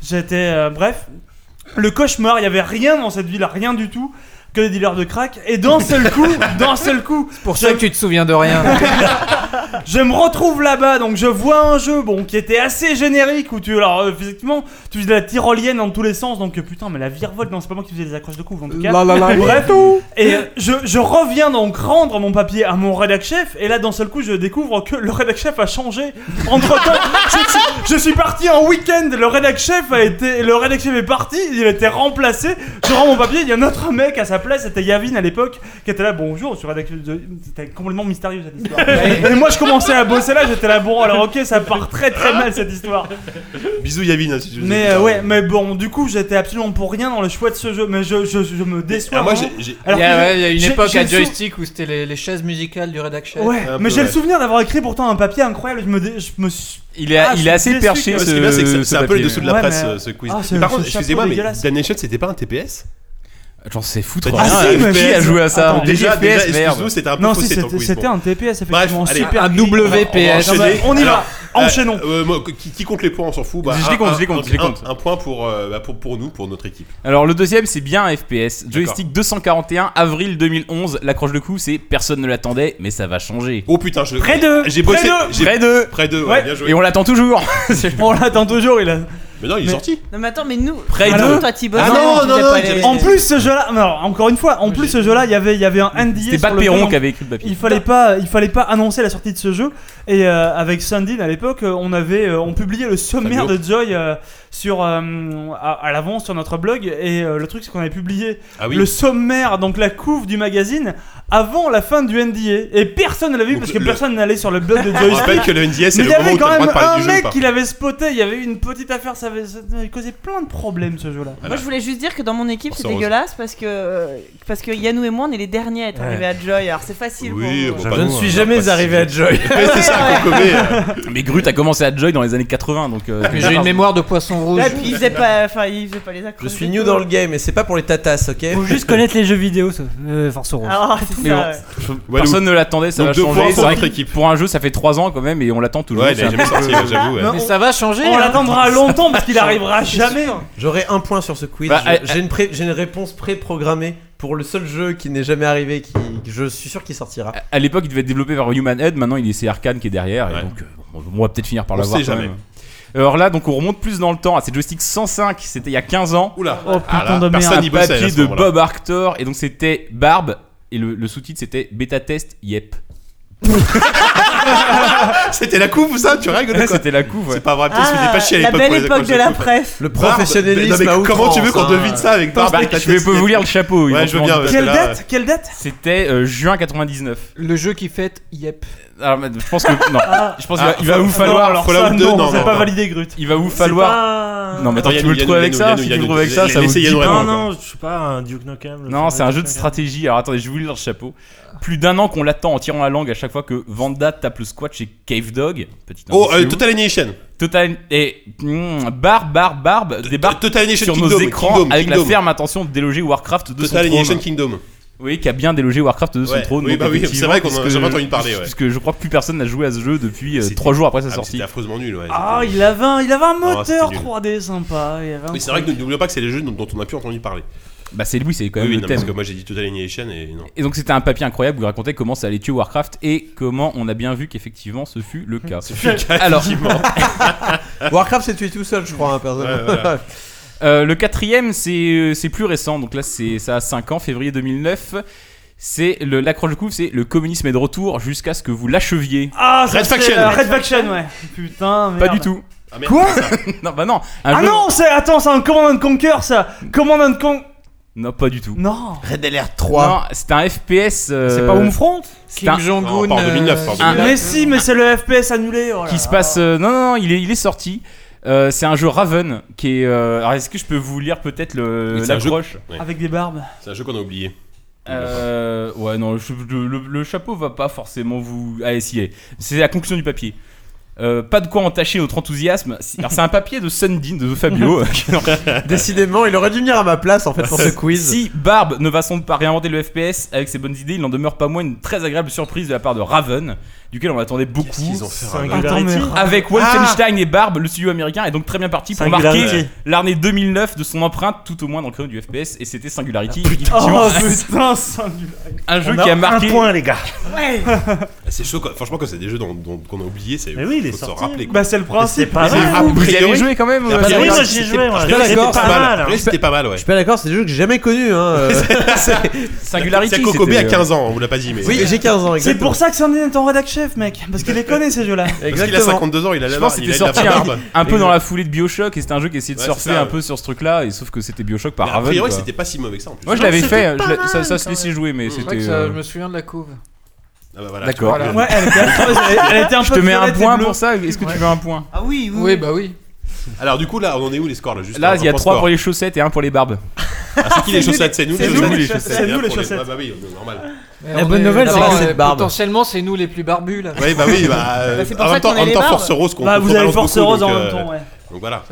D: J'étais euh, bref, le cauchemar, il y avait rien dans cette ville, rien du tout, que des dealers de crack. Et d'un seul coup, d'un seul coup,
E: Pour ça que tu te souviens de rien.
D: je me retrouve là-bas, donc je vois un jeu bon qui était assez générique où tu alors euh, physiquement tu faisais de la tyrolienne dans tous les sens donc euh, putain mais la virevolte non c'est pas moi qui faisais les accroches de couve en tout cas.
E: La, la, la,
D: Bref
E: la, tout.
D: et euh, je, je reviens donc rendre mon papier à mon rédac chef et là d'un seul coup je découvre que le rédac chef a changé entre temps. je, suis- je suis parti en week-end le rédac chef a été le rédac chef est parti il a été remplacé je rends mon papier il y a un autre mec à sa place c'était Yavin à l'époque qui était là bonjour je suis rédac chef de- c'était complètement mystérieux cette histoire. Et moi je commençais à bosser là, j'étais là bon alors ok ça part très très mal cette histoire.
A: Bisous Yavin hein, si tu veux.
D: Mais euh, ouais, mais bon du coup j'étais absolument pour rien dans le choix de ce jeu, mais je, je, je me déçois.
A: Ah, moi,
D: vraiment.
A: j'ai- j'ai-
D: Alors
E: il, y a,
D: que
E: ouais, il y a une
D: j'ai-
E: époque
D: j'ai
E: à
D: le sou-
E: joystick où c'était les, les chaises musicales du rédac chef.
D: Ouais, mais j'ai le souvenir d'avoir écrit pourtant un papier incroyable. Je me, dé- je me suis-
I: Il est- il
D: Ah, je suis
I: est assez
D: déçu,
I: perché,
D: quoi.
A: Ce qui est bien, c'est que c'est-
I: ce
A: c'est un peu
I: papier,
A: le dessous de la
D: ouais.
A: presse
D: Ouais,
A: euh,
D: mais-
A: ce quiz.
D: Ah, c'est-
A: Mais Par
D: c'est
A: contre,
D: un chapeau
A: excusez-moi, mais
D: dégueulasse.
A: Damnation c'était pas un TPS
I: J'en sais foutre.
A: Bah,
I: rien.
A: si, mais-
I: Ah, qui a joué à ça
A: Attends,
I: Des
A: Ah, déjà- déjà,
I: FPS, merde.
A: excuse-nous, c'était un peu
D: Non,
A: faussé
D: si,
A: ton
D: c'était-
A: quiz,
D: c'était
A: bon.
D: un TPS, effectivement.
A: Bref, allez,
D: super
A: un
D: clean.
A: WPS.
D: Non, mais On y
A: Alors,
D: va, enchaînons.
A: euh, moi, qui, qui compte les points, on s'en fout. bah,
I: Je
A: un-
I: les compte,
A: un-
I: je les compte,
A: un-
I: je les compte.
A: Un, un point pour, euh, bah, pour, pour nous, pour notre équipe.
I: Alors le deuxième c'est bien un FPS. Joystick 241, avril 2011. L'accroche de coup c'est personne ne l'attendait mais ça va changer.
A: Oh putain je...
D: Près d'eux,
A: J'ai
D: près
A: bossé.
D: d'eux.
A: j'ai-
I: Près d'eux.
A: Près d'eux, ouais,
I: Ouais.
A: bien joué.
I: Et on l'attend toujours.
A: Euh,
D: on l'attend toujours il a.
A: Mais non, il est
D: Mais-
A: sorti.
G: Non, mais attends, mais nous.
I: Près
G: Pardon,
I: d'eux.
G: Toi, t'y
A: Ah non, non, non, j'ai-
D: En plus, ce jeu-là, non, encore une fois, en plus ce jeu-là, il y avait, il y avait un NDA.
I: C'était
D: sur
I: Pat
D: lequel
I: Perron
D: on-
I: qui avait écrit le papier.
D: Il fallait pas, il fallait pas annoncer la sortie de ce jeu. Et euh, avec Sandine à l'époque, euh, on avait, euh, on publiait le sommaire
A: Fabio.
D: de Joy euh, sur euh, à, à l'avance sur notre blog. Et euh, le truc, c'est qu'on avait publié
A: Ah oui.
D: le sommaire, donc la couve du magazine, avant la fin du NDA. Et personne ne l'a vu parce que
A: le-
D: personne n'allait sur le blog de
A: On
D: Joy.
A: rappelle que le NDA, c'est le
D: Mais il y
A: moment
D: avait
A: où
D: quand
A: t'as le
D: même
A: droit de parler du
D: un
A: jeu ou
D: mec
A: pas.
D: qui l'avait spoté. Il y avait eu une petite affaire, ça avait, ça avait causé plein de problèmes ce jeu-là.
G: Moi, je voulais juste dire que dans mon équipe,
D: On
G: c'est
D: s'en rose.
G: dégueulasse parce que, parce que Yannou et moi, on est les derniers à être
I: Ouais.
G: arrivés à Joy. Alors, c'est facile.
I: Oui,
G: pour nous.
I: bon, pas
A: bah,
C: Je ne
I: nous,
C: suis
I: hein,
C: jamais
I: pas si-
C: arrivé à Joy.
I: Ouais, c'est ça,
G: Ouais.
I: Cocobé, euh. Mais Grut a commencé à Joy dans les années 80 donc. euh,
C: Mais j'ai une mémoire de poisson rouge.
G: Là, puis, il faisait pas, enfin, il faisait pas les accroches.
C: Je suis new dans le game et c'est pas pour les tatas, ok
B: Faut juste connaître les jeux vidéo, ça- euh, Force Rose.
G: Ah, c'est
I: Mais
G: ça,
I: bon,
G: ouais.
I: je- personne ne l'attendait, ça
A: Donc
I: va
A: deux points
I: changer.
A: pour
I: C'est vrai
A: notre
I: que Pour un jeu, ça fait 3 ans quand même et on l'attend toujours.
A: Ouais, il
I: C'est
A: est
I: un
A: jamais
I: peu-
A: sorti, ouais, j'avoue, ouais.
I: Non,
C: Mais ça va
I: Ah,
C: changer.
D: On
C: hein.
D: l'attendra longtemps parce qu'il arrivera jamais.
C: J'aurai un point sur ce quiz.
I: Bah,
C: Je-
I: euh,
C: J'ai une, pré- j'ai une réponse préprogrammée pour le seul jeu qui n'est jamais arrivé, qui que je suis sûr qu'il sortira.
I: À l'époque, il devait être développé par Human Head, maintenant il est c'est Arkane qui est derrière. Et donc, euh, on on va peut-être finir par
C: On
I: l'avoir.
C: sait
I: quand
C: jamais.
I: même. Alors là, donc on remonte plus dans le temps à cette joystick 105, c'était il y a 15 ans.
A: Oula,
D: Oh, putain de
I: Personne
D: merde.
I: n'y
D: bossait à
I: papier
D: ce
I: de
D: moment-là.
I: Bob Arctor, et donc c'était Barbe, et le, le sous-titre c'était Beta Test Yep.
A: C'était la couve, ça Tu rigoles
I: Ouais,
A: quoi
I: C'était la couve.
A: C'est pas vrai, peut-être
G: Ah,
A: se faisait pas chier à
G: la
A: l'époque.
G: belle
A: pour les
G: époque
A: accroches
G: de la
A: couve.
G: presse.
A: Le professionnalisme
I: à
A: Comment tu veux qu'on
I: outrance,
A: devine
I: hein.
A: ça avec Barbe
I: Bah,
A: et ta
I: Je peux
A: tête
I: vous lire le chapeau.
A: Ouais, je veux bien.
I: éventuellement.
D: Quelle date
I: C'était euh, juin 99.
E: Le jeu qui fête Yep.
I: Alors, mais je pense que non.
E: Ah.
I: Je pense qu'il va-
E: Ah,
I: il va
E: non,
I: vous
E: ça,
I: falloir.
E: non, alors
I: Fallout
E: ça,
I: 2,
E: non, c'est pas validé, Grut.
I: Il va vous
E: C'est
I: falloir.
E: pas-
I: Non, mais attends,
F: Yannou,
I: tu veux le
F: Yannou,
I: trouver avec
F: Yannou,
I: ça
F: Yannou,
I: Si tu le
F: Yannou,
I: trouves avec
F: Yannou,
I: ça, ça
F: Yannou,
I: vous dit
F: Yannou,
I: pas.
F: Non, non, je sais pas, un Duke Nukem. le
I: Non, c'est un
F: Duke
I: jeu de
F: Nukem.
I: stratégie. Alors attendez, je vais vous lire le chapeau. Plus d'un an qu'on l'attend en tirant la langue à chaque fois que Vanda tape le squat chez Cave Dog. Petit
A: Oh,
I: indice,
A: euh,
I: c'est où
A: Total Annihilation.
I: Total et hmm, barbe barbe barbe débarque
A: Total Annihilation
I: sur
A: Kingdom,
I: nos écrans
A: Kingdom,
I: avec la
A: Kingdom.
I: ferme intention de déloger Warcraft de
A: Total
I: son
A: Annihilation
I: trône.
A: Kingdom.
I: Oui, qui a bien délogé Warcraft de son
A: Ouais,
I: trône.
A: oui,
I: donc
A: bah oui, c'est
I: effectivement,
A: vrai qu'on en a
I: puisque-
A: jamais entendu parler, ouais.
I: Puisque je crois que plus personne n'a joué à ce jeu depuis 3 jours après sa
A: Ah,
I: sortie.
A: C'était affreusement nul, ouais.
D: Ah, il avait un, il avait un
A: Ah, c'était
D: moteur
A: nul.
D: 3D sympa. il avait un
A: Oui, c'est vrai que
D: truc.
A: n'oublions pas que c'est les jeux dont, dont on a pu entendre parler.
I: Bah c'est lui, c'est quand même
A: oui,
I: le
A: non,
I: thème.
A: Parce que moi j'ai dit Total Annihilation et non.
I: Et donc c'était un papier incroyable où il racontait comment ça allait tuer Warcraft et comment on a bien vu qu'effectivement ce fut le cas.
A: Ce fut le cas,
I: Alors,
A: effectivement.
I: Warcraft
C: s'est tué tout seul, je crois, un personnage.
I: Euh, le quatrième, c'est euh, c'est plus récent, donc là c'est ça a 5 ans, février 2009. C'est le- l'accroche de couve, c'est le communisme est de retour jusqu'à ce que vous l'acheviez.
D: Ah, ça,
I: Red
D: c'est,
I: Faction.
D: euh, Red Faction, ouais. Putain,
I: Pas
D: merde.
I: du tout.
A: merde,
D: Quoi
I: Non, bah non. un
D: Ah
I: jeu-
D: non, c'est attends, c'est un Command and Conquer ça. Command and Con.
I: Non, pas du tout.
D: Non.
I: Red Alert 3. Non, c'est un FPS. euh,
D: C'est pas Homefront
I: c'est un-
A: Non, pas en 2009, pas en
I: Un-
A: 2009.
D: Mais si, mais c'est le FPS annulé. oh là
I: qui
D: là.
I: se passe. euh, non, non, non, il est, il est sorti. Euh, c'est un jeu Raven qui est. euh, alors, est-ce que je peux vous lire peut-être le
A: Oui, c'est un jeu-
I: l'accroche
A: Ouais.
D: Avec des barbes.
A: C'est un jeu qu'on a oublié.
I: Euh, ouais, non, je- le, le- le chapeau va pas forcément vous. Allez, si, allez. c'est la conclusion du papier. Euh, pas de quoi entacher notre enthousiasme. Si- Alors, c'est un papier de Sundin de Fabio.
C: Décidément, il aurait dû venir à ma place en fait pour ce quiz.
I: Si Barbe ne va sans doute pas réinventer le FPS avec ses bonnes idées, il n'en demeure pas moins une très agréable surprise de la part de Raven, duquel on attendait beaucoup.
F: Singularity Attends, mais-
I: Avec
F: Ah
I: Wolfenstein et Barbe, le studio américain est donc très bien parti pour
F: Singularity.
I: marquer l'année 2009 de son empreinte, tout au moins dans le créneau du FPS, et c'était Singularity.
D: Oh
I: effectivement.
D: putain, Singularity.
I: Un jeu qui a marqué.
D: Ouais.
A: C'est chaud, quoi. franchement, quand c'est des jeux dont- dont- qu'on a oublié, c'est.
D: oui, il est
A: faut s'en
D: sorti.
A: rappeler. quoi.
D: Bah, c'est le principe.
A: pas
D: Mais
A: mal.
D: vous-
A: A
D: vous y avez
A: priori-
D: joué quand même,
A: A
D: euh,
A: priori,
D: Bah oui, moi,
A: c'était-
D: j'y ai joué, moi.
A: a priori,
D: D'accord,
A: C'était pas
D: c'est pas
A: mal.
D: mal.
A: A priori, C'était pas mal, ouais.
C: Je suis pas d'accord, c'est des jeux que j'ai jamais connus. Hein. euh.
A: C'est
I: Singularity.
A: à Kokobé à
I: c'était, euh,
A: 15 ans, on vous l'a pas dit, mais.
C: Oui, j'ai 15 ans,
D: C'est
C: exactement.
D: pour ça que Sandy est en rédac chef, mec. Parce qu'il les connaît ces jeux-là.
A: Parce qu'il a 52 ans, il a la
I: euh, Je pense que
A: il
I: c'était
A: a la
I: sorti un,
A: barbe.
I: un peu dans la foulée de Bioshock et c'était un jeu qui essayait de
A: Ouais, c'est
I: surfer
A: ça,
I: un
A: ouais.
I: peu sur ce truc là et sauf que c'était Bioshock par
A: Mais a
I: Raven.
A: priori,
I: quoi.
A: c'était pas si mauvais que ça, en plus.
I: Moi je l'avais
A: Non,
I: fait,
A: c'était
I: je
A: pas
I: l'ai- ça, ça
A: mal,
I: se
A: quand
I: laissait
A: même.
I: jouer mais
A: C'est vrai
I: c'était.
A: que ça,
I: euh,
A: je
E: Je me souviens de la couve.
A: Ah bah voilà,
I: D'accord.
A: tu vois,
D: Ouais, elle était affreuse, elle- elle était un peu
I: Je te mets un
D: violette et
I: point
D: bleue.
I: pour ça. Est-ce que tu veux un point
G: Ah oui, oui.
E: Oui, bah oui.
A: Alors, du coup, là, on en est où les scores là juste
I: Là, il y a
A: un
I: 3
A: score.
I: pour les chaussettes et 1 pour les barbes.
A: Ah, c'est qui les chaussettes C'est nous les chaussettes
D: C'est nous, les
A: Pour
D: chaussettes.
A: Bah bah oui, normal.
E: Mais
C: La
E: on
C: bonne
E: est-
C: nouvelle,
E: non,
C: c'est que
E: euh,
C: c'est de barbe.
E: Potentiellement, c'est nous les plus barbus là.
A: Oui, bah oui, bah. euh,
G: c'est pour
A: En
G: ça
A: même temps,
G: qu'on est
A: en même
G: les
A: temps,
G: barbes.
A: Force Rose qu'on
D: Bah,
A: qu'on
D: vous avez
A: balance
D: Force
A: beaucoup,
D: Rose
A: donc,
D: en
A: euh,
D: même temps, ouais.
A: Donc voilà.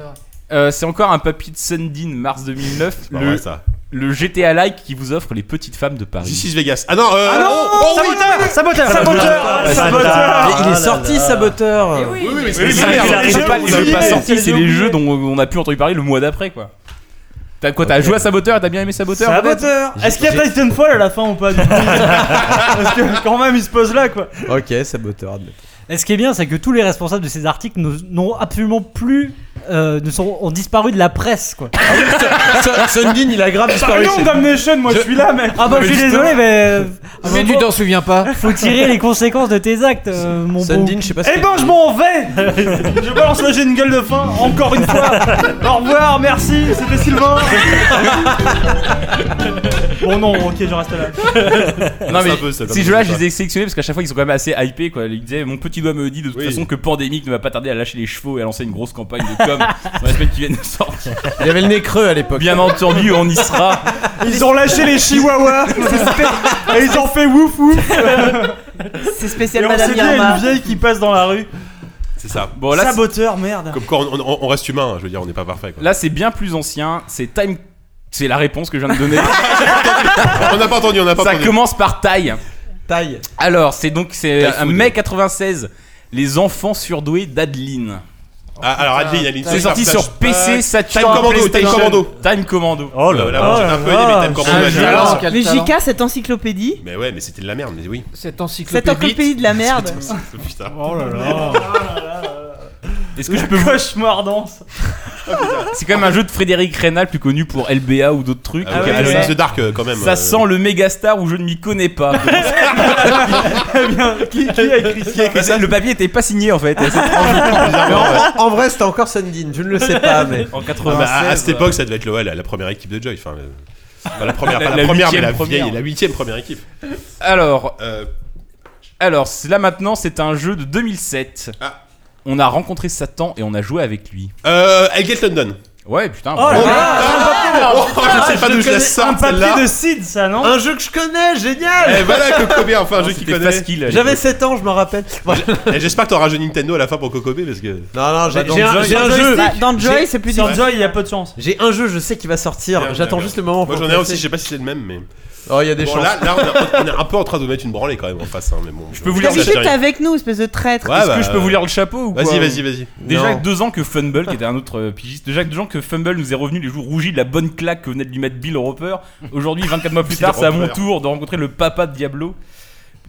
I: Euh, c'est encore un papier de Sundin, mars 2009.
A: pas
I: le,
A: vrai, ça.
I: le GTA Like qui vous offre les petites femmes de Paris.
A: This is Vegas. Ah non, euh,
D: Ah non
A: oh, oh, oui.
D: Saboteur Saboteur Saboteur
C: Mais
D: Saboteur
C: il est
A: Ah.
C: sorti, saboteur.
A: Oui, oui, mais
I: Mais
A: c'est
I: c'est
A: merde.
I: pas- c'est pas les jeux pas sortis, c'est les
A: oubliés.
I: jeux dont on a pu entendre parler le mois d'après quoi. T'as quoi T'as joué à Saboteur et t'as bien aimé Saboteur peut-être
D: Saboteur Est-ce qu'il y a Titanfall à la fin ou pas du coup Parce que quand même, il se pose là, quoi.
C: Ok, saboteur. admettons.
B: Et ce qui est bien, c'est que tous les responsables de ces articles n'os- n'ont absolument plus. euh, ne sont, ont disparu de la presse, quoi.
C: Sun- Sundin, il a grave
D: Par
C: disparu.
D: exemple,
C: chez-
D: Damnation, moi je suis là, mec
B: Ah bah, je suis désolé, mais. euh,
D: Ah
B: à un
E: Mais tu
B: moment,
E: t'en souviens pas.
B: Faut tirer les conséquences de tes actes, euh, mon bon.
C: Sundin, je sais pas. ce
D: Eh
C: qu'il-
D: ben, je m'en vais Je balance la gueule de fin, encore une fois Au revoir, merci, c'était Sylvain Bon, non, ok, je reste là.
I: Non
A: C'est
I: mais
A: un peu ça, comme
I: ces jeux-là,
A: ça.
I: je les ai sélectionnés parce qu'à chaque fois ils sont quand même assez hypés quoi. Ils disaient mon petit doigt me dit de toute
A: Oui.
I: façon que Pandémique ne va pas tarder à lâcher les chevaux et à lancer une grosse campagne de com dans la semaine qui vient de sortir.
C: Il avait le nez creux à l'époque.
I: Bien entendu, on y sera.
D: Ils ont lâché les chihuahuas Et ils ont fait ouf ouf
G: C'est
D: Et
G: spécial
D: on s'est
G: Madame
D: dit à
G: Irma.
D: une vieille qui passe dans la rue.
A: C'est ça.
I: Bon là, c'est-
D: Saboteur, merde
A: Comme quoi, on, on- on reste humain, hein, je veux dire, on n'est pas parfait. Quoi.
I: là c'est bien plus ancien. C'est Time. C'est la réponse que je viens de donner.
A: on n'a pas entendu, on n'a pas
I: Ça
A: entendu.
I: commence par taille.
C: Taille.
I: Alors c'est donc c'est
A: Taille
I: euh,
A: food.
I: mai 96. Les enfants surdoués d'Adeline.
A: Ah, alors, Adeline, Adeline,
I: C'est sorti sur PC, Saturn,
A: Time Commando, Time
I: PlayStation.
A: Commando.
I: Time Commando.
F: Oh
A: Là,
F: là là.
A: moi, j'ai un peu aidé, mais Time Commando,
I: Ah,
A: elle est
I: alors,
A: violente.
E: Quel
G: Mais
E: talent.
G: JK, cette encyclopédie,
A: Mais ouais, mais c'était de la merde, mais oui.
E: Cette
G: cette
E: encyclopédie.
A: Ah,
G: encyclopédie de la merde.
A: Putain.
D: Oh là là
I: Est-ce que
D: Le
I: je peux vous-
D: cauchemar danse.
I: C'est quand même un jeu de Frédéric Reynal plus connu pour LBA ou d'autres trucs.
A: Ah oui,
I: Donc,
A: oui,
I: ça-
A: oui. The Dark, euh, quand même,
I: Ça
A: euh.
I: sent le méga star où je ne m'y connais pas.
D: qui, a écrit
I: ça Le papier était pas signé en fait. C'est étrange.
C: Mais en, en vrai, c'était encore Sundin, je ne le sais pas, mais.
I: En
A: Ah
I: 96,
A: bah, à, à cette époque,
I: euh,
A: ça devait être l'OL, la première équipe de Joy. Enfin, euh, pas la première, pas
I: La-
A: la,
I: la
A: première, mais
I: huitième
A: la
I: première.
A: vieille, la huitième première équipe.
I: Alors, alors c'est- là maintenant, c'est un jeu de 2007.
A: Ah.
I: On a rencontré Satan et on a joué avec lui.
A: Euh, Elgate London.
I: Ouais, putain.
D: Oh là
I: bravo.
D: là
A: Oh, je sais pas d'où je la sors,
D: Ah, Un
A: celle-là.
D: papier de Sid, ça, non
C: Un jeu que je connais, génial
A: Eh, voilà, Cocobé, enfin, un jeu qu'il connaît.
C: J'avais 7 ans, je me rappelle.
A: Et Eh, J'espère que t'auras un jeu Nintendo à la fin pour Cocobé parce que.
C: Non, non, j'ai j'ai un, j'ai un jeu. J'ai-
D: Dans Bah, Joy, il y a peu de chance.
C: J'ai un jeu, je sais qu'il va sortir. J'attends juste le moment.
A: Moi
C: pour
A: j'en ai un
C: le
A: aussi, je sais
C: placer.
A: pas si c'est le même, mais.
C: Oh, il y a des
A: bon,
C: chances.
A: Là, là, on, est, on est un peu en train de mettre une branlée quand même en face, hein, mais bon. Je
I: peux vous
G: Parce que t'es avec nous, espèce de traître.
A: Ouais,
I: Est-ce
A: bah,
I: que je peux vous lire le chapeau ou quoi
A: vas-y, vas-y, vas-y.
I: Déjà
A: Non.
I: que deux ans que Fumble, qui était un autre euh, pigiste, déjà que deux ans que Fumble nous est revenu les jours rougis de la bonne claque que venait de lui mettre Bill Roper. Aujourd'hui, 24 mois plus
A: Bill
I: tard, c'est à mon
A: Roper.
I: tour de rencontrer le papa de Diablo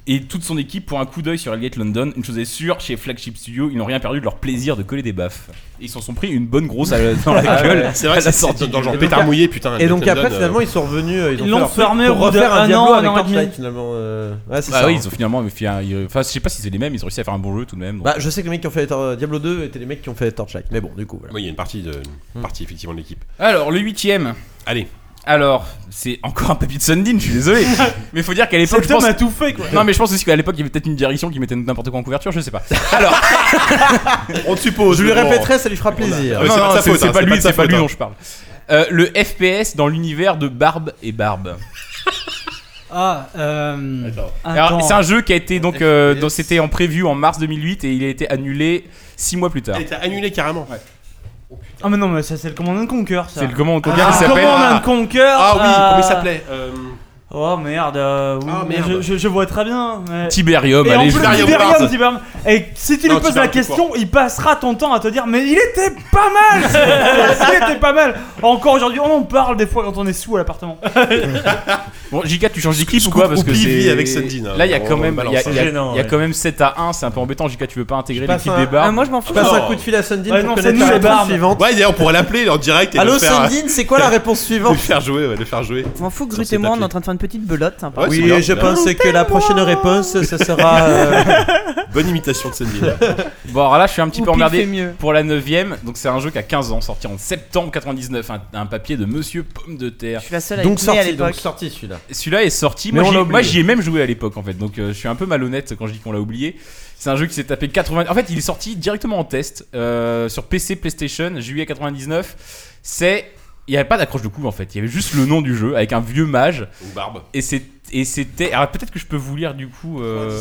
I: et toute son équipe pour un coup d'œil sur Elgate London. Une chose est sûre, chez Flagship Studio, ils n'ont rien perdu de leur plaisir de coller des baffes. Et ils s'en sont pris une bonne grosse à la- dans la
C: Ah ouais.
I: gueule.
A: C'est vrai
I: à
A: que
I: la
A: c'est-
I: sortie
A: c'est dans
I: du
A: genre
I: jeu.
A: pétard mouillé, putain, euh,
C: Et donc après, finalement, ils sont revenus. euh,
D: Ils l'ont
C: ont fait leur truc
D: fermé
C: pour
D: au bout
C: refaire
D: d'un
C: un
D: an,
C: Diablo
D: un
C: avec
D: an et demi.
C: Torchlight, finalement. euh, Ouais, c'est
I: Bah
C: ça.
I: oui,
C: hein.
I: ils ont finalement. fait un- ils- Enfin, je sais pas si c'est les mêmes, ils ont réussi à faire un bon jeu tout de même. donc.
C: Bah, je sais que les mecs qui ont fait euh, Diablo 2 étaient les mecs qui ont fait Torchlight. Mais bon, du coup, voilà.
A: Oui, il y a une partie, de, une partie effectivement de l'équipe.
I: Alors, le huitième.
A: Allez.
I: Alors, c'est encore un papier de Sundin, je suis désolé. mais faut dire qu'à l'époque.
D: Cet
I: je pense-
D: homme a tout fait, quoi.
I: Non, mais je pense aussi qu'à l'époque, il y avait peut-être une direction qui mettait n'importe quoi en couverture, je sais pas. Alors.
A: On te suppose.
I: Je
C: lui
I: mais bon.
C: répéterai, ça lui fera plaisir.
I: Non,
C: Ouais,
I: non,
C: c'est pas de sa
I: c'est
C: faute,
I: c'est
C: hein,
I: pas
C: c'est pas
I: lui,
C: de sa
I: c'est pas
C: faute,
I: lui
C: hein.
I: dont je parle. Euh, le FPS dans l'univers de Barbe et Barbe.
B: Ah, euh.
I: Alors,
B: attends.
I: c'est un jeu qui a été donc euh, dont c'était en preview en mars 2008 et il a été annulé 6 mois plus tard.
A: Elle était annulée carrément.
D: Ah, mais non, mais ça, c'est le Command and Conquer, ça.
I: C'est le Command and Conquer
D: Ah,
I: qui s'appelle-
D: Command and Conquer.
A: Ah oui, comment il
D: euh,
A: s'appelait Euh,
D: Oh merde, euh, oui,
A: Ah, merde.
D: Je, je- je vois très bien. mais-
I: Ah, Tiberium,
D: et en
I: allez,
D: plus,
I: Tiberium
D: Tiberium,
I: Wars.
D: Tiberium. Et si tu
I: bah, Non,
D: lui poses la
I: Tiberium tout
D: question, il passera ton temps à te dire Mais il était pas mal ce- Il était pas mal Encore aujourd'hui, on en parle des fois quand on est sous à l'appartement.
I: Bon, JK, tu changes d'équipe ou quoi Parce que
A: Scoop Ivy
I: c'est-
A: avec Sundin, hein.
I: Là, il y a quand
A: On
I: même,
A: balance
I: il y a,
A: ça.
I: il y a-
A: Gênant,
I: il y a
A: ouais.
I: quand même 7 à 1, c'est un peu embêtant. JK, tu veux pas intégrer
C: passe
I: l'équipe
C: un-
I: des bars
C: Ah, moi, je m'en fous. Je passe un coup de fil à Sundin pour
A: non,
C: connaître
A: c'est
C: la
A: nous,
C: réponse suivante.
A: Ouais, d'ailleurs, on pourrait l'appeler en direct et
C: Allô,
A: le faire. euh,
C: Sandine, c'est quoi la réponse suivante
A: Le faire jouer, ouais, le faire jouer.
G: Je m'en fous, Grut et moi, on est en train de faire une petite belote sympa.
A: Ouais, c'est bien,
C: Oui, je
A: c'est bien.
C: pensais que la prochaine réponse, ça sera. euh,
A: Bonne imitation de Sundin.
I: Bon, alors là, je suis un petit peu
G: Ou pile
I: emmerdé
G: fait mieux.
I: pour la 9ème. Donc, c'est un jeu qui a 15 ans, sorti en septembre 99. Un, un papier de Monsieur Pomme de Terre.
G: Je suis la seule à Donc être née à sorti, l'époque. donc
C: sorti, celui-là.
I: Celui-là est sorti.
C: Mais
I: moi,
C: on
I: j'y-
C: l'a
I: moi,
C: oublié.
I: j'y ai même joué à l'époque en fait. Donc, euh, je suis un peu malhonnête quand je dis qu'on l'a oublié. C'est un jeu qui s'est tapé 80. En fait, il est sorti directement en test euh, sur PC, PlayStation, juillet 99. C'est. Il n'y avait pas d'accroche de coup en fait. Il y avait juste le nom du jeu avec un vieux mage.
A: Ou barbe.
I: Et c'est- et c'était. Alors, peut-être que je peux vous lire du coup. euh,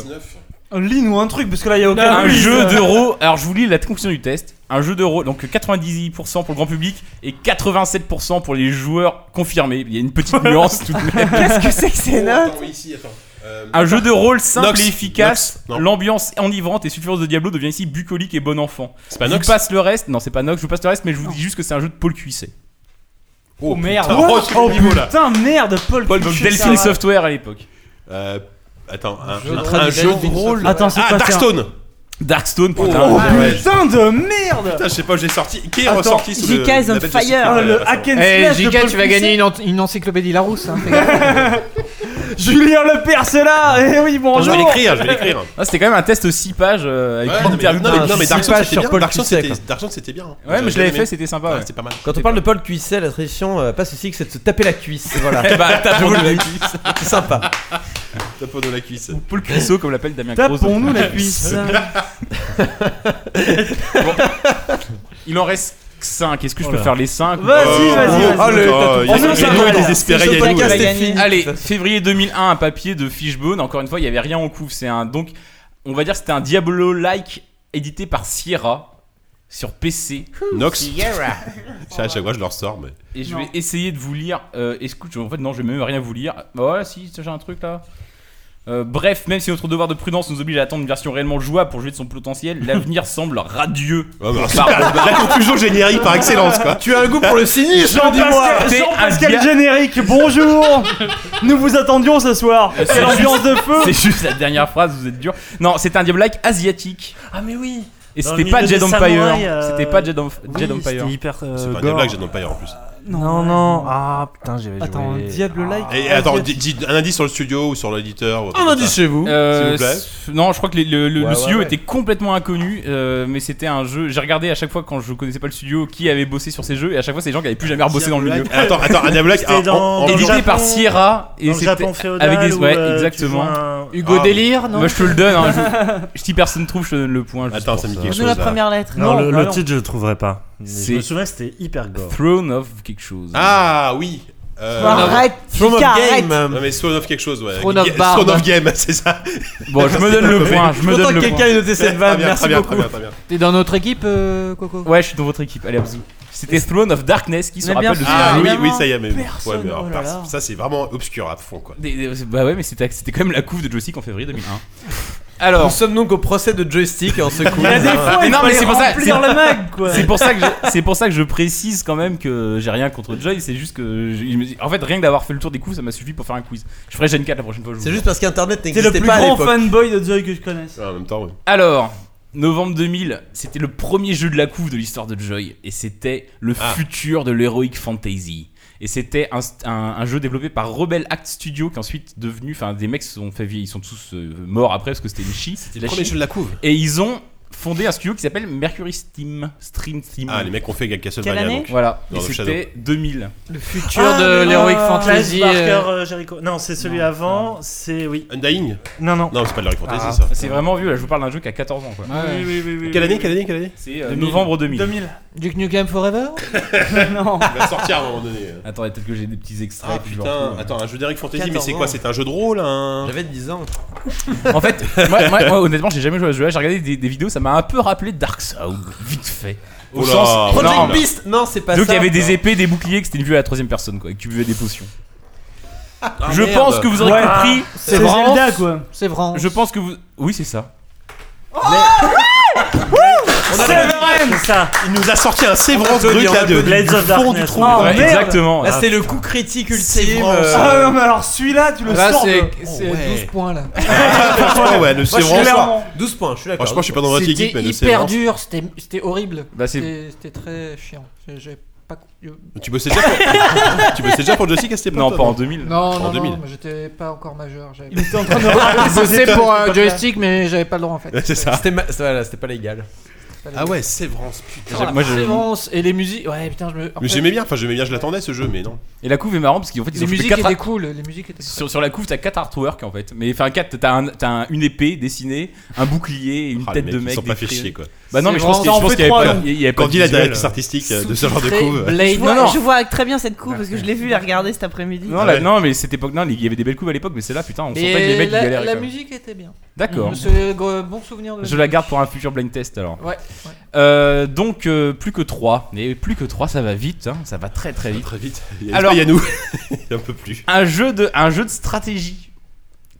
D: Un ligne ou un truc, parce que là, il y a aucun. Oh,
I: un
D: quiz.
I: jeu d'euro. Alors je vous lis la conclusion du test. Un jeu d'euro, donc 98% pour le grand public et 87% pour les joueurs confirmés. Il y a une petite nuance tout de même.
G: Qu'est-ce que c'est que
A: Oh,
G: ces notes
A: Euh,
I: Un jeu de rôle simple
A: Nox.
I: et efficace.
A: Nox. Non.
I: L'ambiance enivrante et sulfureuse de Diablo devient ici bucolique et bon enfant.
A: C'est pas
I: je
A: Nox
I: vous passe le reste. Non, c'est pas Nox. Je vous passe le reste, mais je vous dis juste que c'est un jeu de Paul Cuisset.
A: Oh,
D: merde.
A: putain,
D: What
A: oh, ce
D: Oh,
A: niveau, là.
D: putain, merde, Paul.
I: Paul donc
D: Cuisset.
I: Delphine Software à l'époque.
A: Euh, attends, un,
D: jeu de
A: un- un
D: tradition.
A: jeu de rôle.
D: Attends, c'est
A: ah,
D: quoi, c'est un-
A: Darkstone
I: Darkstone,
A: putain.
D: Oh putain de merde
A: Putain, je sais pas où j'ai sorti. Qui est
D: Attends,
A: ressorti sous le.
D: JK is on
A: la bête de
D: fire.
A: Sydney,
D: Oh, le
A: récemment.
D: hack and
E: Eh,
D: slash de
E: JK,
D: Paul
E: tu vas
D: Cuisset.
E: gagner une, ent- une encyclopédie Larousse. Hein, fais gaffe.
D: Julien Lepers c'est là Eh oui, bonjour
I: Ah, C'était quand même un test 6 pages euh, avec
A: Ouais,
I: une
A: non, mais-
I: interview
A: non, mais-
I: d'un
A: non, mais
I: six
A: Darkstone,
I: pages
A: c'était
I: sur
A: bien.
I: Paul
A: Darkstone,
I: Cuisset,
A: c'était-
I: quoi.
A: Darkstone, c'était bien. hein.
I: Ouais, mais je
A: J'avais
I: l'avais
A: bien aimé. Ah,
I: fait, c'était sympa.
A: Ouais,
I: ouais.
A: c'était pas mal.
C: Quand on parle de Paul Cuisset, la tradition euh, passe aussi que c'est de se taper la cuisse. Voilà.
I: Eh bah, tapons-nous
C: Je vous le
I: la
C: dis.
I: cuisse.
C: C'est sympa.
A: Tapons de la cuisse.
I: Ou Paul Cuisseau, comme l'appelle Damien Cross.
D: Tapons-nous la cuisse.
I: Bon. Il en reste 5. Est-ce que je peux
F: Oh là.
I: faire les 5
D: Vas-y,
A: Euh, vas-y, oh, vas-y. oh, le- Oh, il y a- il y a- il y a des espérés, il y a nous, là.
I: Allez, février 2001, un papier de Fishbone. Encore une fois, il n'y avait rien en couvre. C'est un. Donc, on va dire que c'était un Diablo-like édité par Sierra sur PC.
A: Nox.
I: Sierra.
A: Ça, à chaque fois, je leur sors, mais.
I: Et je vais essayer de vous lire. Euh, écoute, je- en fait, non, je vais même rien vous lire. Bah voilà, si, ça, j'ai un truc là. Euh, bref, même si notre devoir de prudence nous oblige à attendre une version réellement jouable pour jouer de son potentiel, l'avenir semble radieux.
A: Ouais, bah,
I: Par-
A: la conclusion générique par excellence, quoi.
C: Tu as un goût pour le cynisme, dis-moi.
D: Jean-Pascal
I: T'es
D: Jean-Pascal
I: un dia-
D: Générique, bonjour Nous vous attendions ce soir C'est l'ambiance de feu
I: C'est juste la dernière phrase, vous êtes dur. Non, c'est un Diablo-like asiatique.
C: Ah, mais oui.
I: Et
F: Dans
I: c'était
F: le
I: pas
F: milieu
I: Jed
F: des
I: Empire.
F: samouraïs, euh,
I: C'était pas Jed Em-
F: oui,
I: Jed Empire.
F: c'était hyper, euh,
A: C'est pas un
F: gore.
A: Diablo avec Jed Empire en plus.
F: Non, non. Ah putain, j'avais joué.
D: Attends,
A: Diablo-like.
D: Ah,
A: Et attends, di- di- un indice sur le studio ou sur l'éditeur. ou
I: Un
A: comme
I: indice
A: ça.
I: chez vous.
A: S'il vous plaît.
I: Euh, s- non, je crois que les- le, le-
A: Ouais,
I: le
A: ouais,
I: studio
A: ouais.
I: était complètement inconnu, euh, mais c'était un jeu. J'ai regardé à chaque fois quand je connaissais pas le studio qui avait bossé sur ces jeux, et à chaque fois c'est des gens qui avaient plus jamais rebossé dans le milieu.
A: Attends, attends, un Diablo-like, C'était alors, dans- en- en-
I: édité
A: dans le
I: par
A: Japon-
I: Sierra et
F: dans le
I: c'était
F: Japon féodal
I: avec des
F: où,
I: ouais,
F: euh, tu
I: exactement.
F: joues un-
G: Hugo Délire, non
I: Moi je te le donne. hein, je- si personne trouve, je te donne le point. juste
A: Attends,
I: pour
A: ça me dit
I: ça.
A: quelque
G: Donne-nous chose, la là. première lettre.
F: Non,
G: Non,
F: le,
G: bah
F: le
G: non.
F: titre, je le trouverai pas. Mais Je
I: C'est-
F: me souviens, c'était hyper gore.
I: Throne of quelque chose.
A: Ah oui euh,
G: Throne of- Arrête,
A: Throne of
G: Picard,
A: Game
C: euh,
A: Non mais Throne of quelque chose, ouais.
G: Throne of
A: Ga-
G: Barbe.
A: Throne of Game, c'est ça
I: Bon, je me donne le point, je me donne le point.
A: Très bien, très bien, très bien, très bien.
E: T'es dans notre équipe, euh, Coco
I: Ouais, je suis dans votre équipe. Allez, absous. C'était Throne of Darkness qui se rappelle de
A: Ah
I: ce
A: oui,
I: jeu.
A: oui, ça y est, mais,
I: Personne,
A: ouais, mais alors,
I: oh là
A: par-
I: là.
A: ça c'est vraiment obscur à fond quoi.
I: Des- des- Bah ouais, mais c'était c'était quand même la couve de joystick en février 2001. Alors,
C: nous sommes donc au procès de joystick en ce coup.
I: Mais non, Ah, mais c'est pour ça- c'est- C'est pour ça que je,
C: je-
I: c'est pour ça que je précise quand même que j'ai rien contre Joy. C'est juste que je- je me dis- en fait rien que d'avoir fait le tour des coups, ça m'a suffi pour faire un quiz. Je ferai Gen 4 la prochaine fois. je vous
C: C'est
I: le
C: juste
I: jure.
C: parce qu'Internet
D: T'es le
C: n'existait
D: plus
C: pas à
D: grand
C: l'époque.
D: fanboy de Joy que je connaisse.
A: en même temps, oui.
I: Alors, novembre 2000, c'était le premier jeu de la couve de l'histoire de Joy, et c'était le
A: Ah.
I: futur de l'Heroic Fantasy. Et c'était un, st- un- un jeu développé par Rebel Act Studio, qui est ensuite devenu, enfin, des mecs se sont fait vieillir, ils sont tous euh, morts après parce que c'était une chi. C'était
A: le premier jeu de la couve.
I: Et ils ont fondé un studio qui s'appelle Mercury Steam, Stream Team.
A: Ah, les mecs ont fait Castlevania,
I: Quelle année
A: donc.
I: Voilà.
A: Dans
I: Et
A: le
I: c'était
A: Shadow.
I: 2000.
E: Le
A: futur
C: Ah,
A: de l'Heroic
C: oh,
A: Fantasy,
F: Clive Barker,
A: euh,
F: euh, Jericho. Non, c'est celui avant. C'est oui.
A: Undying
F: Non, non.
A: Non, c'est pas de l'Heroic Fantasy
F: Ah,
A: ça.
I: C'est vraiment vieux, là je vous parle d'un jeu qui a 14 ans quoi.
E: Ouais.
F: Oui, oui, oui, oui,
A: Quelle année, quelle année, quelle année
I: C'est euh, novembre 2000.
E: Duke Nukem Forever Non.
A: Il va sortir à un moment donné. hein
I: Attendez, peut-être que j'ai des petits extraits.
A: Ah
I: puis je le
A: putain,
I: retrouve.
A: attends, un jeu d'Eric Fantasy, mais
C: 14
A: c'est quoi
C: ans.
A: C'est un jeu de rôle un...
C: J'avais 10 ans.
I: En fait, moi, moi- moi, honnêtement, j'ai jamais joué à ce jeu-là. J'ai regardé des, des vidéos, ça m'a un peu rappelé Dark Souls, vite fait. Au
A: Oula,
I: sens-
A: Project
I: énorme.
A: Beast
C: Oh, Non, c'est pas
I: Donc
C: ça.
I: il y avait
C: Non.
I: des épées, des boucliers, que c'était une vue à la troisième personne, quoi, et que tu buvais des potions.
A: Ah,
I: je
E: merde.
I: pense que vous aurez
E: Ouais.
I: compris.
E: Ah, c'est
I: vraiment-
E: Zelda, quoi. C'est vraiment-
I: Je pense que vous. Oui, c'est ça.
F: C'est ça.
A: Il nous a sorti un sévrant
F: Anthony,
A: truc là de
F: Blades
A: du
F: of
A: fond
F: Darkness.
A: du trou.
F: Ah,
A: Ouais,
F: merde.
I: Exactement.
C: Là,
A: Ah,
C: c'est le coup critique ultime.
D: Ah
C: euh,
D: ouais, non, mais alors celui-là, tu le
C: Là,
D: sors.
C: c'est-
D: de-
C: c'est
D: Oh, ouais.
E: 12 points là.
A: Franchement, ouais, le
C: Moi, je suis
A: sévrant.
C: d'accord. 12 points, Oh, je suis d'accord.
A: Franchement, je suis pas dans votre équipe,
E: C'était
A: mais le
E: hyper
A: sévrant.
E: dur, c'était c'était horrible.
I: Bah, c'est-
E: C'était c'était très chiant. J'ai- J'ai pas.
A: Tu bossais déjà pour, tu bossais déjà pour Joystick à cette époque
I: Non,
A: toi,
I: pas en 2000.
E: Non,
A: Pas
E: non,
A: en
E: non,
A: 2000.
E: mais j'étais pas encore majeur. j'avais-
D: Il était en train de-
E: Je bossais pour un joystick, mais j'avais pas le droit en fait.
A: C'est ça.
C: C'était ma- ça, voilà, c'était pas légal.
A: Ah ouais, Sévrance, putain.
E: Voilà,
I: Moi, je-
E: sévérance et les musiques. Ouais, putain, je me. en
A: Mais
E: fait,
A: j'aimais bien, enfin j'aimais bien, je l'attendais ce jeu, mais non.
I: Et la couve est marrante parce qu'en fait, ils
E: Les
I: ont fait
E: musiques
I: quatre.
E: étaient cool. Les musiques étaient.
I: Sur, sur la couve, t'as 4 artworks en fait. Mais enfin, 4, t'as un, t'as un- une épée dessinée, un bouclier, une
A: Ah, les
I: tête
A: mecs,
I: de
A: ils
I: mec.
A: sont
I: des
A: pas fait
I: frilles.
A: chier, quoi.
I: Bah non,
E: C'est
I: mais je pense
E: vraiment-
I: qu'il je
E: on
I: pense
E: fait
I: qu'il y
E: trois,
I: avait pas-
E: non.
I: il y avait pas.
A: Quand
I: de
A: dit la
I: visuel.
A: directrice artistique euh, de ce genre de
G: Sous-titré
A: couve.
G: Blade.
I: Je
G: Je
I: vois-
G: vois,
I: je
G: très bien cette coupe parce que je l'ai vu la regarder cet après-midi.
I: Non, là, non, mais cette époque, non, il y avait des belles couves à l'époque, mais c'est là, putain, on sentait que les mecs ils
E: la,
I: galéraient.
E: la
I: quand même.
E: musique était bien.
I: D'accord.
E: C'est euh, bon souvenir de.
I: Je la garde pour un futur blind test alors.
E: Ouais. ouais.
I: Euh, donc euh, plus que 3, et plus que 3 ça va vite, hein, ça va très très vite.
A: Très vite. Il y a
I: Alors-
A: il y a nous. Il y en peut plus.
I: Un jeu de, un jeu de stratégie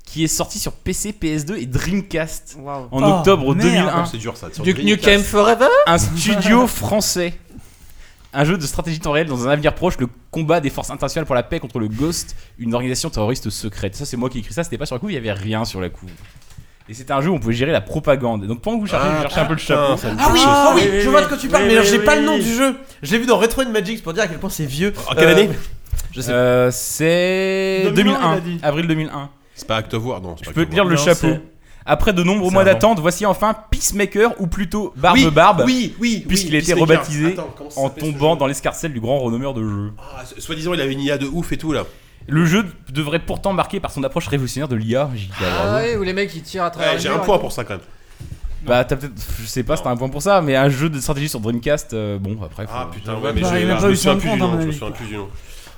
I: qui est sorti sur PC, PS2 et Dreamcast en
E: Oh,
I: octobre
A: Ah,
E: merde.
I: 2001.
A: C'est dur ça. sur
E: Duke
A: Dreamcast.
E: Nukem Forever
I: Un studio français. Un jeu de stratégie temps réel dans un avenir proche, le combat des forces internationales pour la paix contre le Ghost, une organisation terroriste secrète. Ça, c'est moi qui ai écrit ça, c'était pas sur la couve, il y avait rien sur la couve. Et c'était un jeu où on pouvait gérer la propagande. Et donc pendant que vous cherchez,
A: Ah,
I: je cherchais un peu le
A: putain,
I: chapeau.
A: ça me
C: Ah oui,
A: fait
C: ah oui,
F: oui,
C: je
F: oui,
C: vois de quoi tu
F: oui,
C: parles, mais
F: oui,
C: alors j'ai
F: oui,
C: pas le
F: oui.
C: nom du jeu. J'ai vu dans Retro and Magic pour dire à quel point c'est vieux.
A: En quelle
C: Euh,
A: année
C: Je sais
I: Euh,
D: 2001,
I: c'est
D: il
I: 2001,
D: a dit.
I: avril 2001.
A: C'est pas Act of War, non.
I: Je peux te dire le
F: Non,
I: chapeau.
F: c'est-
I: Après de nombreux
F: c'est
I: mois
F: avant.
I: d'attente, voici enfin Peacemaker ou plutôt Barbe
A: Oui,
I: Barbe,
A: Oui, oui. oui,
I: puisqu'il a été
A: Peacemaker.
I: rebaptisé
A: Attends, comment ça
I: en
A: s'appelle ce
I: tombant
A: jeu
I: dans l'escarcelle du grand renommeur de jeu.
A: Ah, Soi-disant, il avait une IA de ouf et tout là.
I: Le jeu devrait pourtant marquer par son approche révolutionnaire de l'IA. j'y crois, bravo.
E: Ah ouais, où les mecs ils tirent à travers.
A: Ouais,
E: les
A: J'ai
E: murs
A: un
E: et
A: point
E: tout.
A: pour ça quand même.
I: Bah t'as peut-être, je sais pas, c'était un point pour ça, mais un jeu de stratégie sur Dreamcast, euh, bon après. faut-
A: Ah putain, ouais, mais
D: Bah, il a
A: je je
D: pas
A: me
D: eu
A: souviens
D: son
A: plus
D: point,
A: du
D: dans
A: nom.
D: ma
A: Je me
D: vie.
A: souviens plus du nom.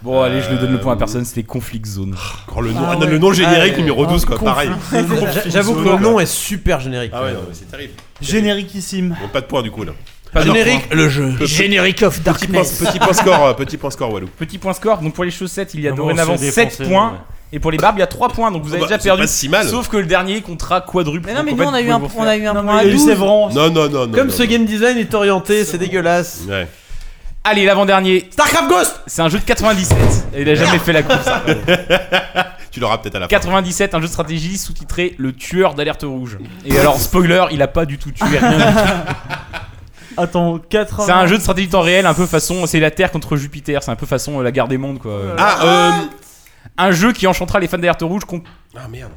I: Bon allez, je ne donne le point à
A: Euh,
I: personne, c'était Conflict Zone.
A: Quand le nom,
E: Ah
A: ah, non,
E: ouais.
A: le nom générique
C: Ah,
A: numéro
C: ouais.
A: 12 quoi, pareil.
C: J'a- J'avoue que le nom est super générique.
A: Ah ouais, non, mais c'est terrible.
D: Génériquissime.
A: Bon, pas de points du coup là.
I: Pas de
C: Générique, le jeu.
E: Generic of
A: Petit point,
E: Darkness.
A: petit point score, euh, petit point score Walou.
I: Petit point score, donc pour les chaussettes, il y a
F: Comment on
I: dorénavant
F: s'est
I: 7
F: défoncé,
I: points.
F: ouais.
I: Et pour les barbes, il y a 3 points, donc vous avez
A: Bah,
I: déjà
A: c'est
I: perdu.
A: pas si mal.
I: Sauf que le dernier comptera quadruple.
G: Mais non,
I: donc
G: mais
I: en
G: nous
I: fait,
G: on a, eu
I: vous pouvez
G: un,
I: vous refaire.
G: on a eu un point
D: Il
G: à
D: y a eu
G: 12.
D: Sévrance.
A: Non, non, non, non.
C: Comme
A: non,
C: ce
A: non.
C: game design est orienté, c'est dégueulasse.
A: Ouais.
I: Allez, l'avant-dernier,
C: Starcraft Ghost
I: c'est un jeu de 97. Et il a jamais fait la coupe, ça.
A: Tu Tu l'auras peut-être à la fin.
I: 97, un jeu de stratégie sous-titré Le tueur d'alerte rouge. Et alors, spoiler, il a pas du tout tué rien. du tout.
D: Attends, 80.
I: C'est un jeu de stratégie temps réel, un peu façon. C'est la Terre contre Jupiter, c'est un peu façon euh, la guerre des mondes quoi.
A: Ah, euh,
I: Un jeu qui enchantera les fans d'alerte rouge. Con...
A: Ah merde.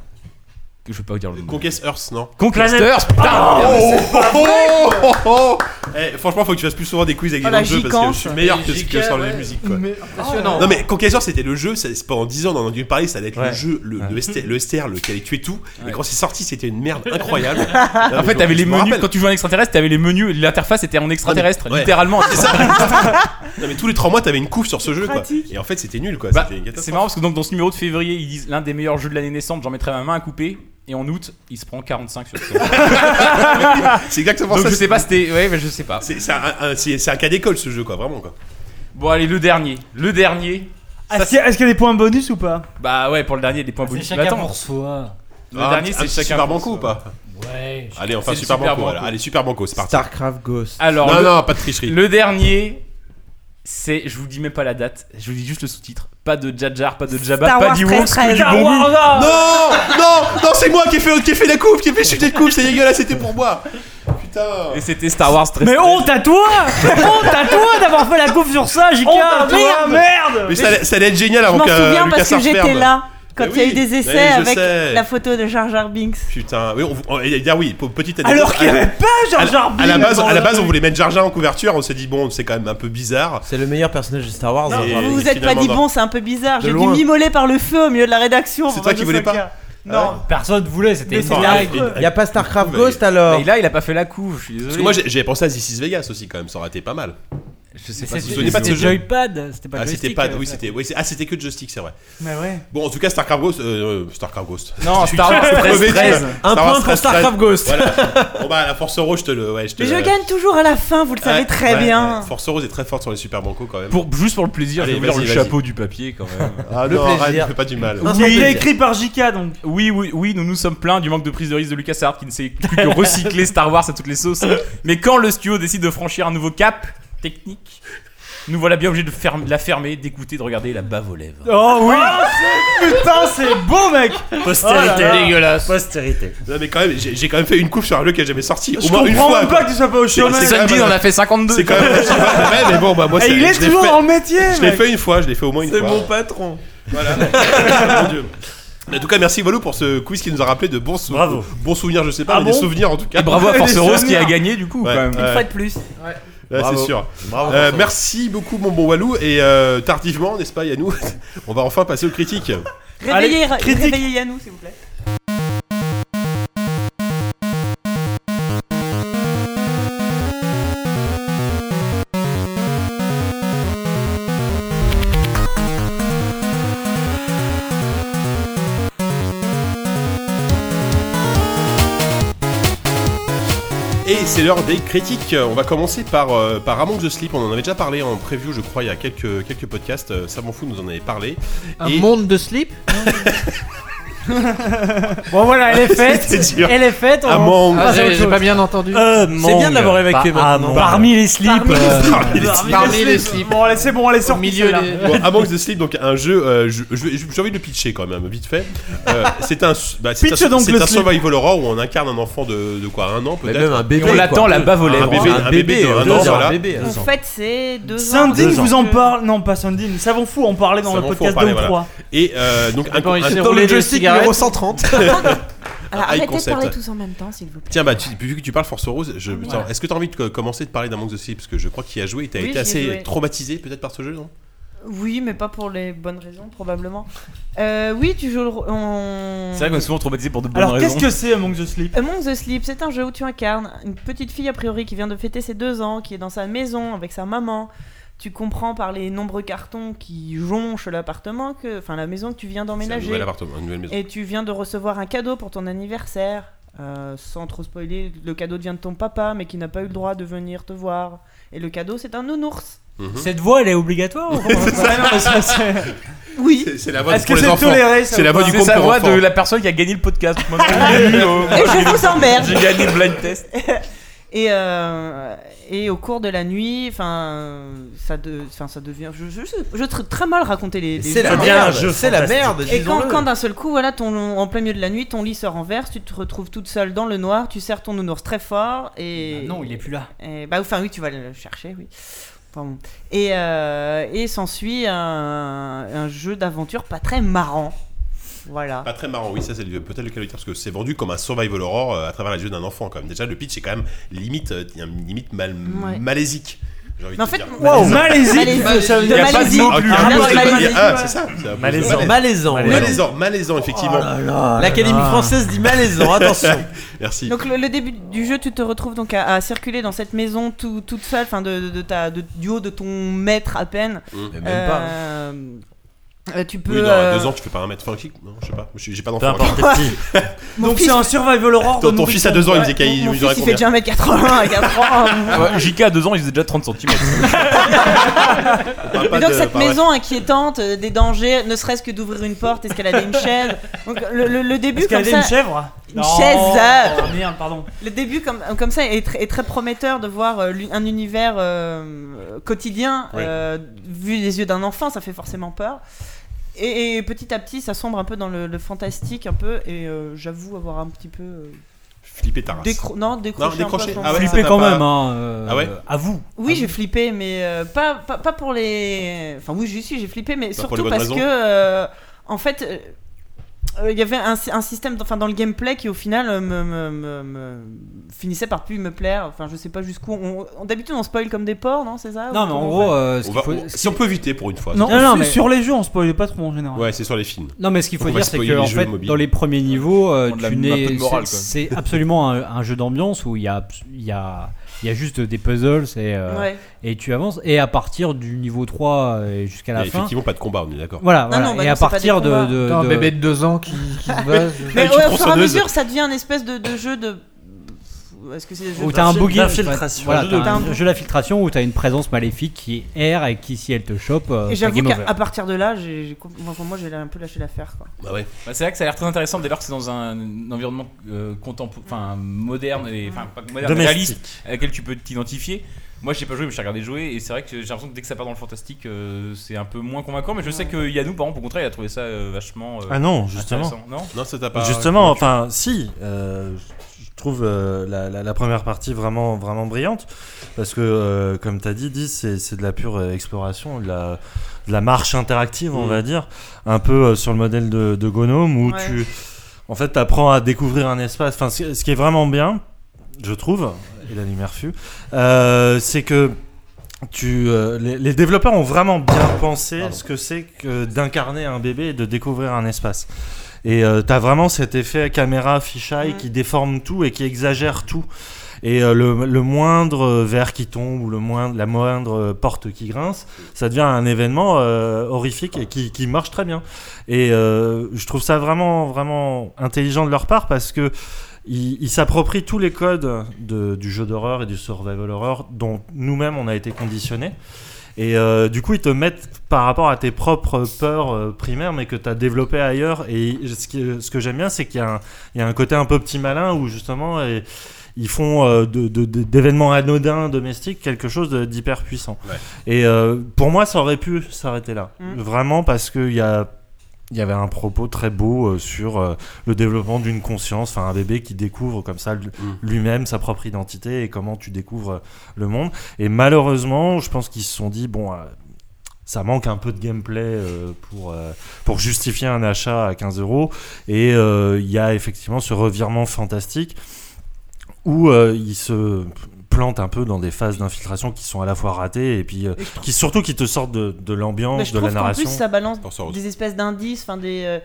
I: Je vais pas vous dire le nom.
A: Conquest Earth, non
I: Conquesters,
A: Oh,
I: putain merde, Ah, c'est pas
A: oh,
I: vrai. Ah,
A: oh, oh, oh. Eh, Franchement, faut que tu fasses plus souvent des quiz avec
E: Oh,
A: des
E: la
A: noms de jeux parce que je suis
E: gigante.
A: meilleur
E: Les
A: que, que
E: gigas,
A: sur la
E: ouais.
A: musique. Quoi.
E: Mais impressionnant.
A: Non, mais Conquestors, c'était le jeu, c'est c'est pendant 10 ans, on en a entendu parler, ça allait être
I: Ouais.
A: le jeu, le, le ST le STR, le qui allait tuer tout. Et quand c'est sorti, c'était une merde incroyable. Ah,
I: en fait, t'avais les menus. Quand tu jouais en extraterrestre, t'avais les menus. L'interface était en extraterrestre, littéralement.
A: C'est ça. non, mais tous les 3 mois, t'avais une couve sur ce jeu, quoi. Et en fait, c'était nul, quoi.
I: Bah,
A: C'était une catastrophe.
I: c'est marrant parce que donc dans ce numéro de février, ils disent l'un des meilleurs jeux de l'année naissante, j'en mettrai ma main à couper. Et en août, il se prend 45 sur 100.
A: C'est exactement
I: Donc
A: ça.
I: je sais pas, c'était. Ouais, mais je sais pas.
A: C'est c'est un, un- c'est- c'est un cas d'école, ce jeu, quoi, vraiment, quoi.
I: Bon, allez, le dernier. Le dernier.
D: Ah, Est-ce qu'il y, a- est-ce qu'il y a des points bonus ou pas
I: Bah ouais, pour le dernier, des points bonus.
B: chacun
I: Mais attends.
B: pour soi.
I: Le
A: Ah,
I: dernier,
A: un
I: c'est
A: petit
I: chacun
A: Super
I: pour
A: Banco
I: soi.
A: ou pas
B: Ouais.
A: Allez, enfin,
I: C'est le
A: super,
I: Super
A: banco.
I: Banco.
A: voilà. Allez, super banco, c'est parti.
N: Starcraft Ghost.
I: Alors,
A: non,
I: le-
A: non, pas de tricherie.
I: Le dernier, c'est. Je vous dis même pas la date, je vous dis juste le sous-titre. Pas de Jajar, pas de Jabba,
N: Star
I: pas
N: Wars
I: d'Ewoks, que
N: 13.
I: du bon
N: Star
A: Ah,
I: goût.
N: Wars,
A: Non, non, non, c'est moi qui ai fait, qui ai fait la coupe, qui ai fait chuter de coupe, c'est dégueulasse, c'était pour moi. Putain.
I: Et c'était Star Wars 13.
N: Mais honte à toi Honte à toi d'avoir fait la coupe sur ça, JK
D: à toi, merde
A: Mais ça, allait- ça allait être génial
G: Je
A: avant
G: m'en
A: que
G: souviens
A: Lucas
G: parce que j'étais là quand il y a eu des essais avec la
A: photo
G: photo de Jar Jar Binks.
A: Putain, oui, on, on- et dire oui, pour- petite anecdote.
G: Alors qu'il y
A: à-
G: avait pas Jar
A: à-
G: Jar
A: à, la
G: Binks
A: base,
G: dans
A: à la
G: le
A: base, on
G: truc.
A: voulait mettre Jar Jar en couverture, on s'est dit bon, c'est quand même un peu bizarre.
C: C'est le meilleur personnage de Star Wars.
A: Non,
C: et-
A: bravo.
G: Vous
A: Et
G: vous êtes pas
A: finalement,
G: dit
A: non.
G: bon, c'est un peu bizarre.
A: De
G: J'ai dû
A: loin.
G: m'immoler par le feu au milieu de la rédaction.
A: C'est toi qui voulais pas
G: Non,
A: Ah,
B: Personne voulait, c'était.
G: Mais
B: c'était
G: c'est
B: la-
C: Il y a pas Starcraft Ghost alors
I: Et là, il a pas fait la couve, je suis désolé.
A: Parce que moi, j'ai- j'avais pensé à This is Vegas aussi quand même, ça aurait été pas mal.
I: Je sais
B: Mais
I: pas
B: c'était-
A: Vous vous souvenez pas de ce
B: c'était
A: jeu
B: Joypad, c'était pas
A: Ah, c'était
B: joystick,
A: pas,
B: euh,
A: oui,
B: ça.
A: c'était, oui, c'est- ah, c'était que de joystick, c'est vrai.
D: Mais ouais.
A: Bon, en tout cas, Starcraft Ghost, euh, euh, Starcraft Ghost.
I: Non, Star Wars
A: Je suis
I: 13,
A: crevé, tu vois.
I: 13.
C: Un
A: Star Wars
C: point pour
A: 13, 13.
C: Starcraft Ghost.
A: Voilà. Bon bah, à la Force Rose, je te le, ouais, je te
G: Mais je
A: le-
G: gagne toujours à la fin, vous le savez
A: Ouais,
G: très
A: ouais,
G: bien.
A: ouais. Force Rose est très forte sur les super bancos quand même.
I: Pour, juste pour le plaisir,
A: Allez,
I: je vais vous
A: vas-y,
I: lire le
A: vas-y.
I: chapeau du papier quand même.
A: Ah,
C: Le
A: non,
C: plaisir.
A: arrête, ne fais pas du mal.
C: Un
D: Il
C: seul
D: est
C: plaisir.
D: écrit par JK donc.
I: Oui, oui, oui, nous nous sommes plaints du manque de prise de risque de LucasArts qui ne sait plus que recycler Star Wars à toutes les sauces. Mais quand le studio décide de franchir un nouveau cap technique, nous voilà bien obligés de, ferme- de la fermer, d'écouter, de regarder la bave aux lèvres.
D: Oh oui Putain, c'est beau mec
N: Postérité.
I: dégueulasse.
N: Postérité.
A: Non, mais quand même, j'ai j'ai quand même fait une coupe sur un jeu qui est jamais sorti.
D: Je
A: au moins une
D: comprends
A: fois.
D: même
A: quoi.
D: pas que tu sois pas au
A: C'est-
D: chômage.
A: c'est quand même-
I: on a fait 52.
A: C'est quand même. ouais, mais bon, bah, moi,
D: Et
A: c'est-
D: il est
A: je l'ai
D: toujours
A: fait-
D: dans le métier
A: Je l'ai
D: mec.
A: fait une fois, je l'ai fait au moins une fois.
C: patron.
A: Voilà. Mon Dieu. En tout cas, merci Valou pour ce quiz qui nous a rappelé de bons, sou-
N: Bravo.
A: bons souvenirs, je sais pas,
D: Ah
A: mais des
D: bon
A: souvenirs en tout cas.
I: Et bravo à Force
D: Les
I: Rose qui a
D: souvenirs.
I: gagné du coup
A: Ouais.
I: quand même.
A: Ouais.
G: Une fois de plus.
A: Là, c'est
N: Bravo.
A: sûr.
N: Bravo.
A: Euh, merci beaucoup, mon bon Walou. Et euh, tardivement, n'est-ce pas, Yannou On va enfin passer aux critiques.
G: Réveillez,
D: Allez, critique.
G: réveillez Yannou, s'il vous plaît.
A: Et c'est l'heure des critiques. On va commencer par, euh, par Among the Sleep. On en avait déjà parlé en preview, je crois, il y a quelques, quelques podcasts. Euh, Ça m'en fout, nous en avait parlé.
E: Un
A: Et-
E: monde de slip
N: Bon voilà, elle est faite.
A: C'est dur.
N: Elle est faite. on-
A: Among.
N: Ah, c'est autre
E: J'ai j'ai
N: chose.
E: pas bien entendu.
I: Euh,
C: C'est bien de l'avoir évacué
B: ah,
C: maintenant.
N: Parmi les slips.
A: Parmi les
E: Parmi les slips.
D: Bon allez c'est bon, allez
E: Au
D: sortez
E: milieu
D: celle-là.
E: des.
A: Bon, Among the Sleep, donc un jeu, euh, je- je vais- j'ai envie de le pitcher quand même, vite fait. Euh, c'est un, bah, c'est
D: Pitch
A: un,
D: donc
A: c'est
D: le
A: un
D: sleep.
A: survival horror où on incarne un enfant de, de quoi, un an
C: Mais même
A: peut-être.
C: un bébé.
I: On l'attend la bave aux
A: Un
I: lèvres.
A: bébé, un bébé, de un an, voilà.
G: En fait, c'est deux
D: Sandine
G: ans.
D: vous en parle. Non, pas Sandine. Savon fou en parlait dans
A: Savon
D: le
A: fou en
D: podcast
A: parlait,
D: 2 ou
A: voilà.
D: 3.
A: Et euh, donc un,
E: Quand il
A: un-
E: s'est
C: Dans
E: roulé
C: le
E: des
C: joystick
E: cigarettes.
C: numéro 130.
G: Alors
A: high
G: arrêtez
A: concept.
G: de parler tous en même temps, s'il vous plaît.
A: Tiens, bah, tu- vu que tu parles Force Rose, je- tiens, est-ce que tu as envie de co- commencer de parler d'Among the Sleep Parce que je crois qu'il y a joué et tu as
G: Oui,
A: été
G: j'y ai
A: assez
G: joué.
A: traumatisé peut-être par ce jeu, non
G: Oui, mais pas pour les bonnes raisons, probablement. Euh, oui, tu joues le. ro- On...
I: C'est vrai qu'on est souvent traumatisé pour de bonnes
D: Alors
I: raisons.
D: qu'est-ce que c'est Among the Sleep
G: Among the Sleep, c'est un jeu où tu incarnes une petite fille a priori qui vient de fêter ses deux ans, qui est dans sa maison avec sa maman. Tu comprends par les nombreux cartons qui jonchent l'appartement, que, enfin la maison que tu viens
A: C'est un
G: d'emménager.
A: nouvel appartement, une nouvelle maison.
G: Et tu viens de recevoir un cadeau pour ton anniversaire. Euh, sans trop spoiler, le cadeau vient de ton papa, mais qui n'a pas eu le droit de venir te voir. Et le cadeau, c'est un nounours.
A: Mhm.
B: Cette voix, elle est obligatoire ou comment
D: Ouais, non, mais c'est- c'est-
G: Oui.
A: C'est- C'est la voix
D: Est-ce
A: pour
D: que
A: les
D: c'est
A: enfants.
D: toléré ça
A: C'est la voix du
I: C'est sa
A: concours
I: voix
A: enfant.
I: de la personne qui a gagné le podcast. Moi,
G: Et je vous emmerde.
I: J'ai gagné le blind test.
G: Et, euh, et au cours de la nuit, enfin, ça, de, enfin, ça devient. Je, je, je- je tr- très mal raconter les. les
C: C'est la
G: histoires.
C: merde, C'est c'est la fantastique. merde,
G: Et quand,
C: disons-le.
G: quand d'un seul coup, voilà, ton, en plein milieu de la nuit, ton lit se renverse, tu te retrouves toute seule dans le noir, tu serres ton nounours très fort
C: Bah
G: et.
B: Ah non, il est plus là.
G: Et, bah, enfin, oui, tu vas le chercher, oui. Pardon. Et, euh, et s'ensuit un, un jeu d'aventure pas très marrant. Voilà.
A: Pas très marrant, oui, ça c'est le- peut-être le cas du terme, parce que c'est vendu comme un survival horror euh, à travers les yeux d'un enfant quand même. Déjà, le pitch est quand même limite, euh, un- limite mal,
G: Ouais.
A: malaisique. j'ai envie
G: Mais en
A: de
G: fait,
A: te dire.
G: wow, Malaisique. malaisique, ça veut
A: Il y a
G: dire
A: pas de
G: malaisique.
A: mot plus.
G: Ah,
A: Ah,
G: malaisique.
A: c'est- ah, c'est ça. c'est un peu de
C: Malaisant.
A: malaise.
C: Malaisant, ouais.
A: Malaisant, malaisant, effectivement.
G: Ah,
D: Ah,
C: L'Académie française dit malaisant, attention.
A: Merci.
G: Donc le, le début du jeu, tu te retrouves donc à, à circuler dans cette maison tout- toute seule, enfin de, de- de ta, de- du haut de ton mètre à peine.
A: Mm. Mais même hein.
G: Euh, euh, tu peux.
A: Oui, dans
G: euh,
A: deux ans, tu fais pas un mètre. Enfin, qui- non, je sais pas. Je suis- J'ai pas d'enfant.
D: Peu importe,
A: encore.
D: t'es petit.
G: mon fils-
A: Ton, ton fils à deux ans, il Ah, faisait
G: Ouais,
A: caillou.
G: Mon, mon fils, il fait déjà 1m80 à 4 ans.
I: Ouais, JK à 2 ans, il faisait déjà 30 cm.
G: Mais donc cette maison inquiétante, euh, des dangers, ne serait-ce que d'ouvrir une porte, escalader une chaise. Donc le, le- le début comme
R: Escalader
G: ça.
R: une chèvre
G: Une
R: Non.
G: chaise. euh,
R: Oh,
D: Ah,
R: merde, pardon.
G: Le début comme, comme ça est, tr- est très prometteur de voir euh, l'u- un univers euh, quotidien
R: Ouais.
G: euh, vu des yeux d'un enfant, ça fait forcément peur. Et, et petit à petit, ça sombre un peu dans le, le fantastique un peu. Et euh, j'avoue avoir un petit peu. euh,
A: Flipper ta race.
G: décro- non, décroché. un peu à ce moment-là.
A: Ah ouais, ça
B: Flipper
A: t'a
B: quand
A: pas-
B: même, hein, euh,
A: Ah ouais
B: à vous.
G: Oui, j'ai flippé, mais euh, pas, pas, pas pour les. Enfin, oui, j'y suis, j'ai flippé, mais
A: Pas pour les
G: surtout
A: bonnes
G: parce
A: raisons.
G: que, euh, en fait, euh, euh, il y avait un, un système enfin, dans le gameplay qui, au final, euh, me, me- me- me- finissait par plus me plaire. Enfin, je sais pas jusqu'où. on- on- D'habitude, on spoil comme des porcs, non C'est ça
B: Non,
G: Ou
B: mais
G: comment
B: en
G: on
B: gros,
G: fait
B: euh, ce
A: On
B: qu'il
A: va-
B: faut-
A: on- Si on peut éviter pour une fois.
R: Non,
A: c'est-
R: sur- sur les jeux, on spoilait pas trop en général.
A: Ouais, c'est sur les films.
B: Non, mais ce qu'il
A: On
B: faut
A: va
B: dire, c'est
A: spoiler
B: que en
A: les jeux
B: fait,
A: mobiles.
B: dans les premiers niveaux, euh,
I: On a
B: tu
I: un peu de
B: n'es,
I: morale,
B: c'est,
I: quoi.
B: c'est absolument un, un jeu d'ambiance où il y a, abs- il y a, il y a juste des puzzles et, euh,
G: Ouais.
B: et tu avances. Et à partir du niveau 3 et jusqu'à la
A: Il y a
B: fin,
A: effectivement pas de combat, on est d'accord.
B: Voilà,
A: Non,
B: voilà.
G: non, bah
B: et
G: non,
B: à
G: c'est pas des
B: partir de,
G: combats.
B: de-
G: T'as un
B: de-
G: bébé de
E: deux ans qui, qui se base.
G: Mais ouais, au fur et à mesure, ça devient une espèce de, de jeu de. Est-ce que c'est des jeux
B: Ou
G: de-
B: t'as un boogie,
G: D'infiltration.
B: voilà,
G: T'as
B: t'as
G: un
B: un jeu d'infiltration où t'as une présence maléfique qui erre et qui, si elle te chope, euh,
G: Et
B: t'as
G: j'avoue
B: game
G: qu'à
B: over.
G: à partir de là, j'ai, j'ai compl- enfin, moi j'ai un peu lâché l'affaire. Quoi.
A: Bah ouais.
I: Bah, c'est là que ça a l'air très intéressant dès lors que c'est dans un, un environnement euh, contempo- enfin moderne et enfin pas moderne, mais
D: Domestique.
I: réaliste à laquelle tu peux t'identifier. Moi, j'ai pas joué, mais j'ai regardé jouer, et c'est vrai que j'ai l'impression que dès que ça part dans le fantastique, euh, c'est un peu moins convaincant. Mais je sais que Yannou, par exemple, au contraire, il a trouvé ça euh, vachement. euh,
D: Ah non, justement.
I: intéressant. Non,
D: Justement, enfin, si. euh, je trouve euh, la, la- la première partie vraiment, vraiment brillante. Parce que, euh, comme tu as dit, 10, c'est c'est de la pure euh, exploration, de la, de la marche interactive, on
S: Mm.
D: va dire. Un peu euh, sur le modèle de, de Gnome, où
S: Ouais.
D: tu. En fait, apprends à découvrir un espace. Enfin, ce ce qui est vraiment bien, je trouve, et la lumière fut, euh, c'est que tu, euh, les, les développeurs ont vraiment bien pensé ce que c'est que d'incarner un bébé et de découvrir un espace. Et tu t'as vraiment cet effet caméra fisheye qui déforme tout et qui exagère tout. Et euh, le, le moindre euh, verre qui tombe ou le moindre, la moindre euh, porte qui grince, ça devient un événement euh, horrifique et qui, qui marche très bien. Et euh, je trouve ça vraiment, vraiment intelligent de leur part parce que ils, ils s'approprient tous les codes de- du jeu d'horreur et du survival horror dont nous-mêmes on a été conditionnés. Et euh, du coup, ils te mettent par rapport à tes propres peurs euh, primaires, mais que tu as développées ailleurs. Et ce, qui- ce que j'aime bien, c'est qu'il y, a un- il y a un côté un peu petit malin où justement, et- ils font euh, de- de- de- d'événements anodins, domestiques, quelque chose de- d'hyper puissant.
A: Ouais.
D: Et euh, pour moi, ça aurait pu s'arrêter là.
A: Mm.
D: Vraiment, parce qu'il y a il y avait un propos très beau euh, sur euh, le développement d'une conscience, enfin un bébé qui découvre comme ça l- lui-même sa propre identité et comment tu découvres euh, le monde. Et malheureusement, je pense qu'ils se sont dit bon, euh, ça manque un peu de gameplay euh, pour euh, pour justifier un achat à 15 euros. Et euh, il y a effectivement ce revirement fantastique où euh, ils se plantent un peu dans des phases d'infiltration qui sont à la fois ratées et puis euh, qui surtout qui te sortent de, de
G: Mais
D: l'ambiance,
G: je
D: de la
G: trouve qu'en
D: narration.
G: plus ça balance
D: On sort-
G: des espèces d'indices, enfin des euh,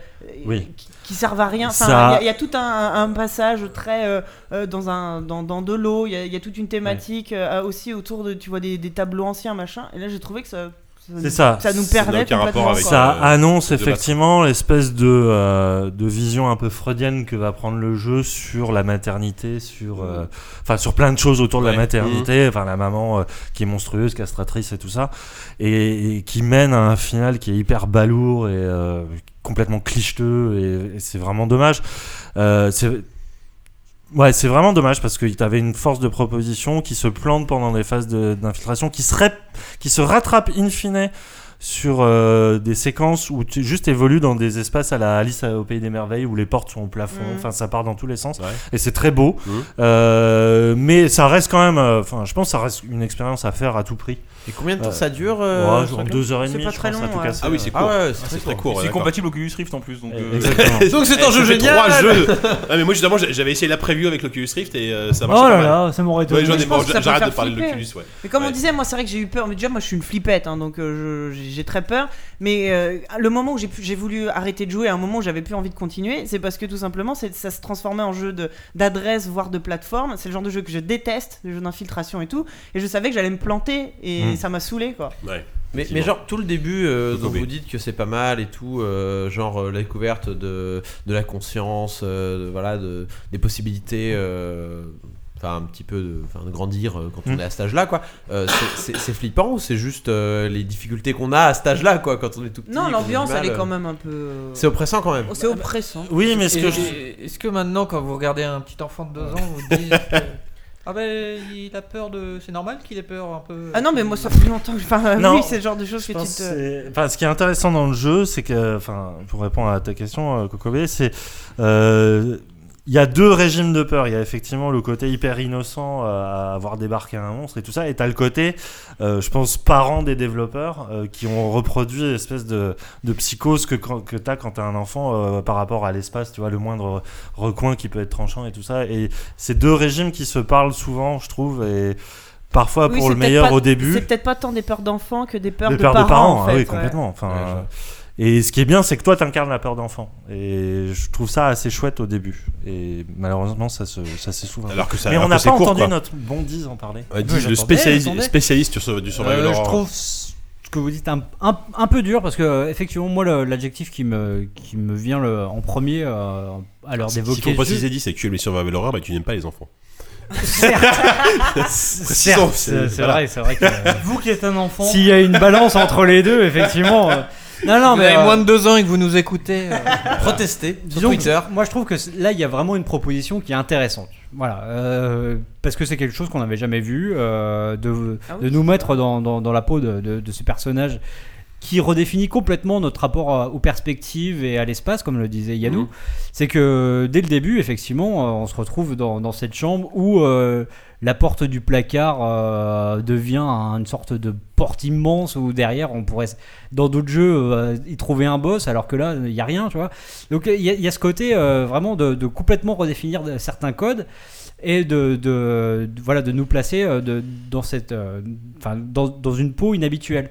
D: Oui.
G: qui, qui servent à rien. Enfin, il
D: Ça-
G: y a- il y, a tout un, un passage très euh, euh, dans un dans, dans de l'eau. Il y, a- il y a toute une thématique euh, aussi autour de tu vois des, des tableaux anciens machin. Et là, j'ai trouvé que ça
D: C'est ça.
G: ça nous perdait complètement. quoi.
D: Ça annonce
A: le débat.
D: effectivement l'espèce de, euh, de vision un peu freudienne que va prendre le jeu sur la maternité, sur, euh, enfin sur plein de choses autour de la
S: Ouais.
D: maternité, enfin la maman euh, qui est monstrueuse, castratrice et tout ça, et, et qui mène à un final qui est hyper balourd et euh, complètement clicheteux, et, et c'est vraiment dommage. Euh, c'est Ouais, c'est vraiment dommage parce que t'avais une force de proposition qui se plante pendant des phases de- d'infiltration, qui, serait, qui se rattrape in fine sur euh, des séquences où tu juste évolues dans des espaces à la Alice au Pays des Merveilles où les portes sont au plafond,
C: Mm.
I: Mhm.
D: enfin ça part dans tous les sens
I: Ouais.
D: et c'est très beau.
I: Mhm.
D: Euh, mais ça reste quand même, euh, enfin je pense que ça reste une expérience à faire à tout prix.
C: Et combien de temps
D: Euh,
C: ça dure, euh,
D: ouais,
C: ce
D: genre
C: truc-là
D: deux heures et
C: C'est
D: demie,
C: pas
D: je
C: très
D: pense, à
C: long,
D: tout
C: ouais.
D: casser. Euh,
C: Ah oui, c'est court. Ah ouais, c'est très court.
I: Et C'est
A: D'accord.
I: compatible au Oculus Rift en plus. Donc euh,
D: Exactement.
A: Donc c'est un
I: Eh,
A: jeu
I: ça fait
A: génial.
I: trois jeux.
A: Ah, mais moi justement j'ai- j'avais essayé l'après-view avec l'Oculus Rift et euh, ça
T: Oh
A: marche.
T: là là, ça m'aurait
A: Ouais,
T: étonné.
A: j'en ai
T: Je pense
A: marre,
T: que ça peut
A: j'arrête de
T: faire
A: parler de
G: flipper.
A: l'Oculus, ouais.
G: Mais comme on
A: Ouais.
G: disait, moi c'est vrai que j'ai eu peur. Mais déjà, moi je suis une flippette, hein, donc euh, je- j'ai très peur. Mais euh, le moment où j'ai pu- j'ai voulu arrêter de jouer, à un moment où j'avais plus envie de continuer, c'est parce que tout simplement c'est- ça se transformait en jeu de- d'adresse, voire de plateforme. C'est le genre de jeu que je déteste, le jeu d'infiltration et tout. Et je savais que j'allais me planter et
C: Mm.
G: ça m'a saoulé quoi.
C: Mais, mais
G: effectivement.
C: genre tout le début, euh,
A: Coco
C: dont
A: B.
C: vous dites que c'est pas mal et tout, euh, genre euh, la découverte de, de la conscience, euh, de- voilà, de, des possibilités, euh, enfin un petit peu de, enfin, de grandir euh, quand on
G: Hmm.
D: Mm.
C: est à cet âge-là, quoi. Euh, c'est- c'est c'est flippant ou c'est juste euh, les difficultés qu'on a à cet âge-là, quoi, quand on est tout petit
G: Non,
C: qu'on a du
G: l'ambiance,
C: mal,
G: elle est
C: euh.
G: quand même un peu, euh,
C: C'est bah, oppressant quand même.
G: C'est oppressant.
E: Et- et- Est-ce que maintenant, quand vous regardez un petit enfant de 2 ans, vous dites. que- Ah ben, il a peur de. C'est normal qu'il ait peur un peu.
G: Ah non, mais moi ça fait longtemps que. Enfin,
D: Non,
G: oui, c'est le genre de choses
D: je
G: que tu
D: pense que
G: te.
D: c'est- Enfin, ce qui est intéressant dans le jeu, c'est que, enfin, pour répondre à ta question, euh, Kokobé, c'est euh, il y a deux régimes de peur. Il y a effectivement le côté hyper innocent euh, à avoir débarqué un monstre et tout ça, et t'as le côté, euh, je pense, parent des développeurs euh, qui ont reproduit l'espèce de, de psychose que, quand- que t'as quand t'as un enfant euh, par rapport à l'espace, tu vois, le moindre recoin qui peut être tranchant et tout ça. Et ces deux régimes qui se parlent souvent, je trouve, et parfois
G: Oui,
D: pour
G: c'est
D: le
G: peut-être
D: meilleur
G: pas-
D: au début.
G: C'est peut-être pas tant des peurs d'enfants que des peurs
D: Des
G: de, parents. en
D: ah
G: fait,
D: oui,
G: ouais.
D: complètement. Enfin, euh, et ce qui est bien, c'est que toi, t'incarnes la peur d'enfant. Et je trouve ça assez chouette au début. Et malheureusement, ça se, ça s'est souvent.
A: Alors que ça-
D: Mais
A: alors
D: on
A: que
D: n'a
A: c'est
D: pas
A: court,
D: entendu
A: quoi.
D: notre bon 10 en parler.
A: Ouais, Diz,
D: Oui,
A: le
D: j'attendais.
A: spécialiste,
B: attendez.
A: spécialiste sur ce- du survival
B: Euh, je
A: horror.
B: trouve ce que vous dites un, un- un peu dur parce que euh, effectivement moi le- l'adjectif qui me, qui me vient le- en premier euh, à l'heure
A: Ce qu'il
B: d'évoquer
A: faut
B: ce
A: préciser,
B: jeu-
A: dit, c'est que tu aimes les survival horror, bah tu n'aimes pas les enfants.
B: Certes.
A: Précisons,
B: Certes, c'est
A: voilà.
B: vrai, c'est vrai que euh,
T: Vous qui êtes un enfant.
B: s'il y a une balance entre les deux effectivement euh, non non
E: Vous
B: mais
E: avez
B: euh,
E: moins de 2 ans et que vous nous écoutez. euh,
C: Protestez sur
B: Disons que
C: Twitter.
B: moi je trouve que c'est- là il y a vraiment une proposition qui est intéressante. Voilà, euh, parce que c'est quelque chose qu'on n'avait jamais vu, euh, de,
U: Ah oui,
B: de nous mettre dans, dans- dans la peau de, de- de ce personnage qui redéfinit complètement notre rapport à- aux perspectives et à l'espace, comme le disait Yannou.
U: Mhm.
B: C'est que dès le début, effectivement, euh, on se retrouve dans, dans cette chambre où euh, la porte du placard euh, devient un- une sorte de porte immense où derrière on pourrait s- dans d'autres jeux euh, y trouver un boss alors que là il n'y a rien tu vois donc il y, a- il y a ce côté euh, vraiment de, de complètement redéfinir de- certains codes et de, de- de- voilà de nous placer euh, de- dans cette euh, enfin dans, dans une peau inhabituelle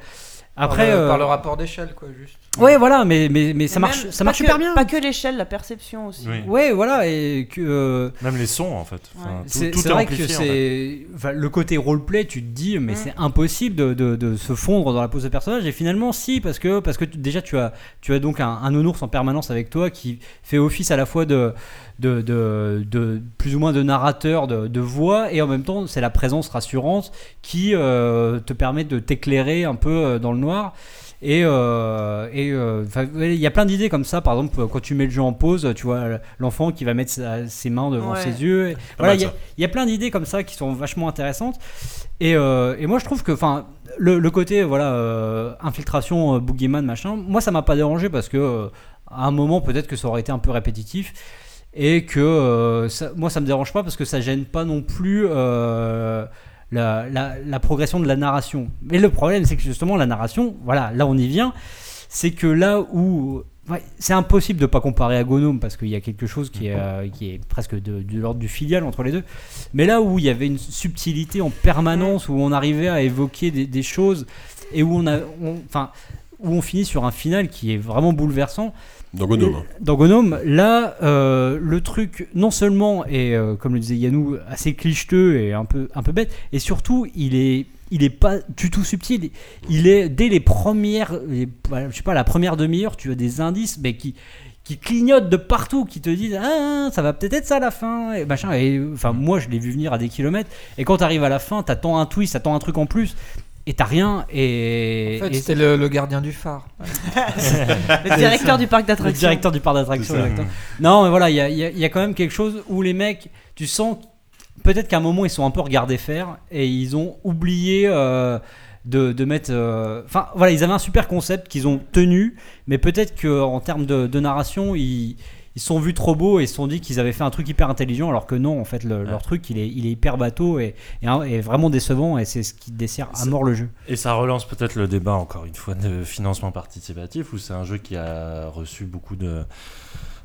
B: après
E: par, le,
B: euh,
E: par le rapport d'échelle, quoi, juste.
B: ouais voilà mais mais, mais ça
G: Et
B: marche
G: même,
B: ça marche
G: pas que-
B: super bien
G: Pas que l'échelle, la perception aussi.
D: Oui.
B: ouais voilà et que euh,
D: Même les sons, en fait. Enfin, tout-
B: c'est
D: tout
B: c'est
D: est
B: vrai
D: amplifié,
B: que
D: en
B: c'est enfin, le côté roleplay, tu te dis mais c'est impossible de, de- de se fondre dans la pose de personnage et finalement si parce que parce que tu- déjà tu as tu as donc un, un nounours en permanence avec toi qui fait office à la fois de de, de- de- plus ou moins de narrateur de, de voix et en même temps c'est la présence rassurante qui euh, te permet de t'éclairer un peu euh, dans le noir. Et euh, et, euh, enfin, ouais, il y a plein d'idées comme ça. Par exemple, quand tu mets le jeu en pause, tu vois l'enfant qui va mettre sa- ses mains devant
U: Ouais.
B: ses yeux. Et-
U: Pas mal,
B: voilà, il y a-
U: ça.
B: il y, a plein d'idées comme ça qui sont vachement intéressantes. Et, euh, et moi, je trouve que, enfin, le, le côté voilà euh, infiltration, euh, boogeyman, machin, moi, ça m'a pas dérangé parce que euh, à un moment, peut-être que ça aurait été un peu répétitif. Et que euh, ça- moi, ça me dérange pas parce que ça gêne pas non plus. euh, la, la- la progression de la narration. Mais le problème, c'est que justement, la narration, voilà, là on y vient, c'est que là où. ouais, c'est impossible de ne pas comparer à Gnome parce qu'il y a quelque chose qui est, euh, qui est presque de, de l'ordre du filial entre les deux. Mais là où il y avait une subtilité en permanence, où on arrivait à évoquer des, des choses et où on a. on- Enfin, où on finit sur un final qui est vraiment bouleversant.
A: Dans Gnome. hein.
B: Dans Gnome, là, euh, le truc, non seulement est, euh, comme le disait Yannou, assez clicheteux et un peu, un peu bête, et surtout, il est, il est pas du tout subtil. Il est, dès les premières, les- bah, je sais pas, la première demi-heure, tu as des indices, mais qui qui clignotent de partout, qui te disent ah ça va peut-être être ça à la fin et machin et enfin moi je l'ai vu venir à des kilomètres et quand t'arrives à la fin t'attends un twist, t'attends un truc en plus et t'as rien. Et,
E: En fait,
B: et-
E: c'était le- le gardien du phare. Le
B: C'est
E: directeur
B: ça.
E: du parc d'attractions.
B: Le directeur du parc d'attractions,
E: C'est ça.
B: exactement. Non, mais voilà, il y a, il y a- il y a quand même quelque chose où les mecs, tu sens peut-être qu'à un moment ils sont un peu regardés faire et ils ont oublié euh, de, de mettre. euh, Enfin, voilà, ils avaient un super concept qu'ils ont tenu, mais peut-être qu'en termes de, de narration, ils. Ils se sont vus trop beaux et se sont dit qu'ils avaient fait un truc hyper intelligent, alors que non, en fait, le- leur truc, il est, il est hyper bateau et, et un- et vraiment décevant, et c'est ce qui dessert à mort le jeu.
F: Et ça relance peut-être le débat, encore une fois, de financement participatif, où c'est un jeu qui a reçu beaucoup de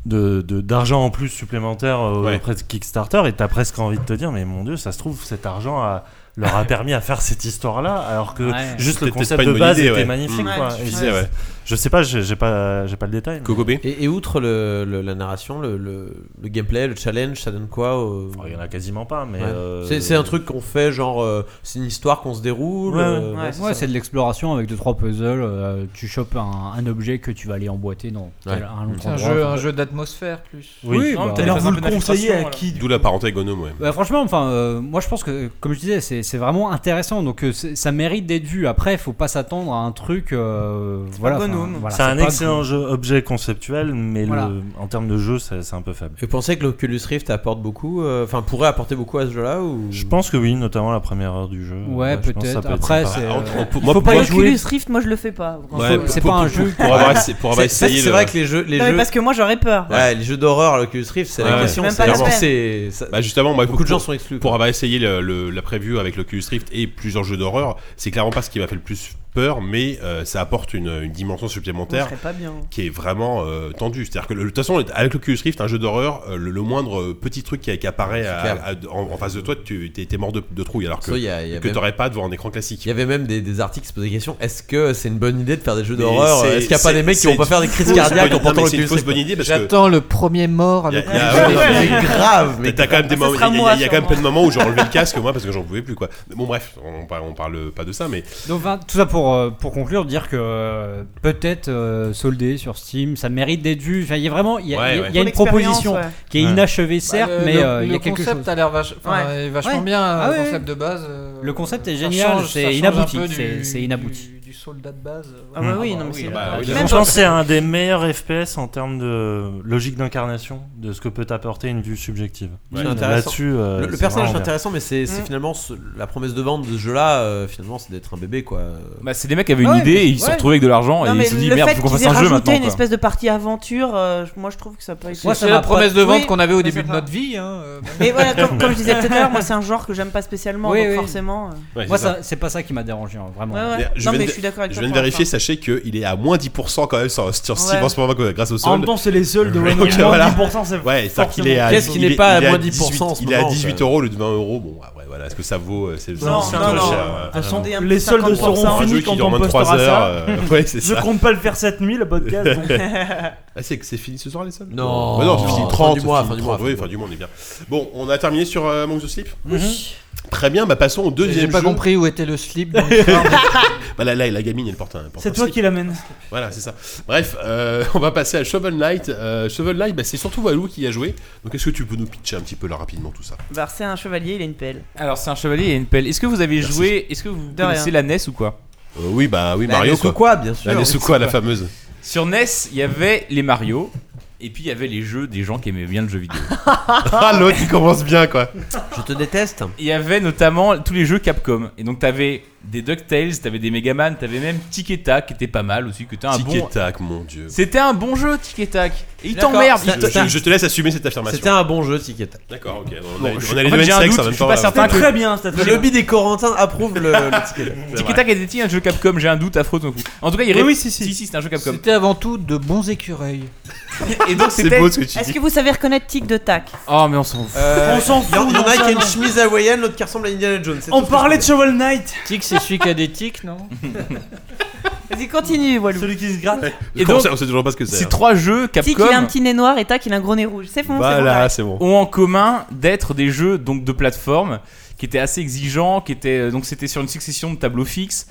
F: de- de- d'argent en plus supplémentaire euh, auprès de Kickstarter et t'as presque envie de te dire mais mon dieu ça se trouve cet argent a- leur a permis à faire cette histoire là alors que
A: Ouais.
F: juste le
A: C'était peut-être
F: concept
A: pas une
F: de
A: bonne
F: base
A: idée,
F: était
A: ouais.
F: magnifique
A: Mmh.
F: quoi.
A: Ouais,
F: Et
A: suffisait,
F: c'est-
A: ouais.
F: je sais pas j'ai j'ai pas j'ai pas le détail mais-
C: Et, et outre le, le- la narration, le, le- le gameplay, le challenge, ça donne quoi au-
A: Oh,
F: Il y en a quasiment pas, mais.
C: Ouais.
F: euh,
C: C'est c'est un truc qu'on fait, genre, euh, c'est une histoire qu'on se déroule.
B: Ouais,
C: euh,
B: ouais,
C: c'est
B: ouais,
C: ça.
B: c'est de l'exploration avec deux trois puzzles. euh, tu chopes un, un objet que tu vas aller emboîter dans tel- un autre
E: C'est un
B: endroit.
E: jeu, un jeu d'atmosphère plus.
B: bah,
A: D'où la parenté avec Gnome, ouais.
B: Bah, franchement, enfin, euh, moi je pense que, comme je disais, c'est c'est vraiment intéressant. Donc euh, c'est- ça mérite d'être vu. Après, faut pas s'attendre à un truc. euh, voilà. enfin, voilà,
F: c'est un
B: pas
F: excellent
B: Gnome.
F: jeu objet conceptuel, mais le-
B: Voilà.
F: en termes de jeu, c'est c'est un peu faible.
C: Et vous pensez que l'Oculus Rift apporte beaucoup, euh, enfin pourrait apporter beaucoup à ce jeu-là ou...
F: Je pense que oui, notamment la première heure du jeu.
B: Ouais,
F: je pense que ça
B: peut-être.
F: peut être
B: Après,
F: sympa.
B: c'est,
F: Ah,
B: euh,
F: on- on-
B: il faut
F: moi-
B: pas
F: moi,
B: y
F: je
B: jouer.
F: voulais-
G: Oculus Rift, moi je le fais pas.
B: Ouais, Faut- c'est pas un jeu.
C: Pour avoir, essayé- pour avoir
B: C'est-
C: essayé
B: c'est
C: le-
B: vrai
C: que les jeux- les
G: non, mais
C: jeux-
G: parce que moi j'aurais peur.
C: Ouais, les jeux d'horreur, l'Oculus Rift, c'est la
A: Ouais,
C: question.
A: ouais.
C: c'est- c'est- ça-
A: Bah justement, moi,
C: beaucoup de
A: pour-
C: gens sont exclus.
A: Pour avoir essayé le- le- la preview avec l'Oculus Rift et plusieurs jeux d'horreur, c'est clairement pas ce qui m'a fait le plus peur, mais euh, ça apporte une, une dimension supplémentaire
G: On serait pas bien.
A: qui est vraiment euh, tendue. C'est-à-dire que le- de toute façon, avec l'Oculus Rift, un jeu d'horreur, euh, le, le moindre euh, petit truc qui, qui apparaît à-
C: clair.
A: à- en, en face de toi, tu t'es t'es mort de, de trouille, alors que,
C: Ça, il y a- il y a
A: que
C: même-
A: t'aurais pas devant un écran classique.
C: Il y avait même des, des articles qui se posaient la question est-ce que c'est une bonne idée de faire des jeux
A: Mais
C: d'horreur euh,
A: c'est-
C: Est-ce qu'il n'y a pas
A: c'est-
C: des mecs qui
A: c'est
C: vont pas faire des
A: une
C: crises
A: fausse
C: cardiaques
A: bonne-
C: en
A: non, mais
C: portant
A: c'est une
C: l'Oculus
A: fausse bonne
C: Rift
A: idée parce que
E: J'attends le premier mort
A: Il y a-
E: avec
A: il y a-
E: le
A: ouais,
E: jeu.
A: ouais. T'as- T'as quand
C: Ah,
A: même des moments. Il y a- il y a, il y a quand même plein de moments où j'ai enlevé le casque, moi, parce que j'en pouvais plus, quoi. Mais bon, bref, on, parle- on parle pas de ça, mais.
B: Donc enfin, tout ça pour, euh, pour conclure, dire que euh, peut-être euh, soldé sur Steam, ça mérite d'être vu. Enfin, il y a vraiment il y a,
A: Ouais,
B: il y a-
A: ouais.
B: il y a une
G: Pour l'expérience,
B: proposition
G: ouais.
B: qui est
A: Ouais.
B: inachevée certes,
E: Bah, le-
B: mais
E: le-
B: euh, il y a
E: le
B: quelque chose.
E: concept a l'air vache- enfin,
G: Ouais.
E: est vachement
G: Ouais.
E: bien,
G: Ah
E: le
G: ouais,
E: concept de
G: ouais.
E: base. euh,
B: Le concept est
E: ça
B: génial,
E: change-
B: c'est
E: ça change
B: inabouti,
E: un peu du-
B: c'est- c'est inabouti.
E: Du, du soldat de base. euh,
G: Ah bah oui,
E: voilà.
G: non, mais c'est-
E: bah,
G: bah,
E: oui,
G: oui,
E: même-
F: Franchement, c'est un des meilleurs FPS en termes de logique d'incarnation, de ce que peut apporter une vue subjective.
C: C'est intéressant.
F: Là-dessus, euh,
C: le, le
F: c'est
C: personnage est
F: vraiment bien.
C: intéressant, mais c'est c'est finalement ce- la promesse de vente de ce jeu-là. euh, finalement, c'est d'être un bébé, quoi.
I: Bah, c'est des mecs qui avaient une idée et ils se sont retrouvés avec de l'argent
G: Non,
I: et
G: mais
I: ils se sont dit
G: le
I: merde,
G: fait
I: faut qu'on
G: qu'ils
I: fasse
G: aient
I: un jeu
G: rajouté
I: maintenant.
G: une
I: quoi.
G: espèce de partie aventure, euh, je- moi je trouve que ça peut
E: Moi, c'est la promesse de vente qu'on avait au début de notre vie. hein, euh,
G: Mais voilà, comme, comme je disais tout à l'heure, moi c'est un genre que j'aime pas spécialement,
B: Oui,
G: donc
B: oui.
G: forcément. euh,
A: Ouais,
B: Moi,
A: c'est
B: ça- c'est pas ça qui m'a dérangé, hein, vraiment.
G: Ouais, ouais.
A: Mais
G: Non,
A: viens
G: mais
A: de-
G: je suis d'accord avec
A: Je
G: toi
A: viens de
G: pour la
A: vérifier,
G: fin.
A: sachez qu'il est à moins 10% quand même sur, sur Steam
G: Ouais.
A: en ce moment quoi, grâce au solde.
D: En même temps, c'est les soldes, ouais,
A: Donc,
D: donc moins
A: voilà.
D: 10%, c'est
A: Ouais, c'est-à-dire qu'il est
D: forcément-
A: à
D: Qu'est-ce qui
A: il
D: n'est
A: est-
D: pas à
A: il est
D: moins 10% en
A: 18,
D: ce
A: Il est à
D: moment,
A: 18 euros au lieu de 20 euros. Bon, bah, ouais, voilà, est-ce que ça vaut euh, C'est
D: Non,
A: c'est
D: non, Ah,
A: très cher, euh,
D: non. De
A: ouais.
D: toute façon,
A: Ouais.
D: les soldes
A: Pour
D: seront
A: un jeu
D: finis
A: qui
D: quand
A: dure
D: on
A: moins de trois
D: postera ça.
A: heures, euh, ouais, c'est
D: Je
A: ça.
D: compte pas le faire cette nuit, le podcast. donc.
A: Ah, c'est que c'est fini ce soir les soldes
C: Non.
A: Bah non,
C: Non,
A: c'est fini
C: fin
A: 30,
C: du mois,
A: fini
C: fin du mois,
A: 30, oui,
C: fin
A: fin
C: du
A: du mois, on est bien. Bon, on a terminé sur euh, Monks of Sleep Très bien, bah passons au deuxième
E: J'ai pas
A: jeu.
E: compris où était le slip. dans l'histoire, mais-
A: Bah là, là, la gamine, elle porte un. porte
D: C'est
A: un
D: toi
A: slip.
D: qui l'amènes.
A: Voilà, c'est ça. Bref, euh, on va passer à Shovel Knight. Euh, Shovel Knight, bah, c'est surtout Walou qui y a joué. Donc, est-ce que tu peux nous pitcher un petit peu là rapidement tout ça
G: Bah, c'est un chevalier, il a une pelle.
I: Alors c'est un chevalier et une pelle. Est-ce que vous avez
A: Merci.
I: joué Est-ce que vous
G: De
I: connaissez
G: rien.
I: la NES ou quoi
A: Euh, Oui, bah oui,
I: La
A: Mario.
I: NES ou quoi, bien sûr.
A: La NES ou quoi, la fameuse.
I: Sur NES, il y avait les Mario et puis il y avait les jeux des gens qui aimaient bien le jeu vidéo.
A: ah, l'autre, il commence bien quoi.
C: Je te déteste.
I: Il y avait notamment tous les jeux Capcom. Et donc t'avais des DuckTales, t'avais des Megaman, t'avais même Tic et Tac qui était pas mal aussi, que
D: Ah,
I: t'as un
A: Tic
I: bon.
A: et Tac, mon dieu.
I: C'était un bon jeu, Tic et Tac. Et il
C: D'accord,
I: t'emmerde.
C: c'est-
I: il te-
A: Je, je te laisse assumer cette affirmation.
C: C'était un bon jeu, Tic et Tac.
A: D'accord, ok. On,
I: Bon,
A: a,
I: je-
A: on a
I: en
A: les
I: fait,
A: deux
I: j'ai un
A: mêmes sexes
I: doute,
A: en même
I: je suis
A: temps.
I: pas
A: là.
I: certain que-
D: Très bien, c'était
C: Le
D: très bien.
C: lobby des Corentins approuve le,
D: Ah,
C: le Tic et Tac.
A: C'est
I: Tic
A: vrai.
I: et Tac était un jeu Capcom, j'ai un doute affreux de son coup. En tout cas, il
D: Oui,
I: ré-
D: oui, si, si.
I: Si, si, c'était un jeu Capcom.
E: C'était avant tout de bons écureuils.
I: Et donc
A: C'est
I: c'était.
A: beau ce que tu
G: Est-ce
A: dis.
G: que vous savez reconnaître Tic de Tac
I: Oh, mais on s'en fout.
D: On s'en fout.
C: Il y en il y en a
D: non,
C: qui a une
D: ça,
C: chemise hawaïenne, l'autre qui ressemble à Indiana Jones. c'est
D: non. On
C: tout ce que
D: parlait de
C: je
D: Shovel Knight,
E: Tic, c'est celui qui a des tics, non
G: Vas-y, continue, Walou.
D: celui qui se gratte.
I: Et
A: Comment
I: donc,
A: ça, on sait toujours pas ce que c'est.
I: Ces trois jeux
G: Tic, il a un
I: Capcom
G: petit nez noir et Tac, il a un gros nez rouge. C'est bon, c'est bon.
A: Voilà,
G: arrête.
A: c'est bon.
I: ont en commun d'être des jeux donc de plateforme qui étaient assez exigeants, qui étaient euh, donc c'était sur une succession de tableaux fixes.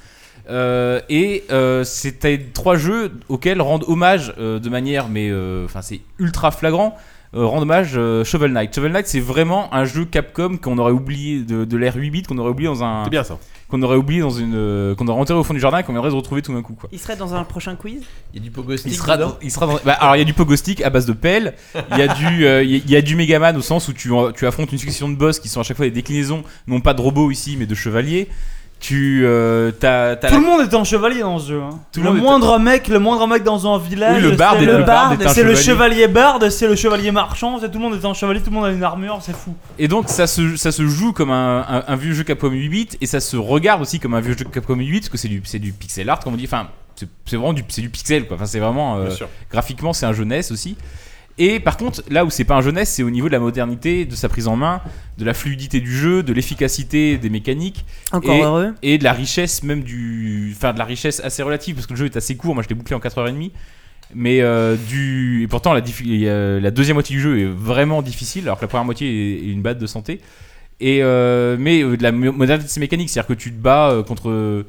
I: Euh, et euh, c'était trois jeux auxquels rendent hommage euh, de manière, mais euh, enfin c'est ultra flagrant. euh, rend hommage euh, Shovel Knight. Shovel Knight, c'est vraiment un jeu Capcom qu'on aurait oublié de, de l'ère 8 bits, qu'on aurait oublié dans un.
A: C'est bien, ça.
I: Qu'on aurait oublié dans une. euh, qu'on aurait enterré au fond du jardin et qu'on viendrait se retrouver tout d'un coup, quoi.
G: Il serait dans un prochain quiz
C: Il y a du pogo
I: Il sera, dans- il sera dans- bah, alors il y a du pogo stick à base de pelle, il y a du euh, il y a- il y a du Megaman au sens où tu en- tu affrontes une succession de boss qui sont à chaque fois des déclinaisons non pas de robots ici mais de chevaliers. Tu euh, t'as- t'as
D: Tout
I: la-
D: le monde est un chevalier dans ce jeu. hein.
I: Tout le
D: le
I: monde est-
D: moindre mec, le moindre mec dans un village.
I: Oui, le barde
D: c'est
I: est-
D: le
I: le barde
D: barde,
I: est un
D: c'est le
I: chevalier.
D: chevalier barde, c'est le chevalier marchand. c'est Tout le monde est un chevalier, tout le monde a une armure, c'est fou.
I: et donc ça se ça se joue comme un, un- un vieux jeu Capcom 8 bits et ça se regarde aussi comme un vieux jeu Capcom 8 bits parce que c'est du c'est du pixel art comme on dit enfin c'est c'est vraiment du c'est du pixel quoi. Enfin c'est vraiment euh,
A: Bien sûr.
I: graphiquement c'est un jeunesse aussi. Et par contre, là où c'est pas un jeunesse, c'est au niveau de la modernité, de sa prise en main, de la fluidité du jeu, de l'efficacité des mécaniques.
G: Encore
I: et,
G: heureux.
I: Et de la richesse, même du. Enfin, de la richesse assez relative, parce que le jeu est assez court. Moi, je l'ai bouclé en 4h30. Mais euh, du. Et pourtant, la, diffi- euh, la deuxième moitié du jeu est vraiment difficile, alors que la première moitié est, est une batte de santé. Et euh, mais euh, de la mo- modernité de ses mécaniques, c'est-à-dire que tu te bats euh, contre.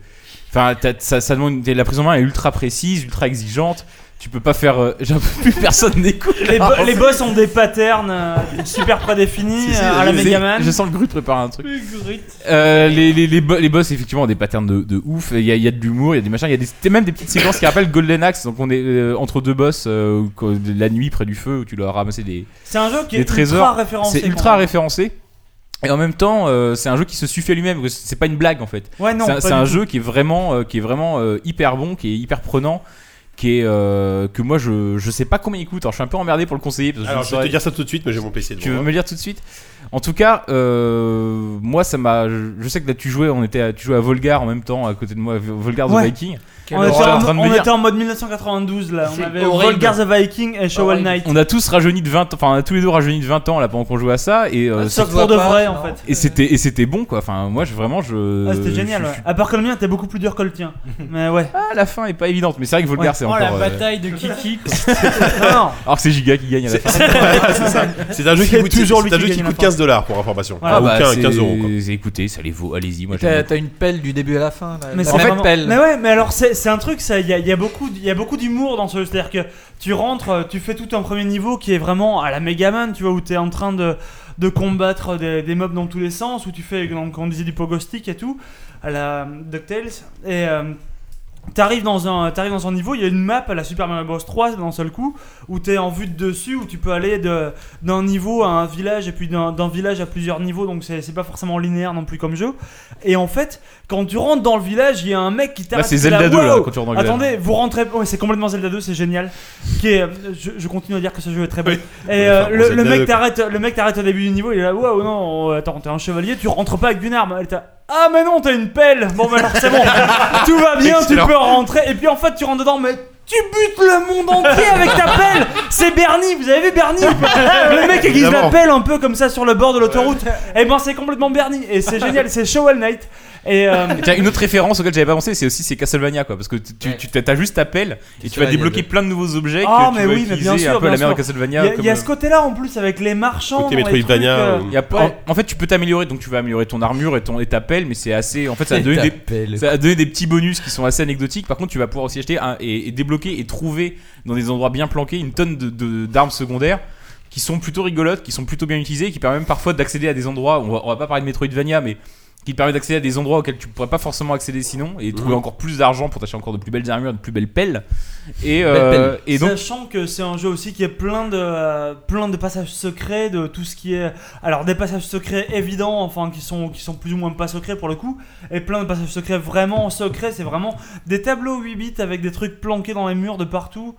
I: Enfin, t'as- ça, ça demande. La prise en main est ultra précise, ultra exigeante. Tu peux pas faire. euh, J'ai un peu plus personne n'écoute.
D: Les, bo-
I: là.
D: les boss ont des patterns euh, super prédéfinis
I: Si, ah, si,
D: euh, à la
I: je sais.
D: Megaman.
I: Je sens le grut préparer un truc.
D: Le grut.
I: Euh, les, les, les, bo- les boss, effectivement, ont des patterns de, de ouf. Il y a, il y a de l'humour, il y a des machins, il y a des, c'était même des petites séquences qui rappellent Golden Axe. Donc, on est euh, entre deux boss euh, où- quand- de la nuit près du feu où tu dois ramasser des,
D: C'est un jeu qui est
I: des
D: ultra
I: trésors.
D: référencé,
I: C'est
D: quand
I: ultra
D: même.
I: référencé. Et en même temps, euh, c'est un jeu qui se suffit à lui-même. C'est pas une blague en fait.
D: Ouais, non,
I: C'est un-
D: pas
I: c'est
D: du
I: un
D: tout.
I: jeu qui est vraiment, euh, qui est vraiment euh, hyper bon, qui est hyper prenant. Qui est, euh, que moi je, je sais pas combien il coûte. Alors je suis un peu emmerdé pour le conseiller. Parce que
A: Alors,
I: ne
A: je vais te
I: saurais-
A: dire ça tout de suite, mais j'ai mon PC devant
I: tu veux
A: moi.
I: me le dire tout de suite En tout cas, euh, moi, ça m'a. Je je sais que là, tu jouais, on était, à- tu jouais à Volgar en même temps à côté de moi, Volgar
D: Ouais.
I: the Viking.
D: On,
I: J'étais
D: était en,
I: train de me
D: on
I: dire,
D: était en mode 1992 là, on
I: C'est
D: avait
I: horrible. Oh,
D: Volgar the Viking et Shovel Knight.
I: on a tous rajeuni de 20 enfin on a tous les deux rajeuni de 20 ans là pendant qu'on jouait à ça et euh,
D: Sauf
I: c'était-
D: pour de vrai en fait.
I: et c'était et c'était bon quoi enfin moi je vraiment Euh, je
D: Ah, c'était génial,
I: je-
D: ouais. À part que le mien était beaucoup plus dur que le tien. Mais ouais.
I: Ah, la fin est pas évidente, mais c'est vrai que Volgar, c'est
D: Oh,
I: encore. euh,
D: la bataille de Kiki, quoi. Non, non.
I: Alors que c'est Giga qui gagne à la fin.
A: C'est ça. C'est un jeu qui
I: C'est
A: coûte,
I: toujours
A: c'est
I: lui
A: un
I: qui
A: jeu qui
I: gagne
A: coûte
I: la
A: 15 dollars pour information.
I: Voilà.
A: Enfin,
I: Ah,
A: ou
I: bah,
A: 15, 15 euros. quoi.
I: c'est- Écoutez, ça les vaut, allez-y. Moi, j'aime
E: T'as
I: beaucoup.
E: t'as une pelle du début à la fin. Là.
D: Mais
E: en
D: c'est
E: fait,
D: vraiment-
E: pelle.
D: Mais ouais, mais alors c'est c'est un truc, ça, il y a, il y a beaucoup, d- il y a beaucoup d'humour dans ce jeu. C'est-à-dire que tu rentres, euh, tu fais tout un premier niveau qui est vraiment à la Megaman, tu vois, où t'es en train de, de combattre des, des mobs dans tous les sens, où tu fais, donc, on disait du pogo stick et tout, à la DuckTales. Et euh, T'arrives dans un t'arrives dans un niveau, il y a une map à la Super Mario Bros 3 d'un seul coup où t'es en vue de dessus où tu peux aller de d'un niveau à un village et puis d'un d'un village à plusieurs niveaux donc c'est c'est pas forcément linéaire non plus comme jeu. Et en fait, quand tu rentres dans le village, il y a un mec qui t'arrête.
I: Bah, c'est
D: qui est là,
I: Zelda 2, là,
D: Waouh
I: quand tu rentres dans le village.
D: Attendez, vous rentrez ouais, c'est complètement Zelda 2, c'est génial. Qui est- je, je continue à dire que ce jeu est très bon. Et euh,
I: enfin,
D: le,
I: bon,
D: le
I: Zelda
D: mec
I: 2, quoi.
D: t'arrête le mec t'arrête au début du niveau, il est là waouh non, attends, t'es un chevalier, tu rentres pas avec une arme. Elle t'a- ah mais non, t'as une pelle. Bon bah alors c'est bon. Tout va bien,
N: Excellent.
D: tu peux rentrer. Et puis en fait, tu rentres dedans, mais tu butes le monde entier avec ta pelle. C'est Bernie, vous avez vu Bernie Le mec aiguise la
N: Évidemment.
D: pelle un peu comme ça sur le bord de l'autoroute. Et ben c'est complètement Bernie. Et c'est génial, c'est Shovel Knight. Et euh,
I: Et Tiens, une autre référence auquel j'avais pas pensé, c'est aussi c'est Castlevania quoi, parce que tu, tu- tu as juste ta pelle et tu vas
B: Castlevania
I: débloquer
B: deux.
I: plein de nouveaux objets
D: Ah,
I: que
D: mais
I: tu vas
D: oui, mais
I: utiliser
D: bien sûr,
I: un peu à
D: bien
I: la manière de
D: sûr.
I: Castlevania.
D: il y a, il y a
I: comme-
D: ce côté-là en plus avec les marchands.
I: Côté
D: dans les trucs,
I: Metroidvania,
D: euh,
I: il y a pas- en, en fait, tu peux t'améliorer, donc tu vas améliorer ton armure et, ton, et ta pelle, mais c'est assez. En fait, ça a,
B: Et
I: donné
B: ta
I: des,
B: pelle.
I: ça a donné des petits bonus qui sont assez anecdotiques. Par contre, tu vas pouvoir aussi acheter un- et, et débloquer et trouver dans des endroits bien planqués une tonne de- de- d'armes secondaires qui sont plutôt rigolotes, qui sont plutôt bien utilisées, et qui permettent même parfois d'accéder à des endroits. On va, on va pas parler de Metroidvania, mais qui te permet d'accéder à des endroits auxquels tu pourrais pas forcément accéder sinon et trouver
B: Mhm.
I: encore plus d'argent pour t'acheter encore de plus belles armures, de plus belles pelles. Et,
D: Belle
I: euh,
D: pelle.
I: et donc,
D: Sachant que c'est un jeu aussi qui est plein de, euh, plein de passages secrets, de tout ce qui est. Alors, des passages secrets évidents, enfin, qui sont, qui sont plus ou moins pas secrets pour le coup, et plein de passages secrets vraiment secrets. C'est vraiment des tableaux 8 bits avec des trucs planqués dans les murs de partout.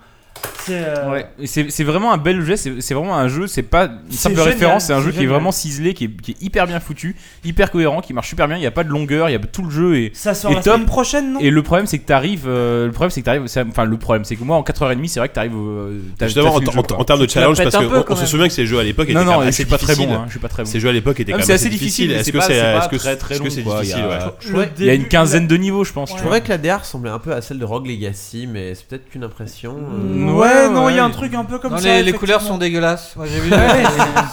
D: C'est. euh,
I: Ouais, et c'est c'est vraiment un bel objet, c'est c'est vraiment un jeu, c'est pas une
D: C'est
I: simple
D: génial,
I: référence, c'est un
D: c'est
I: jeu qui est
D: génial.
I: vraiment ciselé, qui est, qui est hyper bien foutu, hyper cohérent, qui marche super bien, il n'y a pas de longueur, il y a tout le jeu et
D: Ça sort
I: et
D: la
I: top.
D: semaine prochaine, non
I: Et le problème c'est que t'arrives euh, le problème c'est que t'arrives c'est- enfin le problème c'est que moi en 4h30, c'est vrai que t'arrives euh, t'as-
A: Justement,
I: t'as
A: en,
I: fini le jeu,
A: en-
I: quoi.
A: en termes de
I: Tu te la
A: challenge,
I: pètes
A: parce
I: un peu,
A: qu'on
I: quand
A: on se
I: même.
A: souvient que ces jeux à l'époque étaient
I: Non
A: quand
I: non,
A: même
I: et
A: assez
I: c'est pas très
A: difficiles.
I: bon hein, je suis pas très bon.
A: Ces jeux à l'époque étaient quand
I: Ah, mais
A: même
I: c'est
A: assez
I: assez difficile,
A: difficiles.
I: mais
A: Est-ce
I: c'est
A: que
I: pas-
A: c'est
I: c'est
A: est-ce
I: pas
A: que
I: très,
A: c'est-
I: très
A: est-ce que
I: long,
A: c'est
I: quoi, il y a-
A: difficile ouais.
I: Je trouvais que- Il y a une quinzaine de niveaux, je pense, tu
C: Je
I: vois.
C: trouvais que la DR semblait un peu à celle de Rogue Legacy, mais c'est peut-être qu'une impression. euh.
D: Mm, ouais, Ouais, non, il y a ouais. un truc un peu comme
E: Non,
D: ça,
E: Les, les
D: effectivement.
E: couleurs sont dégueulasses. Moi j'ai vu.
D: Ouais.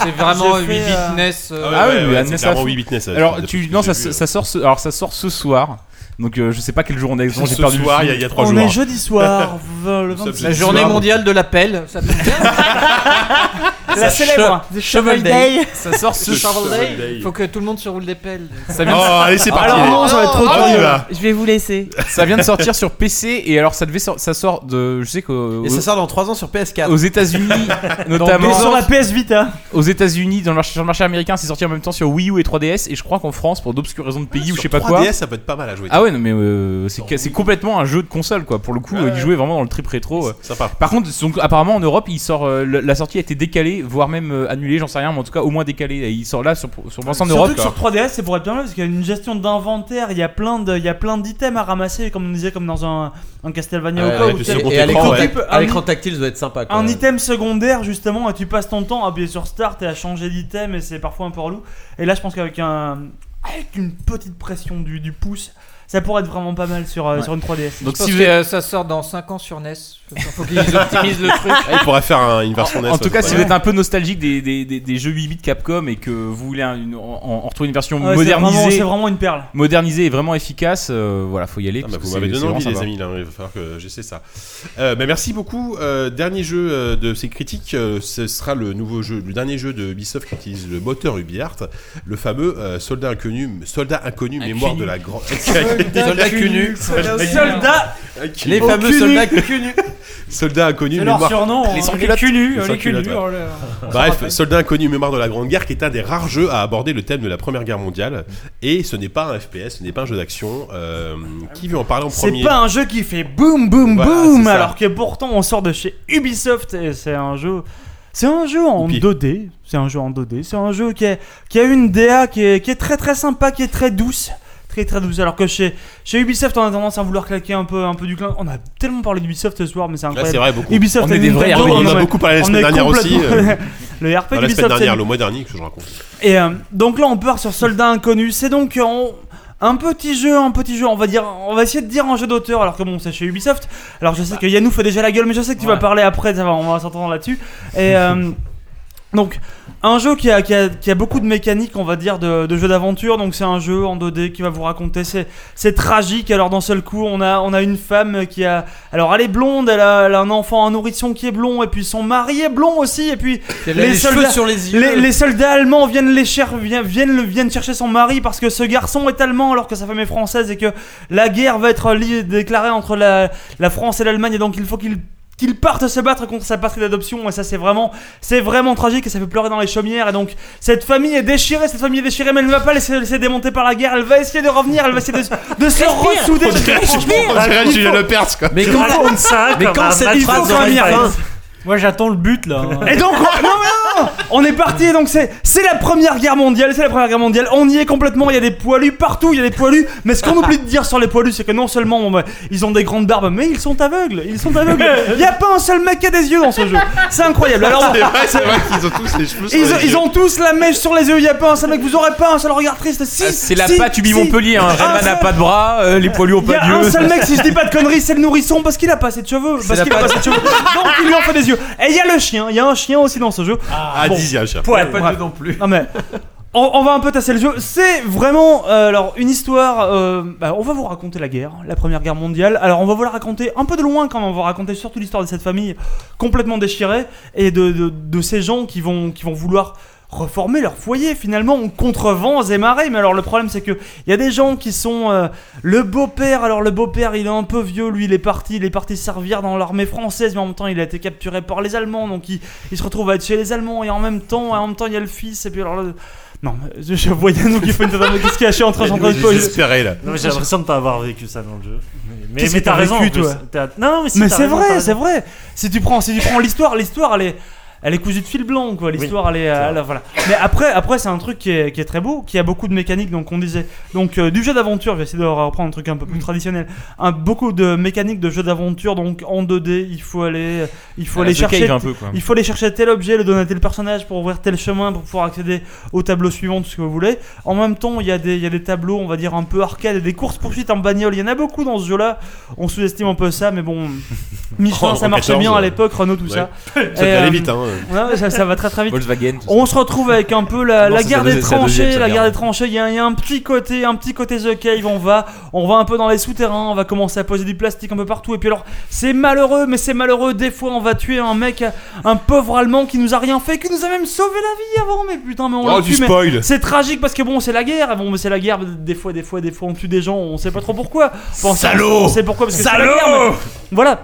E: c'est vraiment
D: J'ai
E: 8
D: fait, euh,
E: bitness.
I: Ah, oui, mais un NES à fond. Alors, tu, non, ça,
A: euh.
I: ça sort ce, alors, ça sort ce soir. Donc, euh, je sais pas quel jour on est exactement, j'ai
A: Ce
I: perdu le
A: soir,
I: fil.
A: il y a- il y a trois On jours. est jeudi soir,
D: le
I: Nous sommes
D: 26.
E: La
I: jeudi
E: journée
I: soir, donc-
E: mondiale de la pelle. Ça tombe bien. La
C: ça.
E: célèbre
C: Che- Shovel Day.
E: Ça sort ce
C: Le
E: Shovel Day.
C: Shovel Day.
E: Faut que tout le monde se roule des pelles.
I: Ça vient de- Oh, allez, c'est parti.
E: Alors non, ça va être trop
I: Ah, on y
E: dur.
I: va.
G: Je vais vous laisser.
I: Ça vient de sortir sur PC et alors ça devait sor- ça sort de je sais que
C: Et ça sort dans 3 ans sur PS4.
I: aux États-Unis
C: Dans
I: notamment
C: deux ans. Sur la
D: PS Vita.
I: Aux États-Unis dans le marché, sur le marché américain, c'est sorti en même temps sur Wii U et 3DS et je crois qu'en France pour d'obscures raisons de pays ou je sais pas quoi.
A: 3DS, ça peut être pas mal à jouer.
I: Ah ouais, non mais euh, c'est c'est complètement un jeu de console quoi. Pour le coup, euh, il jouait vraiment dans le trip rétro. euh.
A: Sympa.
I: Par contre, donc, apparemment en Europe, il sort euh, le- la sortie a été décalée, voire même euh, annulée, j'en sais rien, mais en tout cas au moins décalée. Et il sort là sur sur l'ensemble
D: Surtout
I: d'Europe.
D: que
I: quoi.
D: sur 3DS, c'est pour être bien mal parce qu'il y a une gestion d'inventaire, il y a plein de, il y a plein d'items à ramasser, comme on disait, comme dans un, un Castlevania
C: Ouais,
D: ou quoi.
C: avec
D: où
C: le
D: t'as-
C: second
D: et à
C: écran,
D: l'écran,
C: ouais.
D: tu peux-
C: À
D: un
C: l'écran
D: i-
C: tactile, ça doit être sympa, quoi.
D: Un item secondaire justement, et tu passes ton temps à appuyer sur Start et à changer d'item, et c'est parfois un peu relou. Et là, je pense qu'avec un, avec une petite pression du, du pouce, ça pourrait être vraiment pas mal sur euh,
E: Ouais.
D: sur une 3DS.
E: Donc si ça sort dans 5 ans sur NES, faut qu'ils optimisent le truc.
A: Ah, Il pourrait faire un- une version
I: En-
A: NES,
I: En tout
A: ouais,
I: cas,
A: c'est
I: si
A: pas
I: vous
A: mal.
I: êtes un peu nostalgique des, des, des, des jeux 8 bits Capcom et que vous voulez un- une- en, en- en retrouver une version
D: Ah Ouais, c'est vraiment-
I: modernisée,
D: c'est vraiment une perle.
I: modernisée et vraiment efficace, euh, voilà, faut y aller.
A: Ah,
I: parce
A: bah,
I: que
A: vous
I: c'est-
A: m'avez
I: c'est
A: donné
I: vraiment
A: envie, les
I: sympa.
A: amis. Là. hein, Il va falloir que j'essaie ça. Euh, bah, merci beaucoup. Euh, dernier jeu euh, de ces critiques, euh, ce sera le nouveau jeu, le dernier jeu de Ubisoft qui utilise le moteur UbiArt, le fameux euh, Soldat Inconnu, Soldat Inconnu, mémoire de la grande.
C: Soldat inconnu.
D: Soldat
C: Les fameux
A: inconnu.
C: soldats cunus.
A: Soldat inconnu,
C: C'est leur
A: mémoire.
C: surnom, hein, les
A: sans-culottes.
C: culus, les
A: sans-culottes,
C: culus,
D: oh
A: ouais.
C: on leur- on s'en
A: Bref,
C: rappelle.
A: Soldat inconnu, mémoire de la Grande Guerre, qui est un des rares jeux à aborder le thème de la Première Guerre mondiale. Et ce n'est pas un FPS, ce n'est pas un jeu d'action. Euh, qui veut en parler en premier
D: C'est pas un jeu qui fait boum boum
A: Voilà,
D: boum
A: c'est ça.
D: alors que pourtant on sort de chez Ubisoft et c'est un jeu c'est un jeu en 2D, c'est un jeu en 2D, c'est un jeu qui a, qui a une DA qui est, qui est très très sympa, qui est très douce, très très douce alors que chez chez Ubisoft on a tendance à vouloir claquer un peu un peu du clin. On a tellement parlé d'Ubisoft ce soir mais c'est incroyable.
A: c'est vrai, beaucoup.
D: Ubisoft
A: On
D: a
A: est
D: une
A: des vrais
D: vraie-
A: RP. On en a
D: ouais.
A: beaucoup parlé la
D: On
A: semaine
D: est
A: dernière aussi,
D: complètement-
A: euh, Enfin,
D: le RP
A: la semaine
D: d'Ubisoft c'est
A: dernière,
D: une-
A: le mois dernier que je raconte.
D: et euh, donc là, on part sur Soldat Inconnu. C'est donc euh, on- un petit jeu, un petit jeu. On va dire, on va essayer de dire un jeu d'auteur. Alors que bon, c'est chez Ubisoft. Alors je sais que Yannou fait déjà la gueule, mais je sais que tu vas parler après. ça va, on va s'entendre là-dessus. Et euh, donc un jeu qui a, qui, a, qui a beaucoup de mécaniques, on va dire, de, de jeu d'aventure. Donc c'est un jeu en 2D qui va vous raconter. C'est, c'est tragique. Alors d'un seul coup, on a, on a une femme qui a... Alors elle est blonde, elle a, elle a un enfant, un nourrisson qui est blond, et puis son mari est blond aussi. Et puis
C: Elle a les cheveux sur les yeux.
D: les soldats allemands viennent, les cher- viennent, viennent, le- viennent chercher son mari parce que ce garçon est allemand alors que sa femme est française et que la guerre va être li- déclarée entre la, la France et l'Allemagne et donc il faut qu'il qu'il parte se battre contre sa patrie d'adoption et ça c'est vraiment c'est vraiment tragique et ça fait pleurer dans les chaumières et donc cette famille est déchirée cette famille est déchirée mais elle ne va pas laisser, laisser démonter par la guerre elle va essayer de revenir elle va essayer de, de se
A: Respire.
D: ressouder
A: On dirait- on dirait
D: Il
A: Julien
D: faut-
A: Lepers, quoi.
C: Mais
A: quand- mais quand
D: un
A: cette
D: match
A: phrase
D: de
A: aura
D: Premier
A: une fin.
D: League. Moi j'attends le but là. Et donc on... non, mais non On est parti et donc c'est c'est la première guerre mondiale, c'est la première guerre mondiale. On y est complètement, il y a des poilus partout, il y a des poilus. Mais ce qu'on oublie de dire sur les poilus, c'est que non seulement bon, bah, ils ont des grandes barbes, mais ils sont aveugles, ils sont aveugles. Il y a pas un seul mec qui a des yeux dans ce jeu. C'est incroyable. Alors
A: c'est vrai, c'est vrai qu'ils ont tous les cheveux sur
D: ils,
A: les
D: ont,
A: yeux.
D: ils ont tous la mèche sur les yeux, il y a pas un seul mec, vous aurez pas un seul regard triste. Si,
I: Ah, C'est la
D: si,
I: patte Ubi
D: si.
I: Montpellier. Hein.
D: Un
I: Redman n'a
D: seul-
I: pas de bras, euh, les poilus ont
D: il y
I: pas
D: a
I: de
D: un
I: yeux.
D: seul mec, si je dis pas de conneries, c'est le nourrisson parce qu'il a pas assez de cheveux. Parce
I: la
D: qu'il a pas
I: patte.
D: assez de cheveux. Donc il lui en fait des yeux. Et il y a le chien, il y a un chien aussi dans ce jeu.
A: Ah, dis, il y a un chien.
D: pour
A: Il y a
D: être-
A: pas de
D: ouais.
A: jeu non plus.
D: Non mais. On, on va un peu tasser le jeu. C'est vraiment euh, alors une histoire. euh, bah, on va vous raconter la guerre, la Première Guerre mondiale. Alors on va vous la raconter un peu de loin quand même. On va raconter surtout l'histoire de cette famille complètement déchirée et de, de- de ces gens qui vont qui vont vouloir reformer leur foyer finalement contre vents et marées. Mais alors le problème c'est que il y a des gens qui sont euh, le beau-père. Alors le beau-père il est un peu vieux, lui il est parti, il est parti servir dans l'armée française, mais en même temps il a été capturé par les Allemands, donc il, il se retrouve à être chez les Allemands et en même temps en même temps il y a le fils et puis alors le- non, mais je, je vois Yannou qui fait une totale qu'est-ce qu'il y a je suis en train de
A: Il est désespéré, là.
D: Non,
N: Non,
D: mais
N: mais j'ai l'impression de pas avoir vécu ça dans le jeu. Mais,
D: Qu'est-ce
N: mais
D: que
N: t'as raison. en
D: vécu,
N: plus.
D: toi
N: T'as- Non, non, mais Hein, si,
D: mais
N: t'as
D: c'est
N: raison, t'as
D: vrai,
N: raison.
D: c'est vrai. Si tu prends, si tu prends l'histoire, l'histoire, elle est, elle est cousue de fil blanc, quoi. L'histoire, elle est, euh, là, voilà. Mais après, après, c'est un truc qui est, qui est très beau, qui a beaucoup de mécaniques. Donc on disait, donc euh, du jeu d'aventure. Je vais essayer de reprendre un truc un peu plus traditionnel. Un, beaucoup de mécaniques de jeu d'aventure. Donc en 2D, il faut aller, il
N: Euh,
D: faut
I: Ah,
D: aller
I: The Cave,
D: chercher,
I: un peu, quoi.
D: il faut aller chercher tel objet, le donner à tel personnage pour ouvrir tel chemin, pour pouvoir accéder au tableau suivant, tout ce que vous voulez. En même temps, il y, a des- il y a des tableaux, on va dire, un peu arcade et des courses-poursuites en bagnole. Il y en a beaucoup dans ce jeu-là. On sous-estime un peu ça, mais bon, Michelin,
A: Oh,
D: ça
A: en
D: marchait
A: 14,
D: bien à
A: ouais.
D: l'époque, Renault, tout
A: Ouais.
D: ça. euh,
A: Ça peut aller vite, hein,
D: Ouais, ça, ça va très très vite.
I: Volkswagen, tout ça.
D: On se retrouve avec un peu la,
I: Non,
D: la
I: ça,
D: guerre
I: c'est la
D: des
I: deuxi- c'est la deuxième,
D: tranchées.
I: ça,
D: La
I: la
D: guerre
I: guerre.
D: des tranchées. Il y, a il y a un petit côté, un petit côté The Cave. On va, on va un peu dans les souterrains. On va commencer à poser du plastique un peu partout. Et puis alors, c'est malheureux, mais c'est malheureux. Des fois, on va tuer un mec, un pauvre Allemand qui nous a rien fait, qui nous a même sauvé la vie avant. Mais putain, mais on
A: Oh,
D: l'a
A: du
D: tue, mais
A: spoil.
D: C'est tragique parce que bon, c'est la guerre. Bon, mais c'est la guerre. Des fois, des fois, des fois, on tue des gens. On sait pas trop pourquoi. Bon, ça,
A: Salaud
D: On sait pourquoi parce que c'est la
A: Salaud
D: guerre. mais- Voilà.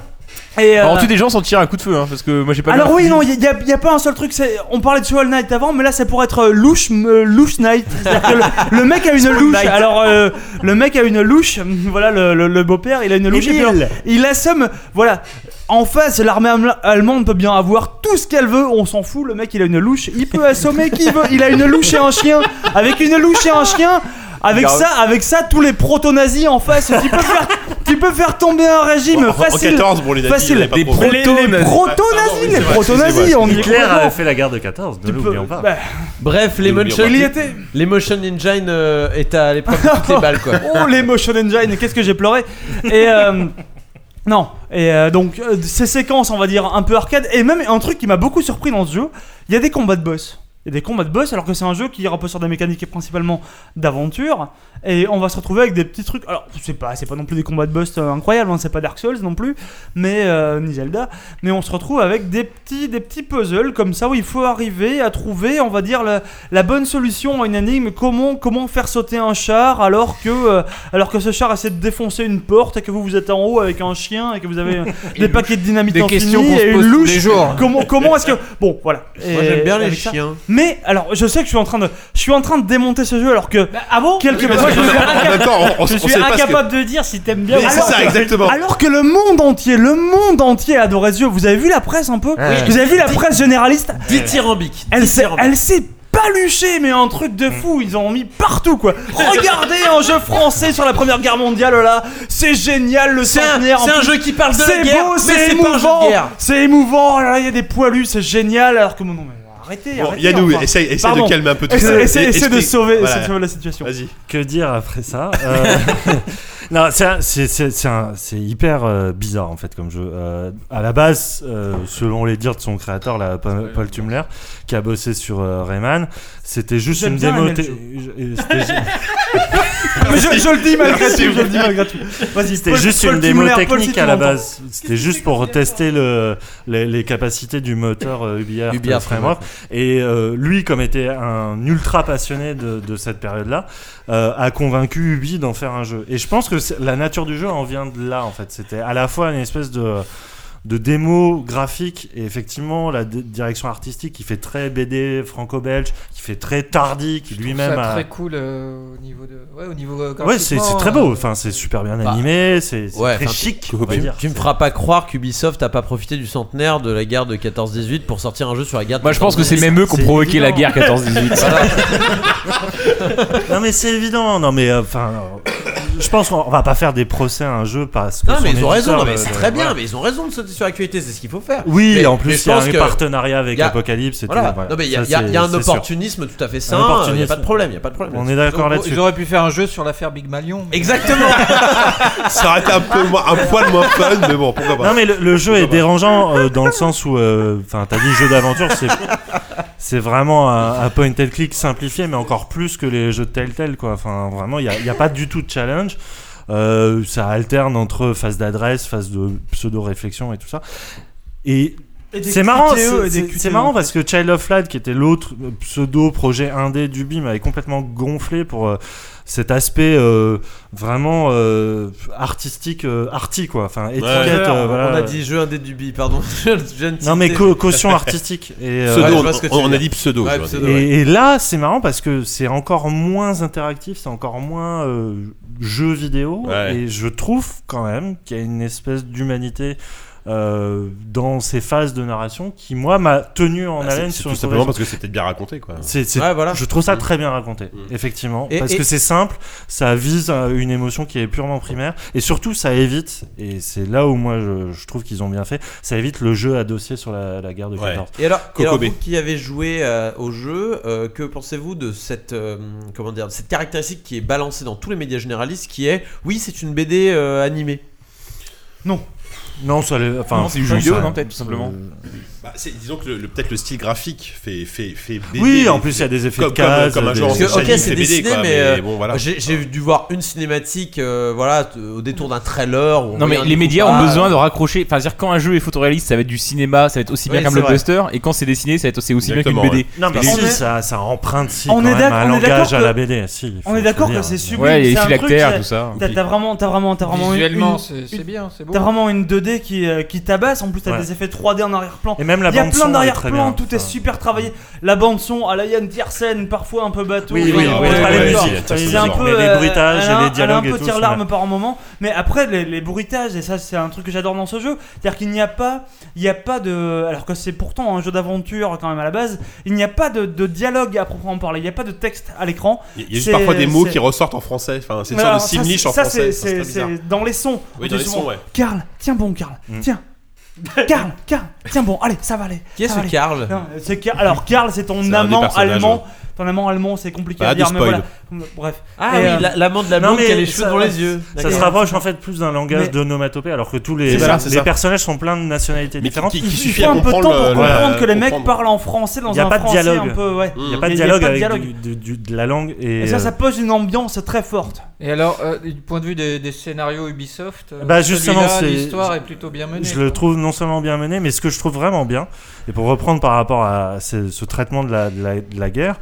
D: Et
I: Alors,
D: euh,
I: tu des gens sans tirer un coup de feu, hein, parce que moi j'ai pas.
D: alors oui, non, il n'y a, y a pas un seul truc. c'est- On parlait de Soul Knight avant, mais là c'est pour être euh, louche, me- louche Knight. C'est-à-dire que le, le mec a une
N: Soul
D: louche.
N: Knight.
D: Alors euh, le mec a une louche. Voilà le, le- le beau-père, il a une louche.
N: Émile.
D: alors, il assomme. Voilà. En face, l'armée am- allemande peut bien avoir tout ce qu'elle veut. On s'en fout. Le mec, il a une louche. Il peut assommer qui veut. Il a une louche et un chien. Avec une louche et un chien. Avec
A: Garde.
D: ça, avec ça, tous les proto-nazis en face, tu peux faire, tu peux faire tomber un régime
A: En- en
D: facile.
A: 14 pour les nazis, il y en
D: facile.
A: avait pas Des beaucoup.
D: Les-
A: proto-nazis.
D: les
F: Ah,
D: proto-nazis, les proto-nazis, on y est
F: Hitler
D: complètement.
F: avait fait la guerre de 14, ne l'oublions pas.
D: bah.
C: Bref, les
F: N'oublions
C: motion,
F: pas. Il y
D: était.
C: les motion engine euh, est à l'épreuve de toutes les balles quoi.
D: Oh les motion engine, qu'est-ce que j'ai pleuré Et euh, non, et euh, donc euh, ces séquences, on va dire un peu arcade, et même un truc qui m'a beaucoup surpris dans ce jeu, il y a des combats de boss. Il y a des combats de boss alors que c'est un jeu qui repose sur des mécaniques principalement d'aventure et on va se retrouver avec des petits trucs alors c'est pas c'est pas non plus des combats de boss euh, incroyables hein, c'est pas Dark Souls non plus mais euh, ni Zelda mais on se retrouve avec des petits des petits puzzles comme ça où il faut arriver à trouver on va dire la, la bonne solution à une énigme comment comment faire sauter un char alors que euh, alors que ce char essaie de défoncer une porte et que vous vous êtes en haut avec un chien et que vous avez euh, des paquets de dynamite
E: Des
D: infinie
E: questions qu'on se
D: et une
E: pose tous
D: louche
E: les jours.
D: comment comment est-ce que bon voilà
C: Moi,
D: Et
C: j'aime bien les
D: avec ça-
C: chiens.
D: mais alors je sais que je suis en train de je suis en train de démonter ce jeu alors que
B: Ah bon
D: Quelque
B: Oui,
D: part, je
B: parce que-
D: suis
B: en même temps, on- on-
D: je
B: on
D: suis
B: sait pas ce
D: incapable
B: que-
D: de dire si t'aimes bien.
B: Mais
D: ou
B: c'est
D: pas.
B: ça,
D: Alors que-
B: exactement.
D: Alors que le monde entier, le monde entier a adoré ce jeu. Vous avez vu la presse un peu
C: Ouais.
D: Vous avez vu la presse généraliste
C: Dithyrambique.
D: Elle s'est, elle s'est paluchée, mais un truc de fou. Ils en ont mis partout quoi. Regardez un jeu français sur la Première Guerre mondiale là. C'est génial le centenaire. en
C: c'est un
D: plus.
C: jeu qui parle de la
D: C'est
C: guerre,
D: beau,
C: mais
D: c'est
C: c'est pas un jeu de
D: émouvant.
C: guerre.
D: C'est émouvant. Là, il y a des poilus, c'est génial. Alors que mon nom. Arrêtez,
A: Bon,
D: arrêtez,
A: Yannou,
D: enfin.
A: essaye, essaye
D: Pardon.
A: de calmer un peu tout
D: Essaye-
A: ça.
D: essaye-
A: Et-
D: essaye de
A: explique.
D: sauver,
A: Voilà.
D: essaye de sauver la situation.
A: Vas-y.
F: Que dire après ça Euh, Non, c'est un- c'est- c'est c'est un- c'est hyper euh, bizarre en fait comme jeu. Euh, à la base, euh, selon les dires de son créateur, là, Paul, Paul Tumler, qui a bossé sur euh, Rayman, c'était juste
D: J'aime
F: une
D: bien
F: démo.
D: Rayman,
F: té-
D: je-
F: je- c'était-
D: Mais je, je le dis malgré tout, je le dis malgré tout. Vas-y,
F: C'était
D: Paul-
F: juste
D: Paul
F: une démo
D: Timler, Paul, si
F: technique
D: tu
F: à la
D: m'entends.
F: base. C'était juste pour tester le, les, les capacités du moteur euh, UbiArt
C: UbiArt,
F: euh, Framework. Et euh, lui, comme était un ultra passionné de, de cette période-là, euh, a convaincu Ubi d'en faire un jeu. Et je pense que c'est- la nature du jeu en vient de là, en fait. C'était à la fois une espèce de de démo graphique et effectivement la d- direction artistique qui fait très BD franco-belge qui fait très tardi qui lui-même
E: ça
F: a
E: très cool euh, au niveau de ouais au niveau euh,
F: ouais c'est c'est
E: graphiquement,
F: très beau
E: euh,
F: enfin c'est super bien animé c'est c'est
C: Ouais,
F: très
C: enfin,
F: chic
C: tu,
F: on va
C: tu-
F: dire
C: tu me feras pas croire qu'Ubisoft a pas profité du centenaire de la guerre de 14-18 pour sortir un jeu sur la guerre de
I: Moi je pense que c'est
C: 14-18.
I: même eux qui ont provoqué la guerre 14-18.
C: Voilà.
F: non mais c'est évident, non mais euh, enfin, euh, je pense qu'on va pas faire des procès à un jeu parce que
C: Non, mais
F: son
C: ils ont raison,
F: éditeur,
C: non, mais
F: euh,
C: c'est
F: euh,
C: très bien,
F: voilà.
C: mais ils ont raison de sauter sur l'actualité, c'est ce qu'il faut faire.
F: Oui,
C: Mais-
F: en
C: mais
F: plus
C: je
F: il y a
C: pense
F: un
C: que-
F: partenariat avec
C: y a-
F: Apocalypse et
C: voilà.
F: tout. voilà.
C: Non, mais il y a,
F: Ça,
C: il y a- il y a
F: c'est-
C: un
F: c'est sûr.
C: opportunisme tout à fait sain,
F: Un
C: euh, il n'y
F: opportunisme.
C: a pas de problème, il n'y a pas de problème.
F: On est d'accord
E: ils, auraient-
F: là-dessus.
E: ils auraient pu faire un jeu sur l'affaire Big Malion
C: exactement
A: Ça aurait été un, peu, moins- un poil moins fun, mais bon, pourquoi pas.
F: Non mais le, le jeu est dérangeant euh, dans le sens où, euh, enfin, t'as dit jeu d'aventure, c'est c'est vraiment un, un point and click simplifié, mais encore plus que les jeux de Telltale, quoi. Enfin, vraiment, il n'y a, pas du tout de challenge. Euh, ça alterne entre phase d'adresse, phase de pseudo-réflexion et tout ça. Et
D: Et des
F: c'est marrant,
D: QTE,
F: c'est-
D: et des E.
F: c'est- c'est
D: QTE,
F: marrant
D: en fait.
F: parce que Child of Light, qui était l'autre pseudo projet indé du BIM, avait complètement gonflé pour euh, cet aspect euh, vraiment euh, artistique, euh, arty quoi. Enfin, étiquette, euh, voilà.
C: On a dit jeu indé du bi, pardon. Je viens de
F: Non mais
C: citer.
F: co- caution artistique et euh,
A: Pseudo,
C: Ouais, je
A: on-
C: vois ce que tu
A: on,
C: veux
A: a
C: dire.
A: dit pseudo.
C: Ouais,
A: j'aurais dit.
C: pseudo, ouais.
F: et, et là, c'est marrant parce que c'est encore moins interactif, c'est encore moins euh, jeu vidéo.
A: Ouais.
F: Et je trouve quand même qu'il y a une espèce d'humanité euh, dans ces phases de narration qui, moi, m'a tenu en
A: Bah, c'est-
F: haleine
A: c'est
F: sur
A: tout
F: sur
A: simplement
F: les-
A: parce que c'était bien raconté, quoi.
F: C'est- c'est-
C: Ouais, voilà.
F: Je trouve ça
C: Mm.
F: très bien raconté, effectivement.
C: Et-
F: parce
C: et-
F: que c'est simple, ça vise à une émotion qui est purement primaire. Et surtout, ça évite, et c'est là où moi je, je trouve qu'ils ont bien fait, ça évite le jeu à dossier sur la, la guerre de
A: Ouais.
F: 14.
C: Et alors, et alors,
A: Kokobé.
C: vous qui avez joué euh, au jeu, euh, que pensez-vous de cette, euh, comment dire, de cette caractéristique qui est balancée dans tous les médias généralistes, qui est, oui, c'est une BD euh, animée.
F: Non, ça l'est- enfin,
I: Non, c'est du jeu
F: ça-
I: vidéo, non, peut-être, tout simplement.
F: euh,
A: Bah, c'est- disons que le- le- peut-être le style graphique fait fait fait BD,
F: Oui, en plus, il y a des effets de
A: comme, comme-
F: cases,
A: comme un
F: des-
A: genre
F: Parce que,
A: Shining
C: Ok,
A: fait
C: c'est
A: BD,
C: dessiné,
A: quoi,
C: mais euh,
A: bon voilà.
C: j'ai j'ai dû voir une cinématique, euh, voilà, t- au détour d'un trailer. où on
I: Non mais
C: voyait un
I: les médias ont
C: découpage.
I: besoin de raccrocher. Enfin, c'est-à-dire quand un jeu est photoréaliste, ça va être du cinéma, ça va être aussi bien
C: Oui,
I: qu'un
C: c'est vrai.
I: blockbuster, et quand c'est dessiné, ça va être aussi, aussi bien qu'une
F: Exactement,
I: BD.
F: ouais. Non, mais
I: Et
F: si,
I: les-
F: ça- ça emprunte, si,
D: on
F: quand
D: est
F: même,
D: d'ac-
F: un
D: on est
F: langage
D: d'accord
F: à la
D: que-
F: BD, si, il faut-
D: on est
F: faut
D: d'accord
F: le
D: que
F: dire.
D: c'est sublime.
I: Ouais, il y a les
D: c'est un truc,
I: phylactères,
D: t'as-
I: tout ça.
D: T'as t'as vraiment, t'as vraiment, t'as vraiment une-
E: Visuellement,
D: une-
E: c'est-
D: une-
E: c'est bien, c'est beau.
D: T'as vraiment une 2D qui, euh, qui tabasse. En plus, t'as
F: Ouais.
D: des effets 3D en arrière-plan.
F: Et même la
D: Il y a
F: bande
D: plein
F: son est très
D: d'arrière-plans.
F: bien,
D: Tout est super travaillé. La bande son à la Yann Tiersen, parfois un peu bateau.
F: Oui,
D: et
F: oui,
D: on
F: oui,
D: est pas
F: oui,
D: les
F: oui,
D: genres.
F: oui, Tiersen,
D: C'est un
F: c'est
D: peu.
F: bon. Mais les
D: euh,
F: bruitages
D: elle a
F: et les
D: un-
F: dialogues
D: Elle a un
F: et
D: peu
F: tout
D: tire
F: sont
D: larme
F: bien.
D: par moment. Mais après, les, les bruitages, et ça, c'est un truc que j'adore dans ce jeu. C'est-à-dire qu'il n'y a pas, il n'y a pas de. Alors que c'est pourtant un jeu d'aventure quand même à la base. Il n'y a pas de, de dialogue à proprement parler. Il n'y a pas de texte à l'écran.
A: Il y a juste
D: C'est-
A: parfois des mots
D: c'est-
A: qui ressortent en français. Enfin, c'est une
D: alors,
A: sorte de
D: ça,
A: simlish
D: c'est-
A: en
D: ça,
A: français.
D: c'est-
A: Enfin, très
D: c'est-
A: bizarre.
D: c'est dans les sons.
A: Oui,
D: On
A: dans
D: dit
A: les
D: souvent,
A: sons, ouais.
D: Karl, tiens bon, Karl,
A: Mm.
D: tiens. Karl, Karl, tiens bon, allez, ça va aller.
C: Qui est
D: ça
C: ce
D: va aller.
C: Karl
D: Non, c'est Ka- Alors, Karl, c'est ton
C: C'est un des
D: amant
C: personnages,
D: allemand.
C: ouais.
D: Ton amant allemand, c'est compliqué
A: Bah,
C: Pas
D: à
C: de
D: dire, mais
C: spoil.
D: voilà. Bref. euh,
C: Ah oui, la- l'amant de la
F: Non,
C: blonde
F: mais
C: qui a les cheveux
F: ça-
C: devant les yeux.
F: Ça se
C: D'accord.
F: rapproche en fait plus d'un langage
C: Mais-
F: d'onomatopée, alors que tous les,
C: C'est ça,
F: les
C: c'est ça.
F: personnages sont pleins de nationalités différentes.
D: Il faut un peu de temps pour comprendre que les mecs parlent en français dans
F: Il n'y a
D: un
F: pas de
D: français
F: dialogue.
D: un peu, ouais.
F: Il n'y a pas de
D: Mais il y
F: dialogue
D: pas
F: avec
D: dialogue.
F: du- du- du- de la langue. Et,
D: Et ça, ça
F: euh,
D: pose une ambiance très forte.
E: Et alors, euh, du point de vue des, des scénarios Ubisoft, euh,
F: Bah justement,
E: celui-là,
F: c'est-
E: l'histoire est plutôt bien menée.
F: Je le trouve non seulement bien mené, mais ce que je trouve vraiment bien, et pour reprendre par rapport à ce, ce traitement de la, de la- de la guerre,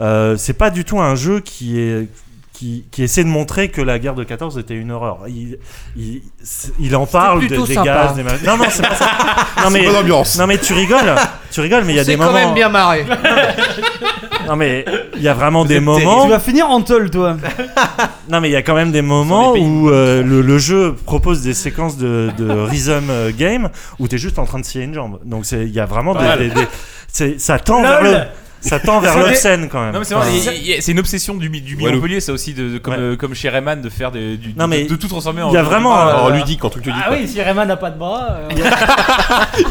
F: euh, c'est pas du tout un jeu qui est qui, qui essaie de montrer que la guerre de 14 était une horreur. Il, il, c'est- il en parle des,
E: plutôt
F: des
E: sympa.
F: gaz, des ma- Non non, c'est pas ça. Non
E: C'est
F: mais
E: bonne ambiance.
F: Non mais tu rigoles, tu rigoles, mais il y a
E: C'est
F: des
E: quand
F: moments.
E: même bien marré.
F: Non mais il y a vraiment des
D: Tu
F: moments.
D: vas finir en tol, toi.
F: Non, mais il y a quand même des moments où euh, le, le jeu propose des séquences de, de rhythm euh, game où t'es juste en train de scier une jambe. Donc c'est- il y a vraiment
I: Pas
F: des.
I: mal.
F: des- des- c'est- ça tend
I: Lol.
F: vers le. Ça tend vers
I: C'est vrai.
F: l'obscène quand même.
I: Non, mais c'est vrai,
F: Enfin,
I: il y a- c'est une obsession du, mi- du
F: Walou.
I: Montpellier, ça aussi, de, de- comme, euh, comme chez Rayman, de faire des, du,
F: Non,
I: de-
F: mais
I: de, tout transformer en.
F: il y a vraiment,
I: en
F: euh,
I: ludique, en truc ludique.
B: Ah
I: quoi.
B: oui, si Rayman n'a pas de bras. euh,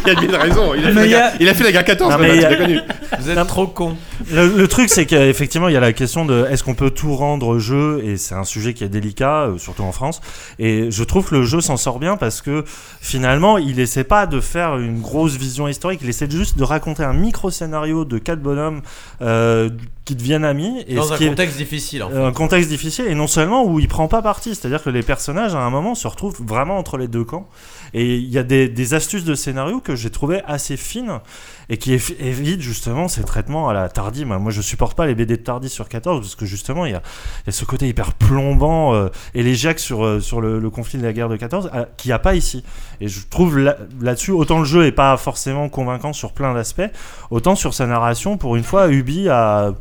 A: Il a mille raisons. Il a, fait
B: Mais
A: la
B: il y a-
A: guerre, il a fait la guerre 14.
F: Non,
A: Rayman,
F: mais il y a-
A: tu l'as connu.
C: Vous êtes trop con.
F: Le, le truc, c'est qu'effectivement, il y a la question de euh, est-ce qu'on peut tout rendre au jeu Et c'est un sujet qui est délicat, euh, surtout en France. Et je trouve que le jeu s'en sort bien parce que finalement, il essaie pas de faire une grosse vision historique. Il essaie juste de raconter un micro scénario de quatre bonhommes euh, qui deviennent amis. Et
C: Dans
F: ce
C: un
F: qui est-
C: contexte difficile, en fait.
F: Euh, Un contexte difficile et non seulement où il prend pas parti. C'est-à-dire que les personnages, à un moment, se retrouvent vraiment entre les deux camps. Et il y a des, des astuces de scénario que j'ai trouvé assez fines et qui évi- évitent justement ces traitements à la Tardy. Moi, moi, je supporte pas les BD de Tardy sur 14 parce que justement, il y a, il y a ce côté hyper plombant euh, et léger sur, euh, sur le, le conflit de la guerre de 14 euh, qu'il n'y a pas ici. Et je trouve là- là-dessus, autant le jeu est pas forcément convaincant sur plein d'aspects, autant sur sa narration, pour une fois, Ubi a,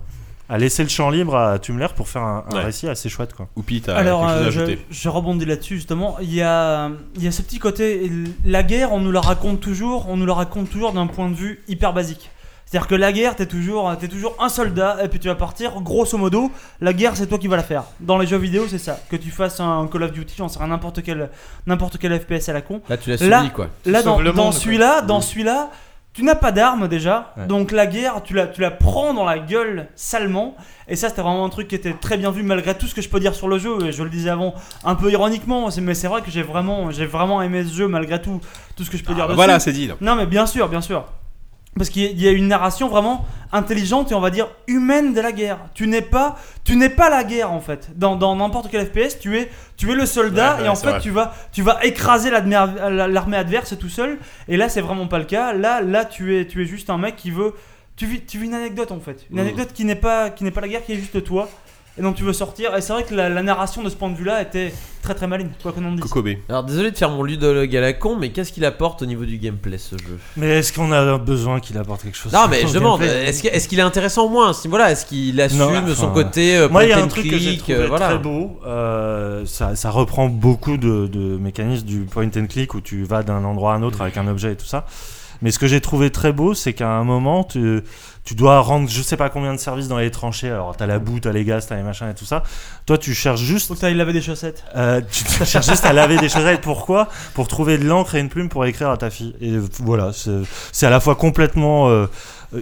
F: a laissé le champ libre à Tumler pour faire un, un
A: Ouais.
F: récit assez chouette. Quoi.
A: Oupi, t'as
D: Alors,
A: quelque
D: euh,
A: chose à
D: je,
A: ajouter
D: je rebondis là-dessus justement. Il y a, il y a ce petit côté. La guerre, on nous la raconte toujours. On nous la raconte toujours d'un point de vue hyper basique. C'est-à-dire que la guerre, t'es toujours, t'es toujours un soldat et puis tu vas partir. Grosso modo, la guerre, c'est toi qui vas la faire. Dans les jeux vidéo, c'est ça. Que tu fasses un Call of Duty, j'en sais rien, n'importe quel, n'importe quel FPS à la con.
C: Là, tu l'as
D: Là-
C: subi, quoi.
D: Là,
C: Tu
D: dans,
C: sauves le
D: dans
C: monde, quoi.
D: celui-là, dans celui-là, tu n'as pas d'armes déjà.
C: Ouais.
D: Donc la guerre, tu la, tu la prends dans la gueule salement. Et ça, c'était vraiment un truc qui était très bien vu malgré tout ce que je peux dire sur le jeu. Et Je le disais avant, un peu ironiquement, c'est- mais c'est vrai que j'ai vraiment, j'ai vraiment aimé ce jeu malgré tout, tout ce que je
C: Ah,
D: peux dire.
A: bah
D: dessus.
A: voilà, c'est dit, là.
D: Non, mais bien sûr, bien sûr. Parce qu'il y a- il y a une narration vraiment intelligente et on va dire humaine de la guerre. Tu n'es pas, tu n'es pas la guerre en fait. Dans dans n'importe quel FPS, tu es, tu es le soldat
A: Ouais, ouais,
D: et en
A: c'est
D: fait
A: vrai.
D: tu vas, tu vas écraser l'armée l'armée adverse tout seul. Et là c'est vraiment pas le cas. Là là tu es, tu es juste un mec qui veut, tu vis, tu vis une anecdote en fait,
F: Mm.
D: une
A: Mhm.
D: anecdote qui n'est pas, qui n'est pas la guerre, qui est juste toi. Et donc tu veux sortir. Et c'est vrai que la, la narration de ce point de vue-là était très très maligne, quoi qu'on en dise.
C: Alors, désolé de faire mon ludologue à la con, mais qu'est-ce qu'il apporte au niveau du gameplay ce jeu
F: Mais est-ce qu'on a besoin qu'il apporte quelque chose
C: Non, mais
F: sur
C: je
F: le
C: demande,
F: gameplay
C: est-ce que- est-ce qu'il est intéressant au moins à ce niveau-là Est-ce qu'il assume
F: enfin,
C: son côté euh,
F: Moi, il y a
C: point
F: un
C: and
F: truc que j'ai
C: click,
F: trouvé
C: euh, voilà.
F: très beau. euh, ça, ça reprend beaucoup de, de mécanismes du point and click où tu vas d'un endroit à un autre avec un objet et tout ça. Mais ce que j'ai trouvé très beau, c'est qu'à un moment, tu, tu dois rendre je sais pas combien de services dans les tranchées. Alors, t'as la boue, t'as les gaz, t'as les machins et tout ça. Toi, tu cherches juste.
D: Faut que t'ailles laver des chaussettes.
F: Euh, tu tu cherches juste à laver des chaussettes. Pourquoi Pour trouver de l'encre et une plume pour écrire à ta fille. Et voilà, c'est c'est à la fois complètement euh,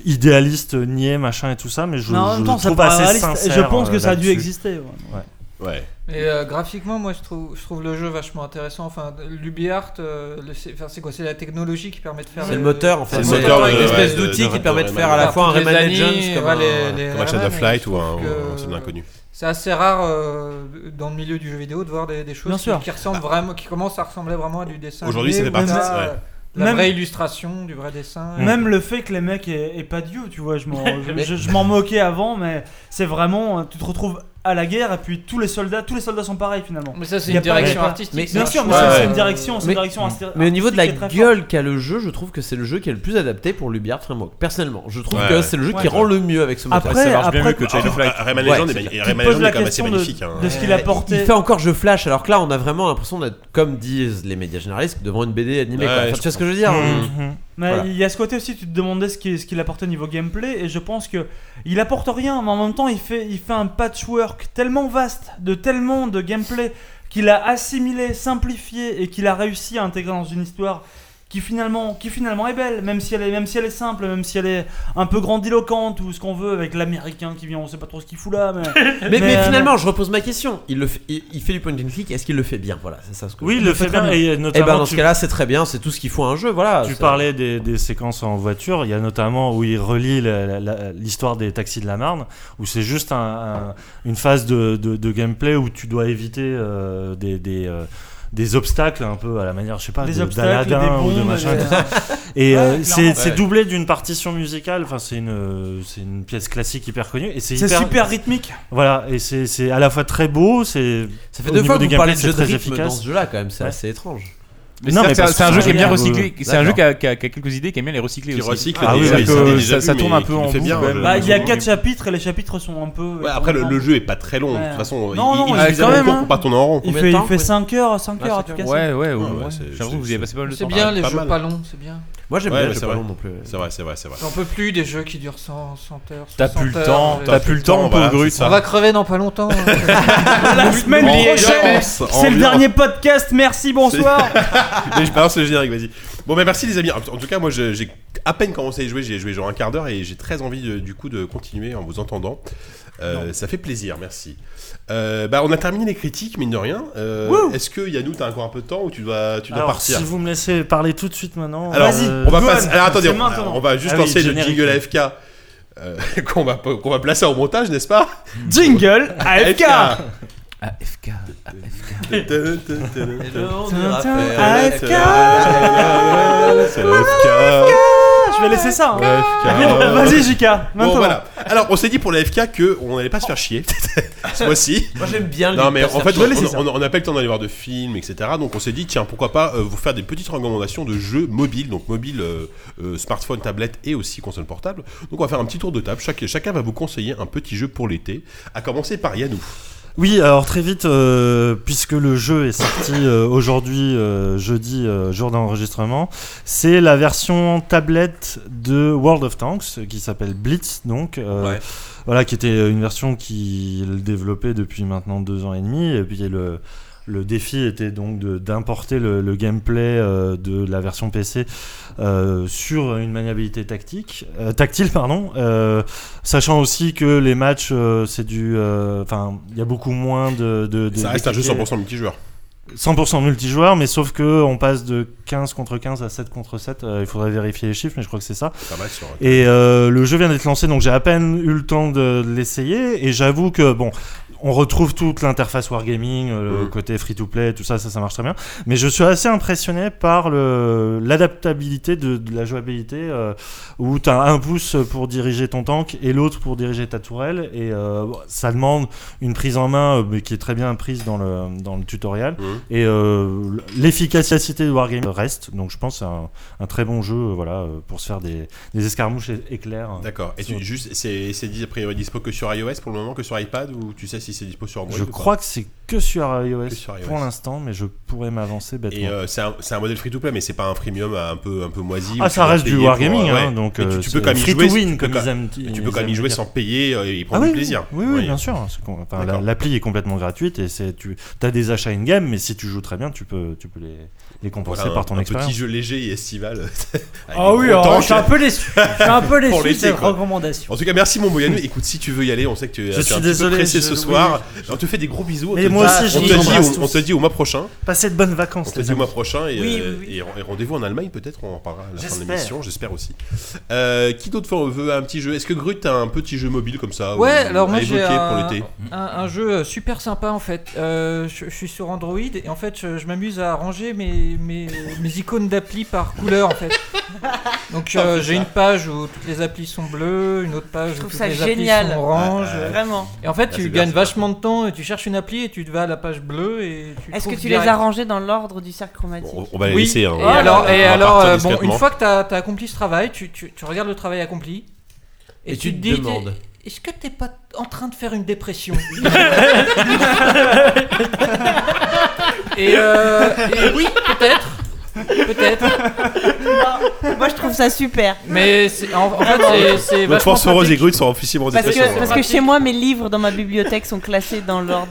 F: idéaliste, niais, machin et tout ça, mais je,
D: Non, en
F: je
D: même temps, ça
F: trouve
D: paraît
F: assez
D: réaliste, et
F: sincère.
D: je pense
F: euh,
D: que ça a dû
F: là-dessus.
B: hein.
D: exister, ouais.
F: Ouais.
A: Ouais.
E: Et euh, graphiquement, moi, je trouve, je trouve le jeu vachement intéressant. Enfin, l'UbiArt, euh, le- c'est enfin, c'est quoi C'est la technologie qui permet de faire.
C: C'est le moteur, en fait.
E: C'est
C: C'est le moteur
E: avec
C: de-
E: une espèce
C: ouais, de-
E: d'outil
C: de-
E: qui
C: de
E: permet de
C: Rayman.
E: faire à la
C: Faire
E: fois un
C: toutes les
E: Rayman
C: années,
E: Legends comme
C: ouais,
E: un,
C: les-
A: les Comme un Shadow
E: Rayman,
A: of Light
E: je
A: ou
E: trouve
A: un-
E: que
A: un Signe de l'Inconnu.
E: C'est assez rare euh, dans le milieu du jeu vidéo de voir des, des choses
B: Bien
E: qui,
B: sûr.
E: qui ressemblent vraiment, qui commencent à ressembler vraiment à du dessin.
A: Aujourd'hui, ça
E: animé,
A: fait partie,
E: où
A: c'est
E: t'as,
A: vrai.
E: La
B: Même-
E: vraie illustration, du vrai dessin.
B: Même le fait que les mecs aient, aient pas de you, tu vois, je m'en, je,
E: Mais-
B: je- je m'en moquais avant, mais c'est vraiment, euh, tu te retrouves à la guerre et puis tous les soldats, tous les soldats sont pareils finalement.
E: Mais ça, c'est
B: Y a
E: une
B: pas-
E: direction
B: y a pas-
E: artistique,
B: Mais
E: c'est
B: bien
E: un
B: sûr, mais
E: choix.
B: c'est- c'est
E: Ouais.
B: une direction, c'est une
C: mais,
B: direction arti-
C: mais au niveau de la
B: artistique qui est très forte.
C: gueule qu'a le jeu, je trouve que c'est le jeu qui est le plus adapté pour l'UbiArt Framework. Personnellement, je trouve
A: Ouais,
C: que
A: ouais.
C: c'est le jeu qui
A: Ouais.
C: rend le mieux avec ce moteur.
B: Après- Ça marche bien après- mieux
A: que Child of Light. Ah, Rayman
C: Ouais,
A: Legends est
C: c'est
A: mag-
C: clair.
A: Rayman Legends est mag- c'est magnifique, hein.
B: de ce qu'il a porté.
C: Euh, Il fait encore jeu flash, alors que là, on a vraiment l'impression d'être, comme disent les médias généralistes, devant une BD animée. quoi.
A: Ouais,
C: Enfin,
A: je
C: tu vois ce
A: comprends.
C: que je veux dire
A: Mhm.
B: Mais
C: Voilà.
B: il y a ce côté aussi, tu te demandais ce qu'il ce qu'il apportait au niveau gameplay, et je pense que il apporte rien, mais en même temps, il fait, il fait un patchwork tellement vaste, de tellement de gameplay, qu'il a assimilé, simplifié, et qu'il a réussi à intégrer dans une histoire qui finalement, qui finalement est belle, même si, elle est, même si elle est simple, même si elle est un peu grandiloquente, ou ce qu'on veut, avec l'américain qui vient, on sait pas trop ce qu'il fout là, mais...
C: Mais, mais
D: euh,
C: finalement, je repose ma question. Il, le fait, il, il fait du point and click, est-ce qu'il le fait bien Voilà, c'est ça ce que
D: Oui, il le fait bien, et
C: Et
D: notamment,
C: ben, dans ce
D: tu-
C: cas-là, c'est très bien, c'est tout ce qu'il faut à un jeu. Voilà.
D: Tu
C: C'est-
D: parlais des, des séquences en voiture, il y a notamment où il relie la- la- la- l'histoire des taxis de la Marne, où c'est juste un- un- une phase de, de- de gameplay où tu dois éviter euh, des, des, euh, des obstacles un peu à la manière, je sais pas,
B: Des
D: de-
B: obstacles,
D: d'Aladin
B: des
D: ou de
B: bombes,
D: machin.
B: des-
D: tout ça. Et euh,
B: Ouais,
D: c'est
B: clairement.
D: c'est
B: Ouais.
D: doublé d'une partition musicale, enfin c'est une, euh, c'est une pièce classique hyper connue. et
B: C'est super rythmique.
D: Voilà, et c'est c'est à la fois très beau, c'est.
C: Ça fait
D: au
C: deux
D: niveau
C: fois que
D: du
C: vous
D: gameplay,
C: parlez de
D: c'est
C: jeu de
D: très
C: rythme
D: efficace.
C: dans ce jeu-là, quand même, c'est assez étrange.
D: Mais
I: non, mais
D: c'est-à-dire
I: c'est
D: que
I: un jeu qui est bien
D: parce que-
I: recyclé. C'est un
D: D'accord.
I: jeu qui a, qui a- qui a quelques idées, qui aime bien les recycler
A: Qui
I: aussi.
A: recycle
I: Ah
A: des
I: oui,
A: idées,
I: parce
A: ça, on l'a
I: que
A: déjà
I: ça, ça
A: vu,
I: tourne
A: mais
I: un peu
A: qui le
I: en
A: fait
I: boucle,
A: bien,
I: quand
A: le-
I: même.
B: Bah, il y a 4 chapitres, et les chapitres sont un peu...
A: Ouais, après, le, le jeu est pas très long. De toute façon, il,
B: Non, non,
A: il
B: il-
A: est
B: quand
A: suffisamment
B: même,
A: court
B: hein.
A: pour pas tourner en rond.
B: Il fait, il fait 5 heures,
C: Bah,
B: 5 heures à tout
I: Ouais,
B: casser.
I: ouais, ouais. ouais.
A: ouais,
I: J'ai
A: c'est-
I: l'impression que vous y avez passé pas mal de
E: C'est
I: temps.
E: bien les
A: Pas
E: jeux
A: mal.
E: pas longs, c'est bien.
C: Moi, j'aime
A: Ouais,
C: bien
A: mais
C: le jeu
A: c'est
C: pas
A: vrai.
C: long non plus.
A: C'est vrai, c'est vrai, c'est vrai.
E: J'en peux plus des jeux qui durent 100, 100 heures.
I: T'as
E: 60
I: plus le
E: heures, euh,
I: temps,
E: j'ai-
I: t'as plus le temps, pauvre grue,
E: On
I: ça.
E: va crever dans pas longtemps. hein.
G: Ah
B: La semaine
C: euh,
A: Ambiance,
B: prochaine, c'est le
A: ambiance.
B: dernier podcast. Merci, bonsoir.
A: Mais je balance le générique, vas-y. Bon, bah merci les amis. En tout cas, moi je- j'ai à peine commencé à y jouer, j'ai joué genre un quart d'heure et j'ai très envie de- du coup de continuer en vous entendant. Euh, ça fait plaisir, merci. Euh, bah, on a terminé les critiques, mine de rien. Euh,
D: Wouh
A: Est-ce que Yannou, t'as encore un peu de temps ou tu dois, tu dois
D: Alors,
A: partir
D: Si vous me laissez parler tout de suite maintenant.
A: Alors,
D: euh,
A: on va
D: go
A: passer.
D: on.
A: Alors, attendez,
D: C'est
A: on,
D: maintenant.
A: on va juste
D: Ah oui,
A: lancer le
D: générique.
A: jingle AFK euh, qu'on va, qu'on va placer au montage, n'est-ce pas
B: Jingle AFK.
I: AFK, AFK.
A: C'est l'AFK
B: Je vais laisser ça. hein.
A: FK.
B: Vas-y, Jika.
A: Bon
B: maintenant.
A: voilà. Alors on s'est dit pour la FK que on n'allait pas se faire chier ce mois-ci.
C: Moi, j'aime bien
A: Non
C: les
A: mais
C: personnes
A: en fait
C: qui-
A: on- on on n'a pas le temps d'aller voir de films etc. Donc on s'est dit tiens pourquoi pas euh, vous faire des petites recommandations de jeux mobiles donc mobile euh, euh, smartphone tablette et aussi console portable. Donc on va faire un petit tour de table. Chaque- chacun va vous conseiller un petit jeu pour l'été. À commencer par Yannou.
D: Oui, alors très vite, euh, puisque le jeu est sorti euh, aujourd'hui, euh, jeudi, euh, jour d'enregistrement, c'est la version tablette de World of Tanks euh, qui s'appelle Blitz, donc. euh,
A: Ouais.
D: Voilà, qui était une version qui le développait depuis maintenant deux ans et demi. Et puis le, le défi était donc de- d'importer le, le gameplay euh, de la version PC euh, sur une maniabilité tactique, euh, tactile, pardon. euh, sachant aussi que les matchs, euh, c'est du, euh, enfin, il y a beaucoup moins de. de, de
A: Ça reste un jeu
D: d'équipiers.
A: 100% multijoueur.
D: 100% multijoueur, mais sauf que on passe de 15 contre 15 à 7 contre 7. euh, il faudrait vérifier les chiffres, mais je crois que c'est ça.
A: Pas mal sur-
D: Et euh, le jeu vient d'être lancé, donc j'ai à peine eu le temps de l'essayer. Et j'avoue que, bon, on retrouve toute l'interface Wargaming, euh, le côté free-to-play, tout ça, ça, ça marche très bien. Mais je suis assez impressionné par le- l'adaptabilité de, de la jouabilité, euh, où tu as un pouce pour diriger ton tank et l'autre pour diriger ta tourelle. Et euh, bon, ça demande une prise en main, euh, mais qui est très bien prise dans le, dans le tutoriel.
A: Mmh.
D: Et euh, l'efficacité de Wargaming reste, donc je pense que c'est un, un très bon jeu euh, voilà, euh, pour se faire des, des escarmouches é- éclairs.
A: D'accord. Et tu-
D: Sur-
A: juste c'est c'est dis- a priori dispo que sur iOS pour le moment que sur iPad ou tu sais si c'est dispo sur Android
D: Je
A: ou pas
D: crois que c'est
F: que sur euh, iOS,
A: bah. Que sur iOS.
F: pour l'instant, mais je pourrais m'avancer bêtement.
A: Et euh, c'est un, c'est un modèle free to play, mais c'est pas un freemium euh, un peu, un peu moisi.
F: Ah,
A: où
F: ça
A: tu vas
F: reste du
A: payer
F: wargaming,
A: euh,
F: hein,
A: ouais.
F: donc,
A: Mais
F: euh,
A: tu, tu peux quand même
F: c'est
A: y jouer,
F: free to
A: tu
F: win,
A: peux
F: comme
A: quand-
F: ils aiment-
A: mais tu
F: ils
A: peux quand même y
F: aiment
A: jouer
F: dire.
A: sans payer euh, et
F: Ah
A: prendre
F: oui,
A: du plaisir.
F: Oui, oui, bien sûr. hein, c'est con- enfin, la- L'appli est complètement gratuite et c'est tu as des achats in game, mais si tu joues très bien, tu peux, tu peux les, les compenser
A: Voilà,
F: par
A: un-
F: ton
A: un
F: expérience.
A: petit jeu léger et estival. avec
B: Ah
A: des
B: oui,
A: gros
B: alors,
A: tanks.
B: je suis un peu déçu. Je suis un peu déçu
A: Pour
B: de
A: l'été,
B: cette
A: quoi.
B: recommandation.
A: En tout cas, merci mon Moyano. Écoute, si tu veux y aller, on sait que tu es
F: Je
A: tu es
F: suis
A: un petit peu
F: désolé,
A: pressé
F: je-
A: ce
F: oui,
A: soir. On te fait des gros bisous. on
F: Mais
A: te
F: moi
A: dit-
F: aussi, je
A: on
F: vous
A: te
F: embrasse
A: dit, on- on
F: tous.
A: te dit au mois prochain.
F: Passez de bonnes vacances,
A: On se
F: les
A: dit au
F: amis.
A: mois prochain et,
F: Oui,
A: euh,
F: oui,
A: et re- et rendez-vous en Allemagne peut-être, on en reparlera à la fin de
F: J'espère.
A: l'émission, j'espère aussi. Euh, qui d'autre veut un petit jeu Est-ce que Grut a un petit jeu mobile comme ça
E: Ouais,
A: ou-
E: alors moi
A: à
E: j'ai
A: évoquer
E: un,
A: pour l'été
E: un, un jeu super sympa en fait. Euh, je, je suis sur Android et en fait je, je m'amuse à ranger mes, mes, mes icônes d'appli par couleur en fait. Donc euh, j'ai une page où toutes les applis sont bleues, une autre page où
G: trouve
E: toutes
G: ça
E: les
G: génial.
E: applis sont oranges.
G: Ouais, ouais. Vraiment.
E: Et en fait
G: Ah, c'est
E: tu
G: bien,
E: gagnes
G: c'est bien.
E: vachement de temps et tu cherches une appli et tu te vas à la page bleue et tu
G: Est-ce que
E: trouves
G: tu
E: direct.
G: les as rangés dans l'ordre du cercle chromatique
A: on va les
E: Oui.
A: laisser, hein,
E: Et
A: on va-
E: alors,
A: on
E: et
A: va
E: alors
A: partir
E: euh, bon,
A: discrètement.
E: une fois que tu as, accompli ce travail, tu, tu- tu regardes le travail accompli et, tu, te dis
C: demandes.
E: t'es- Est-ce que t'es pas en train de faire une dépression Et, euh, et oui, peut-être. Peut-être.
G: Moi je trouve ça super.
E: Mais c'est- en, en fait, c'est- c'est
A: Notre
E: vachement
A: Ah, force heureuse et
E: pratique.
A: Grut sont officiellement hein.
G: Parce que, parce que
E: pratique.
G: chez moi, mes livres dans ma bibliothèque sont classés dans l'ordre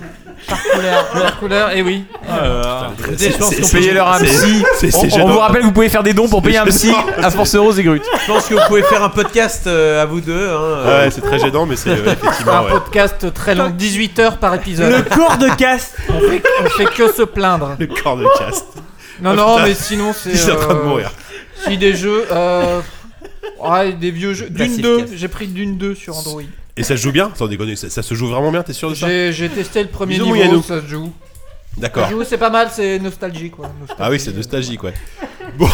G: par couleur.
E: Par couleur, et oui.
A: Putain,
I: Des
A: c'est-
I: chances
A: c'est-
I: qu'on
A: c'est-
I: payait leur
A: c'est-
I: psy.
A: c'est- c'est
I: On- on
A: gênant.
I: vous rappelle que vous pouvez faire des dons pour
A: C'est
I: payer un psy
A: gênant.
I: à Force Rose et Grut.
C: Je pense que vous pouvez faire un podcast euh, à vous deux. hein, euh.
A: Ouais, c'est très gênant, mais c'est euh, effectivement.
E: Un
A: ouais.
E: podcast très long, 18 heures par épisode.
A: Le
E: corps de cast on fait, on fait que se plaindre.
A: Le corps de cast.
E: Non,
A: Oh,
E: non,
A: putain.
E: mais sinon c'est. euh,
A: Il est en train de mourir.
E: Si des jeux. euh, ouais, des vieux jeux. Dune
A: Classique.
E: 2, j'ai pris Dune 2 sur Android.
A: Et ça se joue bien Sans déconner, ça, ça se joue vraiment bien, t'es sûr de ça
E: J'ai j'ai testé le premier
A: Bisous,
E: niveau,
A: Mouyano.
E: ça se joue.
A: D'accord.
E: Ça se joue, C'est pas mal, c'est nostalgique quoi.
A: Ah oui, c'est nostalgique, ouais. Bon,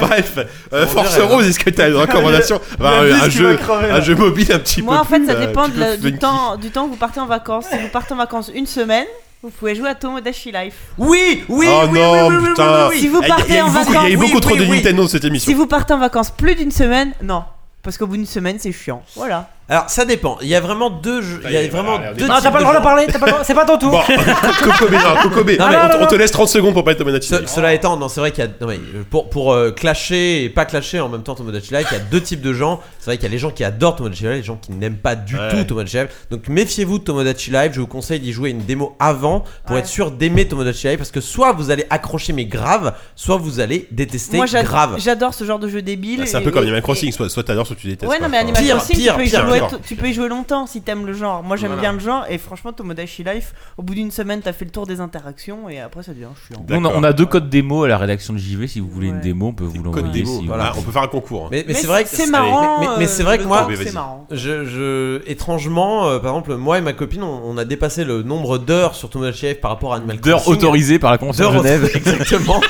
A: bref, euh,
E: Bon,
A: Force
E: on dirait,
A: Rose, est-ce que t'as une recommandation
G: Le-
A: Bah, euh,
G: le
A: un,
G: disque va
A: jeu,
G: crever, là.
A: un jeu mobile un petit
G: Moi
A: peu
G: en fait, ça
A: plus, euh,
G: dépend
A: un petit
G: de la-
A: peu
G: du,
A: funky.
G: temps, du temps que vous partez en vacances. Si vous partez en vacances une semaine, vous pouvez jouer à Tomodachi Life.
C: Oui, oui,
A: oh
C: oui,
A: non,
C: oui, oui, oui,
A: putain. Eh,
G: oui, oui. Si vous
A: Ah Il y a-
G: partez
A: il y a eu
G: en
A: beaucoup- Il y a eu
G: vacances,
A: beaucoup
G: oui,
A: trop
G: oui,
A: de
G: oui.
A: Nintendo dans cette émission.
G: Si vous partez en vacances plus d'une semaine, non. Parce qu'au bout d'une semaine, c'est chiant. Voilà.
C: Alors ça dépend. Il y a vraiment deux jeux. Il y a vraiment deux.
D: Non, t'as
C: types
D: pas le droit
C: jeux.
D: d'en parler, t'as pas le droit- c'est pas ton tour.
A: Bon, Kokobé, non, Kokobé,
C: Non, mais-
A: on, te- on te laisse 30 secondes pour pas être Tomodachi
C: Ce-
A: Life.
C: cela étant, non, c'est vrai qu'il y a. non, mais, euh, pour pour euh, clasher et pas clasher en même temps Tomodachi Life, il y a deux types de gens. C'est vrai qu'il y a les gens qui adorent Tomodachi Life et les gens qui n'aiment pas du
A: Ouais.
C: tout Tomodachi Life. Donc méfiez-vous de Tomodachi Life. Je vous conseille d'y jouer une démo avant pour être sûr d'aimer Tomodachi Life parce que soit vous allez accrocher mais grave, soit vous allez détester
G: Moi, j'ad-
C: grave.
G: j'adore ce genre de jeu débile.
A: Bah, C'est un
G: et-
A: peu comme
G: et-
A: Animal Crossing, soit soit t'adores, soit tu détestes.
G: Ouais, non,
A: quoi.
G: mais Animal
A: Enfin,
G: Crossing, tu, peux y
A: pire,
G: jouer,
A: pire.
G: tu peux y jouer longtemps si t'aimes le genre. Moi, j'aime
C: Voilà.
G: bien le genre, et franchement, Tomodachi Life, au bout d'une semaine, t'as fait le tour des interactions, et après, ça devient chiant.
I: On a, on a deux codes démo à la rédaction de JV. Si vous voulez une démo, on peut vous
A: Code
I: l'envoyer.
A: démo,
I: si-
A: voilà, on peut faire un concours. hein.
C: Mais, mais
G: Mais
C: c'est vrai que
G: c'est marrant,
C: Mais, mais- mais c'est
G: euh,
C: vrai
G: le
C: que moi,
G: temps, c'est marrant.
C: Je, je- étrangement, euh, par exemple, moi et ma copine, on, on a dépassé le nombre d'heures sur Tomodachi Life par rapport à Animal
I: D'heures
C: Crossing.
I: autorisées par la Convention de
C: D'heures
I: Genève.
C: Exactement.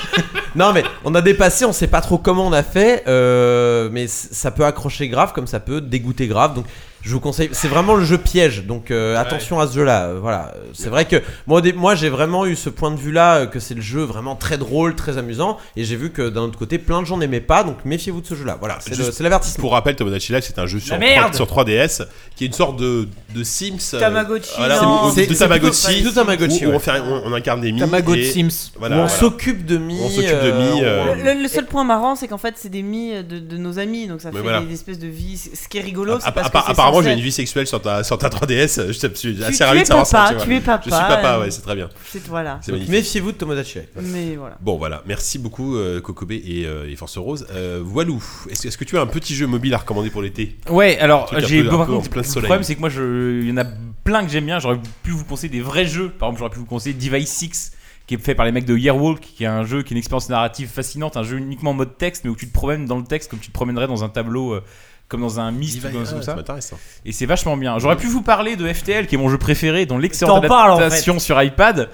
C: non mais on a dépassé, on sait pas trop comment on a fait, euh, mais c- ça peut accrocher grave comme ça peut dégoûter grave. Donc je vous conseille, c'est vraiment le jeu piège. Donc euh, attention à ce jeu-là. euh, Voilà, Euh, c'est vrai que moi, au dé- moi j'ai vraiment eu ce point de vue-là euh, que c'est le jeu vraiment très drôle, très amusant, et j'ai vu que d'un autre côté, plein de gens n'aimaient pas. Donc méfiez-vous de ce jeu-là. Voilà, c'est le-
A: Juste
C: c'est l'avertissement.
A: Pour rappel, Tomodachi Life, c'est un jeu sur,
C: La
A: 3,
C: merde
A: sur 3DS qui est une sorte de, de Sims. euh,
G: Tamagotchi,
A: voilà,
G: non.
A: ou-
G: C'est-
A: de
G: c'est
A: Tamagotchi.
C: plutôt- plutôt Tamagotchi,
A: Où, où on,
C: ouais.
A: fait un- on- on incarne des Mi.
E: Tamagotchi
A: et-
E: Sims.
A: Voilà,
C: Où on
A: voilà.
C: s'occupe de Mi.
A: On s'occupe de Mi.
C: euh,
A: euh,
G: Le, le seul point marrant, c'est qu'en fait, c'est des mi de, de nos amis, donc ça
A: Mais
G: fait
A: voilà.
G: des espèces de vie. Ce qui est rigolo, c'est
A: appa-
G: parce que
A: Ah, appa-
G: c'est
A: apparemment,
G: censé
A: j'ai une vie sexuelle sur ta, sur ta 3DS. Je suis
G: Tu-
A: assez
G: tu
A: ravi
G: es
A: de savoir ça.
G: papa,
A: vois.
G: tu es papa,
A: Je suis papa,
G: euh,
A: ouais, c'est très bien.
G: c'est- voilà.
A: C'est
C: Donc,
A: magnifique.
C: Méfiez-vous de Tomodachi Life.
G: Mais voilà.
A: Bon voilà, merci beaucoup euh, Kokobé et, euh, et Force Rose. Euh, Walou, est-ce est-ce que tu as un petit jeu mobile à recommander pour l'été
I: Ouais, alors
A: Un truc un
I: j'ai
A: peu-
I: par
A: un peu
I: contre,
A: en plein
I: le
A: soleil.
I: problème c'est que moi je il y en a plein que j'aime bien, j'aurais pu vous conseiller des vrais jeux. Par exemple, j'aurais pu vous conseiller Device 6 qui est fait par les mecs de Yearwalk, qui est un jeu qui est une expérience narrative fascinante, un jeu uniquement en mode texte mais où tu te promènes dans le texte comme tu te promènerais dans un tableau euh, comme dans un mist
A: Device-
I: ou dans-
A: ah,
I: comme
A: ça
I: ça.
A: m'intéresse, ça.
I: Et c'est vachement bien. J'aurais pu vous parler de FTL qui est mon jeu préféré dont l'excellente
N: T'en parles, en
I: adaptation sur iPad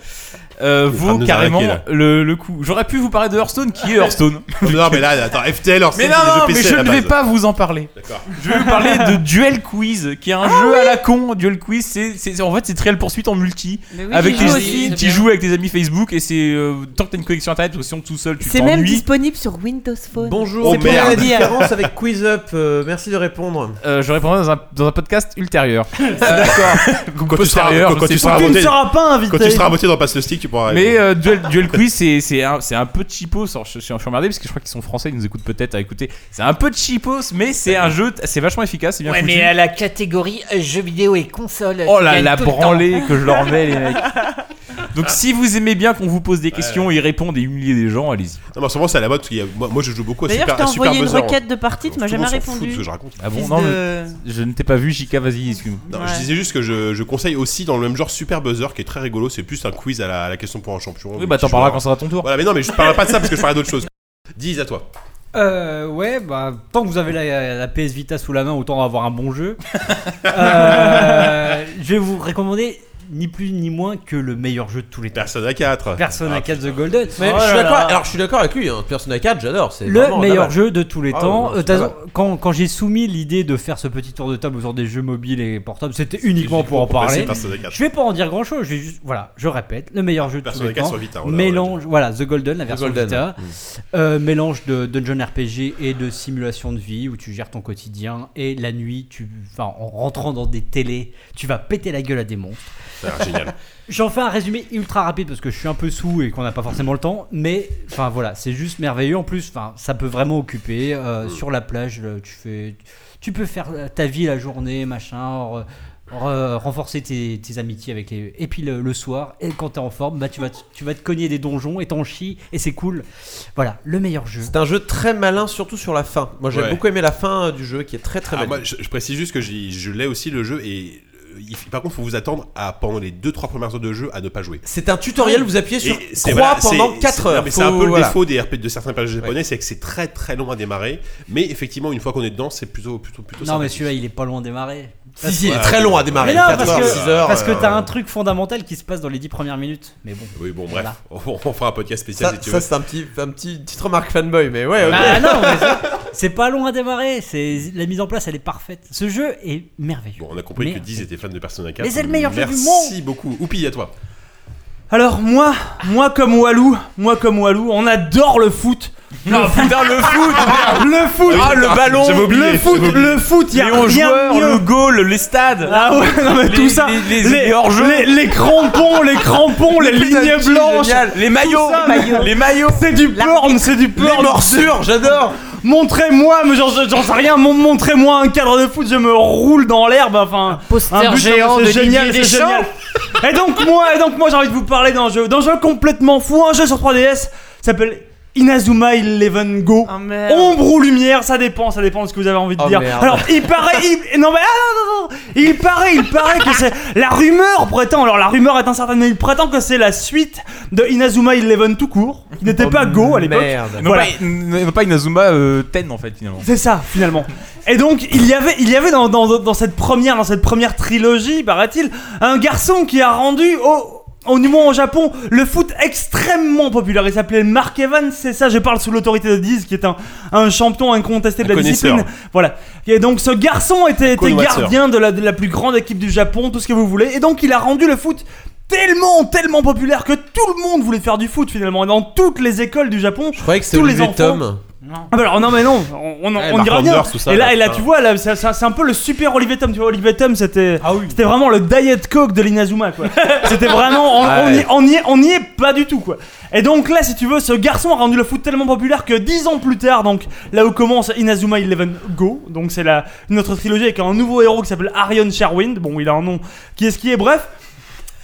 I: euh, vaut
A: de nous
I: carrément
A: arnaquer, là.
I: le, le coup. J'aurais pu vous parler de Hearthstone qui est Hearthstone.
A: non, mais là, attends, FTL, Hearthstone,
I: Mais non,
A: c'est des jeux
I: non, mais
A: PC à
I: je
A: la
I: ne vais
A: base.
I: pas vous en parler.
A: D'accord.
I: Je vais vous parler de Duel Quiz, qui est un jeu à la con. Duel Quiz, c'est, c'est- en fait, c'est Trial Poursuite en multi.
G: Mais oui,
I: avec
G: j'y
I: les-
G: joue aussi, c'est
I: Tu
G: bien.
I: joues avec tes amis Facebook et c'est. euh, tant que t'as une connexion internet, parce que sinon tout seul, tu
G: C'est même
I: t'ennuies.
G: disponible sur Windows Phone.
A: Oh,
C: Bonjour, c'est pour la différence avec Quiz Up. euh, merci de répondre.
I: Euh, je répondrai dans un, dans un podcast ultérieur. D'accord.
A: Quand tu seras-
I: postérieur,
A: quand
I: je
A: tu
I: sais
A: seras
I: pas.
A: à voter- Quand tu seras à voter dans Passe le Stick, tu pourras.
I: Mais euh, Duel, Duel Quiz, c'est, c'est, un, c'est un peu cheapos. Alors, je, je suis emmerdé parce que je crois qu'ils sont français, ils nous écoutent peut-être à écouter. C'est un peu cheapos, mais c'est un jeu, c'est vachement efficace, c'est bien
V: Ouais,
I: foutu.
V: mais à la catégorie euh, jeux vidéo et console.
I: Oh
V: tu
I: là
V: gagnes
I: la
V: tout le temps.
I: branlée que je leur mets, les mecs. Donc si vous aimez bien qu'on vous pose des questions, ils répondent et humilier des gens, allez-y.
A: Non, mais en ce moment, c'est à la mode. parce qu'il y a- Moi, moi, je joue beaucoup à
G: D'ailleurs,
A: Oh, Super
G: je t'ai
A: à Super
G: envoyé une
A: Buzzer.
G: requête de partie, tu m'as
A: Tout le monde
G: jamais
A: s'en fout de
G: répondu.
A: ce que je raconte.
I: Ah bon,
G: Fils
I: non,
G: de-
I: je, je ne t'ai pas vu, JK, vas-y, excuse-moi.
A: Non,
G: Ouais.
A: je disais juste que je, je conseille aussi dans le même genre Super Buzzer qui est très rigolo. C'est plus un quiz à la, à la question pour un champion.
I: Oui, bah, t'en parleras quand ça sera ton tour.
A: Voilà, mais non, mais je parlerai pas de ça parce que je parlerai d'autre chose. Dis à toi.
B: Euh, ouais, bah, tant que vous avez la, la PS Vita sous la main, autant avoir un bon jeu. Euh, je vais vous recommander ni plus ni moins que le meilleur jeu de tous les temps.
A: Persona Ah, 4.
B: Persona 4 The Golden.
C: Mais
B: Oh
C: je suis
B: là
C: d'accord.
B: là.
C: Alors je suis d'accord avec lui. hein, Persona 4, j'adore. c'est
B: le
C: vraiment la
B: meilleur
C: balle.
B: jeu de tous les
C: Ah,
B: temps.
C: ouais,
B: Euh,
C: c'est
B: t'as-
C: la balle.
B: quand quand j'ai soumis l'idée de faire ce petit tour de table autour des jeux mobiles et portables, c'était uniquement pour en
A: pour passer
B: parler.
A: Persona 4.
B: Je vais pas en dire grand chose. Je vais juste, voilà, je répète, le meilleur jeu de tous
A: Persona
B: les
A: 4
B: temps.
A: sur Vita, on l'a- on l'a
B: mélange, voilà, The Golden, la version
C: Golden,
B: Vita,
C: mm.
B: Euh, mélange de dungeon RPG et de simulation de vie où tu gères ton quotidien et la nuit, tu, enfin, en rentrant dans des télés, tu vas péter la gueule à des monstres.
A: Ça a l'air génial.
B: J'en fais un résumé ultra rapide parce que je suis un peu sous et qu'on n'a pas forcément le temps, mais enfin voilà, c'est juste merveilleux. En plus, enfin, ça peut vraiment occuper. euh, sur la plage, euh, tu fais, tu peux faire euh, ta vie la journée, machin, re- re- renforcer tes, tes amitiés avec les. Et puis le, le soir, et quand t'es en forme, bah tu vas, te- tu vas te cogner des donjons et t'en chies et c'est cool. Voilà, le meilleur jeu.
C: C'est un jeu très malin, surtout sur la fin. Moi j'ai
A: Ouais.
C: beaucoup aimé la fin euh, du jeu qui est très très
A: Ah,
C: belle.
A: moi, je, je précise juste que j'y- je l'ai aussi le jeu et. euh, il- par contre, faut vous attendre à pendant les 2-3 premières heures de jeu à ne pas jouer.
C: C'est un tutoriel, vous appuyez sur
A: Et c'est-
C: croix
A: c'est-
C: pendant
A: c'est-
C: quatre
A: non,
C: heures.
A: mais c'est un
C: Faut-
A: peu le
C: voilà.
A: défaut des RPG de certains RPG japonais, c'est que c'est très très long à démarrer. Mais effectivement, une fois qu'on est dedans, c'est plutôt plutôt plutôt.
B: Non, mais
A: sympathique.
B: celui-là, il est pas loin de démarrer.
A: Si, si, il est très
C: long à démarrer.
B: Mais non,
C: Quatre
B: parce
C: heures,
B: que,
C: six heures,
B: parce que
C: euh,
B: t'as un truc fondamental qui se passe dans les 10 premières minutes. Mais bon.
A: Oui, bon, bref,
B: Voilà.
A: on fera un podcast spécial
C: Ça,
A: si tu
C: ça,
A: veux.
C: c'est un petit, un petit petite remarque fanboy, mais ouais. ok.
B: Bah non, mais c'est- c'est pas long à démarrer. C'est la mise en place, elle est parfaite. Ce jeu est merveilleux.
A: Bon, on a compris
B: Merde.
A: que 10 était fan de Persona 4.
B: Mais c'est le meilleur jeu du
A: Merci beaucoup. Oupi, à toi.
D: Alors moi, moi comme Walou, moi comme Walou, on adore le foot.
I: Non, putain, le foot
D: Le foot
I: Ah, le ballon
D: Le foot, le foot, il y a
I: Les hauts
D: rien de
I: joueurs,
D: mieux.
I: le goal, les stades.
D: Ah ouais, non mais
I: Les-
D: tout ça,
I: les- les- les hors-jeux.
D: les, les crampons, les crampons, les
I: Putain,
D: lignes
I: qui est
D: blanches,
I: génial. Les
D: tout
I: maillots,
D: ça,
I: les maillots. les maillots.
D: C'est du porn, c'est du porn.
C: morsures, j'adore.
D: Montrez-moi, mais j'en j'en sais rien, mon- montrez-moi un cadre de foot, je me roule dans l'herbe, enfin.
V: poster
D: but,
V: géant
D: non, mais
V: de
D: c'est génial,
V: Didier
D: c'est
V: Deschamps.
D: génial. Et donc moi, et donc moi, j'ai envie de vous parler d'un jeu, d'un jeu complètement fou, un jeu sur 3DS, s'appelle Inazuma Eleven
V: Ah.
D: Go. Ombre ou lumière, ça dépend, ça dépend de ce que vous avez envie de
C: Oh,
D: dire.
C: merde.
D: Alors il paraît, il... non mais ah, non, non, non. il paraît, il paraît que c'est la rumeur prétend. Alors la rumeur est incertaine, mais il prétend que c'est la suite de Inazuma Eleven tout court. Il
C: Oh,
D: n'était pas Go à l'époque.
I: Non,
D: Voilà.
I: pas, n- pas Inazuma euh, Ten en fait finalement.
D: C'est ça finalement. Et donc il y avait, il y avait dans, dans- dans cette première, dans cette première trilogie, paraît-il, un garçon qui a rendu au au du moins au Japon, le foot extrêmement populaire. Il s'appelait Mark Evans, c'est ça. Je parle sous l'autorité de Diz, qui est un, un champion incontesté de
A: Un
D: la
A: connaisseur.
D: discipline. Voilà. Et donc ce garçon était, était
A: Connoisseur.
D: gardien de la, de la plus grande équipe du Japon, tout ce que vous voulez. Et donc il a rendu le foot tellement, tellement populaire que tout le monde voulait faire du foot finalement. Et dans toutes les écoles du Japon,
C: Je croyais que c'était
D: tous les
C: Olivier
D: enfants.
C: Tom.
D: Ah bah alors non mais non, on, on,
C: Ouais,
D: on
C: Marc
D: dira rien.
C: Anders, Eh, tout ça,
D: et là,
C: là,
D: et là
C: putain.
D: tu vois, là, c'est, c'est- c'est un peu le super Olivier Tom. Tu vois, Olivier Tom, c'était,
C: Ah
D: c'était vraiment le diet coke de l'Inazuma quoi. c'était vraiment, on,
C: Ouais.
D: on y, on, y est, on y est pas du tout quoi. Et donc là, si tu veux, ce garçon a rendu le foot tellement populaire que 10 ans plus tard, donc là où commence Inazuma Eleven Go, donc c'est la, notre trilogie avec un nouveau héros qui s'appelle Arion Sherwind. Bon, il a un nom qui est ce qui est, bref.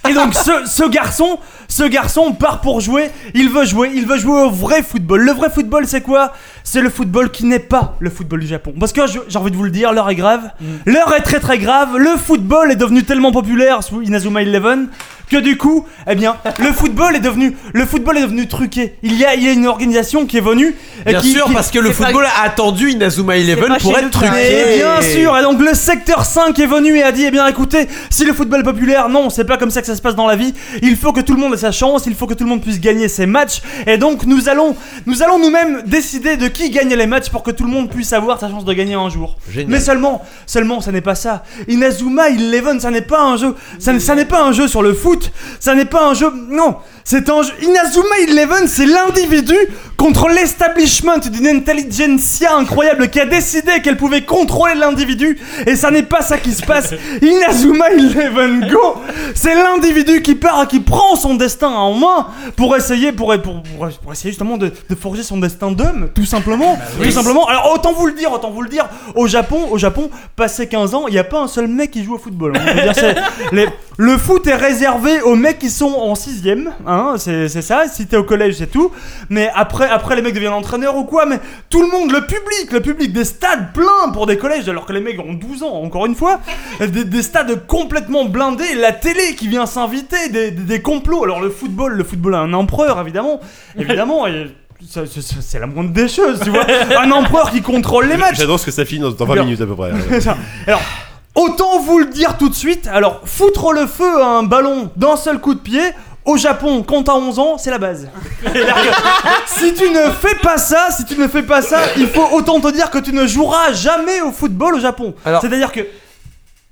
D: Et donc ce, ce garçon, ce garçon part pour jouer, il veut jouer, il veut jouer au vrai football. Le vrai football c'est quoi C'est le football qui n'est pas le football du Japon. Parce que je- j'ai envie de vous le dire, l'heure est
C: Mm.
D: grave. L'heure est très très grave. Le football est devenu tellement populaire sous Inazuma Eleven que du coup, eh bien, le football est devenu, le football est devenu truqué. Il y a, il y a une organisation qui est venue. et
C: Bien
D: qui-
C: sûr,
D: qui-
C: parce que le
D: C'est pas-
C: football a attendu Inazuma
D: pas
C: Eleven pour
D: chez
C: être
D: nous,
C: truqué.
D: mais Bien sûr, et donc le secteur 5 est venu et a dit, eh bien écoutez, si le football est populaire, non, c'est pas comme ça que ça se passe dans la vie, il faut que tout le monde ait sa chance, il faut que tout le monde puisse gagner ses matchs, et donc nous allons nous allons nous-mêmes décider de qui gagne les matchs pour que tout le monde puisse avoir sa chance de gagner un jour.
C: Génial.
D: Mais seulement, seulement, ça n'est pas ça. Inazuma Eleven, ça n'est pas un jeu, ça, n- ça n'est pas un jeu sur le foot, ça n'est pas un jeu, non, c'est un jeu, Inazuma Eleven, c'est l'individu contre l'establishment d'une intelligentsia incroyable qui a décidé qu'elle pouvait contrôler l'individu, et ça n'est pas ça qui se passe. Inazuma Eleven Go, c'est l'individu qui part, qui prend son destin en main pour essayer, pour, pour, pour- pour essayer justement de, de forger son destin d'homme, tout simplement,
B: oui.
D: tout simplement. Alors autant vous le dire, autant vous le dire, au Japon, au Japon, passé 15 ans, il n'y a pas un seul mec qui joue au football. hein. Je veux dire, c'est- les- le foot est réservé aux mecs qui sont en 6ème, hein, c'est c'est ça, si t'es au collège c'est tout. Mais après, après les mecs deviennent entraîneurs ou quoi, mais tout le monde, le public, le public des stades pleins pour des collèges, alors que les mecs ont 12 ans, encore une fois, des, des stades complètement blindés, la télé qui vient s'inviter, des, des- des complots. Alors le football, le football a un empereur évidemment, évidemment. et ça- ça- ça- C'est la moindre des choses, tu vois. Un empereur qui contrôle les matchs.
A: J'adore ce que ça finit dans, dans 20
D: Bien.
A: minutes à peu près.
D: C'est ça. Alors, autant vous le dire tout de suite, alors foutre le feu à un ballon d'un seul coup de pied, au Japon, quand t'as 11 ans, c'est la base. C'est-à-dire que si tu ne fais pas ça, si tu ne fais pas ça, il faut autant te dire que tu ne joueras jamais au football au Japon. C'est-à-dire que...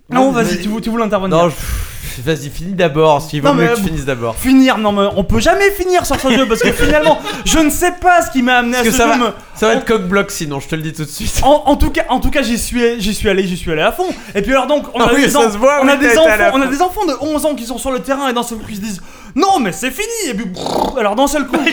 D: Non,
C: Mais-
D: vas-y, tu, vou- tu voulais intervenir.
C: Non, je- vas-y, finis d'abord. Si vaut
D: Non, mais
C: mieux que tu
D: bon.
C: finisses d'abord.
D: Finir, non mais on peut jamais finir sur ce jeu parce que finalement, je ne sais pas ce qui m'a amené
C: Parce
D: à
C: que
D: ce
C: ça
D: jeu.
C: va,
D: mais-
C: ça va être coq-bloc sinon, je te le dis tout de suite.
D: En, en tout cas, en tout cas, j'y suis, j'y suis allé, j'y suis allé à fond. Et puis alors donc, on a,
C: Ah oui,
D: des,
C: ça se voit,
D: on a
C: oui, t'as
D: des
C: été allé à
D: enfants, on a
C: fond.
D: des enfants de 11 ans qui sont sur le terrain et d'un seul coup ils se disent non mais c'est fini. Et puis brrr, alors d'un seul coup, mais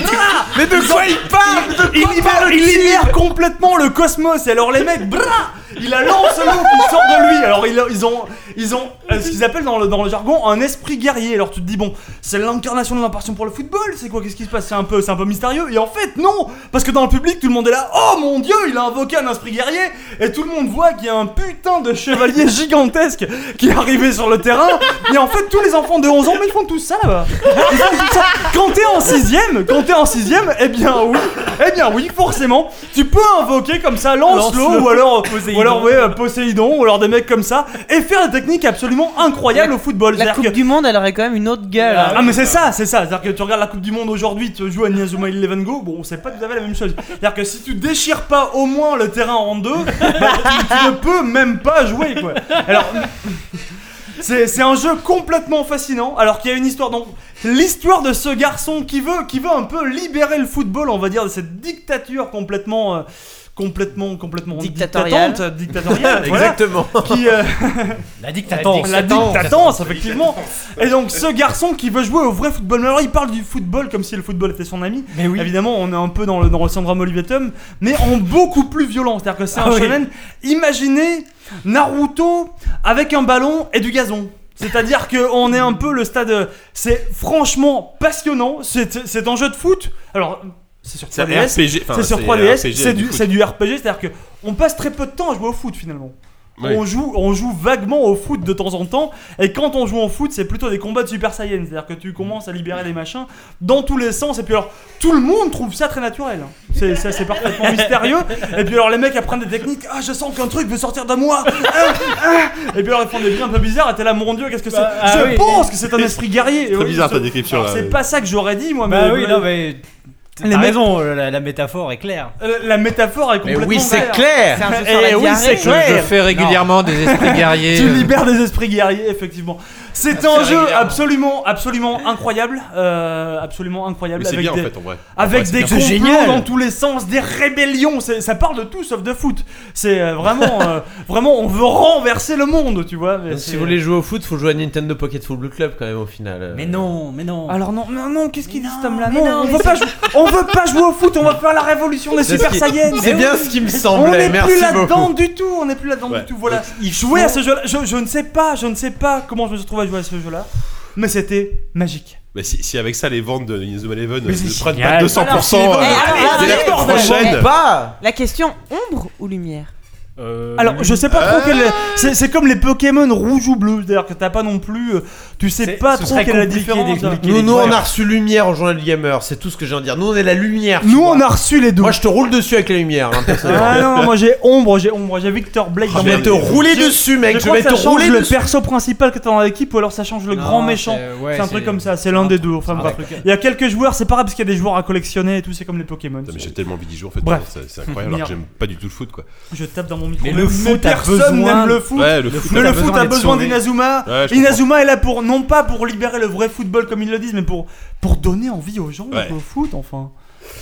D: de quoi ils parlent Il libère, il libère complètement le cosmos. Et alors les mecs, brrr, il a l'encelot qui sort de lui. Alors il a- ils ont, ils ont euh, ce qu'ils appellent dans le, dans le jargon un esprit guerrier. Alors tu te dis bon, c'est l'incarnation de l'impression pour le football. C'est quoi Qu'est-ce qui se passe C'est un peu, c'est un peu mystérieux. Et en fait non, parce que dans le public tout le monde est là. Oh mon dieu, il a invoqué un esprit guerrier. Et tout le monde voit qu'il y a un putain de chevalier gigantesque qui est arrivé sur le terrain. Et en fait tous les enfants de 11 ans mais ils font tout ça là-bas. Ils font tout ça. Quand t'es en sixième, quand t'es en sixième, eh bien oui, eh bien oui, forcément, tu peux invoquer comme ça Lancelot
B: Lancelot.
D: ou alors
B: Poséidon.
D: ou alors ouais, euh, Poséidon ou alors des mecs comme ça et faire des techniques absolument incroyables au football. La Coupe du
G: Monde, elle aurait quand même une autre gueule.
D: Ah mais c'est ça, c'est ça. C'est-à-dire que tu regardes la Coupe du Monde aujourd'hui, tu joues à Niazuma Eleven Go, bon, c'est pas tout à fait la même chose. C'est-à-dire que si tu déchires pas au moins le terrain en deux, bah, tu, tu ne peux même pas jouer quoi. Alors c'est c'est un jeu complètement fascinant, alors qu'il y a une histoire. Donc, l'histoire de ce garçon qui veut, qui veut un peu libérer le football, on va dire, de cette dictature complètement. euh, complètement complètement
G: Dictatoriale.
D: dictatante, dictatoriale voilà,
C: Exactement.
D: qui, euh,
B: La
D: dictatance. La dictatance, effectivement. Et donc ce garçon qui veut jouer au vrai football. Mais alors il parle du football comme si le football était son ami. Mais oui. Évidemment, on est un peu dans le, dans le syndrome Olivetum, mais en beaucoup plus violent. C'est-à-dire que c'est
B: Ah
D: un
B: oui.
D: shonen. Imaginez Naruto avec un ballon et du gazon. C'est-à-dire que on est un peu le stade. C'est franchement passionnant. C'est c'est un jeu de foot. Alors. C'est sur
A: C'est un
D: 3DS.
A: RPG, enfin,
D: C'est sur
A: c'est
D: 3DS.
A: RPG,
D: C'est
A: du
D: du,
A: foot.
D: c'est du RPG. C'est-à-dire que on passe très peu de temps à jouer au foot finalement.
A: Oui.
D: On joue, on joue vaguement au foot de temps en temps, et quand on joue au foot, c'est plutôt des combats de Super Saiyan, c'est-à-dire que tu commences à libérer les machins dans tous les sens, et puis alors tout le monde trouve ça très naturel. hein. C'est ça, c'est parfaitement mystérieux. Et puis alors les mecs apprennent des techniques. Ah, je sens qu'un truc veut sortir de moi. Ah, ah. Et puis alors ils font des bruits un peu bizarres. Et t'es là, mon dieu, qu'est-ce que c'est
B: Bah, ah
D: Je
B: oui.
D: pense que c'est un esprit guerrier.
A: Très
D: Et oui,
A: bizarre,
D: je-
A: ta décription,
D: alors,
A: là,
D: C'est
A: oui.
D: pas ça que j'aurais dit moi.
B: Bah
D: mais-
B: oui, non, mais
D: Les
B: t'as
D: mecs-
B: raison, la, la métaphore est claire.
D: Euh, La métaphore est complètement.
B: oui, c'est
I: hein.
D: vraie.
B: clair. C'est un jeu sur
D: Eh
B: la
D: oui,
B: diarrhée.
D: c'est
B: Je-
D: clair.
B: je fais régulièrement des esprits guerriers,
D: tu
B: euh.
D: libères des esprits guerriers, effectivement. C'est
B: Ah,
D: un
B: c'est
D: jeu
B: régulièrement.
D: absolument, absolument incroyable, euh, absolument incroyable.
A: Mais c'est
D: avec
A: bien, en
D: des,
A: fait, en vrai. En
D: Avec
A: vrai, c'est
D: des
A: bien. C'est
D: complots
A: génial.
D: dans tous les sens, des rébellions. c'est- Ça parle de tout sauf de foot. C'est euh, vraiment, euh, vraiment, on veut renverser le monde, tu vois. mais
C: Donc,
D: c'est-
C: si vous voulez jouer au foot, faut jouer à Nintendo Pocket Football Club quand même au final. euh.
B: Mais non, mais non.
D: Alors non, non, non, qu'est-ce qu'il dit cet homme-là
B: mais
D: Non,
B: non,
D: on
B: mais
D: veut
B: c'est-
D: pas jouer, on veut pas jouer au foot, on va faire la révolution des
C: C'est
D: Super
C: ce qui-
D: Saiyans.
C: c'est
D: Eh
C: bien
D: oui.
C: ce qui me semblait,
D: On n'est
C: merci
D: plus là-dedans
C: beaucoup.
D: du tout, on n'est plus là-dedans
C: Ouais.
D: du tout. Voilà.
C: Donc,
D: Il jouait à ce jeu-là. Je, je ne sais pas, je ne sais pas comment je me suis retrouvé à jouer à ce jeu-là, mais c'était magique.
A: Mais si, si avec ça les ventes de Inazuma Eleven
D: Mais c'est
A: ne prennent
D: génial.
A: pas 200%
D: Alors,
A: euh,
D: mais alors,
A: dès
D: alors,
A: la
D: alors,
A: prochaine,
G: La question ombre ou lumière
B: Euh,
D: Alors, je sais pas trop
B: Ah
D: quel. C'est c'est comme les Pokémon rouge ou bleu, d'ailleurs, que t'as pas non plus. euh, Tu sais pas
C: ce
D: trop
C: serait
D: quelle est la
C: compliqué
D: différence.
C: d'expliquer Nous, nous, on a reçu lumière au journal du gamer, c'est tout ce que j'ai à dire. Nous, on est la lumière.
D: Nous, on a reçu les deux.
C: Moi, je te roule dessus avec la lumière, hein, personnellement.
D: Ah non, moi j'ai ombre, j'ai ombre, j'ai Victor Blake
C: Je vais
D: mon-
C: te rouler
D: Je-
C: dessus, mec, je
D: crois
C: vais
D: que ça
C: te
D: change
C: rouler
D: le
C: dessus.
D: perso principal que t'as dans l'équipe ou alors ça change le
C: Non,
D: grand méchant.
C: c'est- ouais,
D: c'est un
C: c'est-
D: truc comme ça, c'est l'un des deux. Enfin,
C: c'est un
D: bref.
C: truc.
D: Il y a quelques joueurs, c'est pas grave parce qu'il y a des joueurs à collectionner et tout, c'est comme les Pokémon.
A: mais j'ai tellement envie d'y jouer en fait.
D: Bref.
A: C'est c'est incroyable alors que
D: Merde.
A: j'aime pas du tout le foot quoi.
D: Je tape dans mon micro.
A: Mais le foot a
D: personne
A: besoin-
D: n'aime le foot.
A: Ouais, le foot
D: Mais
A: a
D: le
A: besoin
D: foot a
A: d'être
D: besoin
A: sauvé.
D: d'Inazuma.
A: Ouais, je
D: Inazuma est là pour non pas pour libérer le vrai football comme ils le disent, mais pour pour donner envie aux gens de
A: Ouais.
D: jouer au foot enfin.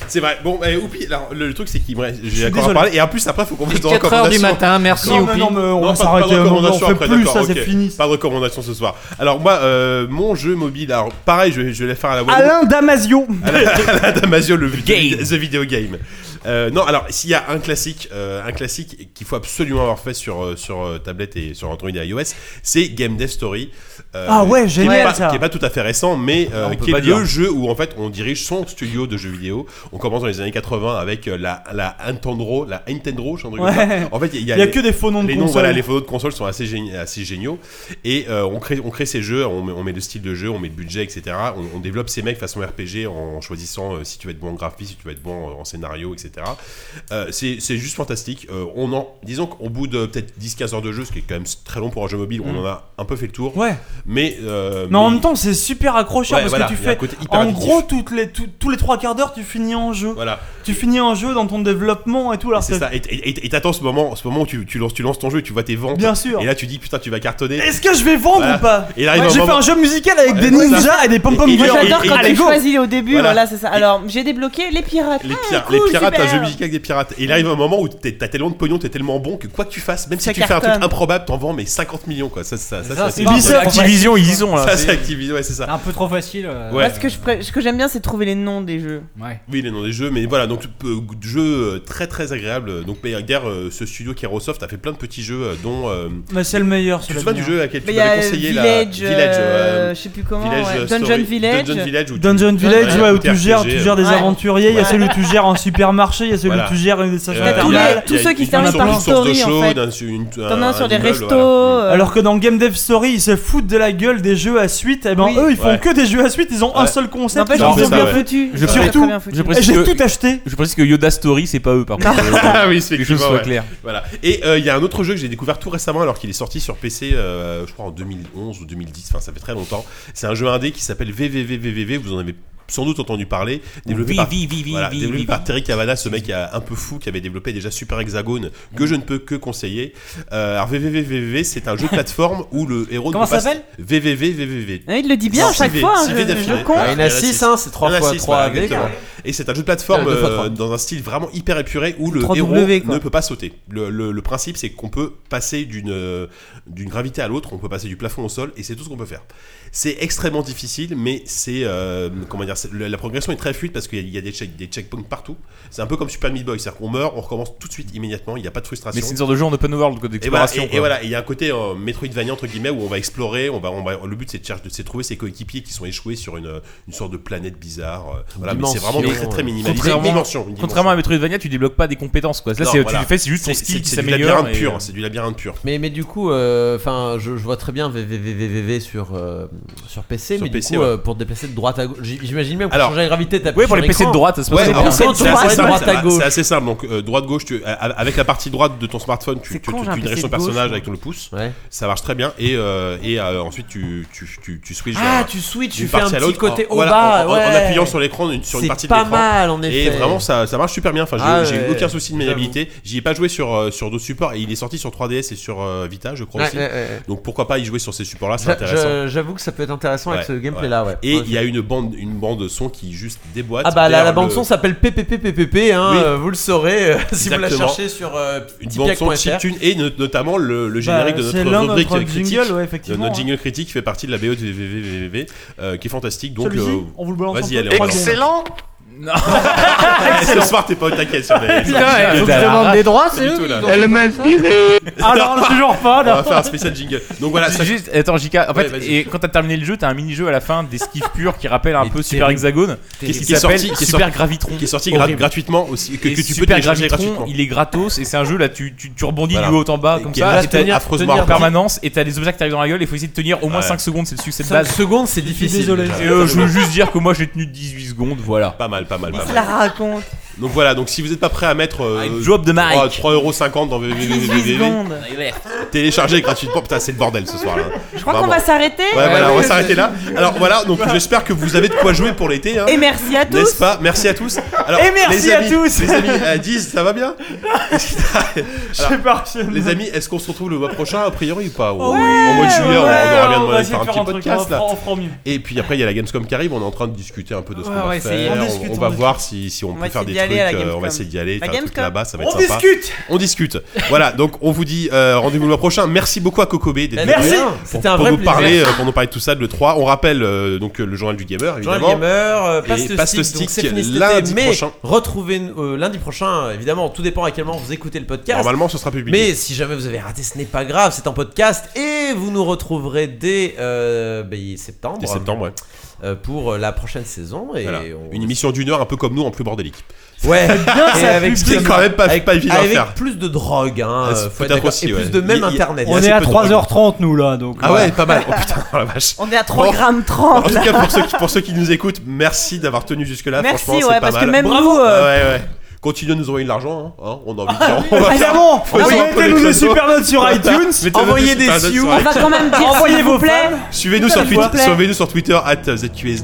A: C'est vrai. Bon, eh, Oupi, alors, le, le truc c'est qu'il me reste- j'ai encore à
D: désolé.
A: parler et en plus après faut qu'on fasse
D: Il
A: des
D: est 4
A: recommandations.
D: heures du matin, merci,
A: Non, mais
D: Oupi.
A: Non, mais on
D: Non,
A: va
D: pas- pas
A: s'arrêter.
D: de
A: On
D: recommandations
A: en fait
D: après,
A: plus,
D: d'accord,
A: ça
D: ok.
A: c'est fini. Pas de recommandations ce soir. Alors moi, euh, mon jeu mobile. Alors pareil, je vais, je vais la faire à la web.
D: Alain Damasio.
A: Alain Alain Damasio, le game. The Video Game. Euh, non, alors s'il y a un classique, euh, un classique qu'il faut absolument avoir fait sur euh, sur euh, tablette et sur Android et iOS, c'est Game Dev Story. euh,
D: Ah ouais,
A: qui est
D: génial,
A: pas-
D: ça.
A: Qui est pas tout à fait récent, mais euh,
D: Ah, On peut
A: qui
D: pas
A: est
D: dire.
A: le jeu où en fait on dirige son studio de jeux vidéo. On commence dans les années 80 avec euh, la la Nintendo, la Nintendo, je sais pas comment on dit ça.
D: Ouais.
A: En fait,
D: Il y a
A: les-
D: que des faux noms de
A: les
D: consoles.
A: voilà, les photos de consoles sont assez, géni- assez géniaux. Et euh, on, crée, on crée ces jeux, on met, on met le style de jeu, on met le budget, etc. On, on développe ces mecs façon RPG en choisissant euh, si tu vas être bon en graphie, si tu vas être bon euh, en, en scénario, etc. Euh, c'est c'est juste fantastique. Euh, on en, disons qu'au bout de peut-être 10-15 heures de jeu, ce qui est quand même très long pour un jeu mobile,
D: Mm.
A: on en a un peu fait le tour.
D: Ouais.
A: Mais, euh,
D: Mais en
A: mais-
D: même temps, c'est super accrocheur
A: Ouais,
D: parce
A: voilà,
D: que tu
A: il y a un
D: fais.
A: côté hyper
D: En
A: addictif.
D: gros, toutes les, tout- tous les trois quarts d'heure, tu finis en jeu.
A: Voilà.
D: Tu finis en jeu dans ton développement et tout. Alors
A: C'est ça. Et- Et et- et t'attends ce moment, ce moment où tu, tu lances, tu lances ton jeu, et tu vois tes ventes.
D: Bien sûr.
A: Et là, tu dis putain, tu vas cartonner.
D: Est-ce que je vais vendre
A: Voilà.
D: ou pas
A: Et là, arrive un
D: J'ai fait
A: moment-
D: un jeu musical avec des
A: Ouais, c'est
D: ninjas
A: ça.
D: et des pom-pom
A: Et- et-
D: girls.
G: J'adore
A: et-
G: quand
A: allez,
G: tu
A: go.
G: choisis au début,
A: Voilà.
G: voilà, c'est ça. Alors, j'ai débloqué les pirates.
A: Les,
G: Ah,
A: pirates,
G: cool,
A: les pirates,
G: super.
A: un jeu musical avec des pirates. Et il arrive un moment où t'es- t'as tellement de pognon, t'es tellement bon que quoi que tu fasses, même si
G: Ça
A: tu fais un truc
G: cartonne.
A: improbable, t'en vends mais 50 millions quoi. Ça, ça, ça,
B: Ça,
A: c'est
B: c'est Ubisoft,
A: incroyable.
B: en fait. Activision, ils y sont,
D: Ah,
B: là.
A: Ça,
B: C'est-
A: c'est Activision, ouais, c'est ça.
B: Un peu trop facile. euh.
A: Ouais.
G: Moi, ce que, je pré- ce que j'aime bien, c'est trouver les noms des jeux.
A: Oui, les noms des jeux, mais voilà, donc euh, jeu euh, très très agréable. Donc Player Gear, euh, ce studio qui est Aerosoft, a fait plein de petits jeux, euh, dont. euh,
D: Mais c'est le meilleur.
A: Tu te
D: celui-là,
A: souviens du
D: hein.
A: jeu à quel tu
G: Mais il y a
A: m'avais conseillé là
G: Village, euh,
A: euh,
G: je sais plus comment,
A: Village,
G: ouais.
A: euh,
G: Dungeon
A: Story-
G: Village.
A: Dungeon Village, où tu- Ah,
D: Dungeon Village,
A: Ouais,
D: ouais, où
A: où t'es
D: tu gères,
A: RPG, euh,
D: tu gères des
A: ouais.
D: aventuriers, il y a
A: Ouais.
D: celui où tu gères un supermarché, il y a celui où tu gères une station
A: T'as tous
D: terminale.
A: les- tous ceux qui se terminent par story, en fait. T'en as un sur des restos, euh.
D: Alors que dans Game Dev Story, ils se foutent de la gueule des jeux à suite. Et ben
A: Oui.
D: eux, ils font
A: Ouais.
D: que des jeux à suite, ils ont un
A: Ouais.
D: seul concept.
G: N'empêche,
D: ils sont
I: c'est ça,
D: bien
I: ouais.
D: foutus.
I: Je précise-
D: Surtout,
I: je
D: et
I: précise
D: Eh, j'ai
I: que-
D: tout acheté.
I: Je précise que Yoda Story, c'est pas eux par contre.
A: ah oui,
I: Que les choses
A: effectivement,
I: soient
A: ouais.
I: claires.
A: Voilà. Et euh, il y a un autre jeu que j'ai découvert tout récemment, alors qu'il est sorti sur PC, euh, je crois en 2011 ou 2010. Enfin, ça fait très longtemps. C'est un jeu indé qui s'appelle VVVVVV. Vous en avez sans doute entendu parler. Développé par,
I: VVVVV.
A: voilà, développé par Terry Cavada, ce mec euh, un peu fou qui avait développé déjà Super Hexagone, que je ne peux que conseiller. Euh, alors VVVVVV, c'est un jeu de plateforme où le héros. ne
G: Comment
A: peut pas
G: ça s'appelle
A: se- VVVVVV.
G: Ouais, il le dit bien à
A: Six
G: chaque
A: V,
G: fois, hein,
A: six V
G: je- je
A: d'affilée.
G: compte.
A: Ouais,
C: Il y en a six,
A: six.
C: hein, c'est trois
A: Il y en a
C: fois
A: six,
C: trois
A: voilà,
C: avec, hein.
A: exactement.
C: ouais.
A: euh, Et c'est un jeu de plateforme
C: Deux fois
A: euh,
C: trois.
A: dans un style vraiment hyper épuré où le
C: 3W,
A: héros
C: quoi.
A: ne peut pas sauter. Le, le- le principe, c'est qu'on peut passer d'une euh, d'une gravité à l'autre, on peut passer du plafond au sol, et c'est tout ce qu'on peut faire. C'est extrêmement difficile, mais c'est euh, comment dire, c'est- le- la progression est très fluide parce qu'il y a, il y a des, check- des checkpoints partout. C'est un peu comme Super Meat Boy, c'est-à-dire qu'on meurt, on recommence tout de suite immédiatement, il n'y a pas de frustration.
I: Mais c'est une sorte de jeu en open world, quoi,
A: Et voilà,
I: d'exploration.
A: et, et
I: quoi.
A: voilà, il y a un côté euh, Metroidvania entre guillemets où on va explorer, on va, on va- le but c'est de chercher, de c'est de trouver ses coéquipiers qui sont échoués sur une, une sorte de planète bizarre. euh, voilà, mais c'est
I: Dimension.
A: vraiment très très minimaliste.
I: Contrairement,
A: Une dimension, une dimension.
I: contrairement à Metroidvania, tu débloques pas des compétences, quoi. Là,
A: Non,
I: c'est-
A: voilà.
I: tu fais, c'est juste ton
A: C'est-
I: skill
A: c'est-
I: qui
A: c'est du
I: s'améliore.
A: labyrinthe
I: et-
A: pur, c'est du labyrinthe pur.
C: Mais, mais du coup, euh, enfin, je, je vois très bien VVVVV sur, euh, sur PC,
A: Sur
C: mais
A: PC,
C: du coup,
A: ouais.
C: euh, pour te déplacer de droite à gauche, j'im- j'imagine même pour
A: Alors-
C: changer la gravité, t'appuies
A: Ouais, pour
C: sur
A: les PC de
C: l'écran.
A: droite, c'est pas
C: Ouais,
A: ça.
C: alors, c'est
A: c'est assez,
C: droite
A: simple,
C: à
A: c'est
C: gauche.
A: assez simple. Donc, euh, droite, gauche, tu, euh, avec la partie droite de ton smartphone, tu, tu,
C: con,
A: tu-
C: j'ai un
A: tu diriges
C: PC
A: ton
C: de gauche,
A: personnage
C: moi.
A: avec le pouce.
C: Ouais.
A: Ça marche très bien. Et, euh, et euh, ensuite, tu, tu, tu, tu switches.
C: Ah,
A: vers-
C: tu switches, tu
A: d'une
C: fais un
A: partie à
C: petit
A: l'autre,
C: côté
A: en-
C: au
A: voilà,
C: bas,
A: en- en- En
C: ouais.
A: appuyant sur l'écran, une- sur
C: C'est
A: une partie de
C: pas
A: l'écran.
C: mal, en
A: Et
C: effet.
A: vraiment, ça, ça marche super bien. Enfin, j'ai
C: Ah
A: j'ai eu
C: ouais,
A: aucun souci de
C: j'avoue.
A: maniabilité. J'y ai pas joué sur, euh, sur d'autres supports. Et il est sorti sur 3DS et sur euh, Vita, je crois
C: Ouais,
A: aussi.
C: ouais, ouais.
A: Donc, pourquoi pas y jouer sur ces supports-là C'est
C: J'a-
A: intéressant.
C: je- J'avoue que ça peut être intéressant avec ce
A: Ouais,
C: gameplay là, ouais.
A: Et il y a une bande, une bande son qui juste déboîte.
C: Ah bah la,
A: vers
C: la bande
A: le-
C: son s'appelle PPPPPP, hein,
A: Oui.
C: euh, vous le saurez euh, si vous la
A: Exactement.
C: cherchez sur euh,
A: une bande son
C: tipeee.fr.
A: chiptune et no- notamment le, le générique
D: Bah,
A: de
D: c'est
A: notre
D: l'un de
A: rubrique
D: notre
A: critique,
D: jingle, ouais,
A: de
D: effectivement,
A: notre
D: hein.
A: jingle critique qui fait partie de la BO de VVVVV, euh, qui est fantastique. Donc
D: Celui-ci,
A: euh,
D: on vous le balance un
A: Vas-y,
D: peu.
A: allez, on balance.
D: Excellent.
I: Non.
A: Ce soir, t'es pas au taquet sur les.
I: Putain, ouais, faut que je demande des droits, Ah, c'est eux qui
A: Elle
I: demandent
A: Ah non, toujours pas. On va faire un spécial jingle. Donc voilà, ça-
I: Juste, attends, JK, en
A: Ouais,
I: fait,
A: vas-y.
I: et quand t'as terminé le jeu, t'as un mini-jeu à la fin d'esquive pure qui rappelle un peu Super
A: terrible.
I: Hexagone,
A: Qui- qui est
I: s'appelle
A: sorti- qui est
I: Super
A: sorti-
I: Gravitron.
A: qui est sorti gra-
I: Horrible.
A: gratuitement aussi, que-
I: Et
A: que tu peux
I: Super
A: télécharger
I: Gravitron,
A: gratuitement.
I: Il est gratos et c'est un jeu là, tu, tu, tu rebondis
A: Voilà.
I: du haut en bas
A: Et
I: comme
A: qui
I: ça,
A: reste
I: et t'as
A: tenir-
I: affreuse
A: tenir
I: en
A: parti.
I: permanence et t'as des objets qui t'arrivent dans la gueule, il faut essayer de tenir au moins
A: Ouais.
I: 5 secondes, c'est le succès de
A: Cinq
I: base.
A: secondes, c'est difficile.
I: Désolé.
A: Déjà.
I: Et euh, je veux juste dire que moi j'ai tenu 18 secondes, voilà.
A: Pas mal, pas mal, pas
G: Il se
A: mal.
G: la raconte.
A: Donc voilà, donc si vous n'êtes pas prêt à mettre euh,
I: drop the mic.
A: 3, 3,50€ dans
G: Ah,
A: www,
G: secondes.
A: télécharger gratuitement, putain c'est le bordel ce soir là.
G: Je crois qu'on va s'arrêter.
A: Ouais, voilà, on va s'arrêter là. Alors voilà, donc j'espère que vous avez de quoi jouer pour l'été. hein.
G: Et merci à tous.
A: N'est-ce pas Merci à tous. Alors,
G: Et merci
A: les
G: à
A: amis,
G: tous.
A: Les amis, à 10, ça va bien Je
D: sais pas.
A: Les amis, est-ce qu'on se retrouve le mois prochain a priori ou pas Au-
D: Ouais,
A: En mois de juillet, on-
D: ouais,
A: on aura bien
D: on va
A: demandé de
D: essayer
A: faire un
D: de faire
A: petit
D: un truc,
A: podcast
D: on fera-
A: là.
D: on fera mieux.
A: Et puis après, il y a la Gamescom qui arrive, on est en train de discuter un peu de ce
D: Ouais,
A: qu'on
D: on va
A: va
D: essayer.
A: faire.
D: On
A: On-
D: discute,
A: On
D: on
A: va
D: discute.
A: voir si si on
D: On
A: peut
D: va
A: faire
D: essayer
A: des
D: d'y aller à la
A: trucs. euh, On va
D: Gamescom.
A: essayer d'y aller,
D: La
A: faire un truc
D: Gamescom.
A: là-bas, ça va
D: On
A: être sympa.
D: discute.
A: On discute. Voilà, donc on vous dit euh, rendez-vous le mois prochain. Merci beaucoup à Kokobé d'être
C: Merci.
A: venu
C: C'était
A: pour-
C: un
A: pour
C: vrai
A: nous
C: plaisir.
A: parler euh, pour nous parler de tout ça de le 3. On rappelle euh, donc euh, le journal du gamer
C: Journal
A: évidemment.
C: Gamer, euh, passe
A: Et
C: le
A: passe le
C: stick, donc c'est
A: stick
C: fini cet
A: lundi
C: été, mais
A: prochain.
C: retrouvez-nous euh, lundi prochain, évidemment, tout dépend à quel moment vous écoutez le podcast.
A: Normalement, ce sera publié.
C: Mais si jamais vous avez raté, ce n'est pas grave, c'est en podcast et vous nous retrouverez dès euh, ben, septembre.
A: Dès septembre, ouais.
C: Euh, pour euh, la prochaine saison et
A: Voilà.
C: on-
A: Une émission d'une heure un peu comme nous en plus bordélique.
C: Ouais,
A: Et avec c'est quand même pas,
C: avec-
A: pas évident
C: avec
A: à faire.
C: plus de drogue, hein,
A: Ah,
C: euh,
A: c'est
C: faut être
A: peut-être
C: d'accord.
A: aussi,
C: et plus
A: ouais.
C: de même
A: Il y a-
C: internet.
A: il y a assez peu de drogue.
B: 3h30 nous là donc. euh,
A: Ah
B: voilà.
A: ouais, pas mal. Oh putain, oh la vache.
G: On est à 3 grammes 30.
A: En tout
G: là.
A: cas, pour ceux, qui, pour ceux qui nous écoutent, merci d'avoir tenu jusque-là.
G: Merci,
A: franchement,
G: ouais,
A: c'est pas
G: parce que
A: mal.
G: même Bravo. nous, euh,
A: Ouais, ouais. Continuez à nous envoyer de l'argent, hein, hein, on a envie de dire. On
D: Ah, bon, mettez-nous des super notes sur iTunes,
A: Mettez-nous
D: envoyez des
A: super notes
D: sioux.
A: sur
D: On va
A: iTunes.
D: quand même dire, Envoyez s'il vous vos plaît. fans.
A: Suivez-nous
D: S'il
A: sur,
D: vous
A: Twitter-
D: plaît.
A: suivez-nous sur Twitter, at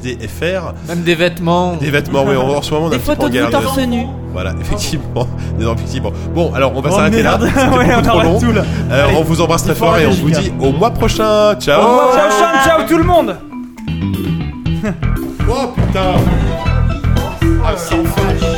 A: ZQSDFR.
V: Même des vêtements.
A: Des vêtements, oui, en ce moment, on a
G: Des
A: un petit
D: Bah,
A: peu en
G: photos de vous
A: galère
G: torse nu.
A: Voilà, effectivement. Désormais, effectivement. Bon, alors, on va
D: Oh,
A: s'arrêter là.
D: merde.
A: C'était
D: Ouais,
A: beaucoup
D: on
A: trop
D: arrête
A: long.
D: tout, là.
A: Euh,
D: Allez,
A: on vous embrasse très
D: il faut
A: fort et on
D: arrêter,
A: vous
D: Giga.
A: dit au mois prochain. Ciao.
D: Ciao, ciao, ciao tout le monde.
A: então. Oh putain. Ah, sans faute.